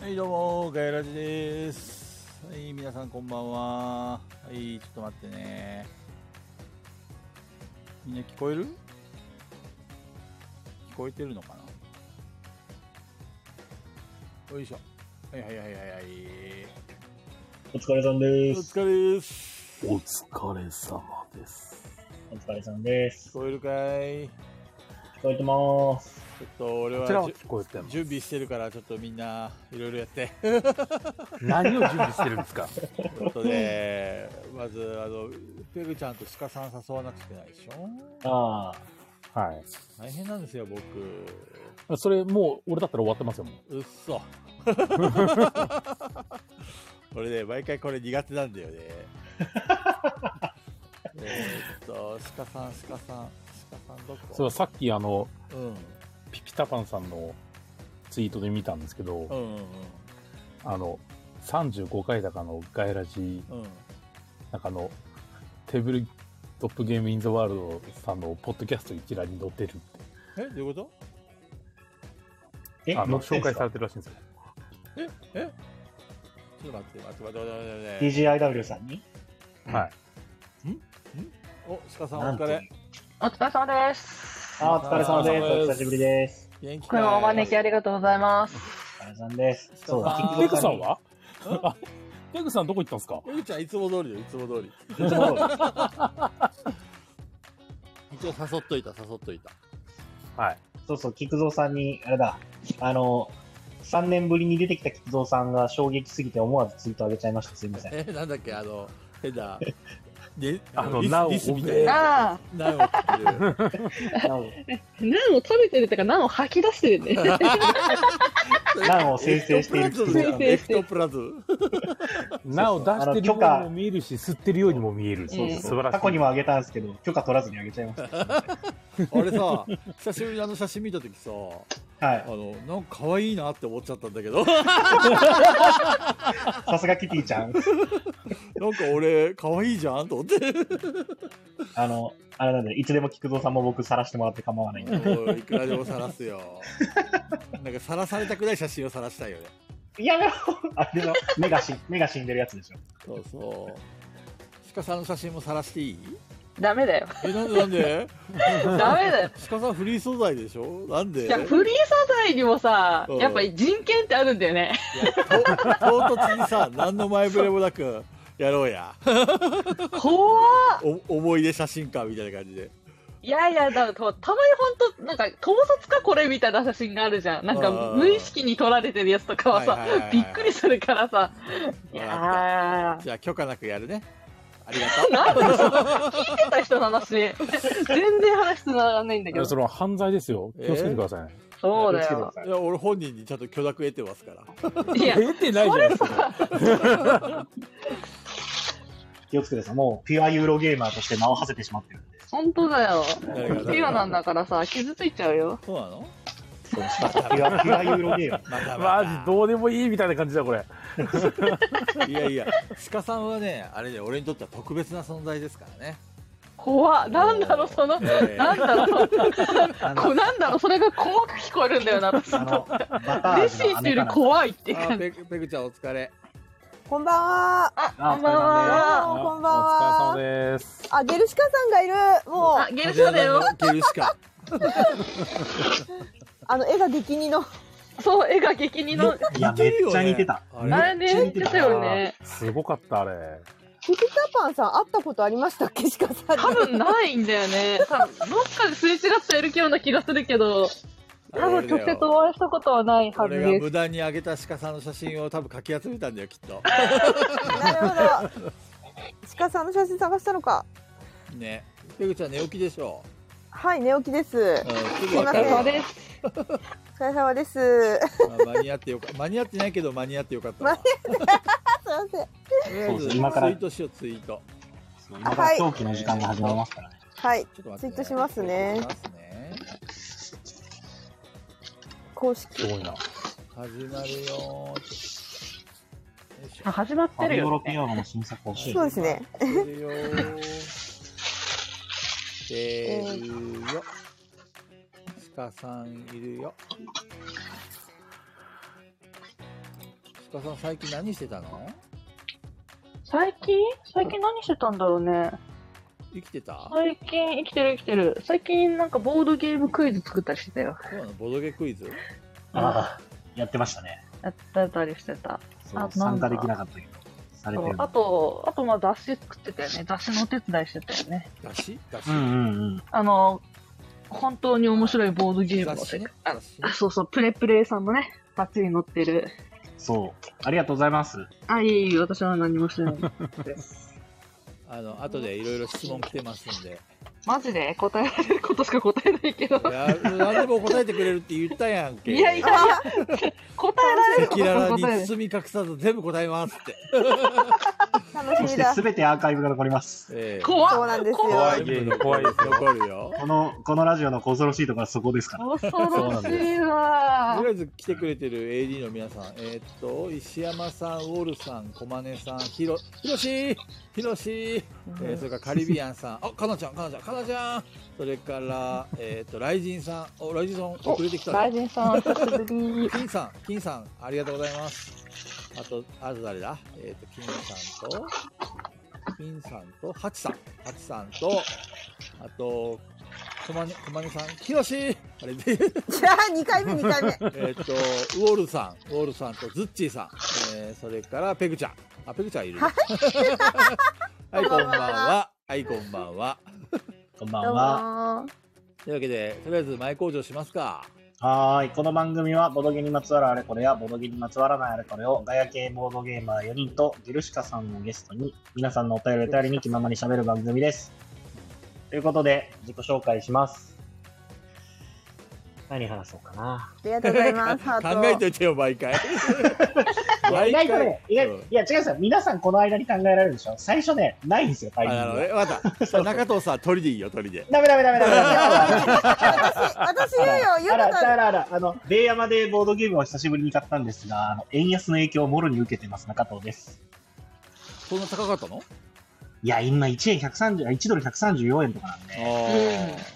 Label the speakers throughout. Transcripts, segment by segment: Speaker 1: はいどうもガヤラジですはい皆さんこんばんははいちょっと待ってねみんな聞こえる聞こえてるのかなよいしょはいはいはいはいはい
Speaker 2: お疲れさんで
Speaker 1: お
Speaker 2: す。
Speaker 1: 疲れです
Speaker 3: お疲れ様です。
Speaker 2: お疲れさんです
Speaker 1: 聞。こえるかい
Speaker 2: 聞こえてまーす。
Speaker 1: ちょっと俺
Speaker 3: こちら
Speaker 1: は
Speaker 3: は
Speaker 1: じゅ
Speaker 3: 聞こえてます。
Speaker 1: 準備してるからちょっとみんないろいろやって
Speaker 3: 何を準備してるんですか
Speaker 1: ちょっとね、まず、あの、ペグちゃんと鹿さん誘わなくてないでしょ
Speaker 2: ああ、
Speaker 3: はい。
Speaker 1: 大変なんですよ、僕。
Speaker 3: それもう、俺だったら終わってますよ、も
Speaker 1: うっそ。俺ね、毎回これ苦手なんだよね。えーっと、鹿さん、鹿さん、鹿さんどこ
Speaker 3: う。それはさっきあの、
Speaker 1: うん。
Speaker 3: ピピタパンさんのツイートで見たんですけど、
Speaker 1: うんうん
Speaker 3: あの、35回高のガイラジ、
Speaker 1: うん。うん。
Speaker 3: なんかあの、テーブルトップゲームインザワールドさんのポッドキャスト一覧に載ってるっ
Speaker 1: え、どういうこと
Speaker 2: え
Speaker 3: て、あ
Speaker 2: 乗
Speaker 3: の、
Speaker 2: って
Speaker 3: 紹
Speaker 2: んす
Speaker 3: 介
Speaker 2: か
Speaker 3: されてるらしいんですよ。
Speaker 1: ええちょっと待って、待って、待って、待って、待って。
Speaker 2: DGIW さんに
Speaker 3: はい。
Speaker 1: お、鹿さんお
Speaker 2: なん
Speaker 1: 疲
Speaker 2: と
Speaker 1: れ。
Speaker 4: お疲れ様です。
Speaker 2: ああ、お疲れさんです。お久しぶりです。
Speaker 1: 元気
Speaker 4: これもお招きありがとうございます。
Speaker 2: お疲れさんです。そうだ、
Speaker 1: あー
Speaker 3: ペグさんはあペグさんどこ行ったんですか
Speaker 1: ペグちゃん、いつも通りよ、いつも通り。
Speaker 2: キックボードさんに
Speaker 1: 一応誘っといた誘っといた
Speaker 3: はい。
Speaker 2: そうそう、菊蔵さんに、あれだ、あの、3年ぶりに出てきた菊蔵さんが衝撃すぎて思わずツイート上げちゃいました。すいません。
Speaker 1: えなんだっけあの変 なね
Speaker 3: あの
Speaker 1: リス
Speaker 3: なお
Speaker 1: リスみたいな
Speaker 4: あ
Speaker 1: なおってる
Speaker 2: なお、
Speaker 4: あ、ナンを食べてるってか、ナンを吐き出してるね。
Speaker 2: ナンを生成している菊
Speaker 4: 蔵さん
Speaker 1: エクトプラズム
Speaker 3: なお出
Speaker 2: あ
Speaker 3: して
Speaker 2: の
Speaker 3: るよ
Speaker 2: 許
Speaker 3: うに
Speaker 2: 可
Speaker 3: も見えるし、吸ってるようにも見える。
Speaker 4: そう
Speaker 3: 素
Speaker 4: そう
Speaker 3: 晴らしい。
Speaker 2: 過去にもあげたんですけど、許可取らずにあげちゃいまし
Speaker 1: 俺さ久しぶりにあの写真見た時さ
Speaker 2: た。は
Speaker 1: あ
Speaker 2: い。
Speaker 1: のなんか可愛いなって思っちゃったんだけど
Speaker 2: さすがキティち ゃん。
Speaker 1: なんか俺可愛いじゃんと思って
Speaker 2: あの、あれなんで、いつでも菊蔵さんも僕晒してもらって構わないんで。
Speaker 1: もういくらでも晒すよなんか晒されたくない写真を晒したいよね
Speaker 2: やめろあれの目がし目が死んでるやつでしょ。
Speaker 1: そうそう鹿さんの写真も晒していい
Speaker 4: ダメだよ。
Speaker 1: えなんでなんで
Speaker 4: ダメだよ。
Speaker 1: 鹿さんフリー素材でしょなんで
Speaker 4: いや、フリー素材にもさ
Speaker 1: うん、
Speaker 4: やっぱり人権ってあるんだよね。
Speaker 1: いやと唐突にさ何の前触れもなくやろうや
Speaker 4: 怖っ
Speaker 1: お思い出写真館みたいな感じで
Speaker 4: いやいや、だからたまにほんと、なんか、盗撮かこれみたいな写真があるじゃん。なんか
Speaker 1: あー、
Speaker 4: 無意識に撮られてるやつとかは
Speaker 1: はいはいはいは
Speaker 4: さ
Speaker 1: い、
Speaker 4: びっくりするからさ。いやー。
Speaker 1: じゃあ許可なくやるねありが
Speaker 4: なんでその聞いてた人の話、全然話つながらないんだ
Speaker 3: い
Speaker 4: け
Speaker 3: や
Speaker 4: ど。
Speaker 3: それは犯罪ですよ。気をつけてくださいね。
Speaker 4: そうだ
Speaker 2: 気を
Speaker 4: よ
Speaker 2: つ。け
Speaker 1: とうい
Speaker 2: てくださ
Speaker 1: や俺本人にちゃんと許諾得てますから
Speaker 4: いや、
Speaker 3: 出てないじゃないですか。
Speaker 2: い。気をつけてください。もうピュアユーロゲーマーとして名を馳せてしまってるんで。
Speaker 4: 本当だよ。
Speaker 1: 誰が誰が
Speaker 4: ピュアなんだからさ、傷ついちゃうよ。
Speaker 1: そうなの
Speaker 2: そうしまった。ピュアピュアユーロゲーマー。
Speaker 1: またま
Speaker 3: マジ
Speaker 1: た
Speaker 3: どうでもいいみたいな感じだこれ
Speaker 1: いやいや鹿さんはねあれで俺にとっては特別な存在ですからね
Speaker 4: 怖っ。なんだろう、その、
Speaker 1: ええ
Speaker 4: なんだろう、
Speaker 2: あ
Speaker 4: こ
Speaker 2: の、
Speaker 4: なんだろう、それが怖く聞こえるんだよな、私
Speaker 2: あのバター
Speaker 4: 嬉
Speaker 2: 味
Speaker 4: しい
Speaker 2: の
Speaker 4: ってい
Speaker 2: 姉
Speaker 4: うより
Speaker 2: かな。
Speaker 4: 怖いっていう
Speaker 1: あ
Speaker 4: 感じ。
Speaker 1: ペグペグちゃんお疲れ
Speaker 5: こんばんは。
Speaker 2: あ
Speaker 4: こんばんは
Speaker 5: あこんばんは
Speaker 3: お疲れ様です
Speaker 5: あ、ゲルシカさんがいる。も
Speaker 4: あ
Speaker 5: う、、
Speaker 4: ゲルシャだよ。
Speaker 1: ゲルシカ
Speaker 5: あの、絵が激似の。
Speaker 4: そう、絵が激似の。
Speaker 2: いや、めっちゃ似てた。
Speaker 1: あ
Speaker 4: あ
Speaker 1: れ
Speaker 4: れね、出たよね。
Speaker 3: すごかったあれ
Speaker 5: ピピタパンさん、会ったことありましたっけ、シカさんに。
Speaker 4: 多分ないんだよね。多分どっかですれ違っているような気がするけど、多分直接お会いしたことはないはず
Speaker 1: 俺が
Speaker 4: です。
Speaker 1: 無駄にあげた鹿さんの写真を多分かき集めたんだよきっと
Speaker 5: なるほど。シカさんの写真探したのか。
Speaker 1: ねペグちゃん寝起きでしょ
Speaker 5: はい、寝起きです
Speaker 1: う。んす
Speaker 5: すい
Speaker 1: ぐ
Speaker 4: お
Speaker 1: わ
Speaker 5: ま
Speaker 1: か
Speaker 5: せ
Speaker 4: 疲
Speaker 5: ん
Speaker 1: る
Speaker 4: れ
Speaker 1: わ
Speaker 4: 様です。
Speaker 5: お疲れ様です。
Speaker 1: まあ間に合ってよか間に合ってないけど間に合ってよかったわ。
Speaker 5: すいません。
Speaker 1: とりあえず
Speaker 2: そう
Speaker 1: ツイ
Speaker 2: 今から
Speaker 1: ートしようツイート。
Speaker 2: そう今から狂気の時間が始まりますからね。
Speaker 5: はい、
Speaker 1: ちょっと待って、
Speaker 5: ツイートします
Speaker 1: ツ
Speaker 5: ね
Speaker 1: イートしますね
Speaker 5: 公式。
Speaker 3: すごいな
Speaker 1: 始まるよ
Speaker 4: あ始まって
Speaker 2: パ
Speaker 4: る
Speaker 2: リオ
Speaker 4: よ
Speaker 2: ロ。ピオーノの新作欲しい。
Speaker 5: そうですね。
Speaker 1: ー。出るよー。出るよ。鹿さんいるよ。塚さん最近何してたの
Speaker 4: 最近最近何してたんだろうね。
Speaker 1: 生きてた
Speaker 4: 最近生きてる生きてる。最近なんかボードゲームクイズ作ったりしてたよ。
Speaker 1: そうなのボドゲクイズ
Speaker 2: ああ、やってましたね。
Speaker 4: やってたりしてた。
Speaker 2: そ
Speaker 4: あ
Speaker 2: う、参
Speaker 4: な
Speaker 2: 加
Speaker 4: んだ
Speaker 2: できなかったけど、されて
Speaker 4: そう
Speaker 2: る。
Speaker 4: あと、あとまあ雑誌作ってたよね。雑誌のお手伝いしてたよね。
Speaker 1: だしだし、
Speaker 2: うんうんうん。
Speaker 4: あの、本当に面白いボードゲームの
Speaker 1: 雑誌
Speaker 4: 世
Speaker 1: ね
Speaker 4: 界。
Speaker 1: 雑誌ね
Speaker 4: あ、そうそう、プレプレイさんのね、バッチリ載ってる。
Speaker 2: そう。ありがとうございます。
Speaker 4: あ、いえいえ、私は何もしてない。
Speaker 1: あの後でいろいろ質問来てますんで
Speaker 4: マジで答えられることしか答えないけど。
Speaker 1: いや何でも答えてくれるって言ったやんけ
Speaker 4: いやいや
Speaker 5: あ
Speaker 4: 答えられる
Speaker 1: 赤
Speaker 4: ことし
Speaker 1: 裸
Speaker 4: か
Speaker 1: 々
Speaker 4: 答えな
Speaker 1: に
Speaker 4: い。
Speaker 1: 包み隠さず全部答えますって、
Speaker 2: そ
Speaker 5: 楽し
Speaker 2: し
Speaker 5: み
Speaker 2: て
Speaker 5: だ。
Speaker 2: すべてアーカイブが残ります。
Speaker 1: ええ
Speaker 5: そう
Speaker 4: 怖っ
Speaker 5: なんですよ。
Speaker 3: 怖いゲーム怖いですよ
Speaker 1: 残るよ
Speaker 2: この、このラジオの恐ろしいところはそこですから。
Speaker 4: 恐ろしいわ
Speaker 1: とりあえず来てくれてる AD の皆さん、えーっと、石山さん、ウォルさん、駒根さん、ひろ、ひろしーひろしー、えーそれからカリビアンさん、あ、かなちゃん、かなちゃん、かなちゃん、それから、えーっと、ライジンさん、お、ライジンさん遅れてきた
Speaker 4: 大
Speaker 1: ね。
Speaker 4: 臣さん、久しぶり。
Speaker 1: 金さん、金さん、ありがとうございます。あと、あと誰だえーっと、金さんと、金さんと、ハチさん、ハチさんと、あと、駒根、駒根さん、ひろしーあれ、
Speaker 5: いや、2回目、2回目。
Speaker 1: えっと、ウォールさん、ウォールさんとズッチーさん、えー、それからペグちゃん。あ、ペグちゃんいるね。 はい、こんばんは。はい、こんばんは。
Speaker 2: こんば
Speaker 5: ど
Speaker 2: ん
Speaker 5: う
Speaker 2: は。
Speaker 5: も。
Speaker 1: というわけで、とりあえず前工場しますか。
Speaker 2: はーい。この番組は、ボドゲにまつわるあれこれや、ボドゲにまつわらないあれこれを、ガヤ系ボードゲーマー4人と、ゲルシカさんをゲストに、皆さんのお便りを頼りに気ままに喋る番組です。ということで、自己紹介します。何話そうかな。
Speaker 5: ありがとうございます。ハート。
Speaker 1: 考えといてよ、毎 回。
Speaker 2: 意
Speaker 1: 毎
Speaker 2: 外とね、意外
Speaker 1: うん
Speaker 2: いや違うんですよ。皆さんこの間に考えられるでしょ。最初ね、ないんですよ、タイ
Speaker 1: あ、
Speaker 2: ミン
Speaker 1: なるほ
Speaker 2: グ
Speaker 1: ど
Speaker 2: が
Speaker 1: ね。わかった。
Speaker 2: そう
Speaker 1: 中藤さん、鳥でいいよ、鳥で。
Speaker 2: ダメダメダメダメダメダメ。
Speaker 5: 私、私言うよ。ゆ
Speaker 2: あ
Speaker 5: う
Speaker 2: ら、
Speaker 5: な
Speaker 2: あら、
Speaker 5: さ
Speaker 2: あ
Speaker 5: ん。
Speaker 2: ら、あら、あの、デイヤマでボードゲームを久しぶりに買ったんですが、あの円安の影響をもろに受けてます、中藤です。
Speaker 1: そんな高かったの
Speaker 2: いや、今1円130、あ1ドル134円とかなんで、
Speaker 1: あ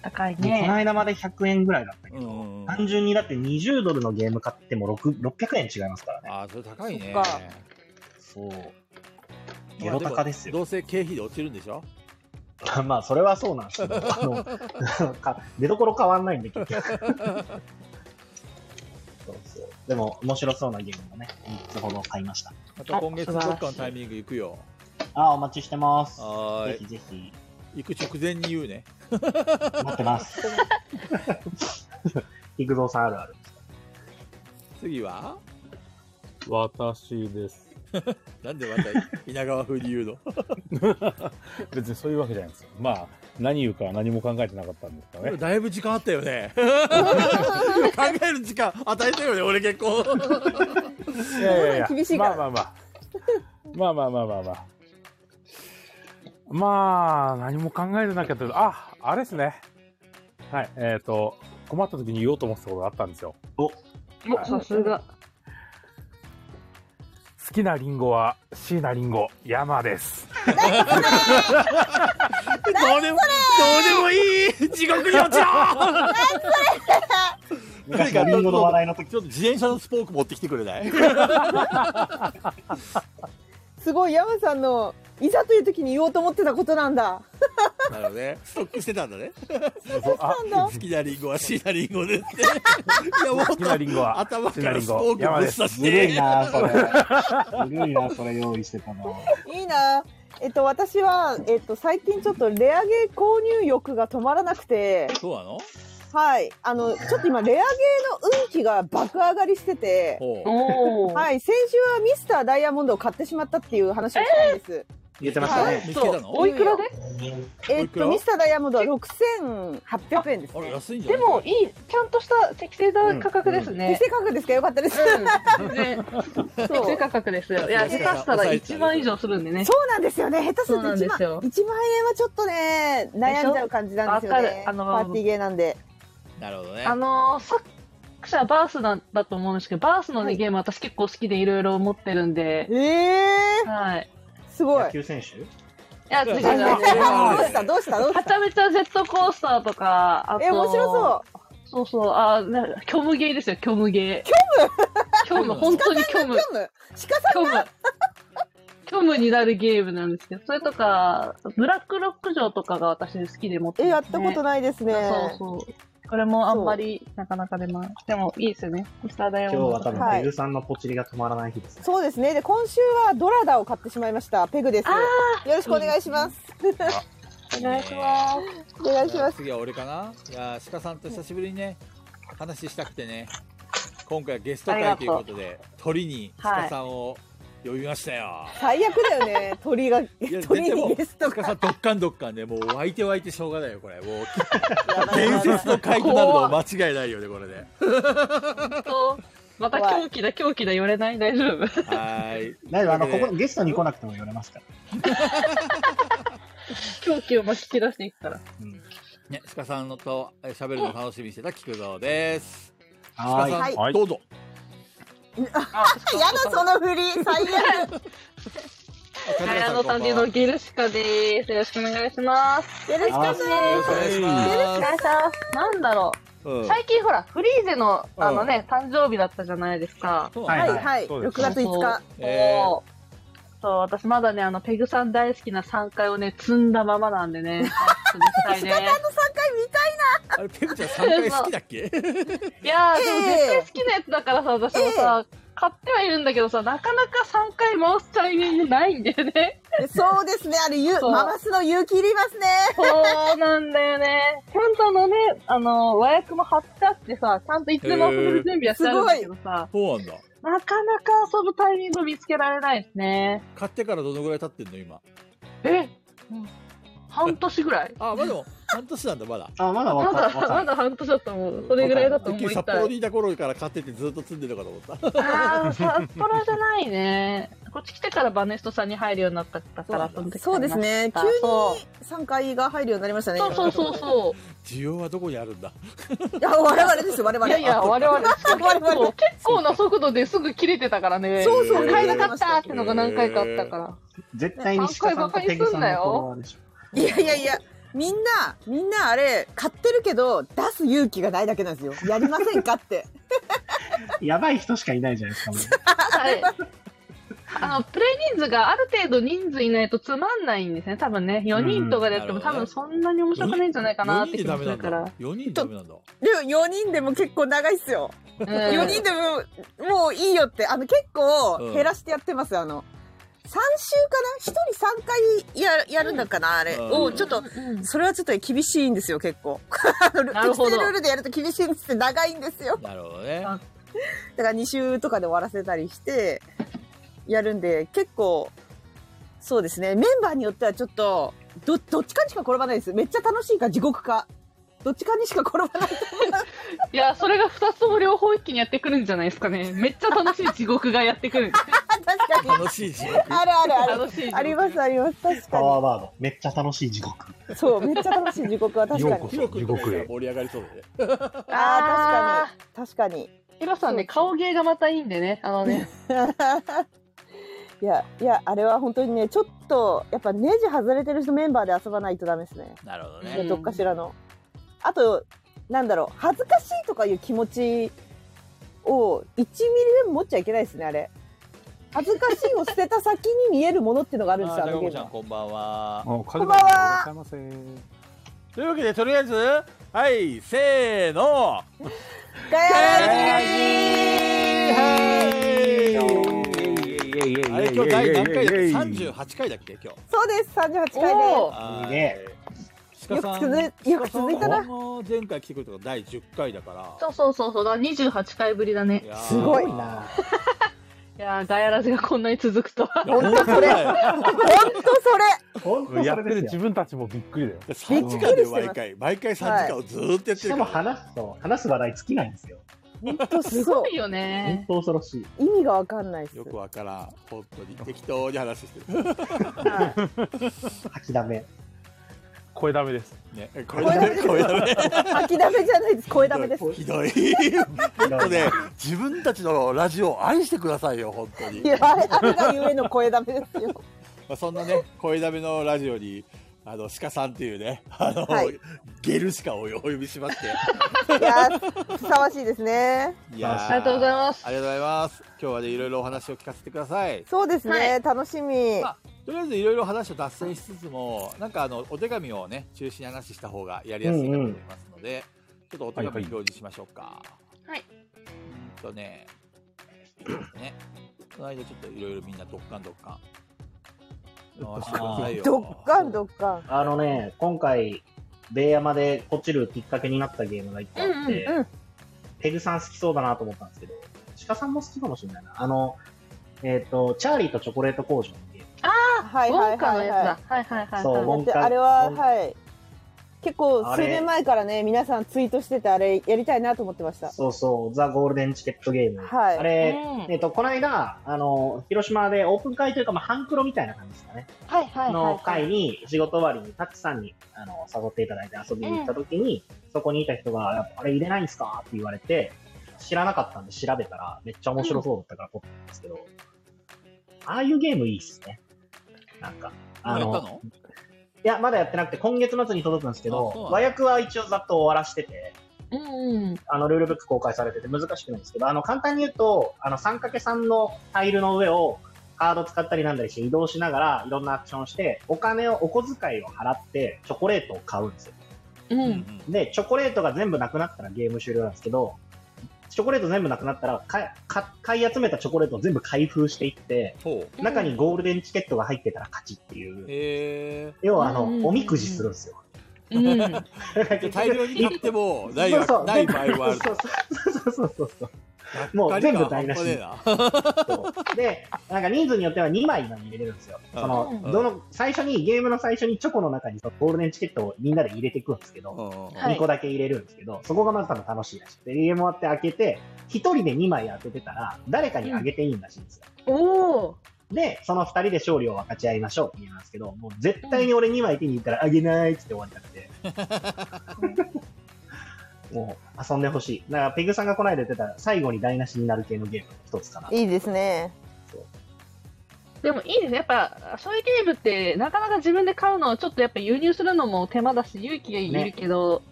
Speaker 4: 高い
Speaker 2: もうこの
Speaker 4: ね。
Speaker 2: 間まで100円ぐらいだった
Speaker 1: あ。
Speaker 2: け
Speaker 1: う
Speaker 2: ど、
Speaker 1: んうんうん。
Speaker 2: 単純にだって20ドルのゲーム買っても6 600円違いますからね。
Speaker 1: あー、それ高いね
Speaker 5: そっか。
Speaker 2: そう。ゲロ高ですよ。
Speaker 1: どうせ経費で落ちるんでしょ
Speaker 2: まあ、それはそうなんですけど、あの、 か出所変わんないんで、結 局。そうそう。でも、面白そうなゲームをね、3つほど買いました。
Speaker 1: また今月どっかのタイミング行くよ。
Speaker 2: あー、お待ちしてます。
Speaker 1: はー
Speaker 2: ぜ
Speaker 1: い。
Speaker 2: ひぜひ。
Speaker 1: 行く直前に言うね。
Speaker 2: 待って ます。菊蔵さんあるある。
Speaker 1: 次は
Speaker 3: 私です。
Speaker 1: なんでまた稲川風に言うの
Speaker 3: 別にそういうわけじゃないんですよ。まあ、何言うかは何も考えてなかったんですかね。
Speaker 1: だいぶ時間あったよ ね考える時間与えたよね俺結構
Speaker 3: いやいやいや
Speaker 5: 厳しいから
Speaker 3: まあまあまあ。まあまあまあまあまあ。まあ、何も考えてなきゃって、あ、あれですね。はい、えっ、と、困った時に言おうと思ってたことがあったんですよ。
Speaker 4: お、さすが。
Speaker 3: 好きなリンゴは椎名リンゴ、山です。
Speaker 1: どうでもどうでもいい地獄に落ちろ
Speaker 2: 昔のリンゴの話題の時
Speaker 1: ちょっと自転車のスポーク持ってきてくれ ない
Speaker 5: すごい、山さんの、いざという時に言おうと思ってたことなんだ。
Speaker 1: なのねストックしてたんだね
Speaker 3: あ
Speaker 1: 好きなリンゴは椎名リンゴですって いやもっ
Speaker 3: 好きなリンゴは
Speaker 1: 頭
Speaker 3: 椎
Speaker 1: か
Speaker 3: 名
Speaker 1: ら
Speaker 3: リ
Speaker 1: ス
Speaker 3: ン
Speaker 1: ポ
Speaker 3: ゴ、
Speaker 1: ーク
Speaker 3: 山
Speaker 1: ぶ
Speaker 3: で
Speaker 1: っ
Speaker 3: す。
Speaker 1: 刺し
Speaker 2: ずる
Speaker 1: て
Speaker 2: いなそれ。ずるいなそれ用意してたの。
Speaker 5: いいな。えっと、私は、えっと、最近ちょっとレアゲー購入欲が止まらなくて、
Speaker 1: そうなの
Speaker 5: はい。あの、ちょっと今、レアゲーの運気が爆上がりしてて、
Speaker 1: ほ
Speaker 4: おー。い。
Speaker 5: はい。先週はミスターダイヤモンドを買ってしまったっていう話をしたんです。
Speaker 1: う
Speaker 2: 言ってましたね
Speaker 1: 見つけたの
Speaker 4: おいくらで
Speaker 5: え
Speaker 1: お
Speaker 5: っ
Speaker 1: いくら
Speaker 5: と、ミスターダイヤモンドは6800円です
Speaker 1: あれ
Speaker 5: ね。
Speaker 1: 安いんじゃ
Speaker 4: で
Speaker 1: ない
Speaker 4: も、いい、ちゃんとした適正な価格ですね。
Speaker 5: 適正価格ですかよかっ たです。
Speaker 4: うん。ね適
Speaker 5: そ
Speaker 4: 正
Speaker 5: う
Speaker 4: 価格ですよ。いや、下手したら1万以上するんでね。
Speaker 5: そうなんですよね。下手する
Speaker 4: そうなん
Speaker 5: と1
Speaker 4: です
Speaker 5: 万
Speaker 4: よ
Speaker 5: 1万円はちょっとね、悩んじゃう感じなんですよ
Speaker 4: わか
Speaker 5: ね。
Speaker 4: る
Speaker 5: パ
Speaker 4: あの
Speaker 5: ーティーゲーなんで。
Speaker 1: なるほどね
Speaker 4: あのー、作者バースなんだと思うんですけど、バースのね、
Speaker 5: はい
Speaker 4: ゲーム私結構好きでいろいろ持ってるんで
Speaker 5: え、え
Speaker 4: はい。
Speaker 5: ー、すごい
Speaker 2: 野。球選手
Speaker 4: いや、違う違う
Speaker 5: どう
Speaker 1: あ
Speaker 4: 違う。
Speaker 5: したどうしたどう
Speaker 4: は
Speaker 5: し
Speaker 4: ちゃ
Speaker 5: た
Speaker 4: めちゃジェットコースターとか、あと、
Speaker 5: え、面白そう
Speaker 4: そうそう、あ、な虚無ゲーですよ、虚無ゲー。虚虚無、本当に虚無。
Speaker 5: 虚無鹿さ
Speaker 4: 虚
Speaker 5: ん
Speaker 4: 無。虚無になるゲームなんですけど、それとか、ブラックロック城とかが私好きで持って
Speaker 5: えや
Speaker 4: ま
Speaker 5: っ
Speaker 4: す
Speaker 5: たことないですね
Speaker 4: そうそう。これもあんまりなかなか出ます。でもいいですよね。ミスターダイヤ
Speaker 2: 今日
Speaker 4: モンド
Speaker 2: は多分、
Speaker 5: はい
Speaker 2: ペグさんのポチリが止まらない日ですね。
Speaker 5: そうですねで今週はドラダを買ってしまいましたペグです
Speaker 4: あ
Speaker 5: よろしくお願いします
Speaker 4: お願いします。
Speaker 5: お願いします
Speaker 1: 次は俺かないやー鹿さんと久しぶりにね話したくてね今回はゲスト会ということで鳥に鹿さんを呼びましたよ、
Speaker 5: 最悪だ よね鳥が
Speaker 1: いや
Speaker 5: 鳥
Speaker 1: 絶対も
Speaker 5: に
Speaker 1: う
Speaker 5: ゲスト
Speaker 1: 鹿
Speaker 5: が
Speaker 1: さんどっかんどっかんでもう湧いて湧いてしょうがないよこれもう
Speaker 5: やばいや
Speaker 1: 伝
Speaker 5: ばい
Speaker 1: 説の回となるの間違いないよねこれで
Speaker 4: 本当また狂気だ狂気だ言われない大丈夫
Speaker 1: はーい
Speaker 2: 大丈夫、あの、
Speaker 1: という
Speaker 2: こ
Speaker 1: わ
Speaker 2: こ、
Speaker 1: けで
Speaker 2: ゲストに来なくても言われますから。
Speaker 4: 狂気を巻き散らしていくから。
Speaker 2: うん、
Speaker 1: ね鹿さんのとえー喋るのを楽しみにしてた菊蔵です鹿
Speaker 2: はーい。
Speaker 1: さん、
Speaker 3: はい
Speaker 1: どうぞ
Speaker 5: やだその振り最悪
Speaker 4: 綾野探偵のゲルシカです。よろしくお願いします。
Speaker 5: よろしくお願いし
Speaker 1: よ
Speaker 5: ま
Speaker 1: ろしくお願いし
Speaker 4: お
Speaker 1: ま
Speaker 4: 願いします。なんだろ
Speaker 1: す、うん
Speaker 4: う。最近ほら、フリーゼの、あのね、誕生日だったじゃないですか。
Speaker 1: そう
Speaker 5: す
Speaker 1: なん
Speaker 5: は
Speaker 1: だ
Speaker 5: いはい
Speaker 3: そう
Speaker 5: 6
Speaker 3: です
Speaker 5: 月5日
Speaker 1: えー
Speaker 4: そうそう、私まだね、あの、ペグさん大好きな3階をね、積んだままなんで ね。積みたいね。
Speaker 5: あの3回見たい
Speaker 1: あれペグちゃん3回好きだっ け
Speaker 4: いやー、
Speaker 5: え
Speaker 4: でも絶対好きなやつだからさ、私もさ、買ってはいるんだけどさ、なかなか3回回すタイミングないんだよね。
Speaker 5: でそうですねあれゆ
Speaker 4: そう
Speaker 5: 回すの勇気いりますね
Speaker 4: そうなんだよね。ちゃんとあのね、あの、和訳も貼ってあってさ、ちゃんといつでも遊べる準備はしてあるんだけどさ、
Speaker 1: そうなんだ
Speaker 4: なかなか遊ぶタイミング見つけられないですね。
Speaker 1: 買ってからどのぐらい経ってんの今
Speaker 4: え、半年ぐらい
Speaker 1: あまあでも半年なんだまだ
Speaker 2: あ、まだ
Speaker 4: ま
Speaker 2: わか
Speaker 4: だ、
Speaker 2: わか
Speaker 4: まだ半年だと思う。それぐらいだと
Speaker 1: てっき
Speaker 4: 思
Speaker 1: り
Speaker 4: い
Speaker 1: 札
Speaker 4: た
Speaker 1: 幌
Speaker 4: い。
Speaker 1: にいた頃から買っててずっと積んでるのかと思った
Speaker 4: ああ、札幌じゃないね。こっち来てからバネストさんに入るようになったから、その時
Speaker 5: そうです
Speaker 4: 買い
Speaker 5: ね
Speaker 4: ま
Speaker 5: 急
Speaker 4: した。
Speaker 5: に
Speaker 4: そう
Speaker 5: 3回が入るようになりましたね
Speaker 4: そうそうそうそ
Speaker 1: 需要はどこにあるんだ
Speaker 5: 今いや我々ですよ我
Speaker 4: う。
Speaker 5: 々
Speaker 4: いやいや、我々、
Speaker 5: 我
Speaker 4: 結
Speaker 5: 々
Speaker 4: 構、結構な速度ですぐ切れてたからね。
Speaker 5: そう
Speaker 1: そう
Speaker 4: 買えなかったってのが何回かあったから。
Speaker 2: 絶対に鹿さんとペグさんのフォロワーでしょ。
Speaker 5: いやいやいや、みんな、みんなあれ、買ってるけど、出す勇気がないだけなんですよ。やりませんか って。
Speaker 2: やばい人しかいないじゃないですか、もう。
Speaker 4: はい。あの、プレイ人数がある程度人数いないとつまんないんですね、多分ね。4人とかでやっても、
Speaker 1: うん
Speaker 4: 多分そんなに面白くないんじゃないかな
Speaker 1: 4
Speaker 4: っ
Speaker 1: 人
Speaker 4: て
Speaker 1: で
Speaker 4: 気
Speaker 1: ダ
Speaker 4: が
Speaker 1: メ
Speaker 4: す
Speaker 1: な
Speaker 4: る
Speaker 1: ん
Speaker 4: か
Speaker 1: だ
Speaker 4: ら。
Speaker 1: 4人でダメなんだ
Speaker 5: でも4人でも結構長いっすよ。
Speaker 4: うん
Speaker 5: 4人でも、もういいよって、あの結構
Speaker 1: うん
Speaker 5: 減らしてやってます、あの。3週かな ?1 人3回ややるんだかなあれ。
Speaker 1: うん
Speaker 5: を、ちょっと、
Speaker 4: うん
Speaker 5: それはちょっと厳しいんですよ、結構。 あの
Speaker 4: なるほど
Speaker 5: 適正ルールでやると厳しいんですって長いんですよ。
Speaker 1: なるほどね
Speaker 4: あ
Speaker 5: だから2週とかで終わらせたりしてやるんで結構そうですねメンバーによってはちょっとどどっちかにしか転ばないですめっちゃ楽しいか地獄かどっちかにしか 転ばない
Speaker 4: いや、それが2つとも両方一気にやってくるんじゃないですかね。めっちゃ楽しい地獄がやってくる。
Speaker 5: 確かに
Speaker 1: 楽しい地獄
Speaker 5: あるあるある
Speaker 4: 楽しい地獄。
Speaker 5: ありますあります確
Speaker 2: パワー
Speaker 5: か
Speaker 2: ワード。めっちゃ楽しい地獄。
Speaker 5: にそうめっちゃ楽しい地獄は確か
Speaker 3: よう
Speaker 5: に
Speaker 3: こそう
Speaker 1: 広く
Speaker 3: 地獄へ
Speaker 1: 盛り上がりそうだね
Speaker 5: あー確かに確かに
Speaker 4: ヒロさんね、顔芸がまたいいんでね。あのね。
Speaker 5: いやいやあれは本当にねちょっとやっぱネジ外れてる人メンバーで遊ばないとダメですね
Speaker 1: なるほど
Speaker 4: う
Speaker 1: ね
Speaker 4: ん
Speaker 5: どっかしらの。あと、なんだろう、恥ずかしいとかいう気持ちを1ミリでも持っちゃいけないですね、あれ。恥ずかしいを捨てた先に見えるものっていうのがあるんですよ、
Speaker 1: あ
Speaker 5: あ
Speaker 1: ー
Speaker 5: の
Speaker 1: 高
Speaker 5: ゲ
Speaker 1: 子
Speaker 5: ー
Speaker 1: ち
Speaker 5: ム
Speaker 1: ゃんこんばん
Speaker 5: は。
Speaker 1: は
Speaker 3: あこ
Speaker 5: んばんはい
Speaker 3: らっしゃいませ。
Speaker 1: というわけでとりあえずはいせーの
Speaker 5: ガヤラジ
Speaker 1: あれ今日第何回だっけ三十八回だっけ今日。
Speaker 5: そうです、38回
Speaker 4: お
Speaker 5: で。
Speaker 4: ー
Speaker 2: いいね
Speaker 1: 鹿さん。
Speaker 5: よく続いよく続いたな
Speaker 1: 鹿さんの前回来てくれたのが第十回だから。
Speaker 4: そうそうそうそうだ。28回ぶりだね。
Speaker 1: やー
Speaker 5: すごい
Speaker 2: な。
Speaker 4: いやー、ガヤラジがこんなに続くとは。
Speaker 1: いや本当それ。
Speaker 5: ほんとそれ
Speaker 2: 本当
Speaker 3: や
Speaker 2: そ
Speaker 3: って
Speaker 2: れ
Speaker 3: る
Speaker 2: です
Speaker 3: 自
Speaker 2: よ。
Speaker 3: 分たちもびっくりだよ。
Speaker 1: 三時間で毎回毎回三時間をずーっとやっ
Speaker 2: して
Speaker 1: る
Speaker 2: か
Speaker 1: か
Speaker 2: も
Speaker 1: ら。
Speaker 2: 話すと、話す話題尽きないんですよ。
Speaker 5: ほんと
Speaker 4: す
Speaker 5: すご
Speaker 4: ご
Speaker 5: い
Speaker 4: い。よね
Speaker 2: 本。当恐ろしい。
Speaker 5: 意味がわかんないです
Speaker 1: よ。くわからん本当に適当に話してる。
Speaker 4: はい
Speaker 2: 吐きだめ。
Speaker 3: 声ダメです。
Speaker 1: ねこれダメこれダメ。
Speaker 5: 吐きだめじゃないです、声だめです。
Speaker 1: ひどい。本当ね自分たちのラジオを愛してくださいよ本当に
Speaker 5: い。や、あれ、あれがゆえの声だめですよ。
Speaker 1: まあ、そんなね声だめのラジオに。あの、鹿さんっていうね、あの、
Speaker 5: はい
Speaker 1: ゲル鹿をお呼びしまして。
Speaker 5: いやー、ふさわしいですね。
Speaker 1: いやー
Speaker 4: ありがとうございます
Speaker 1: ありがとうございます。今日はね、いろいろお話を聞かせてください。
Speaker 5: そうですね、
Speaker 4: はい
Speaker 5: 楽しみ。
Speaker 1: まあとりあえずいろいろ話を脱線しつつも、なんかあの、お手紙をね、中心に話した方がやりやすいかと思いますので、ちょっとお手紙
Speaker 3: はいはい
Speaker 1: 表示しましょうか。
Speaker 4: はい。
Speaker 1: うーんとね、そうですね。この間ちょっといろいろみんなドッカンドッカン。回してくださいよ。
Speaker 5: どっかんどっかん。
Speaker 2: あのね、今回、ベイヤマでこちるきっかけになったゲームが一個あって、
Speaker 5: うんうんうん
Speaker 2: ペグさん好きそうだなと思ったんですけど、鹿さんも好きかもしれないな。あの、えっ、と、チャーリーとチョコレート工場のゲーム。
Speaker 5: はい
Speaker 4: ウ
Speaker 5: は
Speaker 4: ォ
Speaker 5: い
Speaker 4: ンカの
Speaker 5: はい、
Speaker 4: や
Speaker 5: は。
Speaker 4: つだ。はいはいはい。
Speaker 2: そうウォン
Speaker 4: はい
Speaker 5: だってあれは、
Speaker 2: ウォンカ
Speaker 5: はい。結構
Speaker 2: あ
Speaker 5: 数
Speaker 2: れ
Speaker 5: 年前からね、皆さんツイートしてて、あれやりたいなと思ってました。
Speaker 2: そうそう、ザ・ゴールデンチケットゲーム。
Speaker 5: はい
Speaker 2: あ
Speaker 4: い
Speaker 2: れ、
Speaker 4: うん
Speaker 2: えっと、この間、あの、広島でオープン会というか、まあ、半クロみたいな感じですかね。
Speaker 4: はいはい
Speaker 2: の
Speaker 4: はい
Speaker 2: 会に、仕事終わりに、タッチさんに、あの、誘っていただいて遊びに行った時に、そこにいた人が、やっぱあれ入れないんですかって言われて、知らなかったんで調べたら、めっちゃ面白そうだったから撮ったんですけど、ああいうゲームいいっすね。なんか、あ
Speaker 1: あの、やった
Speaker 2: の、
Speaker 1: の
Speaker 2: いや、まだやってなくて、今月末に届くんですけ
Speaker 1: あそうな
Speaker 2: ど
Speaker 1: ん、だ
Speaker 2: 和訳は一応ざっと終わらしてて、
Speaker 4: うんうん。
Speaker 2: あの、ルールブック公開されてて難しくないんですけど、あの、簡単に言うと、あの、3×3 のタイルの上をカード使ったりなんだりして移動しながらいろんなアクションをして、お金を、お小遣いを払ってチョコレートを買うんですよ。
Speaker 4: うん
Speaker 1: う
Speaker 4: う
Speaker 1: う
Speaker 4: ん。
Speaker 1: んん
Speaker 2: で、チョコレートが全部なくなったらゲーム終了なんですけど、チョコレート全部なくなったら、かか買い集めたチョコレートを全部開封していって、
Speaker 1: ほう。
Speaker 2: 中にゴールデンチケットが入ってたら勝ちっていう。
Speaker 1: え
Speaker 2: 要はあの
Speaker 4: うんうんう、ん
Speaker 2: おみくじするんですよ。
Speaker 4: うん。
Speaker 1: ー、大量に買っても、ないわ
Speaker 2: そうそう
Speaker 1: ない場合はある。
Speaker 2: そうそうそうそうそう。もう全部台無し
Speaker 1: がっかり感半端ね
Speaker 2: そうで、なんか人数によっては2枚が入れれるんですよ。
Speaker 1: うん
Speaker 2: その、
Speaker 1: うん
Speaker 2: どの、最初に、ゲームの最初にチョコの中にそのゴールデンチケットをみんなで入れていくんですけ
Speaker 1: え
Speaker 2: ど、
Speaker 1: な。うんうんうん
Speaker 4: はい
Speaker 2: 2個だけ入れるんですけど、そこがまず多分楽しいらしくて、ゲーム終わって開けて、1人で2枚当ててたら、誰かにあげていいんらしいんですよ。
Speaker 4: おお。
Speaker 2: で、その2人で勝利を分かち合いましょうって言うんですけど、もう絶対に俺2枚手に入れたらあげないっつって終わりたくて。もう遊んでほしい。だからペグさんがこの間言ってた最後に台無しになる系のゲームの一つかな。
Speaker 5: いいですね。
Speaker 4: でもいいですね。やっぱ、そういうゲームって、なかなか自分で買うのをちょっとやっぱ輸入するのも手間だし、勇気がいるけど、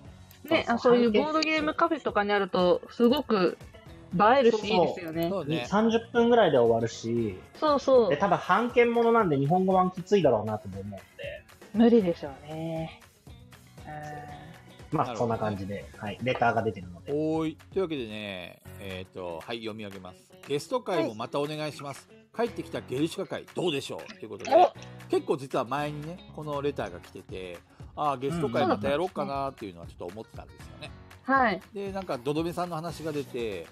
Speaker 4: ね、あ
Speaker 2: そうそう
Speaker 4: そういうボードゲームカフェとかにあると、すごく映えるし、いいですよね。
Speaker 1: そうね。
Speaker 2: 30分ぐらいで終わるし、
Speaker 4: そうそ
Speaker 2: で
Speaker 4: う。
Speaker 2: 多分版権ものなんで日本語版きついだろうなとも思うんで、
Speaker 4: 無理でしょうね。う
Speaker 2: ま
Speaker 1: な
Speaker 2: あ
Speaker 1: る
Speaker 2: そ
Speaker 1: ほ
Speaker 2: ん
Speaker 1: ど
Speaker 2: な感じで、はい、レターが出てるので。
Speaker 1: おーい。というわけでね、えっ、と、はい、読み上げます。ゲスト会もまたお願いします。帰ってきたゲルシカ会、どうでしょうということで
Speaker 4: お、
Speaker 1: 結構実は前にね、このレターが来てて、ああ、ゲスト会またやろうかなっていうのはちょっと思ってたんですよね。
Speaker 4: んはい。
Speaker 1: で、なんか、どどめさんの話が出て、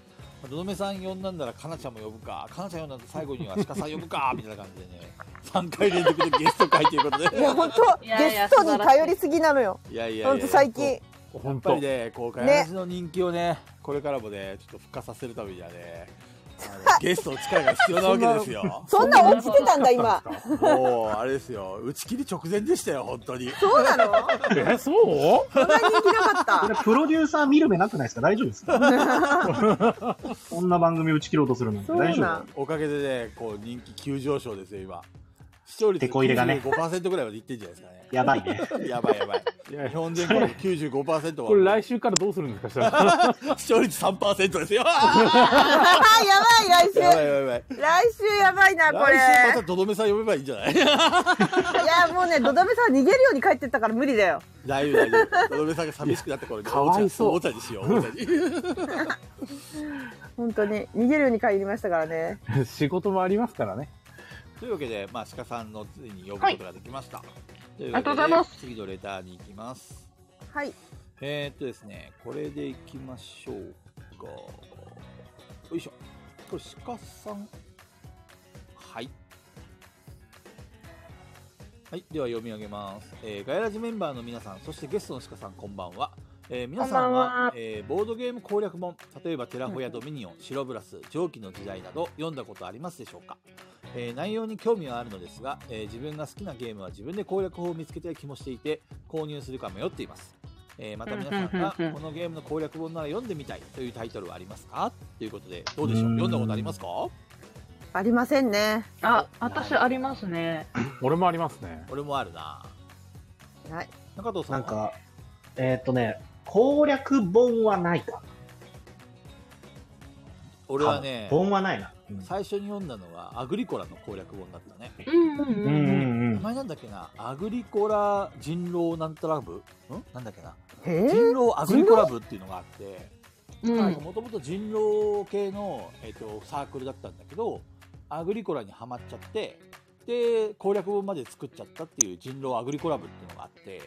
Speaker 1: どどめさん呼んだんなら、かなちゃんも呼ぶか、かなちゃん呼んだんら最後には鹿さん呼ぶか、みたいな感じでね、3回連続でゲスト会ということで。
Speaker 5: いや本当
Speaker 4: いやい
Speaker 5: ゲ
Speaker 4: や
Speaker 5: ストに頼りすぎなのよ。
Speaker 1: いやいやいや
Speaker 5: 本当最近。
Speaker 1: やっぱりね、こう
Speaker 5: ね
Speaker 1: ガヤラジの人気をね、これからもね、ちょっと復活させるためにはね、あ のゲストの力が必要なわけですよ。
Speaker 5: そんな落ちてたんだ今。
Speaker 1: もう、あれですよ、打ち切り直前でしたよ、本当に。
Speaker 5: そうなの？
Speaker 3: え、そう
Speaker 5: そんな人気なかった
Speaker 2: こ。れプロデューサー見る目なくないですか大丈夫ですか こんな番組打ち切ろうとするのに
Speaker 5: そうな
Speaker 2: 大
Speaker 5: ん
Speaker 2: 丈夫
Speaker 1: おかげでね、こう、人気急上昇ですよ、今。視聴率
Speaker 2: てこ入れがね
Speaker 1: 95%ぐらいまでいってんじゃないです
Speaker 2: やばいね。
Speaker 1: か ね。やばいやばい。
Speaker 3: いや
Speaker 1: 日本全国の95%は。
Speaker 3: これ来週からどうするんですか、したら。
Speaker 1: 視聴率3%ですよ。
Speaker 5: あーやばい来週。
Speaker 1: やばいやばいやばい。
Speaker 5: 来週やばいなこれ。い
Speaker 1: 来週またどどめさん呼べばいいんじゃない
Speaker 5: やもうねドダメさん逃げるように帰ってったから無理だよ。
Speaker 1: 大丈夫大丈夫。どどめさんが寂しくなった頃に、
Speaker 3: かわいそう
Speaker 1: おもちゃにしよう、おもちゃに。
Speaker 5: 本当に逃げるように帰りましたからね。
Speaker 3: 仕事もありますからね。
Speaker 1: というわけで、まあ、鹿さんのついに呼ぶことができました。というわけで
Speaker 4: ありがとうございます。
Speaker 1: 次のレターに行きます。
Speaker 5: はい。
Speaker 1: えー、っとですね、これで行きましょうか。よいしょ。これ、鹿さん。はい。はい、では読み上げます。えーガヤラジメンバーの皆さん、そしてゲストの鹿さん、こんばんは。えー皆さんは
Speaker 4: こんばんは
Speaker 1: えーボードゲーム攻略本、例えばテラフォやドミニオン、シロブラス、蒸気の時代など読んだことありますでしょうか、えー内容に興味はあるのですが、えー自分が好きなゲームは自分で攻略法を見つけたい気もしていて、購入するか迷っています。えーまた皆さんが、
Speaker 4: うんうんうんうん
Speaker 1: このゲームの攻略本なら読んでみたいというタイトルはありますかということで、どうでしょう
Speaker 2: うん
Speaker 1: 読んだことありますか
Speaker 5: ありませんね。
Speaker 4: あ、私ありますね。
Speaker 3: 俺もありますね。
Speaker 1: 俺もあるな。
Speaker 5: ない。
Speaker 1: 中藤さん
Speaker 2: な
Speaker 1: は
Speaker 2: んか、えーっ、とね、攻略本はないか。
Speaker 1: 俺はね
Speaker 2: 本はないな。うん
Speaker 1: 最初に読んだのはアグリコラの攻略本だったね
Speaker 4: うんうん
Speaker 2: う
Speaker 4: うん
Speaker 2: うん
Speaker 4: んうん。
Speaker 2: う
Speaker 1: 名
Speaker 2: ん。
Speaker 1: 前なんだっけなアグリコラ人狼なんたら部んなんだっけな
Speaker 5: え
Speaker 1: 人狼アグリコラ部っていうのがあって
Speaker 4: うんうん
Speaker 1: もともと人狼系の、えっとサークルだったんだけどアグリコラにはまっちゃってで攻略本まで作っちゃったっていう人狼アグリコラ部っていうのがあって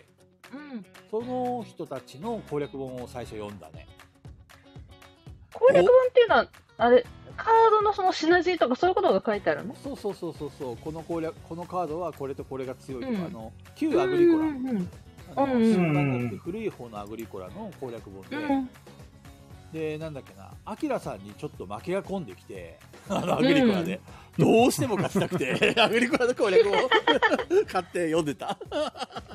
Speaker 1: その人たちの攻略本を最初読んだね
Speaker 4: 攻略本っていうのは、あれ、カードのそのシナジーとかそういうことが書いてあるの
Speaker 1: そうそうそうそうそうこの攻略このカードはこれとこれが強いとか、
Speaker 4: うん
Speaker 1: あの旧アグリコラ、
Speaker 4: うんうん
Speaker 1: あの
Speaker 4: うん
Speaker 1: 新版だって古い方のアグリコラの攻略本で、
Speaker 4: うん。
Speaker 1: でなんだっけなアキラさんにちょっと負けが込んできて あのアグリコラで、どうしても勝ちたくて アグリコラの攻略を買って読んでた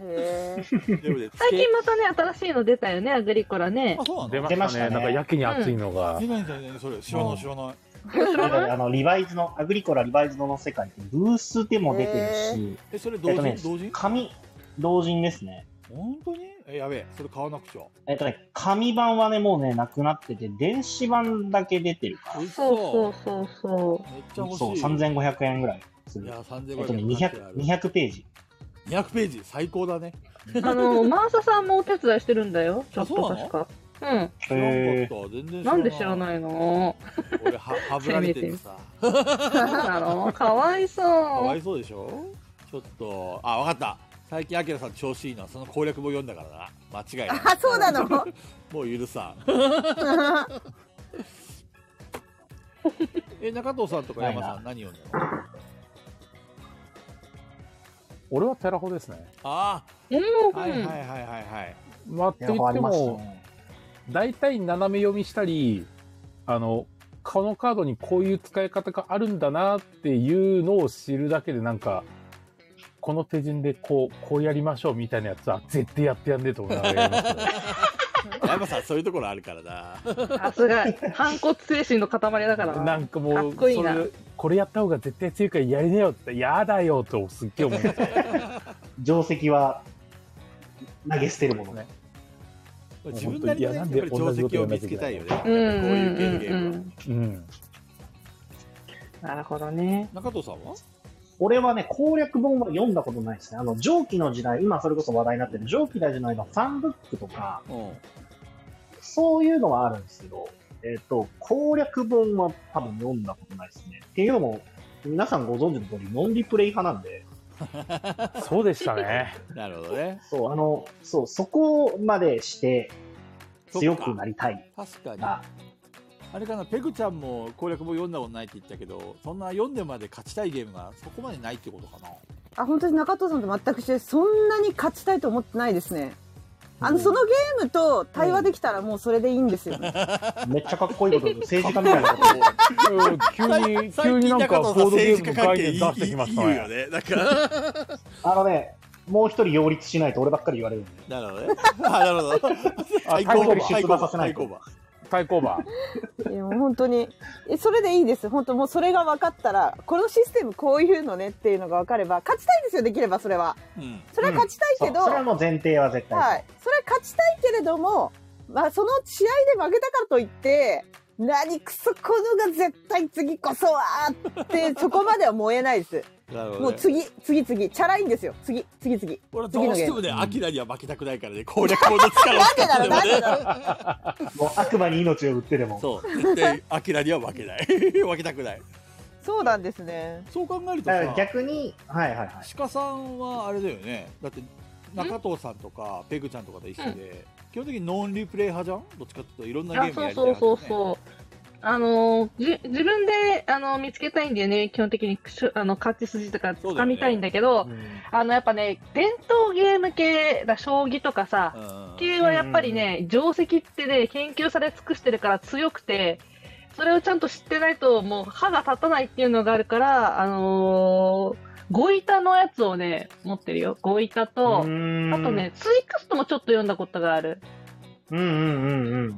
Speaker 5: へえ。
Speaker 1: でもね
Speaker 4: 最近
Speaker 1: つ
Speaker 4: またね、新しいの出たよね、アグリコラ
Speaker 1: け
Speaker 4: ね
Speaker 1: あ。そうなの
Speaker 3: 出ま
Speaker 2: 出ま
Speaker 3: し
Speaker 2: したた
Speaker 3: ね。
Speaker 2: ね
Speaker 3: なんかやけに熱いのが
Speaker 1: 出。ないんだよねそれ知らない知らない、
Speaker 2: なんかねあの、リバイズの、アグリコラリバイズドの世界ってブースでも出てるし、
Speaker 1: えそれ同
Speaker 2: え
Speaker 1: 人、
Speaker 2: っとね
Speaker 1: 同人
Speaker 2: 紙、同人ですね。
Speaker 1: 本当にえやべえそれ買わなくちゃ
Speaker 2: えっとね、紙版はね、もうね、なくなってて、電子版だけ出てるから。
Speaker 1: 美味し
Speaker 4: そう
Speaker 1: そ
Speaker 4: そううそうそ
Speaker 1: めっちゃ
Speaker 2: そう
Speaker 1: 欲しい、
Speaker 2: 3500円ぐらいす
Speaker 1: い
Speaker 2: る
Speaker 1: や。3500
Speaker 2: えっとね、
Speaker 1: 円買ってや
Speaker 2: 200、
Speaker 1: る
Speaker 2: 200ページ。
Speaker 1: 200ページ最高だね
Speaker 4: う。あの、マーサさんもお手伝いしてるんだよ。ちょっ
Speaker 1: あ
Speaker 4: と
Speaker 1: そうなの
Speaker 4: 確か。う
Speaker 1: 知
Speaker 4: ん。
Speaker 1: らんかった全然
Speaker 4: なんで知らないの
Speaker 1: 俺ははぶられてるさ
Speaker 4: そうなのかわいそう。
Speaker 1: かわいそうでしょちょっとあわかった最近あきらさん調子いいのはその攻略も読んだからだな間違いない
Speaker 5: あ、そうなの。
Speaker 1: もう許さん え中藤さんとか山さん何読んだの
Speaker 3: 俺はテラホですね。
Speaker 1: あ
Speaker 4: うん
Speaker 1: あはいはいはいはいはい
Speaker 3: まあ、って言
Speaker 2: 両方あ
Speaker 3: っ
Speaker 2: り
Speaker 3: て
Speaker 2: ました
Speaker 3: も、
Speaker 2: ね。
Speaker 3: 大体斜め読みしたり、あの、このカードにこういう使い方があるんだなっていうのを知るだけでなんか、この手順でこう、こうやりましょうみたいなやつは絶対やってやんねえと思うながらやりますね
Speaker 1: 山さんそういうところあるからな
Speaker 4: さすが、反骨精神の塊だからな。
Speaker 3: なんかもう、
Speaker 4: かっこいいな
Speaker 3: それこれやった方が絶対強いからやりなよって、やだよとすっげえ思います
Speaker 2: 定石は投げ捨てるもの。
Speaker 3: ね。
Speaker 1: 自分なりのね
Speaker 3: いや
Speaker 1: や
Speaker 3: な
Speaker 1: っ
Speaker 3: ん
Speaker 1: ぱ
Speaker 3: で
Speaker 1: り定石を見つけたいよねやっぱ
Speaker 4: う
Speaker 1: り
Speaker 4: ん
Speaker 1: こ
Speaker 4: う
Speaker 1: うんいう系のゲ
Speaker 4: う
Speaker 1: ーム
Speaker 4: んう
Speaker 1: は
Speaker 4: ん。
Speaker 3: うん。
Speaker 4: なるほどね。
Speaker 1: 中藤さんは
Speaker 2: 俺はね、攻略本は読んだことないですね。あの、上記の時代、今それこそ話題になってる上記の時代のファンブックとか、
Speaker 1: うん
Speaker 2: そういうのはあるんですけど、えっ、と、攻略本は多分読んだことないですね。っていうのも、皆さんご存知の通り、ノンリプレイ派なんで、
Speaker 3: そうでしたね。
Speaker 1: なるほどね
Speaker 2: そう、あの、そう、そこまでして
Speaker 1: そっか
Speaker 2: 強くなりたい
Speaker 1: 確かに
Speaker 2: が、
Speaker 1: あれかなペグちゃんも攻略も読んだことないって言ったけどそんな読んでまで勝ちたいゲームがそこまでないってことかな
Speaker 5: あ、本当に中藤さんと全く一緒です。そんなに勝ちたいと思ってないですね。あの、そのゲームと対話できたらもうそれでいいんですよね。
Speaker 2: めっちゃかっこいい こと、政治家みたいなこと。
Speaker 3: うん急に、急になんかボードゲームの概念出してきました
Speaker 1: 言うよ
Speaker 3: ね。
Speaker 1: ねなんか
Speaker 2: あのね、もう一人擁立しないと俺ばっかり言われるんで。
Speaker 1: なるほどねあなるほど
Speaker 3: あ
Speaker 1: 対
Speaker 2: 抗馬
Speaker 1: 対
Speaker 2: 対抗馬対抗
Speaker 1: 馬
Speaker 3: 対抗馬。
Speaker 5: いやもう本当にえそれでいいです本当もうそれが分かったらこのシステムこういうのねっていうのが分かれば勝ちたいんですよできればそれは
Speaker 1: うん
Speaker 5: それは勝ちたいけ
Speaker 2: そ
Speaker 5: ど、
Speaker 2: うそれ
Speaker 5: は
Speaker 2: はいもう前提は絶対そう。
Speaker 5: それは勝ちたいけれども、まあ、その試合で負けたからといって何クソこのが絶対次こそはってそこまでは燃えないです
Speaker 1: なるほど
Speaker 5: もう
Speaker 1: ね
Speaker 5: 次次次チャラいんですよ次次次
Speaker 1: 俺
Speaker 5: 次
Speaker 1: ど
Speaker 5: の
Speaker 1: う
Speaker 5: ゲ
Speaker 1: して
Speaker 5: ーム
Speaker 1: もねアキラには負けたくないからね攻略本の力を使
Speaker 5: な
Speaker 1: って
Speaker 5: んでだろうなんで
Speaker 1: もね
Speaker 5: だろう
Speaker 2: もう悪魔に命を売ってでも。
Speaker 1: そう絶対アキラには負けない負けたくない
Speaker 5: そうなんですね
Speaker 1: そう考えると
Speaker 2: だから
Speaker 1: さ
Speaker 2: 逆に、はいはいはい。
Speaker 1: 鹿さんはあれだよねだって中藤さんとかペグちゃんとかと一緒で、基本的にノンリプレイ派じゃんどっちかっていうといろんなゲー
Speaker 4: あ、
Speaker 1: ムや
Speaker 4: そう
Speaker 1: りたい
Speaker 4: そう
Speaker 1: 派だ
Speaker 4: そ
Speaker 1: よ
Speaker 4: う
Speaker 1: ね
Speaker 4: そう。あのーじ自分で、あのー見つけたいんだよね。基本的に、しゅあの、勝ち筋とか
Speaker 1: そうだよ
Speaker 4: 掴
Speaker 1: ね
Speaker 4: みたいんだけど、
Speaker 2: うん
Speaker 4: あの、やっぱね、伝統ゲーム系、だ将棋とかさ、
Speaker 1: うんうん
Speaker 4: 系はやっぱりね、定石ってね、研究され尽くしてるから強くて、それをちゃんと知ってないと、もう歯が立たないっていうのがあるから、あのー、ゴイタのやつをね、持ってるよ。ゴイタと、
Speaker 2: うーん
Speaker 4: あとね、、ツイクストもちょっと読んだことがある。
Speaker 2: うんうんうんうん
Speaker 3: う。んうんうん。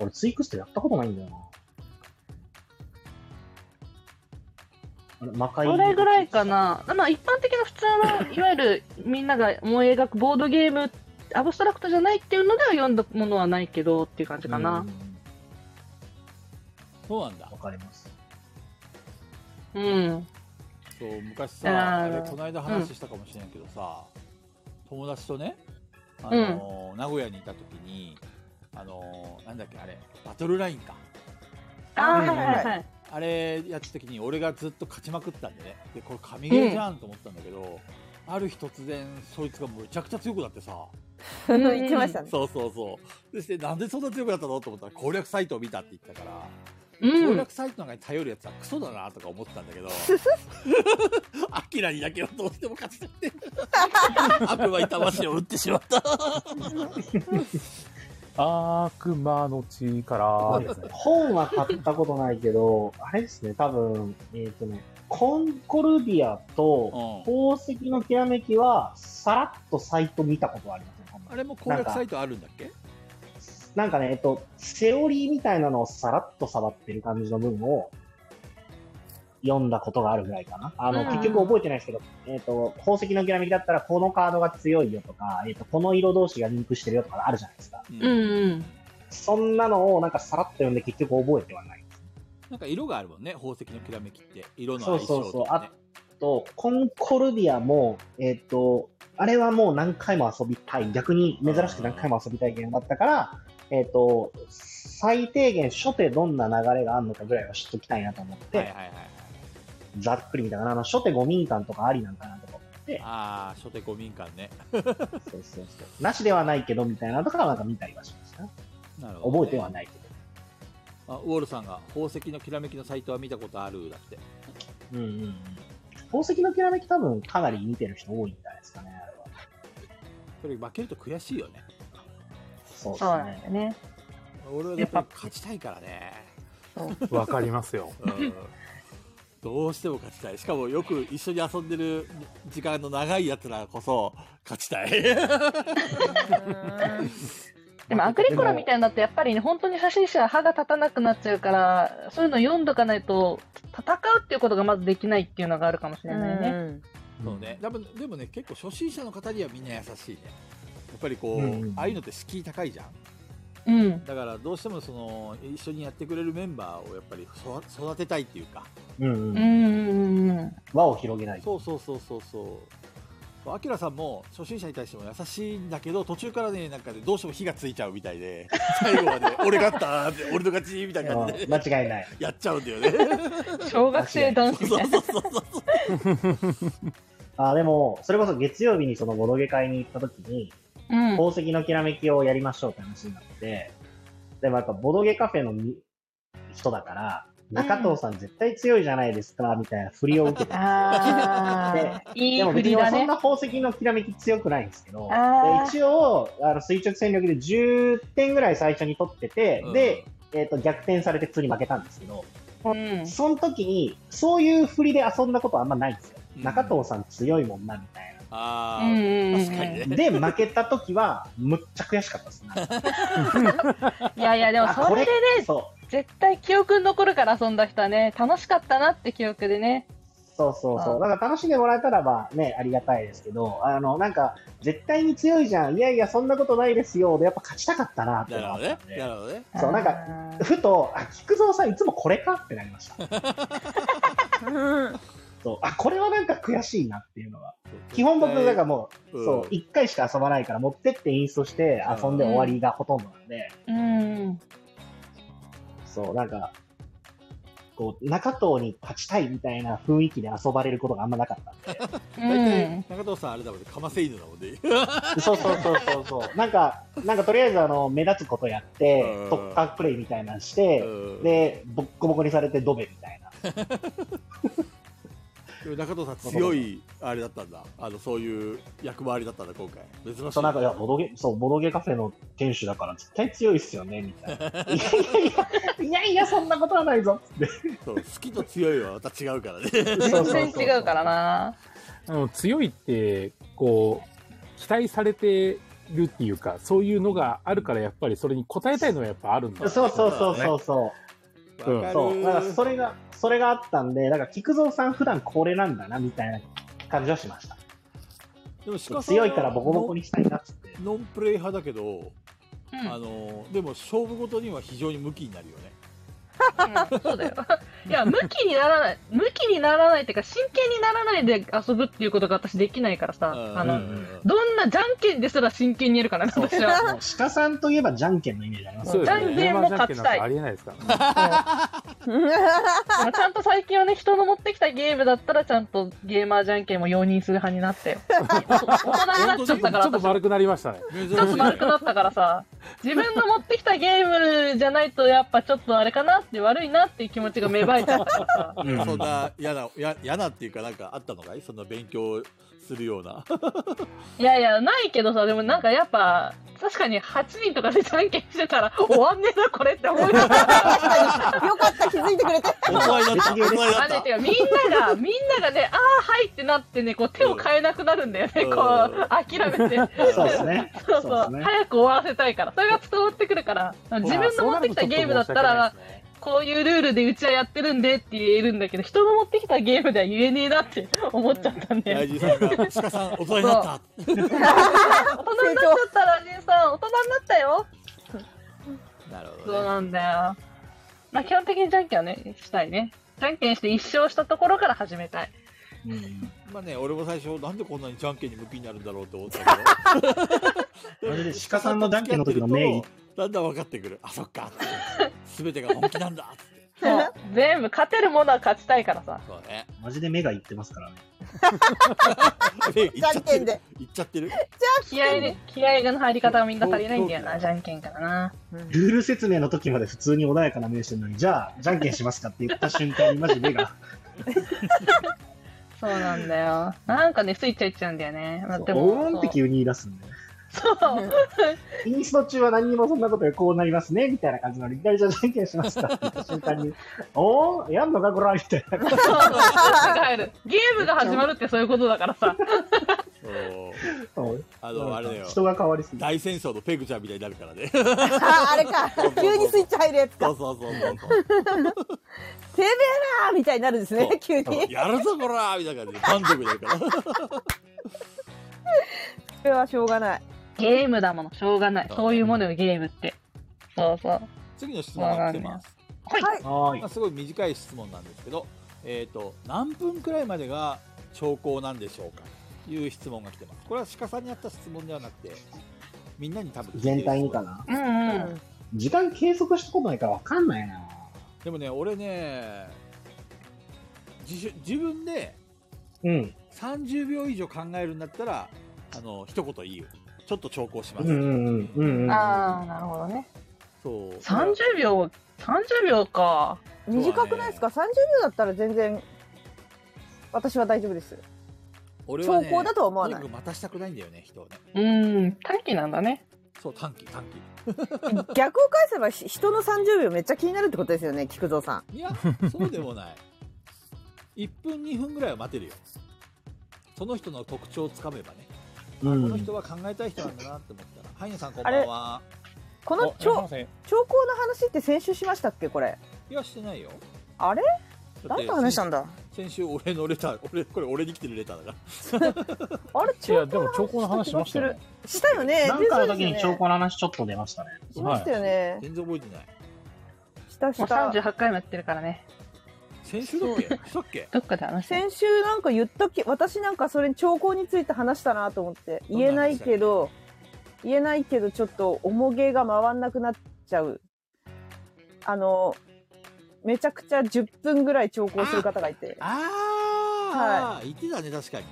Speaker 2: 俺、ツイクストやったことないんだよな。魔界
Speaker 4: それぐらいかな。まあ一般的な普通の、い わゆるみんなが思い描くボードゲーム、アブストラクトじゃないっていうのでは読んだものはないけどっていう感じかな。
Speaker 1: そうなんだ
Speaker 2: わかります。
Speaker 4: うん。
Speaker 1: そう昔さ
Speaker 4: あ
Speaker 1: あ
Speaker 4: ー
Speaker 1: れこの間話したかもしれないけどさ、友達とね、あのー名古屋にいた時にあのーなんだっけあれバトルラインか
Speaker 4: ああ、はいはいはい。
Speaker 1: あれやってた時に俺がずっと勝ちまくったんでねでこれ神ゲーじゃんと思ったんだけど、ある日突然そいつがむちゃくちゃ強くなってさ
Speaker 5: 言ってましたね。
Speaker 1: そうそうそうそしてなんでそんな強くなったのと思ったら攻略サイトを見たって言ったから
Speaker 4: う
Speaker 1: 攻
Speaker 4: ん
Speaker 1: 略。サイトなんかに頼るやつはクソだなとか思ってたん だけどアキラにだけはどうしても勝ちたくて悪魔に魂を打ってしま った
Speaker 3: 悪魔の力ですね。
Speaker 2: 本は買ったことないけど、 あれですね、多分、えっ、とね、コンコルビアと
Speaker 1: あ
Speaker 2: 宝石のきらめきは、さらっとサイト見たことはありますね。多分
Speaker 1: れも攻略サイトあるんだっけ
Speaker 2: なんかね、えっと、セオリーみたいなのをさらっと触ってる感じの文を読んだことがあるぐらいかな。あの、
Speaker 4: うん
Speaker 2: 結局覚えてないですけど、えっと、宝石のきらめきだったら、このカードが強いよとか、えっと、この色同士がリンクしてるよとかあるじゃないですか。
Speaker 1: う
Speaker 4: うんうん。
Speaker 2: そんなのをなんかさらっと読んで結局覚えてはない。
Speaker 1: なんか色があるもんね宝石のきらめきって色の
Speaker 2: そう
Speaker 1: 相性とか、ね、
Speaker 2: そうそう。あと、コンコルビアも、えっ、と、あれはもう何回も遊びたい。逆に珍しく何回も遊びたいゲームだったから、えっ、と、最低限初手どんな流れがあるのかぐらいは知っときたいなと思って、
Speaker 1: はいはいはいはい
Speaker 2: ざっくり見たかな。あの、初手5民間とかありなんかなとか。
Speaker 1: ああ初手公民館ね
Speaker 2: そうそうそう。なしではないけどみたいなのとかはなんか見たりはしましたね。
Speaker 1: なるほどね、
Speaker 2: 覚えてはないけ
Speaker 1: あウォールさんが宝石のきらめきのサイトは見たことあるだって
Speaker 2: ど。うんうんうん。宝石のきらめき多分かなり見てる人多いんじゃないですかね、あれは。
Speaker 1: それ負けると悔しいよね
Speaker 2: そうです
Speaker 4: そうなん
Speaker 2: ね
Speaker 4: だ。よね。
Speaker 1: 俺はやっぱり勝ちたいからね
Speaker 3: わかりますよ。
Speaker 1: うんどうしても勝ちたい。しかもよく一緒に遊んでる時間の長いやつらこそ勝ちたい。
Speaker 4: でもアグリコラみたいになってやっぱりね本当に初心者は歯が立たなくなっちゃうからそういうの読んどかないと戦うっていうことがまずできないっていうのがあるかもしれないね。
Speaker 1: そうね。多分でもね、結構初心者の方にはみんな優しいね。やっぱりこう、
Speaker 2: うん
Speaker 1: ああいうのって敷居高いじゃん。
Speaker 4: うん。
Speaker 1: だからどうしてもその、一緒にやってくれるメンバーをやっぱり育育てたいっていうか。
Speaker 2: うんう
Speaker 4: うん
Speaker 2: ん。
Speaker 4: うんうんうん。
Speaker 2: 輪を広げないと。
Speaker 1: そうそうそうそうそう。アキラさんも初心者に対しても優しいんだけど途中からねなんかねどうしても火がついちゃうみたいで最後まで俺勝ったって俺の勝ちみたいな感じで
Speaker 2: 間違いない。
Speaker 1: やっちゃうんだよね。
Speaker 4: 小学生男子みたいな。
Speaker 2: あでも、それこそ月曜日にそのボロゲ会に行った時に、
Speaker 4: うん。
Speaker 2: 宝石のきらめきをやりましょうって話になって、でもやっぱボロゲカフェのみ人だから、中藤さん絶対強いじゃないですか、みたいな振りを受けて、
Speaker 4: ああ。いい
Speaker 2: でも
Speaker 4: 振
Speaker 2: 別
Speaker 4: り
Speaker 2: に
Speaker 4: だ
Speaker 2: 俺そ
Speaker 4: ね
Speaker 2: んな。宝石のきらめき強くないんですけど、
Speaker 4: あー
Speaker 2: で一応、あの垂直戦略で10点ぐらい最初に取ってて、で、えっ、と、逆転されて普通に負けたんですけど、
Speaker 4: うん。
Speaker 2: その時に、そういう振りで遊んだことはあんまないんですよ。
Speaker 1: うん
Speaker 2: 中藤さん強いもんな、みたいな。
Speaker 1: あ
Speaker 4: う
Speaker 1: あ、
Speaker 4: んうんうん
Speaker 1: 確かにね。
Speaker 2: で、負けた時は、むっちゃ悔しかった ですね。
Speaker 4: いやいやでも
Speaker 2: あ
Speaker 4: それでね
Speaker 2: そう。
Speaker 4: 絶対記憶に残るから遊んだ人はね楽しかったなって記憶でね。
Speaker 2: そうそうそうう。だから楽しんでもらえたらばね、ありがたいですけど、あの、なんか、絶対に強いじゃん。いやいや、そんなことないですよ。で、やっぱ勝ちたかったな、って
Speaker 1: なる
Speaker 2: 思
Speaker 1: ほ
Speaker 2: っ
Speaker 1: どね
Speaker 2: た
Speaker 1: な
Speaker 2: ん。で。
Speaker 1: るほどね。
Speaker 2: そうなんか
Speaker 4: あ
Speaker 2: ふと、あ、菊蔵さんいつもこれかってなりました。
Speaker 5: うん
Speaker 2: そう。あ、これはなんか悔しいなっていうのは。基本僕、なんかもう、
Speaker 1: うん
Speaker 2: そう、一回しか遊ばないから持ってってインストして遊んで終わりがほとんどなんで、
Speaker 4: ーうん。
Speaker 2: そう、なんか、こう、中藤に勝ちたいみたいな雰囲気で遊ばれることがあんまなかっ
Speaker 1: 大
Speaker 2: た。
Speaker 4: う
Speaker 1: 体
Speaker 4: ん。
Speaker 1: 中藤さんあれだもんね、かませ犬だもん ね。
Speaker 2: そうそうそうそうそう。なんか、なんかとりあえずあの、目立つことやって
Speaker 1: うん、
Speaker 2: 特化プレイみたいなのして、
Speaker 1: うん
Speaker 2: で、ボッコボコにされてドベみたいな。
Speaker 1: でも中藤さん強い、あれだったんだ。あの、そういう役回りだったんだ、今回。珍しいね。
Speaker 2: そう、なんか、いや、ボドゲ、そう、ボドゲカフェの店主だから絶対強いっすよね、みたいな。 いやいやいや、いやいや、そんなことはないぞ、つって。
Speaker 1: そう好きと強いはまた違うからね。
Speaker 2: そうそう
Speaker 4: 全
Speaker 2: そう
Speaker 4: 然違うから。な。
Speaker 3: あの強いって、こう、期待されてるっていうか、そういうのがあるから、やっぱりそれに応えたいのはやっぱあるんだ。
Speaker 2: そうそうそうそうそう。
Speaker 1: わか
Speaker 2: そう。だから
Speaker 1: る。
Speaker 2: それが、それがあったんで、だから菊蔵さん普段これなんだな、みたいな感じはしました。
Speaker 1: でも鹿さんは
Speaker 2: 強いからボコボコにしたいなっつって。
Speaker 1: ノンプレイ派だけど、
Speaker 4: うん
Speaker 1: あのでも勝負事には非常に向きになるよね
Speaker 4: うんそうだよ。いや、向きにならない、向きにならないっていうか、真剣にならないで遊ぶっていうことが私できないからさ、あ
Speaker 1: う
Speaker 4: の、
Speaker 1: んうんうん
Speaker 4: どんなじゃんけんですら真剣にやるからね、私は。
Speaker 2: もう鹿さんといえばじゃんけんのイメージあります
Speaker 3: そ
Speaker 2: よ
Speaker 3: う
Speaker 2: ね。
Speaker 3: ですね。
Speaker 4: じゃんけんも勝ちたい
Speaker 3: 電話じゃんけんなんかありえないですから ね。
Speaker 4: まあちゃんと最近はね、人の持ってきたゲームだったら、ちゃんとゲーマーじゃんけんも容認する派になって。大人になっちゃったか
Speaker 3: ち
Speaker 4: ら、
Speaker 3: ょっと
Speaker 4: 私。
Speaker 3: 丸くなりましたね。
Speaker 1: 珍し
Speaker 4: ちょっと
Speaker 1: い
Speaker 4: 丸
Speaker 1: ね
Speaker 4: くなったからさ、自分が持ってきたゲームじゃないと、やっぱちょっとあれかなって、悪いなっていう気持ちが芽生えちゃったからさ。
Speaker 2: うん
Speaker 1: そんな嫌なや嫌なっていうかなんかあったのかいそんな勉強するような
Speaker 4: いやいや、ないけどさ、でもなんかやっぱ、確かに8人とかでじゃんけんしてたら、終わんねえな、これって思いながら。
Speaker 5: 確かによかった気づいてくれて
Speaker 1: お前だったお前だ
Speaker 4: あ
Speaker 1: っ
Speaker 4: ね
Speaker 1: た
Speaker 4: てかみんなが、みんながね、ああ、はいってなってね、こう手を変えなくなるんだよね、
Speaker 1: うん
Speaker 4: こ
Speaker 1: うん
Speaker 4: う、諦め て。
Speaker 2: そうですね。
Speaker 4: そう
Speaker 2: そ
Speaker 4: そう
Speaker 2: です
Speaker 4: う、
Speaker 2: ね
Speaker 4: 早く終わらせたいから。それが伝わってくるから、自分の持ってきたゲームだったら、こういうルールでうちはやってるんでって言えるんだけど、人の持ってきたゲームでは言えねえなって思っちゃったんだよ
Speaker 1: 大。
Speaker 4: ね
Speaker 1: 事さんが鹿さん大人になった
Speaker 4: 大人になっちゃったらね、さ、大人になったよ。
Speaker 1: なるほ
Speaker 4: そう
Speaker 1: ど、ね、
Speaker 4: なんだよ。まあ、基本的にじゃんけんはね、したいね。じゃんけんして一勝したところから始めたい。
Speaker 2: うん
Speaker 1: まあね俺も最初なんでこんなにじゃんけんに向きになるんだろうと思ったけど
Speaker 2: マジで鹿さんのじゃんけんの時の名義。
Speaker 1: だんだん分かってくるあそっかって全てが本気なんだって
Speaker 4: そう全部勝てるものは勝ちたいからさ。
Speaker 1: そうね
Speaker 2: マジで目がいってますからね。
Speaker 1: 言っ
Speaker 5: じゃんけんで。
Speaker 1: 言っちゃってる
Speaker 4: 気合で、気合の入り方がみんな足りないんだよな、じゃんけんからな。
Speaker 2: ルール説明の時まで普通に穏やかな目してるのに、じゃあ、じゃんけんしますかって言った瞬間にマジ目が。
Speaker 4: そうなんだよ。なんかね、スイッチ入っちゃうんだよね。まあ、で
Speaker 2: おーん
Speaker 4: も
Speaker 2: って、急に言い出すんで。
Speaker 4: そう。
Speaker 2: インスト中は何にもそんなことでこうなりますね、みたいな感じの、いきなりじゃあじゃんけんしますかって言った瞬間に、おー、やんのか、こら、みたいな。
Speaker 4: そうそう。スイッチが入る。ゲームが始まるってそういうことだからさ。
Speaker 1: そう
Speaker 2: そう
Speaker 1: あのあれだよ
Speaker 2: 人が変わりすぎて。
Speaker 1: 大戦争のペグちゃんみたいになるからね
Speaker 5: ああれか急にスイッチ入るやつ
Speaker 1: そ
Speaker 5: か
Speaker 1: うそうそうそう
Speaker 5: 「てめえら!」みたいになるんですね
Speaker 1: そう
Speaker 5: 急に
Speaker 1: そうやるぞこらーみたいな感じで満足になるから
Speaker 5: それはしょうがない
Speaker 4: ゲームだもの、しょうがない。そういうものよ、ゲームって。そうそう。
Speaker 1: 次の質問が来てます、
Speaker 4: はい。
Speaker 5: は
Speaker 2: は
Speaker 5: い
Speaker 2: ーい
Speaker 1: まあ、。すごい短い質問なんですけどえっ、と何分くらいまでが兆候なんでしょうかという質問が来てますこれは鹿さんにあった質問ではなくてみんなに多分聞いてる
Speaker 2: 全体にかな。
Speaker 4: うんうん。
Speaker 2: 時間計測したことないから分かんないな。
Speaker 1: でもね俺ね自主自分で
Speaker 2: うん。
Speaker 1: 30秒以上考えるんだったらあの一言いいよちょっと調校しま
Speaker 2: うん
Speaker 1: す、
Speaker 2: うんうんうんうんうん。
Speaker 4: ああ、なるほどね。
Speaker 1: そう
Speaker 4: 30秒、30秒か。
Speaker 5: 短くないですか30秒だったら全然私は大丈夫です
Speaker 1: 俺は
Speaker 5: 兆
Speaker 1: ね
Speaker 5: 候だとは思
Speaker 1: と
Speaker 5: わ
Speaker 1: に
Speaker 5: な
Speaker 1: か
Speaker 5: い
Speaker 1: く待たしたくないんだよね人をね
Speaker 4: うん、短期なんだね。
Speaker 1: そう短期短
Speaker 5: 逆を返せばひ人の30秒めっちゃ気になるってことですよね菊蔵さん
Speaker 1: 期いやそうでもない1分2分ぐらいは待てるよその人の特徴をつかめばね、
Speaker 2: う
Speaker 1: この
Speaker 2: ん
Speaker 1: 人は考えたい人なんだなって思ったらハイネさんこんばんは
Speaker 5: この兆兆候の話って先週しましたっけこれ
Speaker 1: いやしてないよ
Speaker 5: あれ
Speaker 1: だって
Speaker 5: 誰と話したんだ
Speaker 1: 先週俺のレター俺これ俺に来てるレターだから
Speaker 5: あれ
Speaker 3: いや、
Speaker 5: 兆
Speaker 3: でも、兆候の話しましたよね。
Speaker 5: したよね
Speaker 2: なんかの
Speaker 5: で
Speaker 2: 時に兆候の話ちょっと出ましたね。
Speaker 5: しましたよね
Speaker 1: 全然覚えてない
Speaker 5: した
Speaker 4: も
Speaker 5: し
Speaker 4: う
Speaker 5: た
Speaker 4: 38回もやってるからね。
Speaker 1: 先週だっけしたっけ
Speaker 4: どっかで話して。
Speaker 5: 先週なんか言ったっけ私なんかそれに兆候について話したなと思って
Speaker 1: どん
Speaker 5: 言
Speaker 1: な話
Speaker 5: えないけど言えないけどちょっと重げが回んなくなっちゃうあのめちゃくちゃ10分ぐらい兆候する方がいて
Speaker 1: ああ、言ってたね確かに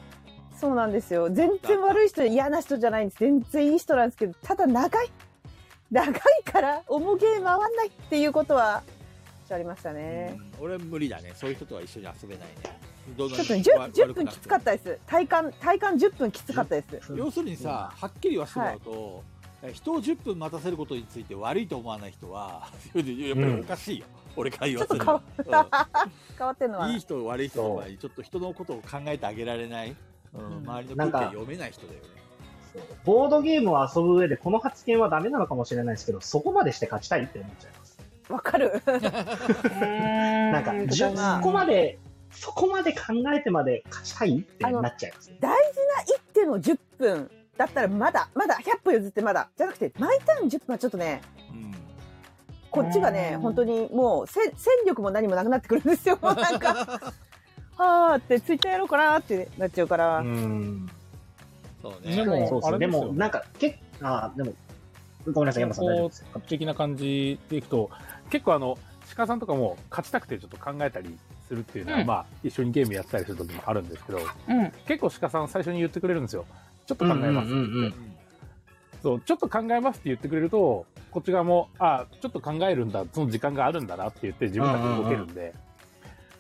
Speaker 5: そうなんですよ全然悪い人嫌な人じゃないんです全然いい人なんですけどただ長い長いから重げ回んないっていうことはありましたね、
Speaker 1: うん俺無理だねそういう人とは一緒に遊べないねどん
Speaker 5: ちょっと
Speaker 1: に
Speaker 5: 10,
Speaker 1: 悪
Speaker 5: 10
Speaker 1: 悪く
Speaker 5: 分
Speaker 1: な
Speaker 5: き
Speaker 1: て
Speaker 5: つかったです体感体感10分きつかったです
Speaker 1: 要するにさはっきりはしてもらうと、え人を10分待たせることについて悪いと思わない人は やっぱりおかしいよ、俺から言わせる
Speaker 5: ちょ
Speaker 1: の
Speaker 5: っ変わってんの
Speaker 1: う
Speaker 5: は
Speaker 1: んいい人悪い人の場合ちょっと人のことを考えてあげられない、うん
Speaker 5: うん
Speaker 1: 周りの空
Speaker 2: なん
Speaker 1: 気
Speaker 2: か
Speaker 1: が読めない人だよね
Speaker 2: ボードゲームを遊ぶ上でこの発言はダメなのかもしれないですけど、そこまでして勝ちたいって思っちゃいます。
Speaker 5: わかる。
Speaker 2: な
Speaker 4: なん
Speaker 2: か、じゅ
Speaker 5: だな
Speaker 2: そこまで、そこまで考えてまで勝ちたいってなっちゃいますね。
Speaker 5: 大事な一手の10分だったらまだ、まだ100歩譲ってまだ。じゃなくて、毎ターン10分はちょっとね、
Speaker 1: うん
Speaker 5: こっちがね
Speaker 4: う、ん
Speaker 5: 本当にもうせ戦力も何もなくなってくるんですよ。もうなんか、あーってツイッターやろうかなってなっちゃうから。
Speaker 2: うん。
Speaker 1: そう
Speaker 3: で
Speaker 1: ね。
Speaker 3: も
Speaker 2: そう
Speaker 3: あ
Speaker 2: そう。で
Speaker 3: れですよ
Speaker 2: も、なんか、けあーでも、ごめんなさい、山さん大丈夫ですよ。
Speaker 3: こう的な感じでいくと、結構あの、鹿さんとかも勝ちたくてちょっと考えたりするっていうのは、
Speaker 4: うん
Speaker 3: まあ、一緒にゲームやってたりする時もあるんですけど、
Speaker 4: うん。
Speaker 3: 結構鹿さん最初に言ってくれるんですよ。ちょっと考えます。
Speaker 2: うんうんうんうん
Speaker 3: そう、ちょっと考えますって言ってくれると、こっち側も、あちょっと考えるんだ、その時間があるんだなって言って自分たちで動けるんで、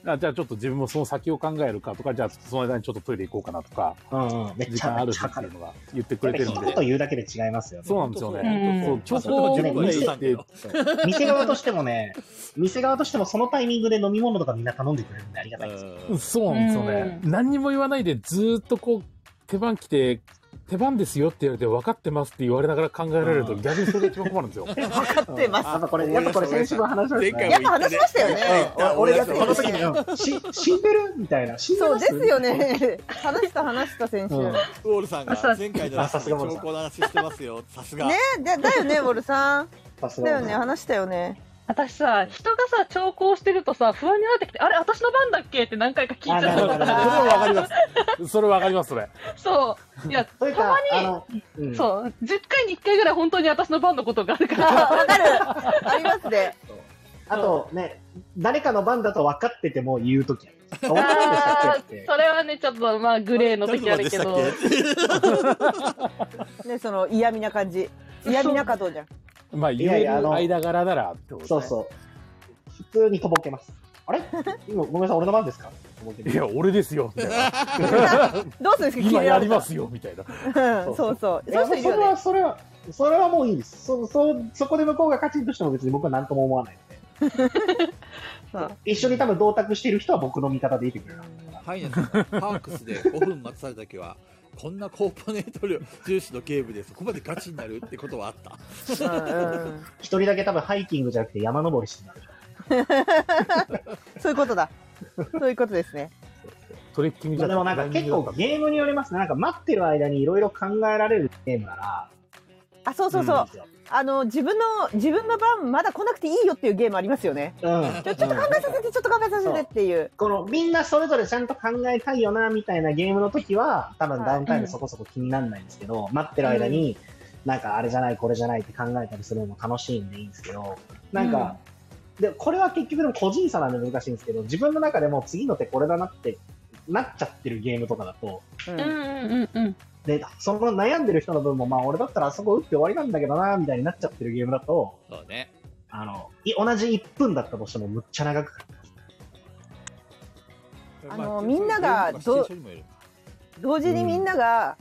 Speaker 3: あじゃあちょっと自分もその先を考えるかとか、じゃあその間にちょっとトイレ行こうかなとか、
Speaker 2: うんうん、めっ
Speaker 3: 時
Speaker 2: ちゃ
Speaker 3: 間あ
Speaker 2: めっ
Speaker 3: る
Speaker 2: ちゃ
Speaker 3: しっ
Speaker 2: わ
Speaker 3: て
Speaker 2: か
Speaker 3: い
Speaker 2: る
Speaker 3: う。のが言ってく
Speaker 2: やっ
Speaker 3: れ
Speaker 2: ぱ
Speaker 3: てる
Speaker 2: 一
Speaker 3: んで。
Speaker 2: 言言うだけで違いますよね。
Speaker 3: そうなんですよ
Speaker 4: うん
Speaker 3: ね。そう、ちょ
Speaker 1: まあ
Speaker 3: っ
Speaker 1: それは
Speaker 3: と
Speaker 1: 十分
Speaker 2: 店
Speaker 1: だけど
Speaker 2: そう店側としてもね、店側としてもそのタイミングで飲み物とかみんな頼んでくれるんでありがたいですよ。
Speaker 1: うん
Speaker 3: そうなんですよね。何にも言わないでずーっとこう、手番来て、手番ですよって言われて、分かってますって言われながら考えられると
Speaker 2: うん
Speaker 3: 逆にそれが一番困るんですよ。
Speaker 5: 分かってます。
Speaker 2: やっぱこれ、やっぱこれ先週も話しま
Speaker 1: 前
Speaker 2: した
Speaker 1: 回
Speaker 2: ね
Speaker 1: も
Speaker 5: やっぱ話しましたよね
Speaker 2: うん俺だってこ
Speaker 1: こ
Speaker 2: の
Speaker 1: の
Speaker 2: 時
Speaker 1: 時
Speaker 2: に、うんし死んでるみたいな。死んで
Speaker 5: そう
Speaker 2: ま
Speaker 5: ですよ。ね。話した話した選手。
Speaker 3: うん
Speaker 5: ね
Speaker 1: ウォールさんが前回の
Speaker 2: あさすがウォール
Speaker 1: 兆
Speaker 2: さん
Speaker 1: 候の話してますよ。さすが。
Speaker 5: だだよね、ボルさん。
Speaker 2: さす
Speaker 5: だ
Speaker 2: が
Speaker 5: よ
Speaker 2: に
Speaker 5: ね、話したよね。
Speaker 4: 私さ、人がさ、調校してるとさ、不安になってきて、あれ、私の番だっけって何回か聞いちゃ
Speaker 2: あなるほ
Speaker 4: う
Speaker 2: ど
Speaker 4: か
Speaker 2: なるほど
Speaker 4: ら、
Speaker 3: それはわかります。それはわかります、それ。
Speaker 4: そう。いや、
Speaker 2: というか、
Speaker 4: たま
Speaker 2: あ
Speaker 4: に
Speaker 2: の、うん
Speaker 4: そう、10回に1回ぐらい本当に私の番のことがあるから、
Speaker 5: あ、わかる。ありますね。
Speaker 2: あとね、誰かの番だと分かってても言うときあります。あ分かるんでしたっけって。
Speaker 4: それはね、ちょっとまあ、グレーの時あるけど、
Speaker 1: 誰とでしたっ
Speaker 5: ね、その嫌味な感じ。嫌味な加藤じゃん。
Speaker 3: まあ、
Speaker 2: い
Speaker 3: 言
Speaker 2: やい
Speaker 3: え
Speaker 2: やあの
Speaker 3: る間柄ならってことです
Speaker 2: そう
Speaker 3: ね。
Speaker 2: そう。普通にとぼけます。あれ今、ごめんなさい、俺の番ですかとぼける
Speaker 3: いや、俺ですよ、みたいな。
Speaker 5: どうするんですか。
Speaker 3: 今やりますすよ、みたいな。
Speaker 5: うんそうそう。
Speaker 2: い
Speaker 5: そう
Speaker 2: や
Speaker 5: いう
Speaker 2: そ
Speaker 5: 人いる
Speaker 2: れ
Speaker 5: よ
Speaker 2: は、
Speaker 5: ね。
Speaker 2: それは、それはもういいです。そ、そ、そこで向こうが勝ちとしても別に僕は何とも思わないので。
Speaker 4: そう
Speaker 2: 一緒に多分同卓している人は僕の味方でいてくれる。
Speaker 1: ハイネさんがパークスで5分待たされた時は、こんなコーポネート量重視のゲームでそこまでガチになるってことはあった。
Speaker 5: うん うん
Speaker 2: 一人だけ多分ハイキングじゃなくて山登りしてなる。
Speaker 5: そういうことだ。そういうことですね。
Speaker 3: トレッキング
Speaker 2: まあでもなんか結構ゲームによりますね。なんか待ってる間にいろいろ考えられるゲームなら。
Speaker 5: あ、そうそうそう。
Speaker 2: いいんですよ
Speaker 5: あの、自分の、自分の番まだ来なくていいよっていうゲームありますよね。
Speaker 2: うん。
Speaker 5: ちょちょっと考えさせて、ちょっと考えさせてっていう。
Speaker 2: このみんなそれぞれちゃんと考えたいよなみたいなゲームの時は多分ダウンタイムそこそこ気にならないんですけど、待ってる間になんかあれじゃないこれじゃないって考えたりするのも楽しいんでいいんですけどなんか、でこれは結局でも個人差なんで難しいんですけど自分の中でもう次の手これだなってなっちゃってるゲームとかだと
Speaker 5: う
Speaker 4: うん
Speaker 5: ん
Speaker 4: うんうんうん。
Speaker 2: でその悩んでる人の分もまあ俺だったらあそこ打って終わりなんだけどなみたいになっちゃってるゲームだと
Speaker 1: そうね。
Speaker 2: あのい同じ1分だったとしてもむっちゃ長く
Speaker 5: あのみんながど
Speaker 1: シチュエーションにもよる
Speaker 5: 同時にみんなが、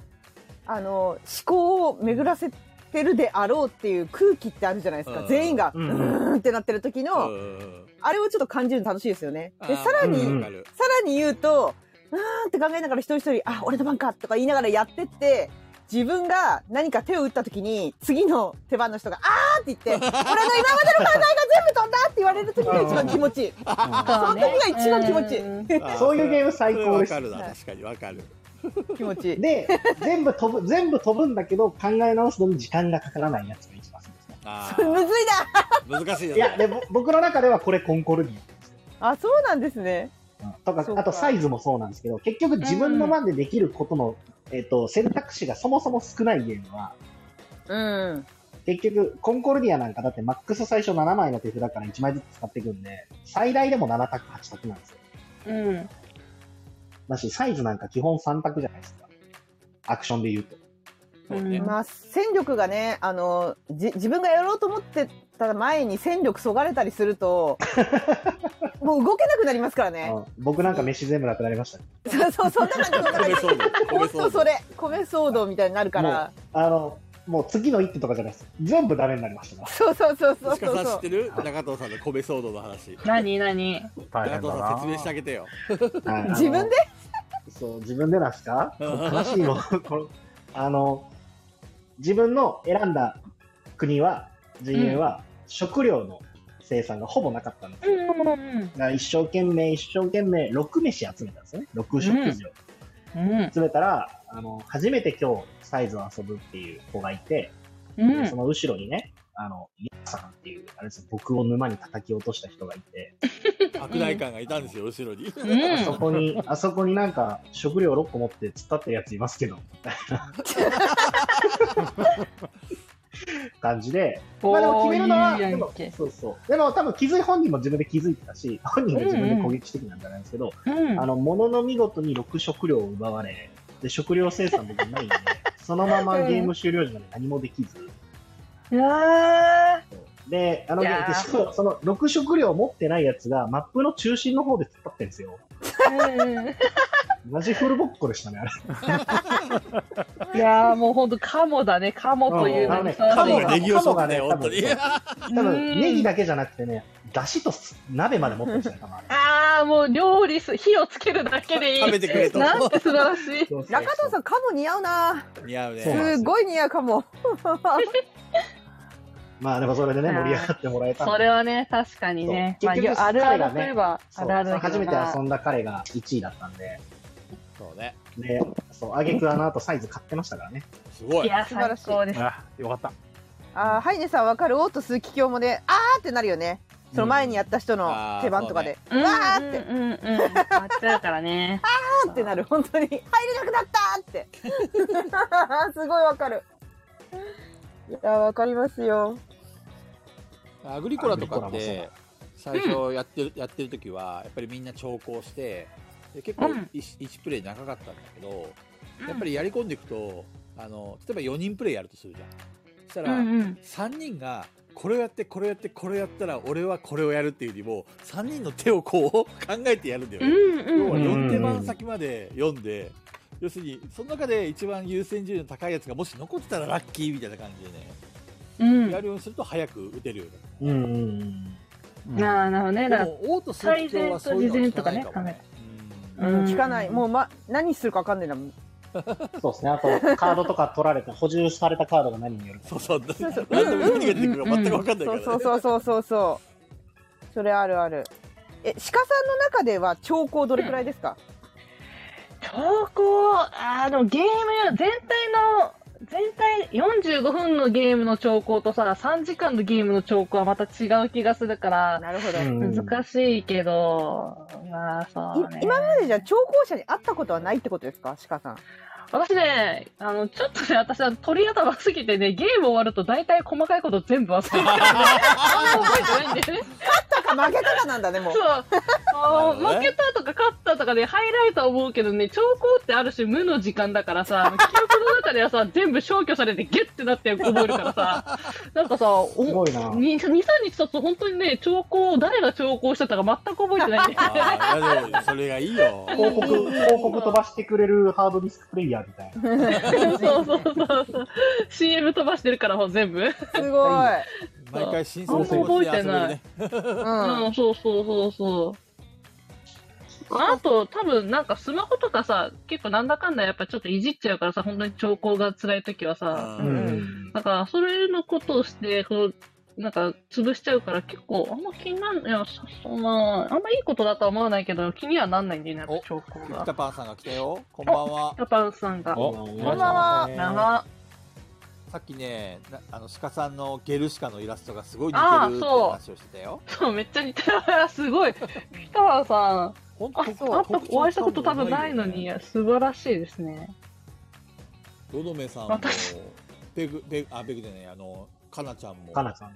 Speaker 5: あの、思考を巡らせてるであろうっていう空気ってあるじゃないですか。
Speaker 1: うん
Speaker 5: 全員が、う
Speaker 2: うん
Speaker 5: ーんってなってる時の、
Speaker 1: うん
Speaker 5: あれをちょっと感じるの楽しいですよね。で、さら
Speaker 1: あー
Speaker 5: に、
Speaker 2: うん
Speaker 1: わかる
Speaker 5: さらに言うと、うーんって考えながら一人一人、あ、俺の番かとか言いながらやってって、自分が何か手を打った時に、次の手番の人が、あーって言って、俺の今までの考えが全部飛んだって言われる時が一番気持ちいい。
Speaker 2: うん
Speaker 5: その時が一番気持ちいい
Speaker 4: うん
Speaker 1: あ
Speaker 2: そういうゲーム最
Speaker 1: それ
Speaker 2: 高
Speaker 1: わ
Speaker 2: です
Speaker 1: か。るな
Speaker 5: はい
Speaker 1: 確かにわかる
Speaker 5: 気持ちいい。
Speaker 2: で、全部飛ぶ、全部飛ぶんだけど、考え直すのに時間がかからないやつが一番好きですね。
Speaker 1: あ
Speaker 5: むずい
Speaker 1: ー
Speaker 5: な
Speaker 1: 難しいよ
Speaker 2: いや、
Speaker 1: ね
Speaker 2: で、ぼ僕の中ではこれコンコルディ
Speaker 5: あ、そうなんですね。
Speaker 2: アとか
Speaker 5: そう、か
Speaker 2: あとサイズもそうなんですけど、結局自分の番でできることの、えっと、選択肢がそもそも少ないゲームは、
Speaker 5: うん。
Speaker 2: 結局、コンコルディアなんかだってマックス最初7枚の手札から1枚ずつ使っていくんで、最大でも7択、8択なんですよ。
Speaker 4: うん
Speaker 2: だし、サイズなんか基本3択じゃないですか。アクションで言うと。
Speaker 1: そうね
Speaker 5: まあ、戦力がね、あの、じ、自分がやろうと思ってた前に戦力そがれたりすると、もう動けなくなりますからね。
Speaker 2: うん僕なんか飯全部なくなりましたね
Speaker 5: そうそう、そんな感じ、そんな感
Speaker 1: 米騒動米
Speaker 5: じ。ほんと
Speaker 1: 騒
Speaker 5: そ
Speaker 1: 動
Speaker 5: れ、米騒動みたいになるから。
Speaker 2: あの、もう次の一手とかじゃないです。全部ダメになりましたから。
Speaker 5: そうそうそうそう
Speaker 1: 石川
Speaker 5: そう
Speaker 1: さん
Speaker 5: そ
Speaker 1: 知っ
Speaker 5: う
Speaker 1: て。る中藤さんの米騒動の話
Speaker 4: 何何
Speaker 1: 中
Speaker 3: 大変
Speaker 1: 藤
Speaker 3: だ
Speaker 1: さ
Speaker 3: なん
Speaker 1: 説明してあげてよ
Speaker 2: はいあの
Speaker 5: 自分で
Speaker 2: そう、自分でなんですか悲しいの。 このあの、自分の選んだ国は、陣営は、食料の生産がほぼなかったんです
Speaker 4: う
Speaker 2: よ。
Speaker 4: んうん
Speaker 2: だから一生懸命、一生懸命、6飯集めたんですね。6食事を
Speaker 4: うん
Speaker 2: 集めたら、あの、初めて今日サイズを遊ぶっていう子がいて、
Speaker 4: うん
Speaker 2: でその後ろにね、あの、イエさんっていう、あれですよ僕を沼に叩き落とした人がいて、
Speaker 1: 悪大感がいたんですよ、後ろに。
Speaker 4: うん
Speaker 2: あそこに、あそこになんか食料6個持って突っ立ってるやついますけ ど、みたいな感じで、まあでも決めるのは、
Speaker 4: おーいいや
Speaker 2: で
Speaker 4: ん
Speaker 2: も
Speaker 4: け、
Speaker 2: そうそう。でも多分気づい、本人も自分で気づいてたし、本人が自分で攻撃してきたんじゃないんですけど、
Speaker 4: うん
Speaker 2: あの、ものの見事に6食料を奪われ、で、食料生産もないんで、そのままゲーム終了時まで何もできず、
Speaker 4: いや
Speaker 2: で、あの、
Speaker 4: いや
Speaker 2: で
Speaker 4: ー
Speaker 2: しかもその6食料を持ってないやつが、マップの中心の方で突っ立ってるんですよ。
Speaker 4: ーうん
Speaker 2: マジフルボッコでしたね、あれ。
Speaker 4: いやーもうほんとカモだね、カモという
Speaker 2: うんあのね
Speaker 4: 相
Speaker 1: カモ
Speaker 4: い
Speaker 1: がネギをそ
Speaker 2: カモ
Speaker 1: う
Speaker 2: が
Speaker 1: ね、
Speaker 2: ね
Speaker 1: 本当に。
Speaker 2: 多
Speaker 4: うん
Speaker 2: 分、ネギだけじゃなくてね、だしと鍋まで持ってましたね、多分あれ
Speaker 4: あーもう料理す、火をつけるだけでいい。
Speaker 1: 食べてくれと。
Speaker 4: なんて素晴らし い。
Speaker 2: そうそうそう
Speaker 5: 中藤さん、カモ似合うな。
Speaker 1: 似合う
Speaker 2: そう
Speaker 1: ね。
Speaker 2: なんですよ
Speaker 5: すごい似合うカモ。
Speaker 2: まあでもそれでね、盛り上がってもらえたんで
Speaker 4: それはね、確かにね。
Speaker 2: そう
Speaker 4: まあ、
Speaker 2: 結局
Speaker 4: あるあ
Speaker 2: 彼が
Speaker 4: る
Speaker 2: ね
Speaker 4: といえば、
Speaker 2: そ
Speaker 4: あ
Speaker 2: う
Speaker 4: るあるだけ
Speaker 2: 初
Speaker 4: ど
Speaker 2: めて
Speaker 4: な
Speaker 2: 遊んだ彼が1位だったんで、
Speaker 1: そうね。
Speaker 2: で、そう、あげくあの後サイズ買ってましたからね。
Speaker 1: すご
Speaker 4: い
Speaker 1: い。
Speaker 4: や、
Speaker 5: 素晴
Speaker 4: 最
Speaker 5: らしい
Speaker 4: 高です。
Speaker 3: あ、よかった。
Speaker 5: あーハイネさんわかるオート鈴木京もね、あーってなるよね。その前にやった人の手番とかで、
Speaker 4: うん
Speaker 5: わーって、
Speaker 4: うんうんうん。やっちゃうからね。
Speaker 5: あーってなる、本当に。入れなくなったー って。すごいわかる。いやー、わかりますよ。
Speaker 1: アグリコラとかっ
Speaker 2: アグリコラ
Speaker 1: て
Speaker 2: も、
Speaker 1: 最初やってる、やってる時は、やっぱりみんな長考して、で結構
Speaker 4: うん
Speaker 1: 1、一プレイ長かったんだけど、
Speaker 4: うん
Speaker 1: やっぱりやり込んでいくと、あの、例えば4人プレイやるとするじゃん。そした
Speaker 4: う
Speaker 1: ら、
Speaker 4: んうん。
Speaker 1: 3人がこれをやってこれをやってこれをやったら俺はこれをやるっていうよりも3人の手をこう 考えてやるんだよ
Speaker 4: う
Speaker 1: ね、
Speaker 4: ん
Speaker 1: 要
Speaker 4: う
Speaker 1: は
Speaker 4: ん。
Speaker 1: 4手番先まで読んで、要するにその中で一番優先順位の高いやつがもし残ってたらラッキーみたいな感じでね、
Speaker 4: うん。
Speaker 1: やるようにすると早く打てるようになる
Speaker 2: うんうんうん。
Speaker 4: なあ、なるほどね。
Speaker 1: で
Speaker 4: だから
Speaker 1: もオートする人はそういうのは聞かないかも
Speaker 4: 最善と事前とかね
Speaker 1: ね、
Speaker 5: う
Speaker 1: うん
Speaker 5: ん、
Speaker 4: うん
Speaker 5: 聞かない。もう、ま、何するかわかんないんだもん。
Speaker 2: そうですね。あと、カードとか取られて、補充されたカードが何によるか。
Speaker 1: そうそう
Speaker 5: うそう
Speaker 1: 何でも何が出てくるか全く分かんないか
Speaker 5: そ
Speaker 1: ら
Speaker 5: う
Speaker 1: ね
Speaker 5: そうそうそうそうそう。それあるある。え、鹿さんの中では兆候どれくらいですか、
Speaker 4: 投稿、あの、ゲーム、全体の、全体45分のゲームの兆候とさ、3時間のゲームの兆候はまた違う気がするから、
Speaker 5: なるほど。
Speaker 2: うん
Speaker 4: 難しいけど、まあ、そうね
Speaker 5: い。今までじゃ聴講者に会ったことはないってことですか鹿さん。
Speaker 4: 私ね、あの、ちょっとね、私は鳥頭すぎてね、ゲーム終わると大体細かいこと全部忘れて る。あんま覚えてないんだよね。
Speaker 5: だから負けたらなんだね、もう
Speaker 4: そ。う。あ
Speaker 1: なるほ
Speaker 4: の
Speaker 1: ど
Speaker 4: 負
Speaker 1: ね
Speaker 4: けたとか勝ったとかで、ハイライトは思うけどね、兆候ってある種無の時間だからさ、あの記憶の中ではさ、全部消去されてギュッてなって覚えるからさ、なんかさ、お
Speaker 2: すごいな。
Speaker 4: 2、3日経つと本当にね、兆候を誰が兆候してたか全く覚えて ないんだよ。
Speaker 1: あーいやでもそれがいいよ
Speaker 2: 広告、広告飛ばしてくれるハードディスクプレイヤーみたいな。
Speaker 4: そうそうそうそう。CM 飛ばしてるから、もう全部。
Speaker 5: すごい。
Speaker 1: 毎回新鮮な気持ちで遊べるね
Speaker 5: うん。
Speaker 4: うん、そうそうそうそう。あと、多分なんかスマホとかさ、結構なんだかんだやっぱちょっといじっちゃうからさ、本当に兆候が辛い時はさ、
Speaker 1: うん
Speaker 2: うん。
Speaker 4: なんかそれのことをして、こう、なんか潰しちゃうから結構あんま気になん、いや、そそんな、あんまいいことだとは思わないけど、気にはなんないんだよね、やっぱ兆候
Speaker 1: ピ
Speaker 4: が。
Speaker 1: タパンさんが来たよこんばんは
Speaker 4: やっぱさんが。
Speaker 3: お、
Speaker 2: こん
Speaker 5: ばん
Speaker 3: お
Speaker 5: は
Speaker 3: 願いし
Speaker 4: 長。
Speaker 1: さっきね、なあの鹿さんのゲルシカのイラストがすごい似て
Speaker 4: あ
Speaker 1: るっ
Speaker 4: ー
Speaker 1: て
Speaker 4: そう
Speaker 1: 話をしてたよ。
Speaker 4: そう、めっちゃ似てる。 すごい。北川さん、
Speaker 1: 本
Speaker 4: あ、そう、あとお会いしたこと多分ないのに。、素晴らしいですね。
Speaker 1: ロドメさんも
Speaker 4: 私、
Speaker 1: ペグ、ペグ、あ、ペグでね、あの、かなちゃんも、
Speaker 2: かなちゃん、
Speaker 4: う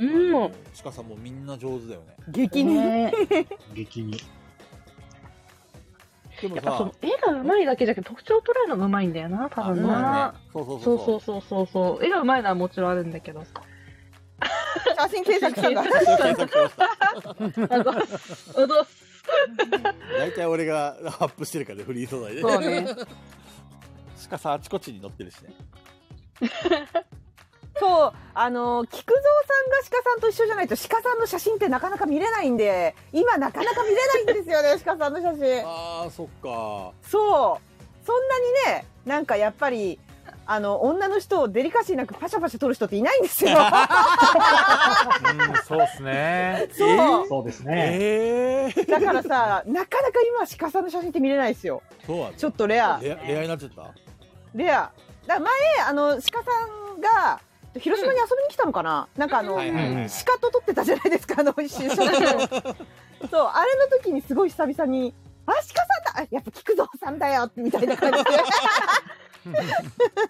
Speaker 1: あ
Speaker 4: ん。
Speaker 1: の鹿さんもみんな上手だよね。
Speaker 5: 激に。
Speaker 4: ね
Speaker 2: 激に。
Speaker 1: でも
Speaker 4: やっぱそ
Speaker 1: さ
Speaker 4: の、絵が上手いだけじゃなくて特徴を捉えるのが上手いんだよな多
Speaker 1: あ
Speaker 4: 分な、
Speaker 1: そうだね。そう
Speaker 4: そ
Speaker 1: そう
Speaker 4: うそ
Speaker 1: そうう
Speaker 4: そうそうそう絵が上手いのはもちろんあるんだけど
Speaker 5: 写真検索したんだ。
Speaker 1: そう。検索しました
Speaker 4: あどうすあどうす
Speaker 1: 大体俺が アップしてるからね、フリー素材で。
Speaker 4: そうね
Speaker 1: 鹿さんあちこちに乗ってるしね。
Speaker 5: そう、あのー、菊蔵さんが鹿さんと一緒じゃないと、鹿さんの写真ってなかなか見れないんで、今なかなか見れないんですよ ね、鹿さんの写真。
Speaker 1: あー、そっか。
Speaker 5: そう。そんなにね、なんかやっぱり、あの、女の人をデリカシーなくパシャパシャ撮る人っていないんですよ。
Speaker 3: うん、そうですね。
Speaker 5: そう。
Speaker 2: そうですね。
Speaker 1: えー、
Speaker 5: だからさ、なかなか今、鹿さんの写真って見れないですよ。
Speaker 1: そうなんだ
Speaker 5: ちょっとレア。
Speaker 1: レアレアになっちゃった
Speaker 5: レア。だから前、あの、鹿さんが、広島に遊びに来たのかな、なんかあの、
Speaker 1: はいはいはい
Speaker 5: 鹿と撮ってたじゃないですか、あの、一緒にそう、あれの時にすごい久々に、あ、鹿さんだあやっぱ菊蔵さんだよみたいな感じで。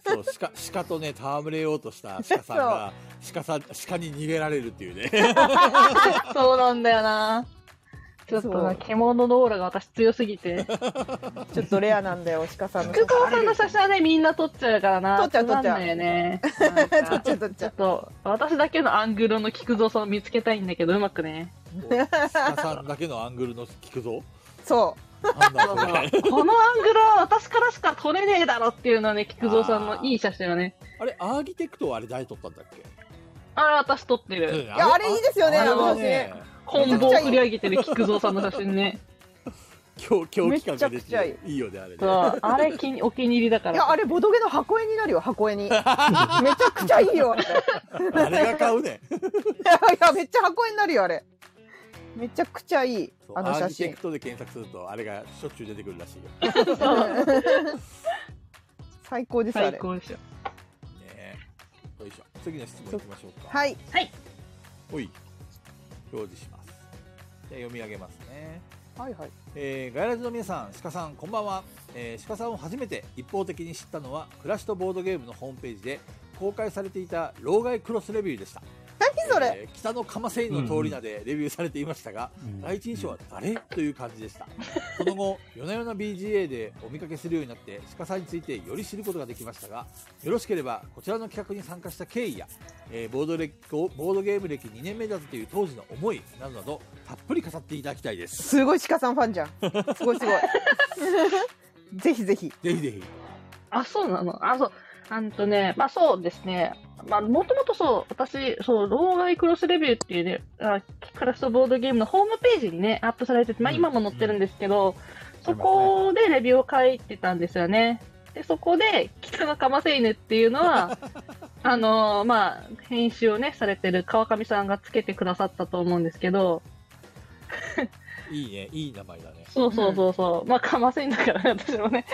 Speaker 1: そう 鹿鹿とね戯れようとした鹿さんが鹿さん鹿に逃げられるっていう ね
Speaker 4: そうなんだよな。ちょっと
Speaker 5: そ
Speaker 4: な、
Speaker 5: う
Speaker 4: 獣のオーラが私強すぎて。
Speaker 5: ちょっとレアなんだよ、鹿さんの写
Speaker 4: 福
Speaker 5: 真。
Speaker 4: 川さんの写真はね、みんな撮っちゃうからな。
Speaker 5: 撮っちゃう撮っちゃう
Speaker 4: つまんないよね。
Speaker 5: 撮っちゃう撮っち
Speaker 4: ち
Speaker 5: ゃ
Speaker 4: ょ
Speaker 5: う
Speaker 4: っと、私だけのアングルの菊蔵さんを見つけたいんだけど、うまくね。
Speaker 1: 鹿さんだけのアングルの聞くぞ
Speaker 5: そ
Speaker 1: なんだ
Speaker 4: そ
Speaker 1: こ
Speaker 4: うそうこのアン
Speaker 1: れ
Speaker 4: グルは私からしか撮れねえだろっていうのはね、菊蔵さんのいい写真はね。
Speaker 1: あれアーキテクトはあれ誰撮ったんだっけ
Speaker 4: あれ私撮ってる。
Speaker 1: うん
Speaker 5: いやあれいいですよね
Speaker 1: あれは
Speaker 4: 本棒振り上げてる菊蔵さんの写真ね。
Speaker 1: 狂狂気感が出
Speaker 5: めっちゃく
Speaker 1: ていいよねあれ
Speaker 4: そ
Speaker 1: ね
Speaker 4: う。あれ気にお気に入りだか
Speaker 5: う。い
Speaker 4: ら。
Speaker 5: や、あれ、ボドゲの箱絵になるよ、箱絵に。めちゃくちゃいいよ、あれ。い
Speaker 1: あれが買うね
Speaker 5: や、めっちゃ箱絵になるよ、あれ。めちゃくちゃいい、
Speaker 1: そう
Speaker 5: あの
Speaker 1: ア
Speaker 5: 写
Speaker 1: ーキテ
Speaker 5: 真
Speaker 1: ク。トで検索するとあれがしょっちゅう出てくるらしいよ
Speaker 5: 最高です、あ
Speaker 4: 最
Speaker 5: れ。
Speaker 4: 高でしょ。
Speaker 1: ねよいしょ次の質問いきましょうか
Speaker 5: はい。
Speaker 1: おい表示しますじゃあ読み上げますね
Speaker 5: はいはい。
Speaker 1: えーガヤラジの皆さん、鹿さん、こんばんは、えー鹿さんを初めて一方的に知ったのは、暮らしとボードゲームのホームページで公開されていた、老害クロスレビューでした。
Speaker 5: 何それ
Speaker 1: えー北の釜製の通り名でレビューされていましたが、
Speaker 3: うん
Speaker 1: 第一印象は誰という感じでした。その後、夜な夜な BGA でお見かけするようになって、鹿さんについてより知ることができましたが、よろしければ、こちらの企画に参加した経緯や、えーボード歴ボードゲーム歴2年目だったという当時の思いなどなど、たっぷり語っていただきたいです。
Speaker 5: すごい鹿さんファンじゃん。すごいす ごい。ぜひぜひ。
Speaker 1: ぜひぜひ。
Speaker 4: あ、そうなのあ、そう。あんとね、まあそうですね。まあもともとそう、私、そう、老害クロスレビューっていうね、あクラストボードゲームのホームページにね、アップされてて、まあ
Speaker 1: うん
Speaker 4: 今も載ってるんですけど、
Speaker 3: ありますね
Speaker 4: そこでレビューを書いてたんですよね。で、そこで、北の釜セイヌっていうのは、あのーまあ、編集をね、されてる川上さんがつけてくださったと思うんですけど、
Speaker 1: いいね、いい名前だね。
Speaker 4: そうそうそうそう、まあ、釜セイヌだからね、私もね。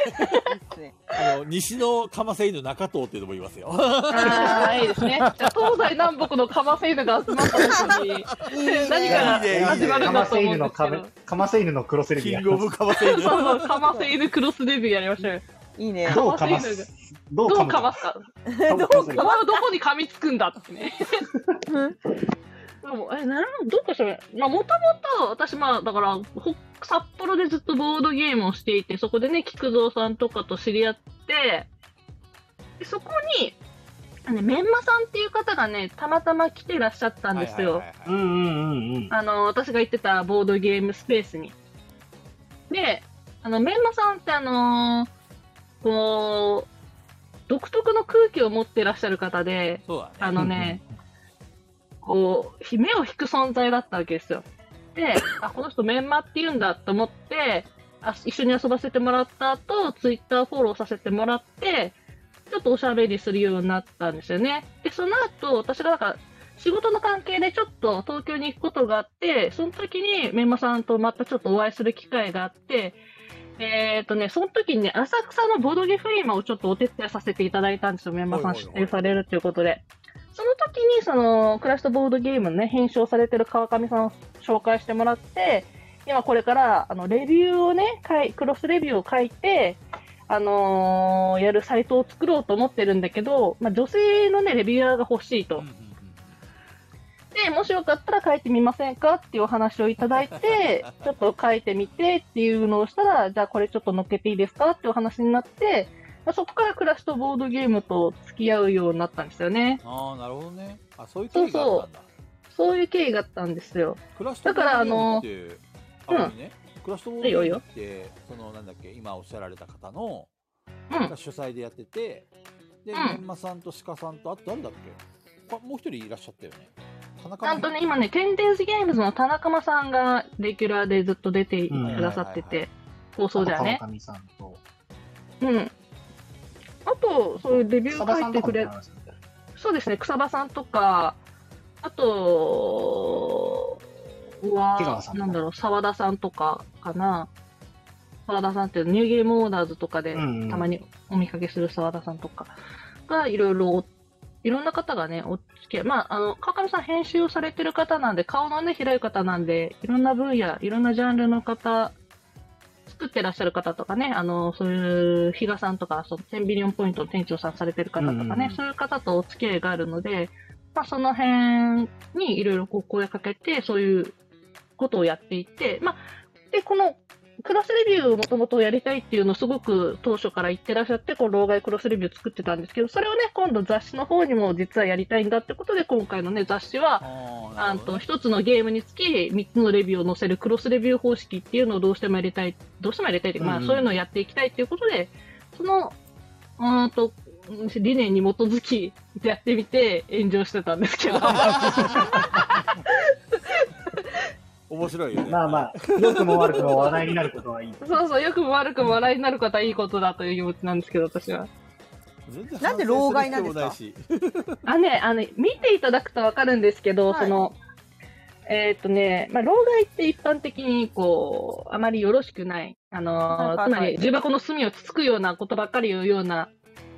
Speaker 1: あの、西の釜製の中東っていうのもいますよ。
Speaker 4: ああ、いいで すね。じゃあ、東西南北のカマセイヌが集まった時に、何から始まる
Speaker 2: カ
Speaker 4: んだ
Speaker 2: マ
Speaker 4: と
Speaker 2: セイ
Speaker 4: 思
Speaker 2: ヌ
Speaker 4: うんで
Speaker 2: の
Speaker 4: すけ
Speaker 2: カ
Speaker 4: ど
Speaker 2: メ。カマセイヌのクロスレビ
Speaker 1: キ
Speaker 2: ア
Speaker 1: ン。グオブ釜製
Speaker 4: そう
Speaker 1: の。
Speaker 4: そう、カマセイヌクロスレビューやりましょうよ。
Speaker 5: いいね。
Speaker 2: どうかますどう
Speaker 4: ど
Speaker 2: か
Speaker 4: うかま
Speaker 2: ます
Speaker 4: か
Speaker 2: どうかます
Speaker 4: お前はどこに噛みつくんだってね。でもえ、なるほど、どうかしら。まあ、もともと、私、まあ、だから、ほ札幌でずっとボードゲームをしていて、そこでね、菊蔵さんとかと知り合って、でそこに、あのね、メンマさんっていう方がね、たまたま来てらっしゃったんですよ。
Speaker 1: はいはいはい
Speaker 2: うん
Speaker 1: はい
Speaker 2: うんうんうん。
Speaker 4: あの、私が行ってたボードゲームスペースに。で、あの、メンマさんってあのーこう、独特の空気を持ってらっしゃる方で、
Speaker 1: そうだ
Speaker 4: あ
Speaker 1: ね。
Speaker 4: のね、こう、ひ目を引く存在だったわけですよ。で、あ、この人メンマって言うんだと思って、あ一緒に遊ばせてもらった後、ツイッターフォローさせてもらって、ちょっとおしゃべりするようになったんですよね。で、その後、私がなんか、仕事の関係でちょっと東京に行くことがあって、その時にメンマさんとまたちょっとお会いする機会があって、えっ、とね、その時にね、浅草のボドゲフリマをちょっとお手伝いさせていただいたんですよ、メンマさん
Speaker 1: はいはい
Speaker 4: 出
Speaker 1: はい
Speaker 4: 展されるということで。その時に、その、クラシットボードゲームのね、編集をされてる川上さんを紹介してもらって、今これから、あの、レビューをね、かいクロスレビューを書いて、あのーやるサイトを作ろうと思ってるんだけど、まあ、女性のね、レビュアーが欲しいと
Speaker 1: うん。うん
Speaker 4: で、もしよかったら書いてみませんかっていうお話をいただ いて、ちょっと書いてみてっていうのをしたら、じゃあこれちょっと乗っけていいですかっていうお話になって、まあ、そこからクラシとボードゲームと付き合うようになったんですよね。
Speaker 1: うんああ、なるほどね。あ、そういう経緯があったんだ。
Speaker 4: そういう経緯があったんですよ。
Speaker 1: クラシ
Speaker 4: だからあの
Speaker 1: ー
Speaker 4: うん
Speaker 1: ムって、クラシトボードゲームって、その、なんだっけ、今おっしゃられた方の、
Speaker 4: うん
Speaker 1: が主催でやってて、で、
Speaker 4: うん
Speaker 1: メンマさんと鹿さんと、あと誰だっけこもう一人いらっしゃったよね。田中
Speaker 4: ちゃんとね、今ね、テンデンスゲームズの田中間さんがレギュラーでずっと出てくださって
Speaker 1: うんはいはいはいは
Speaker 4: て、放送ではね。
Speaker 2: 川上さんと。
Speaker 4: うん。あと、そういうレビュ
Speaker 2: 草
Speaker 4: ー
Speaker 2: 場
Speaker 4: 書
Speaker 2: さ
Speaker 4: い
Speaker 2: ん
Speaker 4: て
Speaker 2: とか
Speaker 4: く
Speaker 2: も
Speaker 4: れ、
Speaker 2: 話して
Speaker 4: そうですね、草場さんとか、あと
Speaker 2: 毛川さん、と
Speaker 4: は
Speaker 2: か
Speaker 4: なんだろう、沢田さんとかかな。沢田さんっていうニューゲームオーダーズとかで、
Speaker 2: うんうん
Speaker 4: たまにお見かけする沢田さんとかが、いろいろお、いろんな方がね、お付き合い、まあ、あの、川上さん編集をされてる方なんで、顔のね、広い方なんで、いろんな分野、いろんなジャンルの方、作ってらっしゃる方とかね、あの、そういう、比嘉さんとか、その、テンビリオンポイントの店長さんされてる方とかね、
Speaker 2: うんうんうん
Speaker 4: そういう方とお付き合いがあるので、まあ、その辺にいろいろこう声かけて、そういうことをやっていて、まあ、で、このクロスレビューをもともとやりたいっていうのをすごく当初から言ってらっしゃって、この老害クロスレビュー作ってたんですけど、それをね、今度雑誌の方にも実はやりたいんだってことで、今回のね、雑誌は、
Speaker 1: あ
Speaker 4: あんと、一つのゲームにつき3つのレビューを載せるクロスレビュー方式っていうのをどうしてもやりたい、どうしてもやりたいっていうか、
Speaker 2: うん
Speaker 4: まあそういうのをやっていきたいっていうことで、その、うーんと、理念に基づきやってみて炎上してたんですけど。
Speaker 1: 面白いよね。
Speaker 2: まあまあ、良くも悪くも話題になることはいい。
Speaker 4: そうそう、良くも悪くも笑いになることはいいことだという気持ちなんですけど、私 は。
Speaker 1: 全然
Speaker 5: なんで老害なんですか
Speaker 1: 反省る必要も
Speaker 4: あ、ね、あの、見ていただくとわかるんですけど、
Speaker 5: はい
Speaker 4: その、えーっ、とね、まあ、老害って一般的に、こう、あまりよろしくない。あの
Speaker 5: はいはいはい
Speaker 4: つまり、重箱の隅をつつくようなことばっかり言うような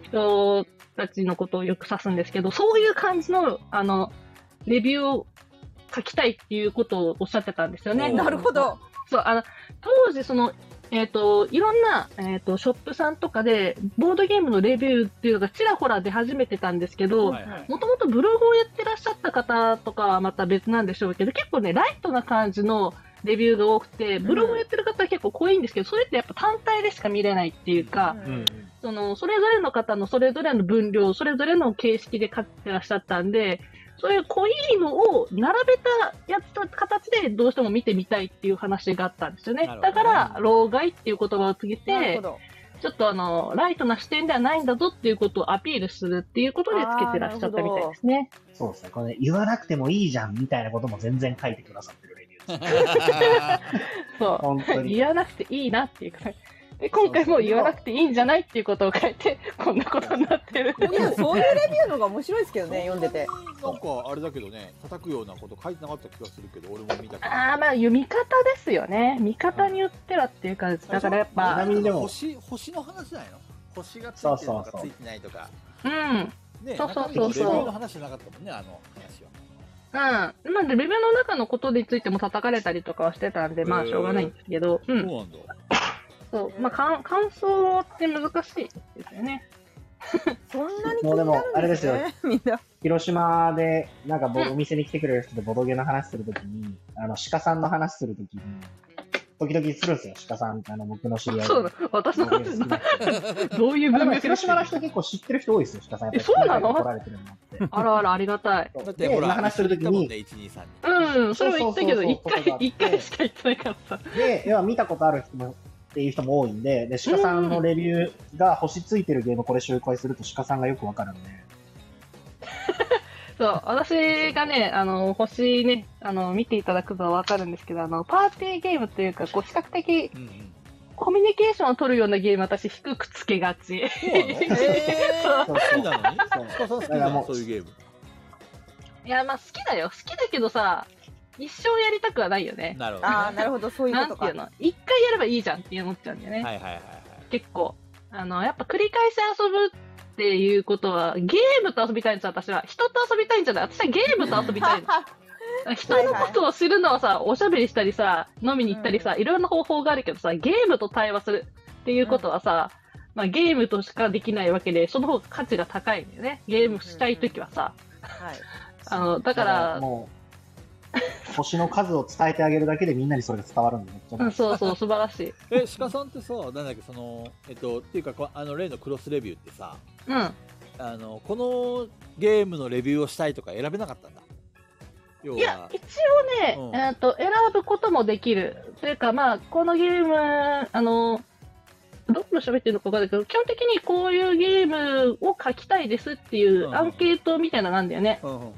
Speaker 4: 人たちのことをよく指すんですけど、そういう感じの、あの、レビューを書きたいっていうことをおっしゃってたんですよね。
Speaker 1: おー
Speaker 5: なるほど。
Speaker 4: そう、あの、当時、その、えっ、と、いろんな、えっ、と、ショップさんとかで、ボードゲームのレビューっていうのがちらほら出始めてたんですけど、
Speaker 1: ないし。はいはい
Speaker 4: もともとブログをやってらっしゃった方とかはまた別なんでしょうけど、結構ね、ライトな感じのレビューが多くて、ブログをやってる方は結構濃いんですけど、それってやっぱ単体でしか見れないっていうか、
Speaker 2: うんうん。
Speaker 4: その、それぞれの方のそれぞれの分量、それぞれの形式で書いてらっしゃったんで、そういう濃いのを並べたやつと形でどうしても見てみたいっていう話があったんですよね。
Speaker 1: なるほど
Speaker 4: だ
Speaker 1: ね
Speaker 4: から、老害っていう言葉を告げ
Speaker 5: なる
Speaker 4: て
Speaker 5: ほ、ど。
Speaker 4: ちょっとあの、ライトな視点ではないんだぞっていうことをアピールするっていうことでつけてらっしゃったみたいですね。
Speaker 2: そうですね。これね言わなくてもいいじゃんみたいなことも全然書いてくださってるレビューです。
Speaker 4: そう。
Speaker 2: 本当に。
Speaker 4: 言わなくていいなっていうか、で今回も言わなくていいんじゃないっていうことを書いて、こんなことになってる。
Speaker 5: いや、そういうレビューの方が面白いですけどね、読んでて。
Speaker 1: なんかあれだけどね、叩くようなこと書いてなかった気がするけど、俺も見たけど。
Speaker 4: ああ、まあ、読み方ですよね。見方によってはっていうか、だからやっ
Speaker 2: ちな
Speaker 4: ぱ、
Speaker 2: みにでも
Speaker 1: 星星の話じゃないの？星がついてるの
Speaker 2: そうそう
Speaker 1: か
Speaker 2: そう
Speaker 1: ついてないとか。
Speaker 4: うん。うん。
Speaker 1: ね、
Speaker 4: そうそ
Speaker 2: そう
Speaker 4: うそう
Speaker 1: 中身のレビューの話じゃなかったもんね、あの話は。
Speaker 4: まあ、レベルの中のことについても叩かれたりとかはしてたんで、まあ、しょうがないんですけど、うん。
Speaker 1: そうなんだ。
Speaker 4: そう。まあ、感感想って難しいですよね。
Speaker 5: そんなに気になるんです
Speaker 2: もうでもあれ
Speaker 5: ね。みんな。
Speaker 2: 広島で、なんかボ
Speaker 4: うん
Speaker 2: お店に来てくれる人でボドゲの話するときに、あの、鹿さんの話するときに、時々するんですよ、鹿さん。あの、僕の知り合いで。
Speaker 4: そうだ。私の
Speaker 2: ボ
Speaker 4: こ
Speaker 2: ドゲ
Speaker 4: と
Speaker 2: 好きな
Speaker 4: どうい
Speaker 2: 人。で
Speaker 4: う文
Speaker 2: も
Speaker 4: 脈
Speaker 2: 広島の人結構知ってる人多いですよ、鹿さん。やっぱり
Speaker 4: えそうなの
Speaker 2: 怒られてるのもあって
Speaker 4: あらあら、ありがたい。
Speaker 2: そう
Speaker 1: だって
Speaker 2: で
Speaker 1: ほら、
Speaker 2: 話するとき
Speaker 1: 言ったもん
Speaker 2: に
Speaker 1: ね、、一二三に。
Speaker 4: うん、それは言ったけど、
Speaker 2: そうそう
Speaker 4: 一
Speaker 2: そうそうことがあ
Speaker 4: 回
Speaker 2: っ、て
Speaker 4: 一回しか言ってなかった。
Speaker 2: で、要は見たことある人も、っていう人も多いんで、で、鹿さんのレビューが星ついてるゲームこれ紹介すると鹿さんがよくわかるんで、
Speaker 4: そう、私がね、あの、星ね、あの、見ていただくとわかるんですけど、あの、パーティーゲームというか、こう、比較的
Speaker 1: うんうん。
Speaker 4: コミュニケーションを取るようなゲーム、私、低くつけが ち。
Speaker 1: そうなの？え ー
Speaker 2: そう
Speaker 1: 好きなのに？
Speaker 2: そう
Speaker 1: 塚さん好きな
Speaker 2: だからも
Speaker 1: の
Speaker 2: う
Speaker 1: そういうゲーム。
Speaker 4: いや、まあ、好きだよ。好きだけどさ、一生やりたくはないよね。
Speaker 1: なるほどね。
Speaker 5: ああ、
Speaker 1: は
Speaker 5: なるほど、そういう
Speaker 4: な
Speaker 5: こと
Speaker 4: んてい
Speaker 5: か
Speaker 4: う。の一回やればいいじゃんって思っちゃうんだよね。
Speaker 1: いはいはいはい。
Speaker 4: 結構。あの、やっぱ繰り返し遊ぶっていうことは、ゲームと遊びたいんですよ、私は。人と遊びたいんじゃない私はゲームと遊びたいの。人のことを知るのはさ、おしゃべりしたりさ、飲みに行ったりさ、いろんな方法があるけどさ、ゲームと対話するっていうことはさ、まあゲームとしかできないわけで、その方が価値が高いんだよね。ゲームしたいときはさ、
Speaker 5: はい。
Speaker 4: あの、だから、
Speaker 2: もう、星の数を伝えてあげるだけでみんなにそれが伝わるんで、めっちゃ
Speaker 4: うん、そうそう、素晴らしい。
Speaker 1: え、鹿さんってさ、なんだっけそのえっとっていうかこうあの例のクロスレビューってさ、
Speaker 4: うん。
Speaker 1: あのこのゲームのレビューをしたいとか選べなかったんだ。要
Speaker 4: いや
Speaker 1: は、
Speaker 4: 一応ね、
Speaker 1: うん
Speaker 4: えーと、選ぶこともできる。というか、まあ、このゲーム、あの、どこの喋ってるのかわかんないけど、基本的にこういうゲームを書きたいですっていうアンケートみたいなのがあるんだよね。
Speaker 1: うんうんうんうん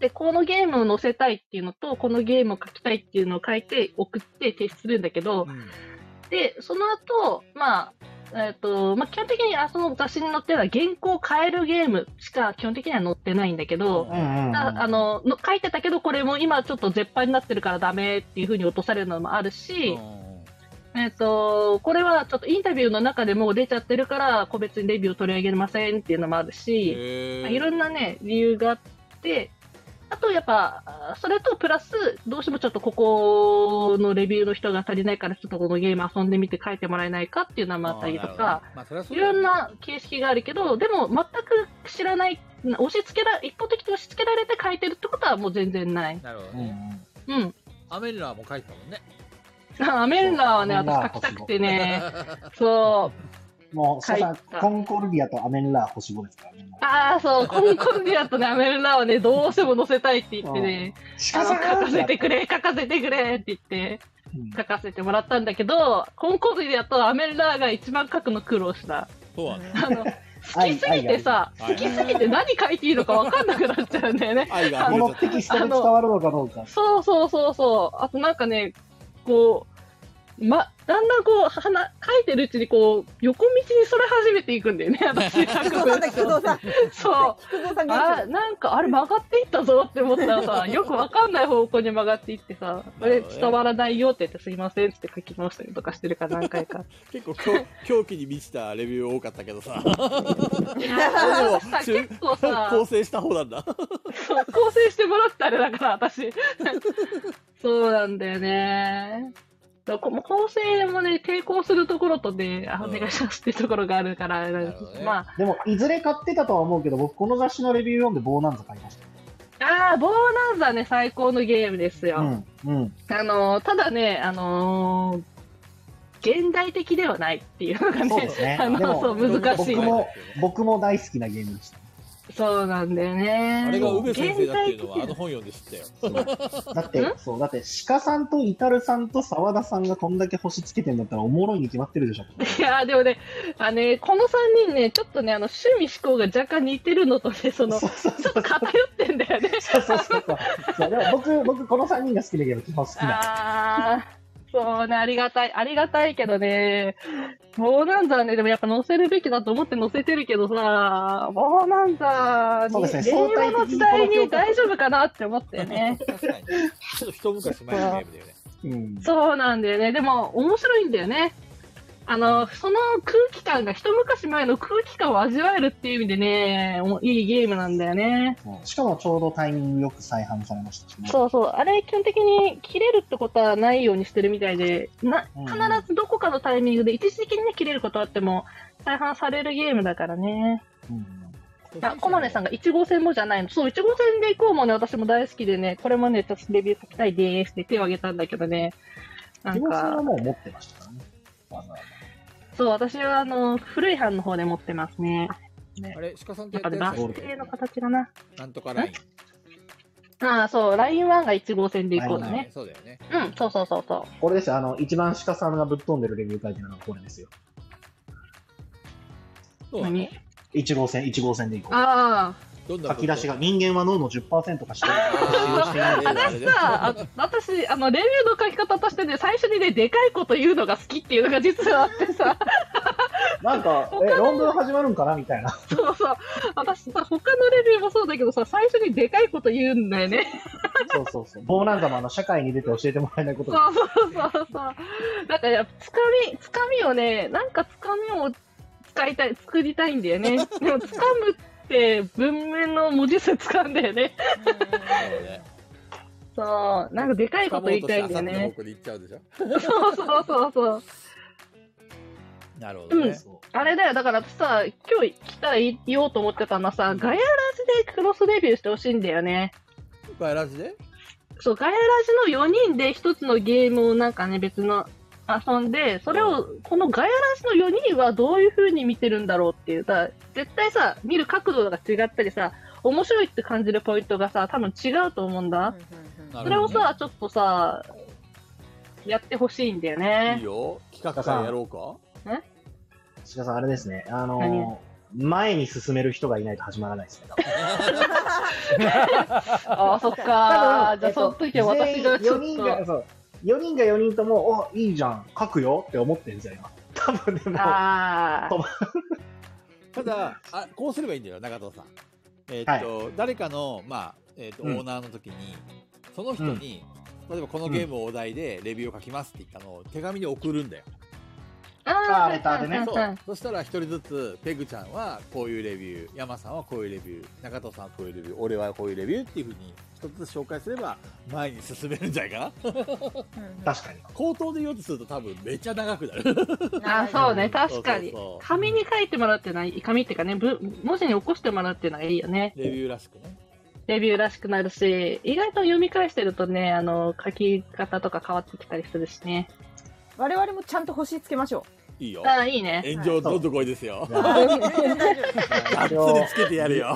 Speaker 4: で、このゲームを載せたいっていうのと、このゲームを書きたいっていうのを書いて送って提出するんだけど、
Speaker 1: うん
Speaker 4: で、その後、まあ、えっと、まあ、基本的にあその雑誌に載ってるのは原稿を変えるゲームしか基本的には載ってないんだけど、
Speaker 2: うんうんうん
Speaker 4: だあのの書いてたけどこれも今ちょっと絶版になってるからダメっていう風に落とされるのもあるし、えっとこれはちょっとインタビューの中でもう出ちゃってるから個別にレビュー取り上げませんっていうのもあるし、まあいろんなね理由があってあとやっぱあそれとプラスどうしてもちょっとここのレビューの人が足りないからちょっとこのゲーム遊んでみて書いてもらえないかっていうのもあったりとか。
Speaker 1: まあ、それはそう
Speaker 4: い
Speaker 1: だよ
Speaker 4: ろ
Speaker 1: ね
Speaker 4: んな形式があるけど、でも全く知らない、押し付けら、一方的に押し付けられて書いてるってことはもう全然ない。
Speaker 1: なるほ
Speaker 2: う
Speaker 1: ど
Speaker 2: んう
Speaker 1: ね。
Speaker 2: ん
Speaker 4: うん。
Speaker 1: アメリラも書いてたもんね。
Speaker 4: アメンラーはね、
Speaker 2: アメンラー
Speaker 4: 私書きたくてね。そう。
Speaker 2: もう、そ
Speaker 4: はい
Speaker 2: さ、コンコルディアとアメンラー星5ですからね。
Speaker 4: ああ、そう。コンコンディアとね、アメンラーはね、どうしても載せたいって言ってね、あ
Speaker 2: 鹿
Speaker 4: の
Speaker 2: さ
Speaker 4: 書
Speaker 2: ん
Speaker 4: かせてくれ、書かせてくれって言って、
Speaker 2: うん
Speaker 4: 書かせてもらったんだけど、コンコンディアとアメンラーが一番書くの苦労した。
Speaker 1: そうなんだよ。
Speaker 4: あ の、好きすぎてさ、
Speaker 1: はいはい
Speaker 4: 好きすぎて何書いていいのか分かんなくなっちゃうんだよね。
Speaker 1: 愛が
Speaker 2: こ
Speaker 1: 溢れちゃ
Speaker 2: の
Speaker 1: っ
Speaker 2: テキストで伝わるのかどうか。
Speaker 4: そうそうそうそう。あとなんかね、こう、ま、だんだんこう、はな、書いてるうちにこう、横道にそれ始めていくんだよね、私。
Speaker 5: 菊蔵さんだ、菊蔵さん。
Speaker 4: そう。
Speaker 5: 菊蔵さんが
Speaker 4: あ、なんか、あれ曲がっていったぞって思ったらさ、よくわかんない方向に曲がっていってさ、あれ伝わらないよって言ってすいませんって書き直したりとかしてるから何回か。
Speaker 1: た。結構狂、狂気に満ちたレビュー多かったけど さ。
Speaker 4: いやーでもさ、
Speaker 1: 中
Speaker 4: 結構さ、
Speaker 1: 構成した方なんだ。
Speaker 4: そう 構成してもらったあれだから、 私。そうなんだよね。だからこ構成もね、抵抗するところとね、あ、
Speaker 1: う
Speaker 4: お
Speaker 1: ん
Speaker 4: 願いしますっていうところがあるから、あれなんです
Speaker 1: なるほどね
Speaker 4: ま
Speaker 2: でも、いずれ買ってたとは思うけど、僕、この雑誌のレビュー読んで、ボーナンザ買いまし
Speaker 4: あ、あーボーナンザね、最高のゲームです
Speaker 2: た。
Speaker 4: よ。
Speaker 2: うん、うん。
Speaker 4: あのー、ただね、あのー現代的ではないっていうのが
Speaker 2: そう
Speaker 4: ね、
Speaker 2: ですね。
Speaker 4: あの
Speaker 2: で
Speaker 4: そう
Speaker 2: も、
Speaker 4: 難しい
Speaker 2: 僕も僕も大好きなゲームでした。
Speaker 4: そうなんだよね。
Speaker 1: あれが梅先生だっていうのは、あ
Speaker 4: 現代
Speaker 1: の
Speaker 4: 的
Speaker 1: 本読んで知ったよ。
Speaker 2: だって、そう、だって、鹿さんとイタルさんと沢田さんがこんだけ星つけてんだったらおもろいに決まってるでしょ。
Speaker 4: いやーでもね、あね、この3人ね、ちょっとね、あの、趣味思考が若干似てるのとね、その、
Speaker 2: そうそう
Speaker 4: ちょっと偏ってんだよね。
Speaker 2: そうそうそうそう。そうでも僕、僕、この3人が好きなゲーム、基本好きな。
Speaker 4: ああ、そうね、ありがたい、ありがたいけどね、ボーナンザーね、でもやっぱ載せるべきだと思って載せてるけどさ、ボーナンザ
Speaker 2: そうです
Speaker 4: ー
Speaker 2: ね
Speaker 4: に、令和の時代
Speaker 2: 相対的にこの評
Speaker 4: に
Speaker 2: 価
Speaker 4: 大丈夫かなって思ってね。
Speaker 1: 確かに。ちょっと一昔前のゲームだよね。
Speaker 2: うん。
Speaker 4: そうなんだよね、でも面白いんだよね。あの、その空気感が、一昔前の空気感を味わえるっていう意味でね、おいいゲームなんだよね。
Speaker 2: そうしかもちょうどタイミングよく再販されましたしね。
Speaker 4: そうそう、あれ、基本的に切れるってことはないようにしてるみたいで、な
Speaker 2: うん
Speaker 4: 必ずどこかのタイミングで、一時的にね、切れることはあっても、再販されるゲームだからね。
Speaker 2: うん
Speaker 4: あ、コマネさん
Speaker 1: ん。
Speaker 4: が1号線もじゃないの。そう、1号線で行こうもね、私も大好きでね、これもね、ちょっとレビュー書きたいですって手を挙げたんだけどね。な
Speaker 2: リ
Speaker 4: ん
Speaker 2: モさんは
Speaker 4: か、
Speaker 2: もう持ってましたからね。わざわ
Speaker 4: そう、私はあの、古い版の方で持ってますね。
Speaker 1: あれ、鹿さんって
Speaker 4: な
Speaker 1: や
Speaker 4: ん
Speaker 1: ったやつだ
Speaker 4: かラス
Speaker 1: よね
Speaker 4: 系の形かな。
Speaker 1: なんとかライン。
Speaker 4: ああ、そう、ライン1が1号線で行こうだ
Speaker 2: ライン
Speaker 4: ね。
Speaker 1: そうだよね。
Speaker 4: うん、そうそうそうそう。
Speaker 2: ざこれですよ、あの、一番鹿さんがぶっ飛んでるレビュー書いてるのがこれですよ。
Speaker 1: そうだね
Speaker 4: 何
Speaker 2: 1号線、1号線でいこう。
Speaker 4: ああ。
Speaker 1: どんな
Speaker 2: 書き出しが、人間は脳の10%かしてる使用していない。
Speaker 4: 私さ、あ私、あの、レビューの書き方としてね、最初にね、でかいこと言うのが好きっていうのが実はあって さ、
Speaker 2: なんか、え、論文始まるんかなみたいな。
Speaker 4: そうそう、私さ、他のレビューもそうだけどさ、最初にでかいこと言うんだよね。
Speaker 2: そうそうそう。ボーナンザもあの、社会に出て教えてもらえないこと
Speaker 4: そ
Speaker 2: が
Speaker 4: うそうそうそう。なんかやっぱ、つかみ、つかみをね、なんかつかみを使いたい、作りたいんだよ ね。でも、つかむって文面の文字数使うんだよね。そう、なんかでかいこと言いたいんだよね。
Speaker 1: に行っちゃうでしょ。
Speaker 4: そうそうそうそう。
Speaker 1: なるほどね。
Speaker 2: そう
Speaker 4: あれだよ、だから私さ、今日来たら言おうと思ってたのはさ、ガヤラジでクロスデビューしてほしいんだよね。
Speaker 1: ガイラジで
Speaker 4: そう、ガヤラジの4人で一つのゲームをなんかね、別の遊んで、それを、このガヤラジの4人はどういう風に見てるんだろうっていう、さ、絶対さ、見る角度が違ったりさ、面白いって感じるポイントがさ、多分違うと思うんだ。
Speaker 1: な
Speaker 4: そ
Speaker 1: る
Speaker 4: れ
Speaker 1: ほ
Speaker 4: を
Speaker 1: どね
Speaker 4: さ、ちょっとさ、やってほしいんだよ
Speaker 1: いい
Speaker 4: ね。
Speaker 1: よ。企画会やろうか。
Speaker 2: 鹿さん、あれですね。あ
Speaker 4: 何
Speaker 2: のー、前に進める人がいないと始まらないですね。
Speaker 4: ああ、そっ
Speaker 2: 多
Speaker 4: か
Speaker 2: 分
Speaker 4: じゃあ、
Speaker 2: えっと
Speaker 4: その時は私がちょっ
Speaker 2: 全員4人
Speaker 4: と
Speaker 2: が、。そう。4人が4人とも、お、いいじゃん、書くよって思ってるんですよ、今。 多分でも、
Speaker 4: ああ。
Speaker 1: ただあこうすればいいんだよ中藤さんえーっと、誰かのまあ、えーっと
Speaker 2: うん
Speaker 1: オーナーの時にその人に、例えばこのゲームをお題でレビューを書きますって言ったのを手紙に送るんだよ、
Speaker 4: あ
Speaker 2: レターでね
Speaker 1: そ
Speaker 4: うんうん
Speaker 1: うそしたら一人ずつペグちゃんはこういうレビュー山さんはこういうレビュー中藤さんはこういうレビュー俺はこういうレビューっていうふうに一つずつ紹介すれば前に進めるんじゃないかな
Speaker 2: 確かに。
Speaker 1: 口頭で言おうとすると多分めっちゃ長くなる
Speaker 4: あそうね、 確かに
Speaker 1: そうそうそう。
Speaker 4: 紙に書いてもらうっていうのはい、紙っていうかね、ぶ文字に起こしてもらうっていうのがいいよね。
Speaker 1: レビューらしくね
Speaker 4: レビューらしくなるし、意外と読み返してるとね、あの、書き方とか変わってきたりするしね。
Speaker 5: 我々もちゃんと星つけましょ
Speaker 1: いいよ
Speaker 4: ああ、いいね。
Speaker 1: 炎上どんどこいですよ
Speaker 2: じ
Speaker 5: う。
Speaker 2: ゃあ
Speaker 5: あ全然大丈
Speaker 1: がっ
Speaker 5: 夫
Speaker 1: つりつけてやるよ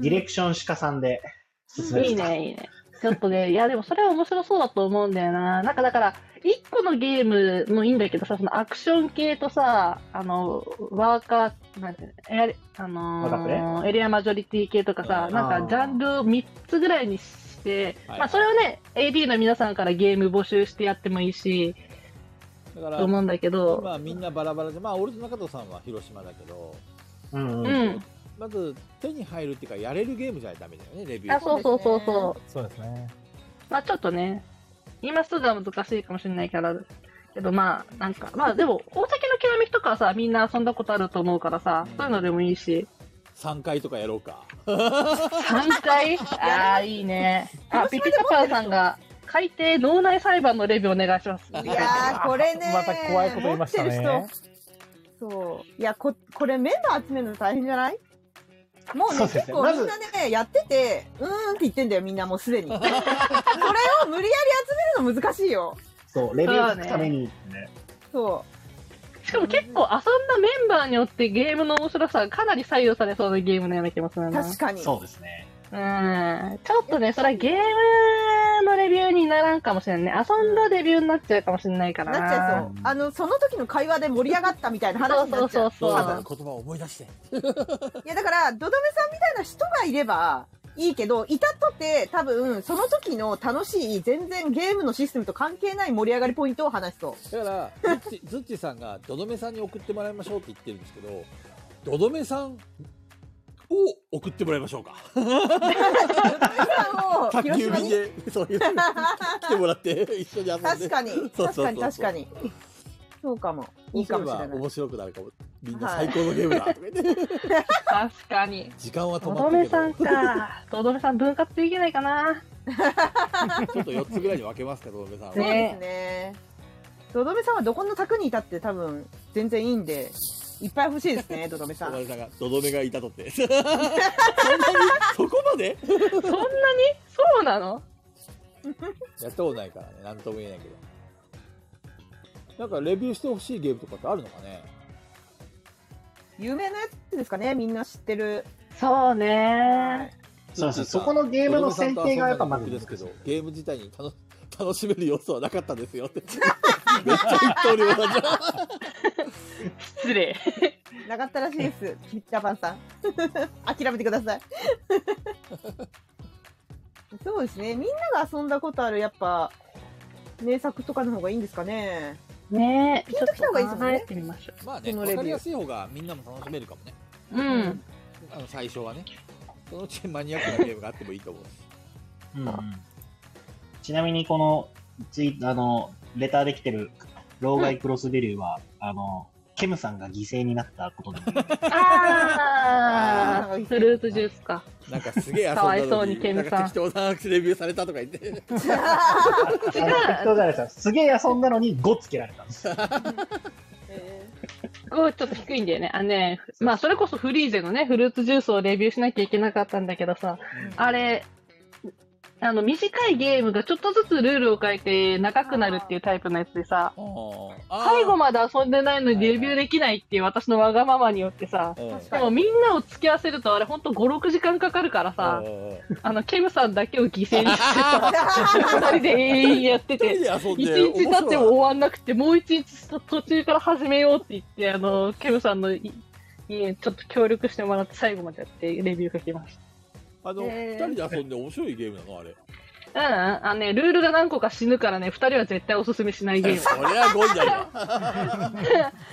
Speaker 2: ディレクション鹿さんで進める
Speaker 4: いいね、いいね。ちょっとね、 いや、でもそれは面白そうだと思うんだよな。なんかだから、一個のゲームもいいんだけどさ、そのアクション系とさ、あの、ワーカー、なんていうのエアあ
Speaker 2: ワーカープ
Speaker 4: のーエリアマジョリティ系とかさ、
Speaker 1: うん
Speaker 4: なんかジャンルを3つぐらいにして、
Speaker 1: はい
Speaker 4: まあそれをね、AD の皆さんからゲーム募集してやってもいいし、
Speaker 1: だか
Speaker 4: と
Speaker 1: ら
Speaker 4: 思うんだけど、
Speaker 1: 今みんなバラバラでまあ俺と中藤さんは広島だけど
Speaker 2: うん
Speaker 4: う
Speaker 2: うん。
Speaker 4: ん。
Speaker 1: まず手に入るっていうかやれるゲームじゃダメだよねレビュー
Speaker 4: あ、そうそうそうそう。
Speaker 3: そうですね。
Speaker 4: まあちょっとね、今すぐは難しいかもしれないから、けどまあ、なんか、まあでも、大酒のきらめきとかはさ、みんな遊んだことあると思うからさ、そういうのでもいいし。
Speaker 1: 3回とかやろうか
Speaker 4: 3回 ああ、いいね。あ、ピピタパンさんが、海底脳内裁判のレビューお願いします。
Speaker 5: いやーこれね
Speaker 3: また怖いこと言いましたね。
Speaker 5: 持ってる人そういやここれメンバー集めるの大変じゃないもうね
Speaker 2: そうですね
Speaker 5: 結構
Speaker 2: ま
Speaker 5: み
Speaker 2: ず
Speaker 5: んなね、やっててうーんって言ってんだよみんなもうすでにこれを無理やり集めるの難しいよ
Speaker 2: そう、レビュー書くためにってね。
Speaker 5: そ
Speaker 4: しかも結構遊んだメンバーによってゲームの面白さがかなり左右されそうなゲームのような気もする
Speaker 5: う
Speaker 4: な。
Speaker 5: 確かに
Speaker 2: そうですね。
Speaker 4: うんちょっとね、それはゲームのレビューにならんかもしれんね。遊んだレビューになっちゃうかもしれないから。
Speaker 5: なっちゃいそううあのその時の会話で盛り上がったみたいな話になっちゃう
Speaker 4: そう
Speaker 1: そう
Speaker 5: 多
Speaker 1: だ
Speaker 5: 分
Speaker 1: ね言葉を思い出して
Speaker 5: いやだからどどめさんみたいな人がいればいいけどいたとて多分その時の楽しい全然ゲームのシステムと関係ない盛り上がりポイントを話しそう
Speaker 1: だからずっちずっちさんがどどめさんに送ってもらいましょうって言ってるんですけどどどめさんを送ってもらいましょうか
Speaker 5: さん
Speaker 1: 宅急
Speaker 5: を広島
Speaker 1: 便
Speaker 5: に
Speaker 1: で そういう来てもらって一緒に遊んで
Speaker 5: 確 かに
Speaker 1: そうそう
Speaker 5: 確
Speaker 1: そう
Speaker 5: かに確かにそうかもいいかもし
Speaker 1: そ
Speaker 5: れ
Speaker 1: うすば
Speaker 5: ない
Speaker 1: 面白くなるかもみんな最高のゲームだ、とか言って
Speaker 4: 確かに。
Speaker 1: 時間は止
Speaker 4: と
Speaker 1: ま
Speaker 4: ど
Speaker 1: った
Speaker 4: め
Speaker 1: けど
Speaker 4: さんか。とどめさん分割できないかな。
Speaker 1: ちょっと4つぐらいに分けますか、ドドメさんは。
Speaker 5: そう
Speaker 4: ね
Speaker 5: ですねどどめさんはどこの宅にいたって多分全然いいんでいっぱい欲しいです ねどどめさ
Speaker 1: ド
Speaker 5: ん
Speaker 1: ドメさんが、ドドメがいたと って。そんなにそこまで
Speaker 4: そんなにそうなの
Speaker 1: やったことないからね、なんとも言えないけど。なんかレビューしてほしいゲームとかってあるのかね
Speaker 5: 有名なやつですかねみんな知ってる
Speaker 4: そうね。
Speaker 2: そうそう、そこのゲームの選定がやっぱまず
Speaker 1: で
Speaker 2: ですす
Speaker 1: け
Speaker 2: けど
Speaker 1: ど。、ゲーム自体に楽楽しめる要素はなかったですよって。めっちゃ言っておりますじゃあ
Speaker 4: 失礼。
Speaker 5: なかったらしいですピッチャーパンさん 諦めてください そうですねみんなが遊んだことあるやっぱ名作とかの方がいいんですかね
Speaker 4: ねえ。
Speaker 5: ピンときた方がいいですもんね
Speaker 4: ちょっと考えてみましょ
Speaker 1: まあね、
Speaker 5: この
Speaker 1: わ
Speaker 5: レビュー
Speaker 1: かりやすい方がみんなも楽しめるかもね。
Speaker 4: う。うん。
Speaker 1: あの最初はね。そのうちマニアックなゲームがあってもいいと思うし。
Speaker 2: うんうんちなみにこのツイあのレターできてる老害クロスデリューは、あのケムさんが犠牲になった ことで
Speaker 4: ああ、フルーツジュースか。
Speaker 1: なんかすげえ遊んだ
Speaker 4: か
Speaker 1: の
Speaker 4: わい
Speaker 1: に
Speaker 4: そうにケンさん
Speaker 1: なんか適当なレビューされたとか言って。
Speaker 2: 適当じゃないですよすげえ遊んだのに5つけられたんです
Speaker 5: え
Speaker 4: こうちょっと低いんだよね。あのね、まあそれこそフリーゼのね、フルーツジュースをレビューしなきゃいけなかったんだけどさ、あれ、あの短いゲームがちょっとずつルールを変えて長くなるっていうタイプのやつでさ、最
Speaker 1: 最
Speaker 4: 後まで遊んでないのにレビューできないっていう私のわがままによってさ、
Speaker 1: で
Speaker 5: 確
Speaker 4: で
Speaker 5: か
Speaker 4: もみんなを付き合わせるとあれほんと5、6時間かかるからさ、あの、ケムさんだけを犠牲にしてさ、二人で永遠やって て。
Speaker 1: 遊ん
Speaker 4: 一
Speaker 1: で
Speaker 4: 日経っても終わんなくて、もう一日と途中から始めようって言って、あの、ケムさんのい家、ちょっと協力してもらって最後までやってレビュー書きまし
Speaker 1: あの
Speaker 5: え
Speaker 1: 二人で遊んで面白いゲームなのあれ。
Speaker 4: た。うん、あのね、ルールが何個か死ぬからね、二人は絶対おすすめしないゲーム。
Speaker 1: そりゃ5位だよ。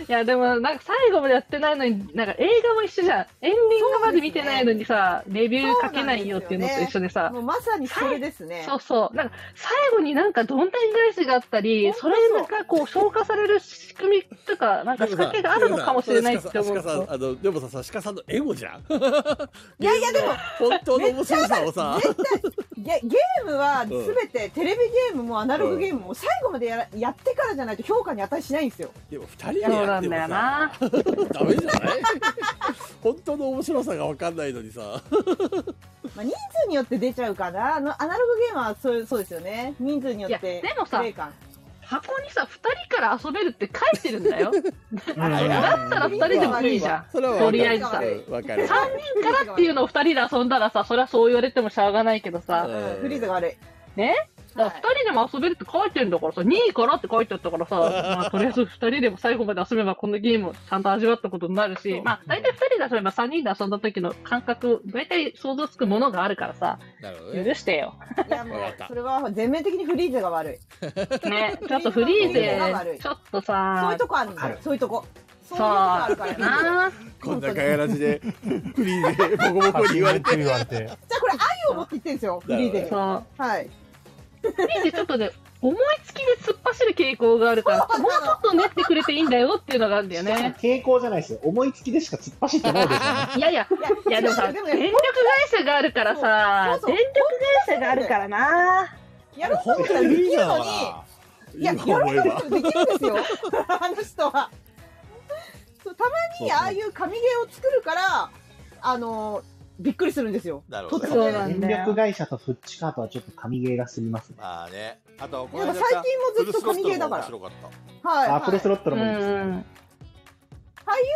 Speaker 4: いや、でも、なんか最後までやってないのに、なんか映画も一緒じゃん。エンディングまで見てないのにさ、レビューかけないよっていうのと一緒でさ。
Speaker 5: もうまさにそれですね。
Speaker 4: そうそう。なんか、最後になんかどんでん返しがあったり、それがこう、消化される仕組みとか、なんか仕掛けがあるのかもしれないって思う
Speaker 1: でもさ鹿
Speaker 4: と。
Speaker 1: さんあのでもさ、鹿さんのエゴじゃん。
Speaker 5: いやいやでも
Speaker 1: 本当の面白さをさ、
Speaker 5: 絶対ゲゲームは全て、テレビゲームもアナログゲームも最後までやらやってからじゃないと評価に値しないんですよ。
Speaker 1: でも二人で
Speaker 4: そう
Speaker 1: や
Speaker 4: な
Speaker 1: っ
Speaker 4: ん
Speaker 1: ても
Speaker 4: だ
Speaker 1: さ、
Speaker 4: よな。
Speaker 1: ダメじゃない本当の面白さが分かんないのにさ、
Speaker 5: まあ、人数によって出ちゃうかな。あのアナログゲームはそうそうですよね。人数によっ
Speaker 4: いや
Speaker 5: て
Speaker 4: でもさ
Speaker 5: プレイ感。
Speaker 4: 箱にさ、二人から遊べるって書いてるんだ よ。だったら二人でもいいじゃん。
Speaker 1: それは
Speaker 4: と
Speaker 1: 分
Speaker 4: りあ
Speaker 1: か
Speaker 4: え
Speaker 1: る
Speaker 4: ずさ。
Speaker 1: うん分かる。
Speaker 4: 三人からっていうのを二人で遊んだらさ、それはそう言われてもしゃあがないけどさ、
Speaker 5: うんフリーズが悪い。
Speaker 4: ね
Speaker 5: は
Speaker 4: だ
Speaker 5: い
Speaker 4: から二人でも遊べるって書いてるんだからさ、2位からって書いてあったから さ、まあ、とりあえず二人でも最後まで遊べばこのゲームをちゃんと味わったことになるし、まあ、大体二人で遊べば三人で遊んだ時の感覚、大体想像つくものがあるからさ、
Speaker 1: なるほど
Speaker 4: 許
Speaker 1: ね。
Speaker 4: してよ。
Speaker 5: いやもう
Speaker 1: わかった
Speaker 5: それは全面的にフリーズが悪い。
Speaker 4: ね、ちょっとフリー
Speaker 5: フリーズが悪
Speaker 4: ゼ
Speaker 5: い、
Speaker 4: ちょっと
Speaker 5: そうい
Speaker 4: さ
Speaker 5: う、とこある
Speaker 2: わ
Speaker 5: んだ
Speaker 2: か
Speaker 5: よ
Speaker 2: る。
Speaker 5: そういうとこ。そういうとこ
Speaker 4: さ
Speaker 5: あるか
Speaker 4: あ、
Speaker 5: ら。フリーズ
Speaker 4: なあ、
Speaker 1: こんなガヤラジで、フリーでボコボコに言 われて。
Speaker 3: 言われて。
Speaker 5: じゃあこれ愛を持って言ってるんですよ。フリーズに。
Speaker 4: そう。
Speaker 5: はい。
Speaker 4: フリーゼちょっとね、思いつきで突っ走る傾向がある から、もうちょっと練ってくれていいんだよっていうのがあるんだよね。
Speaker 2: 傾向じゃないですよ。思いつきでしか突っ走ってないでしょ。
Speaker 4: いやいや、いやでもさ、
Speaker 5: い
Speaker 4: 電
Speaker 5: や
Speaker 4: 力会社があるからさ、
Speaker 5: そうそうそう
Speaker 4: 電力会社があるからな。
Speaker 5: やろうと思
Speaker 1: 本
Speaker 5: った
Speaker 1: 当
Speaker 5: らで
Speaker 1: に
Speaker 5: き
Speaker 1: フ
Speaker 5: る
Speaker 1: リーザ
Speaker 5: の
Speaker 1: だ
Speaker 5: に。
Speaker 1: わ
Speaker 5: いや、や
Speaker 1: 今
Speaker 5: ろ
Speaker 1: 思
Speaker 5: う
Speaker 1: え
Speaker 5: と思
Speaker 1: ば。
Speaker 5: ったらできるんですよ。あの人は。そうたまにああいう神ゲーを作るから、あのびっくりするんですよ。
Speaker 1: なるほどね
Speaker 4: そうなんだ
Speaker 2: 電力会社とフッチカートはちょっと神ゲーが過ぎますね。
Speaker 1: まあね。あと、こ
Speaker 5: やっ
Speaker 1: の
Speaker 5: ぱ
Speaker 1: 間
Speaker 5: 最近もずっと神ゲーだから。
Speaker 1: フルスロットも面白かった。
Speaker 5: はい、は
Speaker 2: あ、
Speaker 5: い。
Speaker 2: フルスロットル
Speaker 4: う
Speaker 2: もいいですね。
Speaker 4: ん。
Speaker 5: ファイ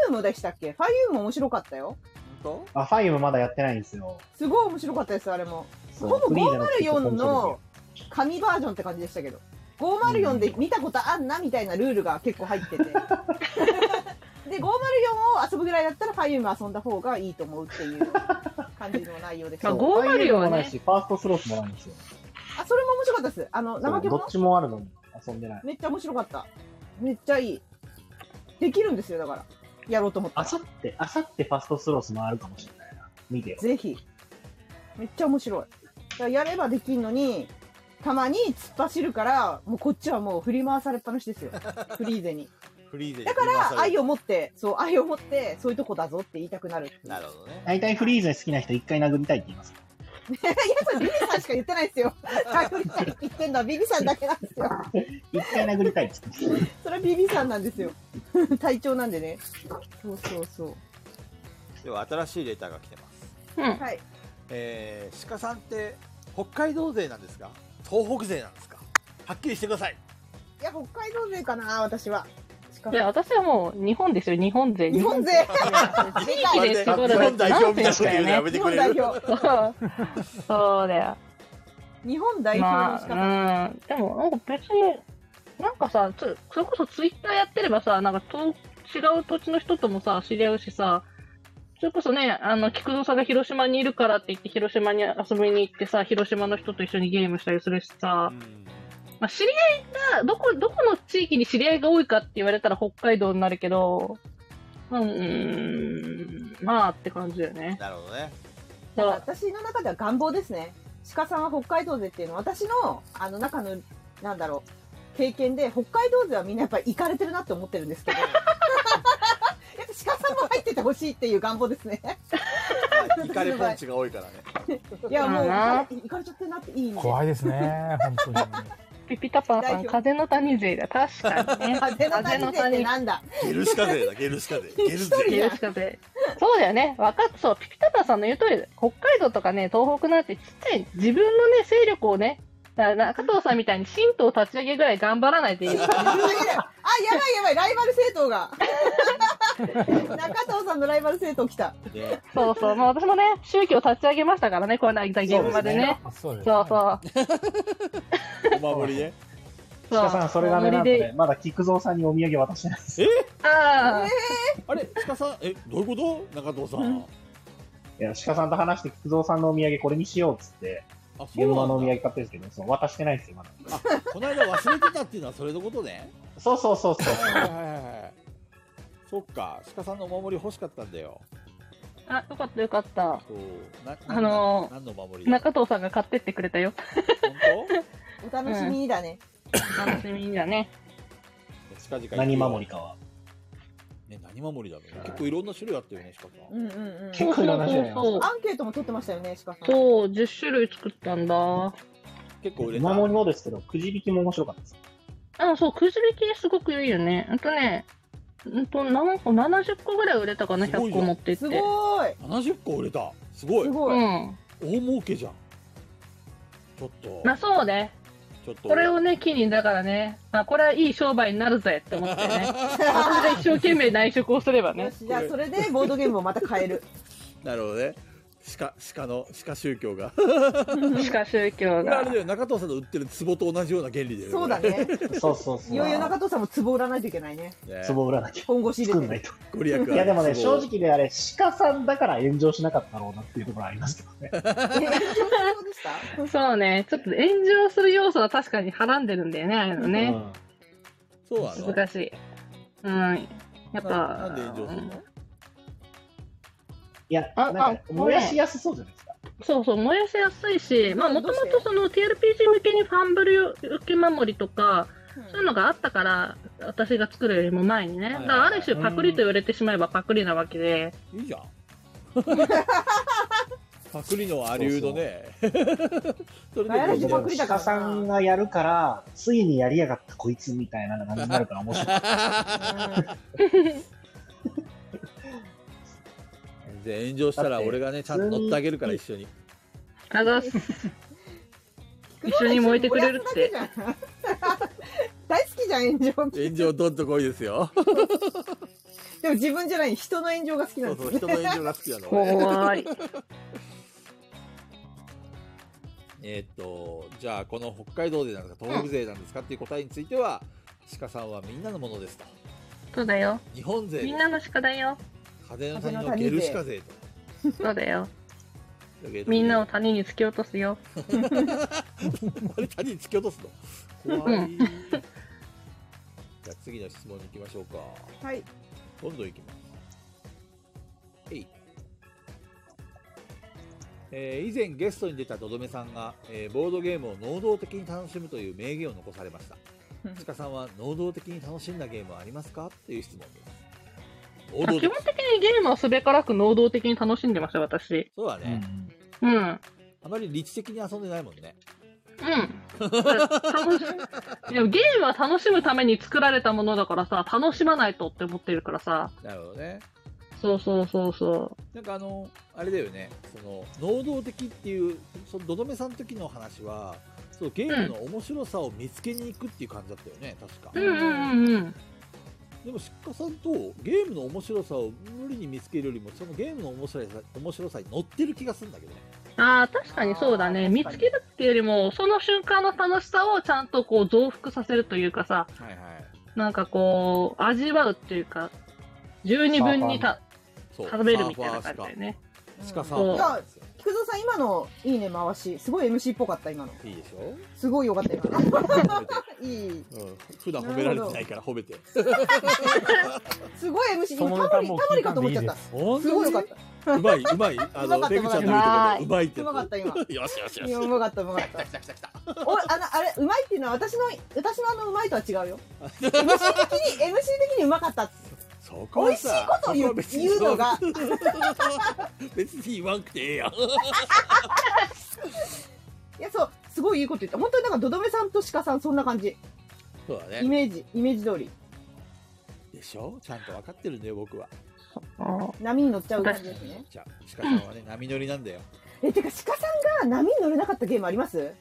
Speaker 5: ユームでしたっけファイユーム面白かったよ。
Speaker 1: 本
Speaker 2: あ、ファイムまだやってないんですよ。
Speaker 5: すごい面白かったです、あれも。
Speaker 2: そう
Speaker 5: ほ
Speaker 2: フ
Speaker 5: ぼ
Speaker 2: リーザの結
Speaker 5: 504
Speaker 2: 構面白い
Speaker 5: の紙バージョンって感じでしたけど。504で見たことあんなみたいなルールが結構入ってて。で、504を遊ぶぐらいだったらファイユーム遊んだ方がいいと思うっていう感じの内容でし
Speaker 2: そ
Speaker 5: た。
Speaker 4: ま
Speaker 5: あ
Speaker 4: あ、
Speaker 2: う
Speaker 4: 504
Speaker 2: フ
Speaker 4: ね
Speaker 2: ァイムもないし、ファーストスロットもないんですよ。
Speaker 5: それも面白かったです。あの、
Speaker 2: そ
Speaker 5: 怠
Speaker 2: う
Speaker 5: け
Speaker 2: ど
Speaker 5: 者
Speaker 2: っちもあるのに遊んでない。
Speaker 5: めっちゃ面白かった。めっちゃいい。できるんですよ、だから。やろうと思った
Speaker 2: あ
Speaker 5: ら。
Speaker 2: さって、あさってファーストスロースもあるかもしれないな。見てよ。
Speaker 5: ぜひ。めっちゃ面白い。だからやればできんのに、たまに突っ走るから、もうこっちはもう振り回されっぱなし ですよ。フリーゼに。
Speaker 1: 当フリーで。
Speaker 5: だから、愛を持って、そう、愛を持って、そういうとこだぞって言いたくなる。
Speaker 1: なるほどね。
Speaker 2: 大体フリーザ好きな人一回殴りたいって言います。
Speaker 5: いや、それビビさんしか言ってないです よ。タイムリーさんって言ってんのはビビさんだけなんですよ。
Speaker 2: 一回殴りたいって言ってます。
Speaker 5: それはビビさんなんですよ。 体調なんでね。そうそうそう。
Speaker 1: では、新しいレターが来てます。
Speaker 4: うん。
Speaker 5: はい。
Speaker 1: えー、鹿さんって北海道勢なんですか東北勢なんですかはっきりしてください
Speaker 5: いや、北海道勢かな、私は。しか
Speaker 4: いや、私はもう日本ですよ、日本勢。
Speaker 5: 日本勢
Speaker 4: 地域で絞るのって何選手だよね。
Speaker 1: め
Speaker 5: 日本代表。
Speaker 4: そうそうだよ。
Speaker 5: 日本代表の
Speaker 4: ま
Speaker 5: 仕方。
Speaker 4: あ、うん。でも、なんか別に、なんかさ、つそれこそツイッターやってればさ、なんかと違う土地の人ともさ、知り合うしさ、それこそね、あの、菊蔵さんが広島にいるからって言って、広島に遊びに行ってさ、広島の人と一緒にゲームしたりするしさ、まあ、知り合いが、どこ、どこの地域に知り合いが多いかって言われたら北海道になるけど、うんうーん、まあって感じだよね。
Speaker 1: なるほどね
Speaker 4: だから
Speaker 5: 私の中では願望ですね。鹿さんは北海道勢っていうのは、私の、あの、中の、なんだろう、経験で、北海道勢はみんなやっぱり行かれてるなって思ってるんですけど。やっぱ鹿さんも入っててほしいっていう願望ですね。
Speaker 1: イカレポンチが多いからね
Speaker 5: いや、も う、
Speaker 4: そう
Speaker 5: 行
Speaker 4: だな
Speaker 5: かれ行かれちゃってるなっていい意味で。
Speaker 3: 怖いですね、本
Speaker 4: ピピタパン
Speaker 5: 代
Speaker 4: さん、
Speaker 5: 表
Speaker 4: 風の谷勢だ。確かにね。
Speaker 5: 風の谷勢ってなんだ
Speaker 1: ゲルシカ勢だゲルシカ勢ゲル勢
Speaker 5: 一人
Speaker 4: よろしかったそうだよね。わかっそう。ピピタパンさんの言う通りだ北海道とかね、東北なんてちっちゃい自分のね、勢力をね、だから中藤さんみたいに神道立ち上げぐらい頑張らないといい。
Speaker 5: 自分だけだよあ、やばいやばい、ライバル政党が。 中藤さんのライバル政党来た。
Speaker 1: ね
Speaker 4: そうそう。まあ私もね、宗教立ち上げましたからね、この間ゲームま
Speaker 2: そう
Speaker 4: で
Speaker 2: です
Speaker 4: ね
Speaker 2: ね。
Speaker 3: 当に。そうです。
Speaker 4: そうそう。
Speaker 1: お守りね
Speaker 2: 鹿さん、それがね、なん
Speaker 4: 無
Speaker 2: と
Speaker 4: 理
Speaker 2: ね、まだ菊蔵さんにお土産渡してないです。
Speaker 1: え
Speaker 4: ああ、
Speaker 1: あれ鹿さんえどういうこと中藤さん
Speaker 2: いや、鹿さんと話して、菊蔵さんのお土産これにしようっつって、
Speaker 1: あ、そう
Speaker 2: 現場の
Speaker 1: な
Speaker 2: お
Speaker 1: ん
Speaker 2: 土
Speaker 1: だ
Speaker 2: 産買ってるんですけど、そう渡してないんですよ、まだ。
Speaker 1: この間忘れてたっていうのはそれのことね。
Speaker 2: そうそうそうそう。
Speaker 1: はいはいはいはい。そっか、鹿さんのお守り欲しかったんだよ。
Speaker 4: あ、よかったよかった。
Speaker 1: そう。な
Speaker 4: あのー
Speaker 1: 何のお守りだ
Speaker 4: 中藤さんが買ってってくれたよ。
Speaker 1: 本
Speaker 5: お楽しみにだね。
Speaker 4: 楽しみだね。
Speaker 1: 当近々行くよ
Speaker 2: 何守りかは。
Speaker 1: ね、何守りだろう。結構いろんな種類あったよね、鹿さん。
Speaker 5: うんうんうん。
Speaker 2: 結構いろんな種類あります
Speaker 4: そうそうそう
Speaker 5: アンケートも取ってましたよね、鹿さん。
Speaker 4: そう、10種類作ったんだ。あ
Speaker 1: 結構売れた。
Speaker 2: 守りもですけど、くじ引きも面白かったです。
Speaker 4: そう、くじ引きすごくいいよね。あとね、うんと、何個、70個ぐらい売れたかな、
Speaker 1: すごい
Speaker 4: 100
Speaker 1: よ
Speaker 4: 個持ってっ
Speaker 5: す
Speaker 4: て。
Speaker 5: ごーい。
Speaker 1: 70個売れた。すごい
Speaker 5: す。ご
Speaker 4: う
Speaker 5: い。
Speaker 4: ん。
Speaker 1: 大儲けじゃん。ちょっと
Speaker 4: ま、あそうね。
Speaker 1: ちょっと。
Speaker 4: これをね、機に、だからね、あ、これはいい商売になるぜって 思ってね。私が一生懸命内職をすれば
Speaker 5: よ
Speaker 4: ね。
Speaker 5: し、じゃあそれでボードゲームをまた変える。
Speaker 1: なるほどね。鹿、鹿の、鹿宗教が。
Speaker 4: しか宗教
Speaker 1: これあ
Speaker 4: が
Speaker 1: れ。だよ、中藤さんの売ってる壺と同じような原理だよね。
Speaker 5: そうだね。
Speaker 2: そうそうそう。
Speaker 5: いよいよ中藤さんも壺売らないといけないね。
Speaker 1: これね。
Speaker 2: 壺を売らなきゃ。
Speaker 5: 本腰入
Speaker 2: 作ん
Speaker 5: れ
Speaker 2: ない
Speaker 5: て。
Speaker 2: と。
Speaker 1: ご利益ある
Speaker 2: いやでもね、
Speaker 1: 壺
Speaker 2: 正直であれ、鹿さんだから炎上しなかったろうなっていうところはありますけどね。
Speaker 5: えそうでした
Speaker 4: そうね、ちょっと炎上する要素は確かにはらんでるんだよね、あれの
Speaker 2: う
Speaker 4: ね。
Speaker 2: ん
Speaker 1: そうなの
Speaker 4: 難しい。うん。やっぱ。
Speaker 1: ななんで炎上するの
Speaker 2: いや、な
Speaker 4: あ
Speaker 2: んか
Speaker 4: あ、
Speaker 2: 燃やしやすそうじゃないですか。
Speaker 4: そうそう、燃やしやすいし、まあ、
Speaker 5: ど
Speaker 4: も
Speaker 5: う
Speaker 4: とも
Speaker 5: して
Speaker 4: とその TRPG 向けにファンブル受け守りとか、そういうのがあったから、私が作るよりも前にね。
Speaker 1: い
Speaker 4: だ
Speaker 1: はい
Speaker 4: から、ある種パクリと言われてしまえばパクリなわけで、
Speaker 1: いいじゃん。 パクリのアリュードね。 それ
Speaker 5: 流行ら
Speaker 1: でい
Speaker 5: せ
Speaker 1: いじ
Speaker 5: て
Speaker 1: ゃ
Speaker 5: パ
Speaker 1: ん
Speaker 5: クリだ
Speaker 2: 鹿
Speaker 5: から
Speaker 2: さんがやるから、ついにやりやがったこいつみたいな感じになるから面白い。
Speaker 1: で炎上したら俺がね、ちゃんと乗ってあげるから一緒に。
Speaker 4: あざっす一緒に燃えてくれるって。
Speaker 5: 大好きじゃん、炎上。
Speaker 1: 炎上どんとこいですよ。
Speaker 5: でも自分じゃない、人の炎上が好きな
Speaker 1: そ
Speaker 5: ん
Speaker 1: う
Speaker 5: で
Speaker 1: そう、人
Speaker 5: すね。
Speaker 1: の炎上が好きなの。俺
Speaker 4: 怖い。
Speaker 1: えーっと、じゃあこの北海道でなんですか、東北勢なんですかっていう答えについては、鹿さんはみんなのものですと。
Speaker 4: そうだよ。
Speaker 1: 日本 勢です
Speaker 4: みんなの鹿だよ。
Speaker 1: 風の谷のゲルシカ勢と。
Speaker 4: そうだよ。
Speaker 1: というわけで
Speaker 4: みんなを谷に突き落とすよ。
Speaker 1: あれ谷に突き落とすの怖い。じゃあ次の質問に行きましょうか。
Speaker 5: はい。
Speaker 1: どんどん行きます。えい。えー以前ゲストに出たドドメさんが、えーボードゲームを能動的に楽しむという名言を残されま した。塚さんは能動的に楽しんだゲームはありますかという質問です。能
Speaker 4: あ
Speaker 1: 動
Speaker 4: 基本
Speaker 1: 的
Speaker 4: 的にゲームはすべからく能動的に楽しんでました、私。
Speaker 1: そうだね。
Speaker 4: うん。 うん。
Speaker 1: あまり理知的に遊んでないもんね。
Speaker 4: 楽しいやゲームは楽しむために作られたものだからさ、楽しまないとって思ってるからさ。
Speaker 1: なるほどね。
Speaker 4: そうそうそうそ
Speaker 1: なんかあの、あれだよね、その、能動的っていう、その、どどめさんの時の話は、そのゲームの面白さを見つけに行くっていう感じだったよね、確か。
Speaker 4: う。うんうんうんうん。
Speaker 1: でも、しっかさんと、ゲームの面白さを無理に見つけるよりも、そのゲームの面白さ、面白さに乗ってる気がするんだけどね。
Speaker 4: ああ、確かにそうだね。
Speaker 5: あー確
Speaker 4: 見
Speaker 5: かに
Speaker 4: つけるっていうよりも、その瞬間の楽しさをちゃんとこう増幅させるというかさ、
Speaker 1: はいはい。
Speaker 4: なんかこう、味わうっていうか、十二分にた
Speaker 1: そう。
Speaker 4: 食べるみたいな感じだよね。
Speaker 1: サーファーしか。鹿
Speaker 5: うん
Speaker 1: さんはなんですよ
Speaker 5: 菊蔵さん、今のいいね回し、すごい MC っぽかった、今の。
Speaker 1: いいでしょ
Speaker 5: すごい良かった、今の。
Speaker 1: 褒めて
Speaker 5: いい。
Speaker 1: うん。普段褒められてないから褒めて。
Speaker 5: すごい MC、
Speaker 3: その
Speaker 5: 今
Speaker 3: ネ
Speaker 5: タモ
Speaker 3: タ
Speaker 5: リ、
Speaker 3: も
Speaker 5: タモリかと思っちゃ
Speaker 3: 聞いたんでいい
Speaker 5: っ
Speaker 3: で
Speaker 5: た。
Speaker 3: す
Speaker 1: ほん
Speaker 5: すごい良かった。
Speaker 1: うまい、うまい。あ
Speaker 5: うまか
Speaker 1: の、
Speaker 5: った
Speaker 1: ペグちゃんの言うところうまいって
Speaker 5: う
Speaker 1: やつ
Speaker 5: まかった、今。
Speaker 1: よしよしよ
Speaker 5: い
Speaker 1: し
Speaker 5: や、。うまかった、うまかった
Speaker 1: 来。た来た来た。
Speaker 5: おあのあれうまいっていうのは私の私のあのうまいとは違 うよ MC 的に MC 的にうまかった
Speaker 1: そこは
Speaker 5: 美味しい
Speaker 1: さ
Speaker 5: ことを言
Speaker 1: そこは
Speaker 5: う
Speaker 1: 別に
Speaker 5: 言うのが
Speaker 1: 別に言わんくてええやん
Speaker 5: いやそうすごいいいこと言った本当になんかどどめさんと鹿さんそんな感じ
Speaker 1: そうだ
Speaker 5: イ
Speaker 1: ね
Speaker 5: メージイメージ通り
Speaker 1: でしょちゃんと分かってるんだよ僕は
Speaker 4: あ
Speaker 5: 波に乗っちゃう感じですね
Speaker 1: じゃあ鹿さんはね波乗りなんだよ
Speaker 5: えてか鹿さんが波に乗れなかったゲームあります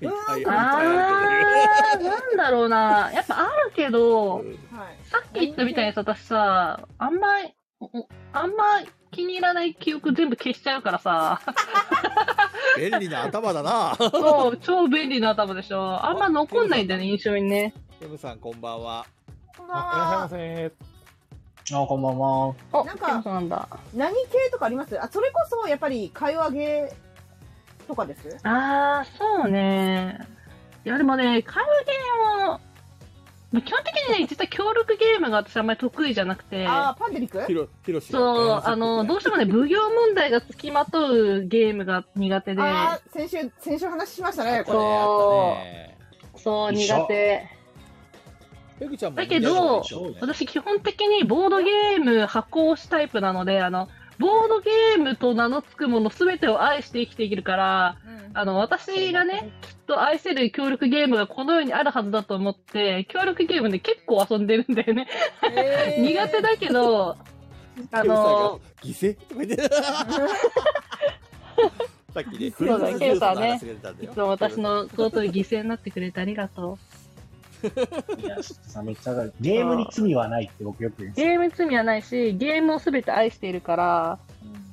Speaker 1: いっぱいいっ
Speaker 4: ー
Speaker 1: ぱいあ
Speaker 4: あー、なんだろうな。やっぱあるけど
Speaker 1: る、けど
Speaker 5: はい
Speaker 4: さっき言ったみたいにさ、私さ、あんまり、おあんま気に入らない記憶全部消しちゃうからさ、
Speaker 1: うん便利な頭だな
Speaker 4: そう、超便利な頭でしょ。あんま残んないんだよね、印象にね。
Speaker 1: M さんこんばんは
Speaker 3: あ、いらっしゃいませ。
Speaker 2: あ、こんばんは。
Speaker 4: お、
Speaker 5: なん
Speaker 4: なん
Speaker 5: か
Speaker 4: か、そうなんだ。
Speaker 5: 何系とかありますあそれこそやっぱり会話ゲとかです
Speaker 4: ああ、そうね。いや、でもね、カードゲームを、まあ基本的にね、実は協力ゲームが私あんまり得意じゃなくて、
Speaker 5: ああ、パンデミック
Speaker 1: ひろひろし
Speaker 4: そう、あの、どうしてもね、奉行問題が付きまとうゲームが苦手で、
Speaker 5: ああ、先週、先週話しましたね、こ
Speaker 1: これ
Speaker 5: れ。
Speaker 1: やったね
Speaker 4: そう、
Speaker 2: 一緒
Speaker 4: 苦手。
Speaker 1: ペグちゃんも
Speaker 4: だけど
Speaker 2: 一緒ね
Speaker 4: 私、基本的にボードゲーム発行しタイプなので、あの、ボードゲームと名の付くもの全てを愛して生きていけるから、
Speaker 5: うん
Speaker 4: あの、私がね、きっと愛せる協力ゲームがこの世にあるはずだと思って、協力ゲームで結構遊んでるんだよね。
Speaker 5: え ー
Speaker 4: 苦手だけど、 あの、
Speaker 1: ペグさんが犠牲とか言 ってさっきね、フランス
Speaker 4: ケイさんね
Speaker 1: 話が出たんだ
Speaker 4: い
Speaker 1: よ
Speaker 4: つも私のことに犠牲になってくれてありがと
Speaker 2: いや、さめっちゃゲームに罪はないって僕よく言うん
Speaker 4: う。
Speaker 2: ですよ
Speaker 4: ゲームに罪はないし、ゲームを全て愛しているから、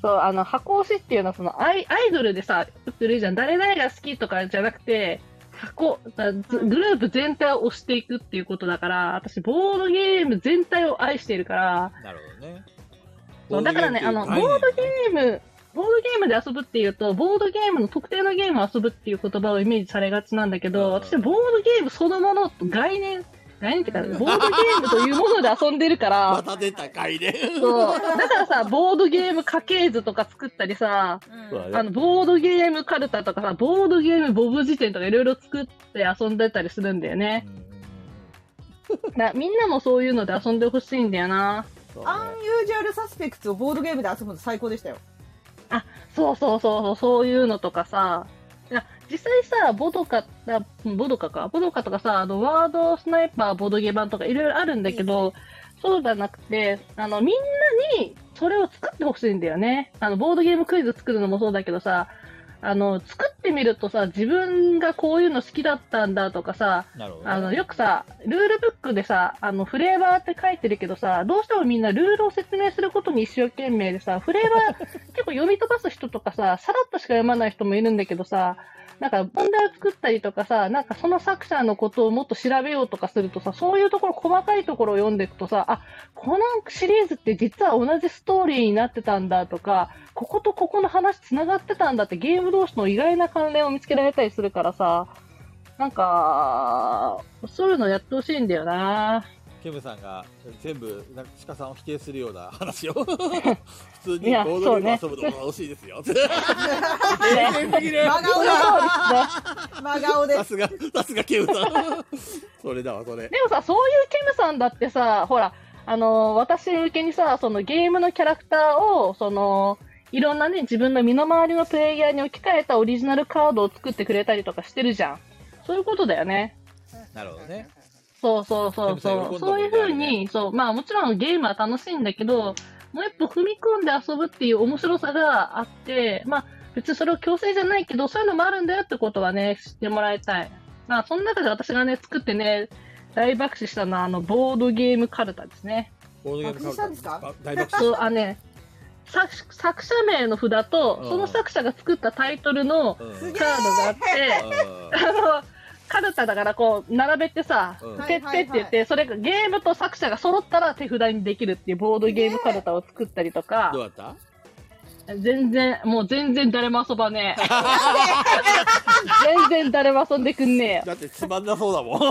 Speaker 4: そう、あの、箱推しっていうのは、そのアイ、アイドルでさ、よくいるじゃん。誰々が好きとかじゃなくて、箱、だずグループ全体を推していくっていうことだから、私、ボードゲーム全体を愛しているから、
Speaker 1: なるほどね
Speaker 4: そうだからねあの
Speaker 1: ボードゲーム
Speaker 4: ゲーム、ボードゲームで遊ぶっていうと、ボードゲームの特定のゲームを遊ぶっていう言葉をイメージされがちなんだけ
Speaker 1: うん
Speaker 4: ど、私はボードゲームそのものと概念、概念っていうか、ボードゲームというもので遊んでるか
Speaker 1: ま
Speaker 4: ら、
Speaker 1: た出た回で
Speaker 4: そう。だからさ、ボードゲーム家系図とか作ったりさ、
Speaker 5: うん
Speaker 4: あの、ボードゲームカルタとかさ、ボードゲームボブ辞典とかいろいろ作って遊んでたりするんだよね。だみんなもそういうので遊んでほしいんだよな。
Speaker 5: アンユージュアルサスペクツをボードゲームで遊ぶの最高でしたよ。
Speaker 4: そうそうそうそう、そういうのとかさ、いや実際さ、ボドカ、あボドカか、ボドカとかさ、あの、ワードスナイパー、ボドゲ版とかいろいろあるんだけど、そうじゃなくて、あの、みんなにそれを作ってほしいんだよね。あの、ボードゲームクイズ作るのもそうだけどさ、あの、作ってみるとさ、自分がこういうの好きだったんだとかさ、
Speaker 1: なるほどね
Speaker 4: あの、よくさ、ルールブックでさ、あの、フレーバーって書いてるけどさ、どうしてもみんなルールを説明することに一生懸命でさ、フレーバー結構読み飛ばす人とかさ、さらっとしか読まない人もいるんだけどさ、なんか問題を作ったりとかさ、なんかその作者のことをもっと調べようとかするとさ、そういうところ、細かいところを読んでいくとさ、あ、このシリーズって実は同じストーリーになってたんだとか、こことここの話つながってたんだってゲーム同士の意外な関連を見つけられたりするからさ、なんか、そういうのやってほしいんだよな。
Speaker 1: ケムさんが全部なんか鹿さんを否定するような 話を普通に
Speaker 4: いや
Speaker 1: ボードゲーム遊ぶの楽しいですよ。
Speaker 4: ね
Speaker 5: 真顔だ真顔で
Speaker 1: さ。すがさすがケムさん。 それだわそれ。
Speaker 4: でもさ、そういうケムさんだってさ、ほら、あのー私向けにさ、そのゲームのキャラクターを、その、いろんなね、自分の身の回りのプレイヤーに置き換えたオリジナルカードを作ってくれたりとかしてるじゃん。そういうことだよね。
Speaker 1: なるほどね。
Speaker 4: そうそうそう
Speaker 1: ケムさん
Speaker 4: そ
Speaker 1: 喜
Speaker 4: う。
Speaker 1: んだもん
Speaker 4: そう
Speaker 1: ね
Speaker 4: いう風に、そう、まあもちろんゲームは楽しいんだけど、もう一歩踏み込んで遊ぶっていう面白さがあって、まあ別にそれを強制じゃないけど、そういうのもあるんだよってことはね、知ってもらいたい。まあその中で私がね、作ってね、大爆死したのはあの、ボードゲームカルタですね。
Speaker 1: ボードゲーム買う
Speaker 5: 爆死したんです
Speaker 1: 大爆
Speaker 4: そう、あね、作作者名の札と
Speaker 1: うん、
Speaker 4: その作者が作ったタイトルの
Speaker 1: 死。
Speaker 5: す
Speaker 4: カードがあって、あの、カルタだからこう、並べてさ、
Speaker 1: うん
Speaker 5: はい
Speaker 4: ペッペって言って、それがゲームと作者が揃ったら手札にできるっていうボードゲームカルタを作ったりとか
Speaker 1: どう、だった？
Speaker 4: 全然、もう全然誰も遊ばねえ。全然誰も遊んでくんねえよ。
Speaker 1: だってつまんなそうだも ん。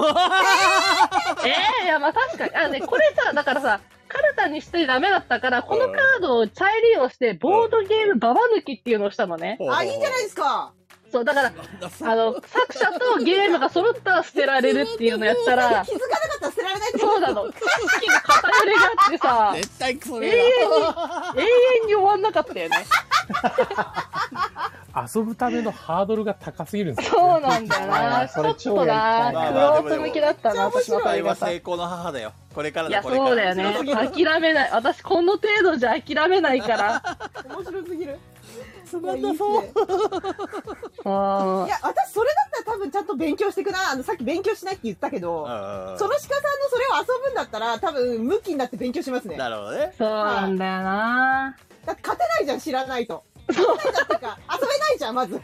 Speaker 4: ええいや、まあ確かに。あのね、これさ、だからさ、カルタにしてダメだったから、このカードを再利用して、ボードゲームババ抜きっていうのをしたのね。
Speaker 5: あ、いいんじゃない
Speaker 1: い。
Speaker 5: ですか。
Speaker 4: そう、だから、あの、作者とゲームが揃ったら捨てられるっていうのやったら
Speaker 5: 気、づかなかったら捨てられないってこと
Speaker 4: そうな の。知識の偏りがあってさ、
Speaker 1: 絶対そ
Speaker 4: 永遠
Speaker 1: れ
Speaker 4: に
Speaker 1: だ。、
Speaker 4: 永遠に終わんなかったよね。
Speaker 3: 遊ぶためのハードルが高すぎるんですよ。
Speaker 4: そうなんだよ
Speaker 2: まあ
Speaker 4: な。ち
Speaker 2: そ
Speaker 4: ょ
Speaker 2: れ
Speaker 4: っ
Speaker 2: 超や
Speaker 4: とな、
Speaker 2: りたいな
Speaker 4: クロート向きだったな、私の
Speaker 1: 失敗
Speaker 4: 方
Speaker 1: は
Speaker 4: がさ。
Speaker 1: 成
Speaker 4: い
Speaker 1: 功の母だよ。これからだ
Speaker 4: や、
Speaker 1: これから。
Speaker 4: そうだよね。諦めない。私、この程度じゃ諦めないから。
Speaker 5: 面白すぎる。すごい
Speaker 1: まんな
Speaker 5: そ。
Speaker 1: そう
Speaker 5: いう
Speaker 4: うん
Speaker 5: や、私それだったら多分ちゃんと勉強してくな。あの、さっき勉強しないって言ったけ
Speaker 1: う
Speaker 5: ど、
Speaker 1: んうんうん
Speaker 5: その鹿さんのそれを遊ぶんだったら多分向きになって勉強しますね。だ
Speaker 1: なるほどね。
Speaker 4: そうなんだよな。
Speaker 5: って勝てないじゃん、知らないと。勝てないじゃんってか、遊べないじゃん、まず。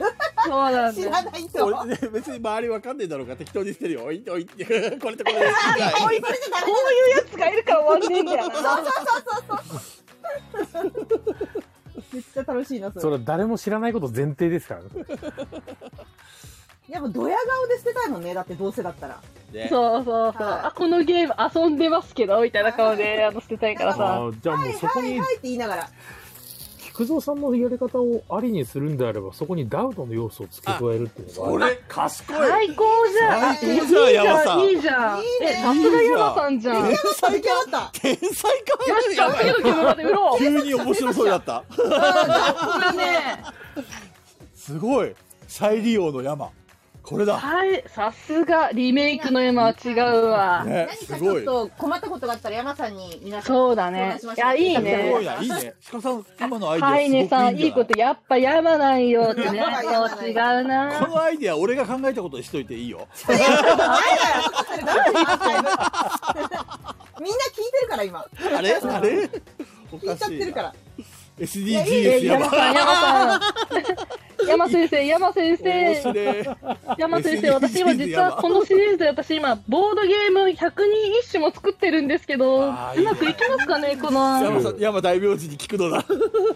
Speaker 4: そうなんだ
Speaker 5: 知
Speaker 4: よ。
Speaker 5: らないと。
Speaker 1: 俺ね別に周りわかんねえだろうから適当にしてるよ。おいおいって。 これとこれ。
Speaker 5: 追いついてダメ
Speaker 4: こういうやつがいるから終わんねえんだよな。
Speaker 5: めっちゃ楽しいな、それ。
Speaker 3: それ誰も知らないこと前提ですからね。
Speaker 5: いや、もうドヤ顔で捨てたいもんね。だってどうせだったら。
Speaker 1: で
Speaker 4: そうそうそう。
Speaker 5: はい
Speaker 4: あ、このゲーム遊んでますけど、みたいな顔で、あの、捨てたいからさ。
Speaker 3: あーじゃあ
Speaker 5: は
Speaker 3: もう
Speaker 5: い
Speaker 3: そこ
Speaker 5: はい
Speaker 3: に
Speaker 5: はいって言いながら。
Speaker 3: 菊蔵さんのやり方をありにするんであればそこにダウトの要素を付け加えるっていうのがあ
Speaker 1: こ
Speaker 3: る
Speaker 1: れ賢い
Speaker 4: 最高じゃん。
Speaker 1: 最高じゃん
Speaker 4: あいい
Speaker 1: 山さん
Speaker 4: いいじゃん。
Speaker 5: いいね
Speaker 4: え、さすが山さんじゃん。よ
Speaker 5: 出
Speaker 4: し、
Speaker 5: 来上がった、出来上がっ
Speaker 1: 天才か
Speaker 4: じゃあ次のゲームまで売ろう。
Speaker 1: 急に面白そうだった
Speaker 5: た。
Speaker 4: これね、
Speaker 1: すごい再利用の山これだ
Speaker 4: はい、さすが、リメイクの山は違うわ。
Speaker 1: ね
Speaker 5: 何
Speaker 1: す
Speaker 5: かちょ
Speaker 1: ご
Speaker 5: っ
Speaker 1: い
Speaker 5: と困ったことがあったら山さんに皆さん。
Speaker 4: そうだね。いや、いい
Speaker 1: すごい
Speaker 4: ね。
Speaker 1: ないいね鹿さん今のアイディアすご
Speaker 4: ハ
Speaker 1: くいい
Speaker 4: イ
Speaker 1: んじゃな
Speaker 4: ネ
Speaker 1: い
Speaker 4: さん、いいこと、やっぱ山ないよってね。
Speaker 5: 山
Speaker 4: そう
Speaker 5: ない
Speaker 4: 違う
Speaker 1: こ
Speaker 4: な。
Speaker 1: のアイディア俺が考えたことにしといていいよ
Speaker 5: みんな聞いてるから今。
Speaker 1: あれあれお
Speaker 5: 聞
Speaker 1: か
Speaker 5: いちゃ
Speaker 1: し
Speaker 5: っ
Speaker 1: てい
Speaker 5: るか
Speaker 1: な
Speaker 5: ら。
Speaker 1: SDGs
Speaker 4: え、
Speaker 1: や
Speaker 4: 山
Speaker 1: ば
Speaker 4: さん、山さん。山先生、山先
Speaker 1: 面
Speaker 4: 生。
Speaker 1: 白い
Speaker 4: 山先
Speaker 1: SDGs
Speaker 4: 生、私今実はこのシリーズで私今、ボードゲーム100人一首も作ってるんですけど、う
Speaker 1: あーいいね
Speaker 4: まくいきますかね、この、
Speaker 1: 山さん山大名字に聞くのだ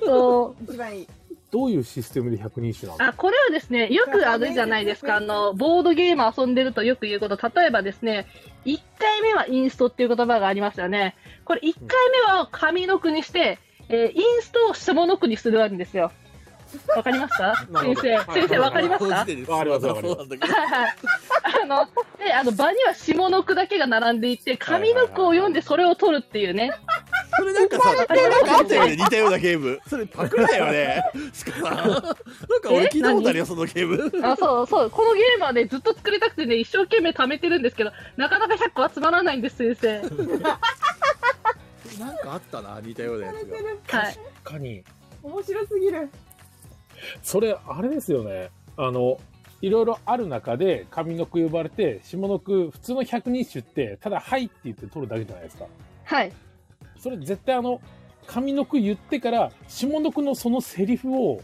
Speaker 4: そう
Speaker 5: 一番いい。
Speaker 3: どういうシステムで百人一首なの
Speaker 4: あ、これはですね、よくあるじゃないですか、あの、ボードゲーム遊んでるとよく言うこと、例えばですね、1回目はインストっていう言葉がありますよね。これ1回目は上の句にして、えーインストを下の句にするわけですよ。わかりました
Speaker 3: なるほ
Speaker 4: 先
Speaker 3: ど
Speaker 4: 生、先生わかりま
Speaker 1: こ
Speaker 4: し
Speaker 1: の
Speaker 4: た
Speaker 1: 時点で
Speaker 3: わかりますわかりま
Speaker 1: そ
Speaker 3: す
Speaker 1: うなんだけど
Speaker 4: はいはい。 あの、で、あの、場には下の句だけが並んでいて、上の句を読んでそれを取るっていうね。
Speaker 1: それなんかさ、なんかあったよね、似たようなゲーム。それパクリだよね。しかさん、なんか俺聞いたことあるよ、そのゲーム。
Speaker 4: あ、そうそう。このゲームはね、ずっと作りたくてね、一生懸命貯めてるんですけど、なかなか100個集まらないんです、先 生。
Speaker 1: なんかあったな、似たようなやつが。
Speaker 4: はい。
Speaker 3: かに
Speaker 5: 面白すぎる。
Speaker 3: それあれですよねあのいろいろある中で上の句呼ばれて下の句普通の百人一首ってただ「はい」って言って取るだけじゃないですか
Speaker 4: はい。
Speaker 3: それ絶対あの上の句言ってから下の句のそのセリフを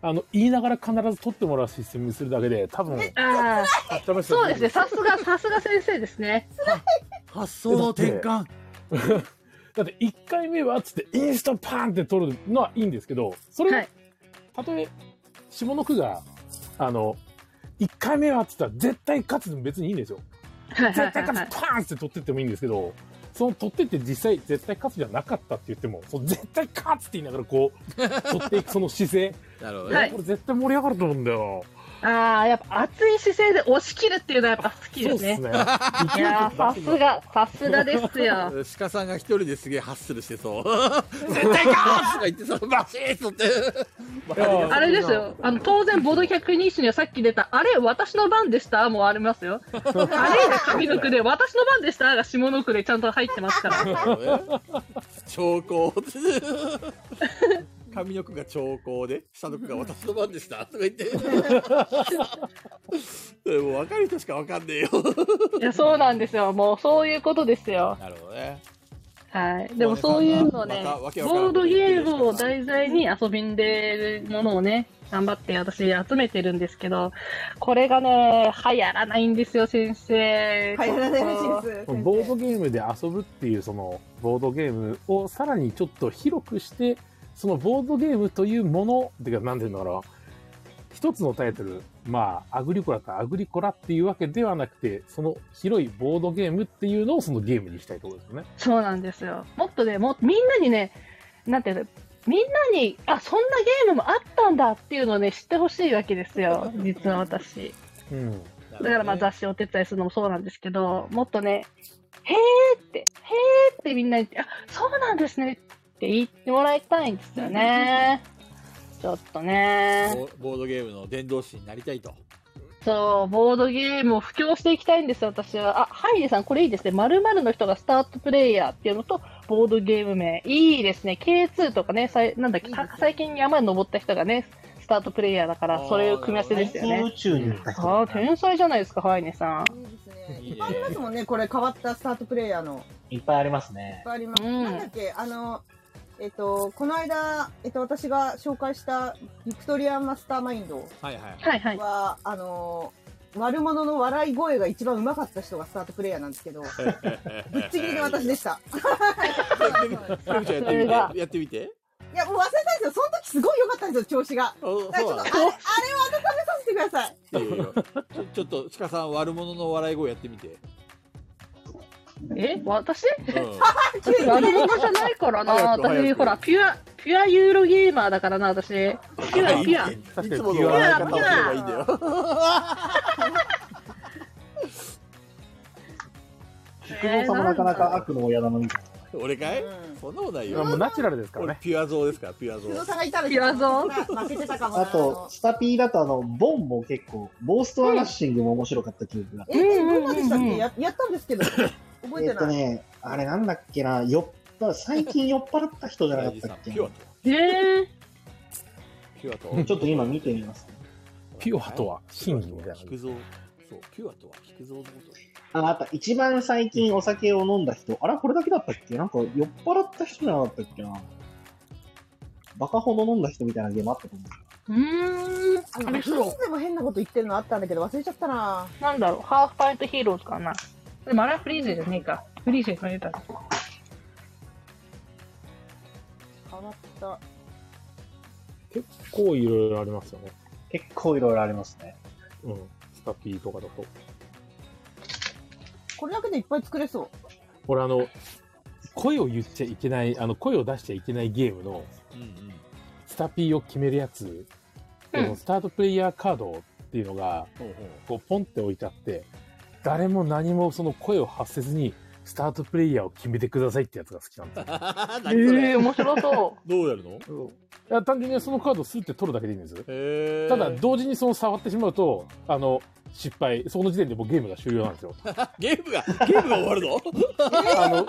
Speaker 3: あの言いながら必ず取ってもらうシステムにするだけで多分
Speaker 4: ああ、
Speaker 3: あダメですよ
Speaker 4: そうですね。さすが、さすが先生ですね。
Speaker 1: 発想の転換。
Speaker 3: だって1回目はっつってインスタパーンって取るのはいいんですけどそれ
Speaker 4: はい
Speaker 3: たとえ下の句があの1回目はっつったら絶対勝つの別にいいんですよ
Speaker 4: はいはい
Speaker 3: 絶
Speaker 4: は
Speaker 3: 対
Speaker 4: いは
Speaker 3: 勝
Speaker 4: い
Speaker 3: つパーンって取ってってもいいんですけどその取ってって実際絶対勝つじゃなかったって言ってもその絶対勝つって言いながらこう取っていくその姿勢
Speaker 1: なるほど
Speaker 4: は
Speaker 1: ね。
Speaker 4: い
Speaker 3: これ絶対盛り上がると思うんだよ
Speaker 4: ああ、やっぱ熱い姿勢で押し切るっていうのはやっぱ好きですね。
Speaker 3: ね
Speaker 4: いやーさすが、さすがですよ。
Speaker 1: 鹿さんが一人ですげえハッスルしてそう。絶対かーとか言ってさ、バシーッとって。
Speaker 4: あれですよ。あの、当然、ボード百人一首にはさっき出た、あれ、私の番でしたもうありますよ。あれが上の句で、私の番でしたが下の句でちゃんと入ってます から。
Speaker 1: 兆候。上の句が兆候で、下の句が私の番でした。とか言って。それもう分かる人しか分かんねえよ。
Speaker 4: いや、そうなんですよ。もう、そういうことですよ。
Speaker 1: なるほどね。
Speaker 4: はい。でも、そういうのね、
Speaker 1: また
Speaker 4: ボ
Speaker 1: わけわからん
Speaker 4: ードゲームを題材に遊びんでるものをね、頑張って私集めてるんですけど、これがね、流行らないんですよ、先生。
Speaker 5: 流行らないらしいです。
Speaker 3: ボードゲームで遊ぶっていうそのボードゲームをさらにちょっと広くしてそのボードゲームというものっていうか何て言うんだろう一つのタイトルまあアグリコラかアグリコラっていうわけではなくてその広いボードゲームっていうのをそのゲームにしたいところですよね
Speaker 4: そうなんですよ。もっとね、もっとみんなにね、なんていうの、みんなに、あ、そんなゲームもあったんだっていうのをね、知ってほしいわけですよ、実は私。
Speaker 3: うん
Speaker 1: だ
Speaker 4: だからまあ雑誌をお手伝いするのもそうなんですけど、もっとね、へーって、へーってみんなに、あ、そうなんですねって言ってもらいたいんですよ ね。ちょっとね。
Speaker 1: ボボードゲームの伝道師になりたいと。
Speaker 4: そう、ボードゲームを布教していきたいんですよ、私は。あ、ハイデさん、これいいですね。〇〇の人がスタートプレイヤーっていうのと、ボードゲーム名。いいですね。K2 とかね、さいなんだっけ、た最近山に登った人がね、スタートプレイヤーだから、それを組み合わせですよ
Speaker 2: 宇
Speaker 4: ね。
Speaker 2: 宙に行った人
Speaker 4: ああ、天才じゃないですか、ハイネさん。
Speaker 5: いいですね。いっぱいありますもんね。これ変わったスタートプレイヤーの。
Speaker 2: いっぱいあります
Speaker 5: いっ
Speaker 2: ね。
Speaker 5: ぱいあります。
Speaker 4: うん
Speaker 5: なんだっけ、あの、えっと、この間、えっと、私が紹介したビクトリアマスターマインド
Speaker 1: はいはい。
Speaker 4: はいはい。
Speaker 5: は、あの、悪者の笑い声が一番うまかった人がスタートプレイヤーなんですけ ど、ぶっちぎりの私でした。
Speaker 1: ペグちゃんやってみて。やってみて。
Speaker 5: いや、もう忘れたんですよ。その時すごい良かったんですよ、調子が。
Speaker 1: お
Speaker 5: だからち
Speaker 1: そう
Speaker 5: ょっ
Speaker 1: なの
Speaker 5: と、あれ、あれを温めさせてください。
Speaker 1: いやいやいやちょちょっと鹿さん悪者の笑い声やってみて、
Speaker 4: え私
Speaker 1: うん、
Speaker 4: 私悪者じゃないからな。
Speaker 1: 早く早く
Speaker 4: 私、ほら、ピュア、ピュアユーロゲーマーだからな、私。ピュ
Speaker 1: い
Speaker 4: ア、
Speaker 1: い
Speaker 4: ピュア。
Speaker 1: いつもの笑い方をすればいいんだよ。
Speaker 2: 菊蔵さんもなかなか悪の親玉みたいな。
Speaker 1: 俺かい、
Speaker 5: うん
Speaker 1: そんなことない
Speaker 3: いや
Speaker 1: よ。
Speaker 3: もうナチュラルですから
Speaker 1: 俺
Speaker 3: ね。
Speaker 1: ピュア像ですから、ピュア像
Speaker 5: 久。野さんがいたら、
Speaker 4: ピュアゾ
Speaker 5: 負けてたかもな。
Speaker 2: あと、スタピーだとあの、ボンも結構、ボーストアラッシングも面白かった記憶が。
Speaker 5: え、えどんなでしたっけややったんですけど。覚え
Speaker 2: え
Speaker 5: て
Speaker 2: っと
Speaker 5: ない。
Speaker 2: ね、あれなんだっけな、酔っ、最近酔っ払った人じゃなかったっけ
Speaker 1: ピュアと。
Speaker 4: えー、
Speaker 1: ピュアと
Speaker 3: う
Speaker 1: は。
Speaker 3: ん
Speaker 2: ちょっと今見てみます。
Speaker 3: ピュアとは真偽みたいな
Speaker 1: 菊蔵。そう、ピュアとは菊蔵のこと。
Speaker 2: あ、あと一番最近お酒を飲んだ人、あれこれだけだったっけなんか酔っ払った人じゃなかったっけな。バカほど飲んだ人みたいなゲームあったと思う。
Speaker 4: うーん、
Speaker 5: あの、
Speaker 4: 寂し
Speaker 5: 一
Speaker 4: そう
Speaker 5: つでも変なこと言ってるのあったんだけど、忘れちゃったな。
Speaker 4: なんだろう、ハーフパイントヒーローズかな。でもあれはフリーゼじゃねえか。フリーゼが出た。
Speaker 5: 変わった。
Speaker 3: 結構いろいろありますよね。
Speaker 2: 結構いろいろありますね。
Speaker 3: うん。スタピーとかだと。
Speaker 5: これだけでいっぱい作れそう。
Speaker 3: 俺あの、声を言っちゃいけない、あの、声を出しちゃいけないゲームの、
Speaker 1: うんうん。
Speaker 3: スタピーを決めるやつ、そ
Speaker 4: うん
Speaker 3: のスタートプレイヤーカードっていうのが、
Speaker 1: ほうほう。
Speaker 3: こう、ポンって置いてあって、誰も何もその声を発せずに、スタートプレイヤーを決めてくださいってやつが好きなんですよ。
Speaker 4: え
Speaker 1: 何それ
Speaker 4: ー、面白そう。
Speaker 1: どうやるの
Speaker 3: いや単純にそのカードをスッて取るだけでいいんです。
Speaker 1: へー
Speaker 3: ただ、同時にその触ってしまうと、あの、失敗。そこの時点でもうゲームが終了なんですよ。
Speaker 1: ゲームが、ゲームが終わるの
Speaker 3: あの、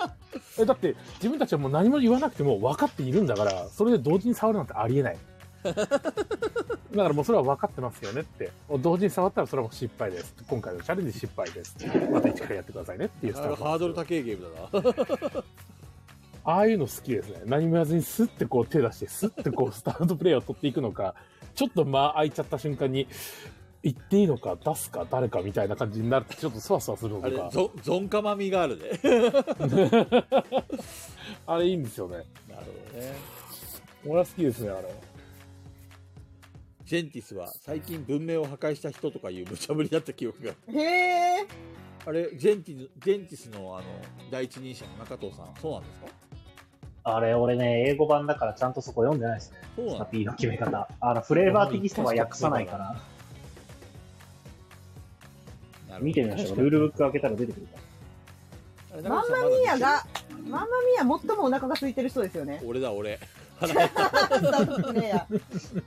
Speaker 3: えだって、自分たちはもう何も言わなくても分かっているんだから、それで同時に触るなんてありえない。だからもうそれは分かってますよねって。同時に触ったらそれはもう失敗です。今回のチャレンジ失敗です。また一からやってくださいねっていうスタ
Speaker 1: な
Speaker 3: ン
Speaker 1: ん
Speaker 3: ス
Speaker 1: かハードル高いゲームだな。
Speaker 3: ああいうの好きですね。何も言わずにスッてこう手出して、スッてこうスタートプレイを取っていくのか、ちょっと間空いちゃった瞬間に、行っていいのか、出すか、誰かみたいな感じになって、ちょっとそわそわするの
Speaker 1: あ
Speaker 3: と
Speaker 1: れ
Speaker 3: か、、
Speaker 1: ゾゾンカマミがあるね。
Speaker 3: あれいいんですよね。
Speaker 1: なるほどね。
Speaker 3: 俺は好きですね、あれ。
Speaker 1: ジェンティスは最近文明を破壊した人とかいう無茶ぶりだった記憶が。
Speaker 5: へえ。
Speaker 1: あれ、ジェンティス、ジェンティスのあの、第一人者の中藤さん、そうなんですか
Speaker 2: あれ、俺ね、英語版だからちゃんとそこ読んでないですね。
Speaker 1: そう
Speaker 2: ス
Speaker 1: なん
Speaker 2: タ
Speaker 1: だ。
Speaker 2: ピーの決め方。あの、フレーバーテキストは訳さないから、
Speaker 1: なるほど
Speaker 2: 見てみましょう。ルールブック開けたら出てくるから。
Speaker 1: あれ
Speaker 5: マン
Speaker 1: 中藤さんまだ
Speaker 5: マ
Speaker 1: 見てる
Speaker 5: ミーアが、マンマミーア最もお腹が空いてる人ですよね。
Speaker 1: 俺だ、俺。
Speaker 5: ねえ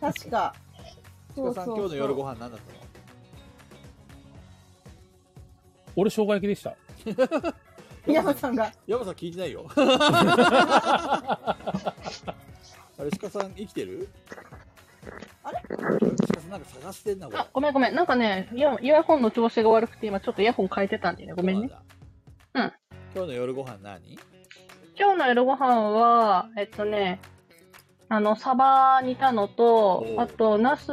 Speaker 5: 確か。
Speaker 1: 塚さん、今日の夜ご飯何だったの
Speaker 3: 俺、生姜焼きでした。
Speaker 5: 山さんが。
Speaker 1: 山さん聞いてないよ。あれ、鹿さん生きてる
Speaker 5: あれ
Speaker 1: 鹿さんなんか探してんな、これ
Speaker 4: あ、。ごめんごめん。なんかね、イヤイヤホンの調子が悪くて、今ちょっとイヤホン変えてたんでね。ごめんね。
Speaker 1: そうな
Speaker 4: うん
Speaker 1: だ。今日の夜ご飯何
Speaker 4: 今日の夜ご飯は、えっとね、あの、サバ煮たのと
Speaker 1: お、う
Speaker 4: あと、ナス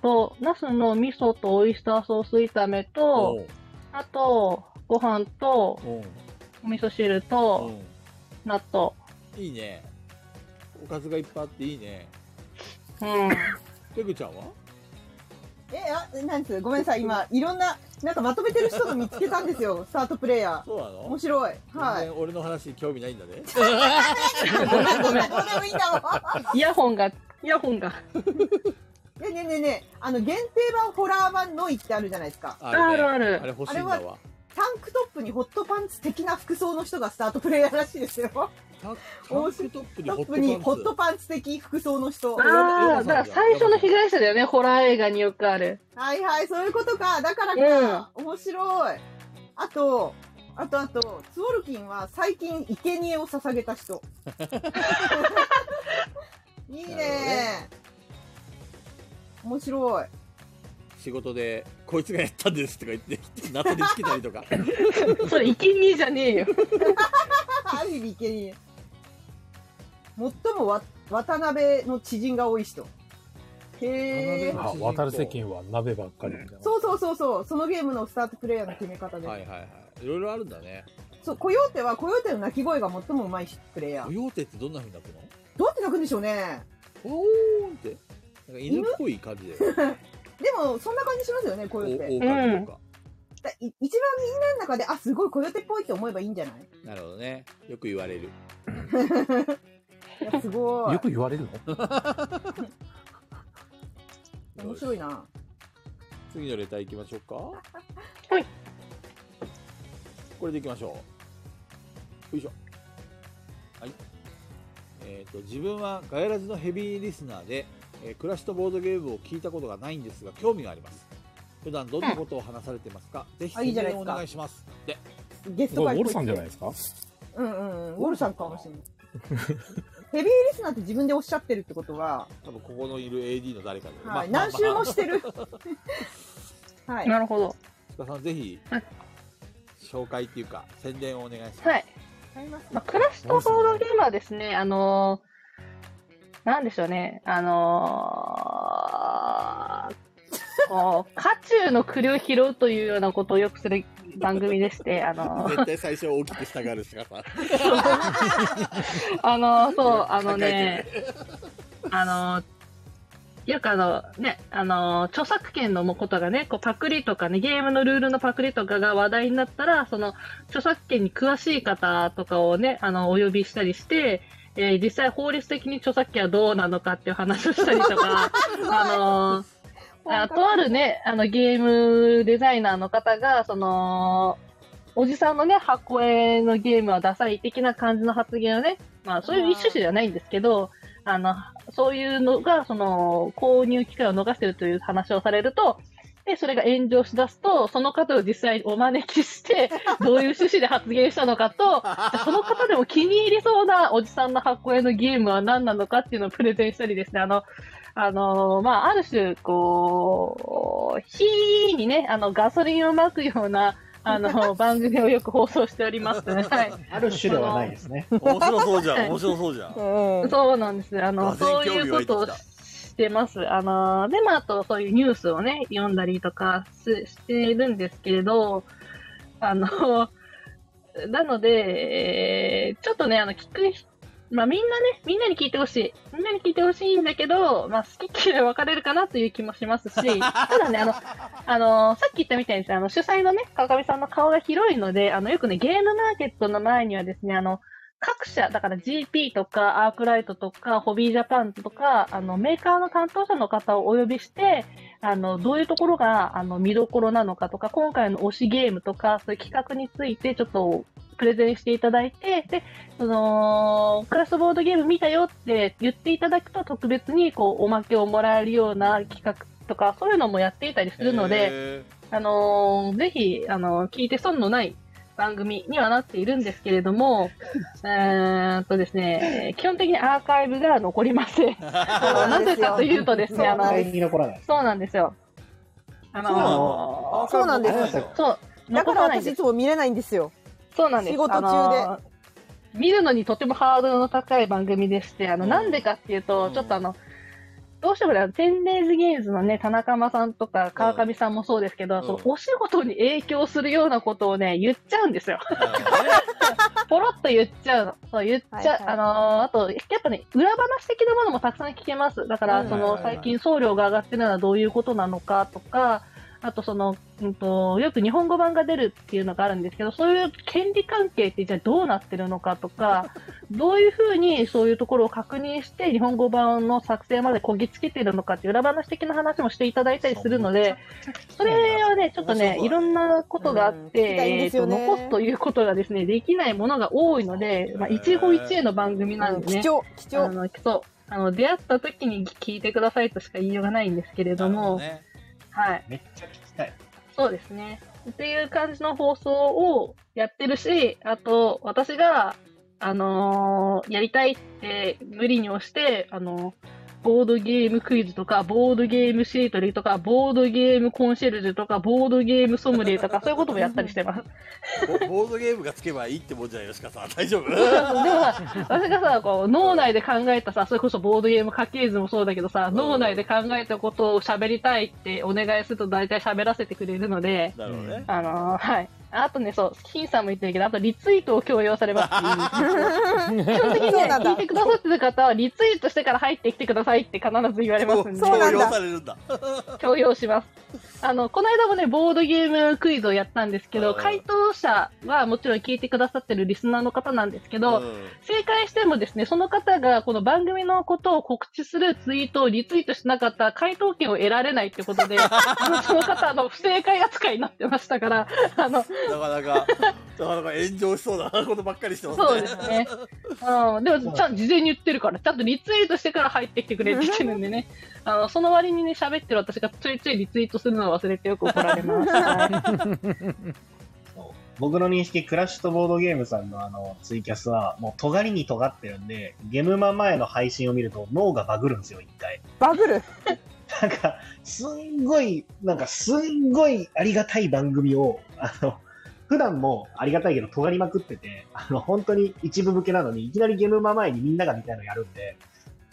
Speaker 4: と、ナスの味噌とオイスターソース炒めと、
Speaker 1: う
Speaker 4: あと、ご飯と、
Speaker 1: おう
Speaker 4: お味噌汁
Speaker 1: お
Speaker 4: と、
Speaker 1: う
Speaker 4: 納豆。
Speaker 1: いいね。おかずがいっぱいあっていいね。
Speaker 4: うん。
Speaker 1: ペグちゃんは
Speaker 5: え、あ、なんですごめんなさい。今、いろんな、なんかまとめてる人が見つけたんですよ。スタートプレイヤ
Speaker 1: そうな
Speaker 5: ー。面
Speaker 1: の
Speaker 5: 白い。
Speaker 1: 全
Speaker 5: はい。
Speaker 1: 然俺の話に興味ないんだね。
Speaker 5: ごめんごめん。どうでもいいんだわ。
Speaker 4: イヤホンが、イヤホンが。
Speaker 5: ねえねえねえねえあの、限定版ホラー版ノイってあるじゃないですか。
Speaker 1: あ
Speaker 4: ある
Speaker 1: ね
Speaker 4: ある
Speaker 1: あれ欲しいんだ
Speaker 5: あれ
Speaker 1: わ。
Speaker 5: タンクトップにホットパンツ的な服装の人がスタートプレイヤーらしいですよ。
Speaker 1: タタンクトップに
Speaker 5: ト
Speaker 1: ホ
Speaker 5: ップにホ
Speaker 1: ッ
Speaker 5: ッ
Speaker 1: ト
Speaker 5: トパンツ的服装の人。
Speaker 4: ああ、だから最初の被害者だよね、ホラー映画によくある。
Speaker 5: はいはい、そういうことか。だからか、面白い。あと、あとあと、ツオルキンは最近、生贄を捧げた 人。
Speaker 1: なるほどねパンツ。
Speaker 5: いいね面白い。
Speaker 1: 仕事で、こいつがやったんですとか言って、 納豆でつけたりとか。
Speaker 4: それ、生贄じゃねえよ。
Speaker 5: ある意味生贄。最もわ渡辺の知人が多い人。へえ
Speaker 1: 渡。
Speaker 3: あ、渡る世間は鍋ばっかりみたいな。
Speaker 5: そうそうそうそう。そのゲームのスタートプレイヤーの決め方で。
Speaker 1: はいはいはい。いろいろあるんだね。
Speaker 5: そう、コヨーテはコヨーテの鳴き声が最もうまいしプレイヤ
Speaker 1: コ
Speaker 5: ー。
Speaker 1: ヨーテってどんな風になってるの
Speaker 5: どうやって鳴くんでしょうね。
Speaker 1: ほーんってなんか犬っぽい感じで
Speaker 5: でも、そんな感じしますよね、コヨ
Speaker 1: 狼
Speaker 5: ーテ。
Speaker 1: とか、
Speaker 5: だい一番みんなの中で、あ、すごいコヨーテっぽいって思えばいいんじゃない
Speaker 1: なるほどねよく言われる
Speaker 5: いやすごい
Speaker 3: よ。く言われるの
Speaker 5: 面白いな。
Speaker 1: 次のレター行きましょうか
Speaker 4: はい
Speaker 1: これで行きましょうよいしょはいえっ、と自分はガヤラジのヘビーリスナーで、えー暮らしとボードゲームを聞いたことがないんですが興味があります普段どんなことを話されてますか、ぜひ
Speaker 5: あいいじゃ
Speaker 1: 宣
Speaker 5: ない
Speaker 1: 伝をお
Speaker 5: ですか
Speaker 1: 願いしますで
Speaker 5: ゲスト
Speaker 3: これ
Speaker 5: 会
Speaker 3: ウォルさんじゃないですか
Speaker 5: うんうんうん。ウォルさんかもし れない。ヘビーリスナーって自分でおっしゃってるってことは、
Speaker 1: 多分ここのいる AD の誰かで、
Speaker 5: はい、
Speaker 1: まあ
Speaker 5: 何周
Speaker 1: まあ
Speaker 5: もして る。は い。
Speaker 4: なるほど。
Speaker 1: 塚さんぜひ
Speaker 4: はい
Speaker 1: 紹介っていうか宣伝をお願いします、
Speaker 4: はい。
Speaker 5: 買います
Speaker 4: まあ、クラシとボードゲームはですね、あのーなんでしょうね、あのーこう、渦中の栗を拾うというようなことをよくする番組でして、あのー
Speaker 1: 絶対最初大きくしたがる塚さん
Speaker 4: あのーそう、あのね、あのーよくあの、ね、あのー著作権のことがね、こうパクリとかね、ゲームのルールのパクリとかが話題になったら、その、著作権に詳しい方とかをね、あの、お呼びしたりして、えー実際法律的に著作権はどうなのかっていう話をしたりとか、あのーあとあるね、あのゲームデザイナーの方が、その、おじさんのね、箱絵のゲームはダサい的な感じの発言をね、まあそういう一種ではないんですけど、あの、そういうのが、その、購入機会を逃してるという話をされると、で、それが炎上しだすと、その方を実際にお招きして、どういう趣旨で発言したのかと、その方でも気に入りそうなおじさんの箱絵のゲームは何なのかっていうのをプレゼンしたりですね、あの、あのまあ、ある種、こう、火にね、あの、ガソリンをまくような、あの、番組をよく放送しております。はい。
Speaker 2: ある種ではないですね。
Speaker 1: 面白そうじゃ
Speaker 4: は
Speaker 1: ん
Speaker 4: い
Speaker 1: 面白そうじゃん
Speaker 5: うん。
Speaker 4: そうなんですね。あ
Speaker 1: 俄
Speaker 4: の、そう
Speaker 1: 然興
Speaker 4: い
Speaker 1: 味
Speaker 4: う
Speaker 1: 湧い
Speaker 4: こ
Speaker 1: てきた
Speaker 4: とをしてます。あの、で、まあ、あと、そういうニュースをね、読んだりとかししているんですけれど、あの、 なので、えーちょっとね、あの、聞く人、まあ、みんなね、みんなに聞いてほしい。みんなに聞いてほしいんだけど、まあ、好き嫌い分かれるかなという気もします し、ただね、あの、あの、さっき言ったみたいにですねあの、主催のね、川上さんの顔が広いので、あの、よくね、ゲームマーケットの前にはですね、あの、各社、だから GP とか、アークライトとか、ホビージャパンとか、あの、メーカーの担当者の方をお呼びして、あの、どういうところが、あの、見どころなのかとか、今回の推しゲームとか、そういう企画について、ちょっと、プレゼンしていただいて、で、その、クラスボードゲーム見たよって言っていただくと、特別に、こう、おまけをもらえるような企画とか、そういうのもやっていたりするので、
Speaker 1: へ
Speaker 4: あのーぜひ、あのー聞いて損のない番組にはなっているんですけれど も、えーっとですね、基本的にアーカイブが残りませ ん。あのなぜかというとですね、あの、
Speaker 2: 絶対に残らない。
Speaker 4: そうなんですよ。あの
Speaker 5: そうな
Speaker 2: あ
Speaker 5: んで
Speaker 2: れ
Speaker 5: す
Speaker 2: なんですよ。
Speaker 4: ーそう、
Speaker 5: だか
Speaker 4: 残
Speaker 5: ら
Speaker 4: さないん
Speaker 5: 私
Speaker 4: で
Speaker 5: い
Speaker 4: す
Speaker 5: つ。も見れないんですよ。
Speaker 4: そうなんです。
Speaker 5: 仕事中で
Speaker 4: あのー見るのにとてもハードルの高い番組でして、あの、
Speaker 1: うん
Speaker 4: なんでかっていうと、
Speaker 1: うん
Speaker 4: ちょっとあの、どうしてもね、テンデイズゲームズのね、田中間さんとか川上さんもそうですけど、
Speaker 1: うん
Speaker 4: そのお仕事に影響するようなことをね、言っちゃうんですよ。
Speaker 1: なるほどね
Speaker 4: ポロっと言っちゃうの。そう、言っちゃう。
Speaker 5: はいはい
Speaker 4: あのーあと、やっぱね、裏話的なものもたくさん聞けます。だか
Speaker 5: う
Speaker 4: ら、
Speaker 5: ん
Speaker 4: そ
Speaker 1: は
Speaker 4: の、
Speaker 1: いはいはい
Speaker 4: 最近送料が上がってるのはどういうことなのかとか、あとその、うんと、よく日本語版が出るっていうのがあるんですけど、そういう権利関係ってじゃあどうなってるのかと か、どういうふうにそういうところを確認して、日本語版の作成までこぎつけてるのかっていう裏話的な話もしていただいたりするので、それはね、ちょっ
Speaker 1: 面白そうだ
Speaker 4: とね、
Speaker 1: ね
Speaker 4: いろんなことがあっ
Speaker 5: うん聞き
Speaker 4: て、
Speaker 5: たいん
Speaker 4: え
Speaker 5: で
Speaker 4: っ
Speaker 5: すよ
Speaker 4: と
Speaker 5: ね
Speaker 4: 残すということがですね、できないものが多いので、まあ、
Speaker 1: へー
Speaker 4: 一期一会の番組なんで
Speaker 5: 貴
Speaker 4: ね、
Speaker 5: 重、貴
Speaker 4: あ
Speaker 5: 重。
Speaker 4: の、そう、あの、出会った時に聞いてくださいとしか言いようがないんですけれども、
Speaker 1: ね
Speaker 4: はい、
Speaker 2: めっちゃ聞きたい。
Speaker 4: そうですね。っていう感じの放送をやってるし、あと、私が、あのーやりたいって無理に押して、あのボードゲームクイズとか、ボードゲームシートリーとか、ボードゲームコンシェルジュとか、ボードゲームソムリエとか、そういうこともやったりしてます。
Speaker 1: ボボードゲームがつけばいいってもんじゃないよ、しかさん。大丈夫
Speaker 4: でもさ、私がさ、こう、脳内で考えたさ、それこそボードゲーム家系図もそうだけどさ、
Speaker 1: ん
Speaker 4: 脳内で考えたことを喋りたいってお願いすると大体喋らせてくれるので、
Speaker 1: なるほどね。
Speaker 4: あのーはい。あとね、そう、金さんも言ってるけど、あとリツイートを強要されますっていう。基本的に
Speaker 5: そ
Speaker 4: ね
Speaker 5: うなんだ
Speaker 4: 聞いてくださってる方は、リツイートしてから入ってきてくださいって必ず言われますんで、
Speaker 5: そうなんだ
Speaker 6: 強要されるんだ。
Speaker 4: 強要します。あの、この間もね、ボードゲームクイズをやったんですけ
Speaker 6: う
Speaker 4: ど、
Speaker 6: ん
Speaker 4: 回答者はもちろん聞いてくださってるリスナーの方なんですけど、
Speaker 6: うん
Speaker 4: 正解してもですね、その方がこの番組のことを告知するツイートをリツイートしなかったら回答権を得られないって ことで、あのその方あの不正解扱いになってましたから、あの、
Speaker 6: なかなか、なかなか炎上しそうな ことばっかりしてますね。
Speaker 4: そうですね。うん、でも、ちゃんと事前に言ってるから、ちゃんとリツイートしてから入ってきてくれって言ってるんでね。あの、その割にね、喋ってる私がちょいちょいリツイートするのを忘れてよく怒られます。 はい
Speaker 2: 僕の認識、クラッシュとボードゲームさんのあのツイキャスは、もう尖りに尖ってるんで、ゲムマ前の配信を見ると脳がバグるんですよ、一回。
Speaker 5: バグる。
Speaker 2: なんか、すんごい、なんかすんごいありがたい番組を、あの、普段もありがたいけど尖りまくってて、あの、本当に一部向けなのに、いきなりゲームマ前にみんながみたいなのやるんで、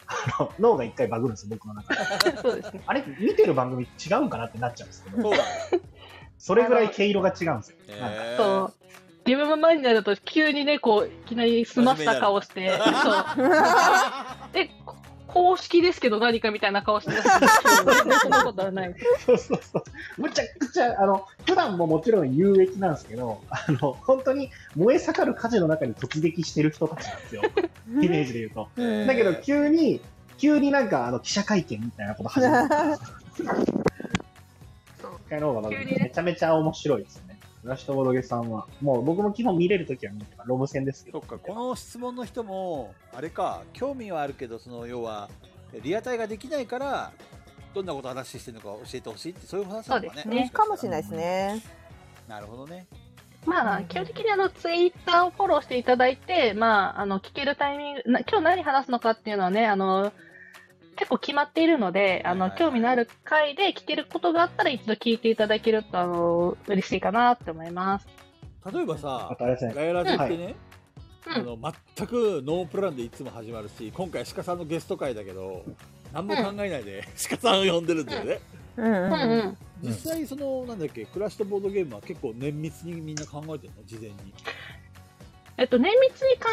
Speaker 2: あの、脳が一回バグるんですよ、僕の中で。
Speaker 4: そうですね。
Speaker 2: あれ、見てる番組違うんかなってなっちゃうんですけど、
Speaker 6: そうだね。
Speaker 2: それぐらい毛色が違うんですよ。なんか
Speaker 6: えー
Speaker 4: そう。ゲーム前になると、急にね、こう、いきなり済ました顔して、そう。 で、こ公式ですけど何かみたいな顔してるんですけど、そんなことはない。
Speaker 2: そうそうそう。むちゃくちゃ、あの、普段ももちろん有益なんですけど、あの、本当に燃え盛る火事の中に突撃してる人たちなんですよ。イメージで言うと。
Speaker 6: えー
Speaker 2: だけど急に、急になんかあの記者会見みたいなこと始めた。 一回の方がまず
Speaker 4: 急にね
Speaker 2: めちゃめちゃ面白いですね。ラシュトボドゲさんは。もう僕も基本見れるときは見てますロム線ですけ
Speaker 6: そ
Speaker 2: ど
Speaker 6: っ。か、この質問の人も、あれか、興味はあるけど、その要は、リアタイができないから、どんなこと話してるのか教えてほしいって、そういう話なのかね。
Speaker 4: そうですね
Speaker 5: かもしれないです。ね。
Speaker 6: なるほどね。
Speaker 4: まあ、基本的にあの、ツイッターをフォローしていただいて、まあ、あの、聞けるタイミング、な今日何話すのかっていうのはね、あの、結構決まっているので、あ
Speaker 6: はい
Speaker 4: の、
Speaker 6: はい
Speaker 4: 興味のある回で聞けることがあったら一度聞いていただけると、あの、嬉しいかなって思います。
Speaker 1: 例えば
Speaker 2: あ
Speaker 1: さ、
Speaker 2: とあれですね。
Speaker 1: ガヤラジってね、
Speaker 4: うん
Speaker 1: あの全くノープランでいつも始まるし、今回鹿さんのゲスト会だけど、何も考えないで、鹿さんを呼んでるんだよね。
Speaker 5: うん
Speaker 4: う
Speaker 5: うん
Speaker 4: うんん。
Speaker 1: 実際そのなんだっけクラッシュとボードゲームは結構綿密にみんな考えてるの事前に
Speaker 4: えっと、綿密に考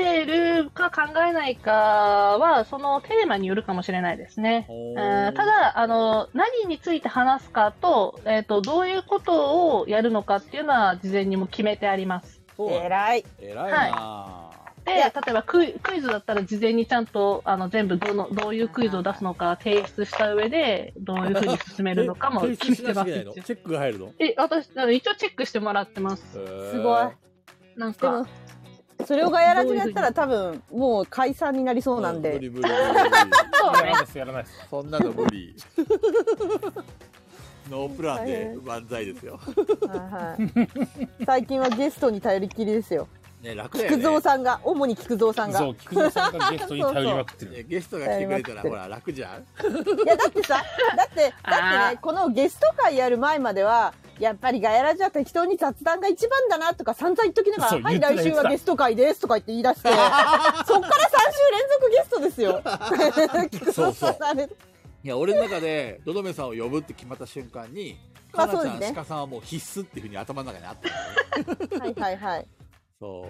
Speaker 4: えるか考えないかは、そのテーマによるかもしれないですね。えーただあの、何について話すかと,、えー、と、どういうことをやるのかっていうのは事前にも決めてあります。
Speaker 1: そう
Speaker 5: え
Speaker 1: 偉
Speaker 5: らい。
Speaker 1: いな、
Speaker 4: で、
Speaker 5: い
Speaker 4: 例
Speaker 5: や
Speaker 4: えばクイクイズだったら事前にちゃんとあの全部どのどういうクイズを出すのか提出した上で、どういうふうに進めるのかも
Speaker 1: え提出
Speaker 4: 決
Speaker 1: し
Speaker 4: め
Speaker 1: な
Speaker 4: て
Speaker 1: きゃい
Speaker 4: ま
Speaker 1: けない
Speaker 4: す
Speaker 1: のチェックが入るの
Speaker 4: え、私、あの一応チェックしてもらってます。
Speaker 1: す
Speaker 5: すごい
Speaker 4: なん
Speaker 5: でも
Speaker 4: か、、
Speaker 5: それをガヤラジがやったら多分、もう解散になりそうなん
Speaker 1: 無
Speaker 5: で。
Speaker 1: 理無理無理
Speaker 4: そう
Speaker 3: やら
Speaker 4: ね
Speaker 3: ない。です、やらないです。
Speaker 1: そんなの無 理ノープランで漫才ですよ
Speaker 5: はいはい最近はゲストに頼りっきりですよ。
Speaker 1: ね楽だよ
Speaker 5: 菊蔵
Speaker 1: ね
Speaker 5: さんが、主に菊蔵さんが。
Speaker 3: そう、菊蔵さんがゲストに頼りまくって
Speaker 1: ね
Speaker 3: る。
Speaker 1: ゲストが来てくれたらほら楽じゃん
Speaker 5: いやだってさ だって
Speaker 4: あー
Speaker 5: だってねこのゲスト会やる前まではやっぱりガヤラジは適当に雑談が一番だなとか散々言っときなが
Speaker 3: そ
Speaker 5: ら
Speaker 3: う
Speaker 5: 「はい
Speaker 3: 言ってた
Speaker 5: 来週
Speaker 3: 言って
Speaker 5: は
Speaker 3: た
Speaker 5: ゲスト会です」とか言って言い出して そっから3週連続ゲストですよ。 菊蔵さんのあれ
Speaker 1: いや俺の中でどどめさんを呼ぶって決まった瞬間に
Speaker 5: ま
Speaker 1: かな
Speaker 5: あ
Speaker 1: ち
Speaker 5: そ
Speaker 1: ゃ、
Speaker 5: うんですね
Speaker 1: 鹿さんはもう必須っていうふうに頭の中にあった
Speaker 5: はいはいはい。
Speaker 1: そ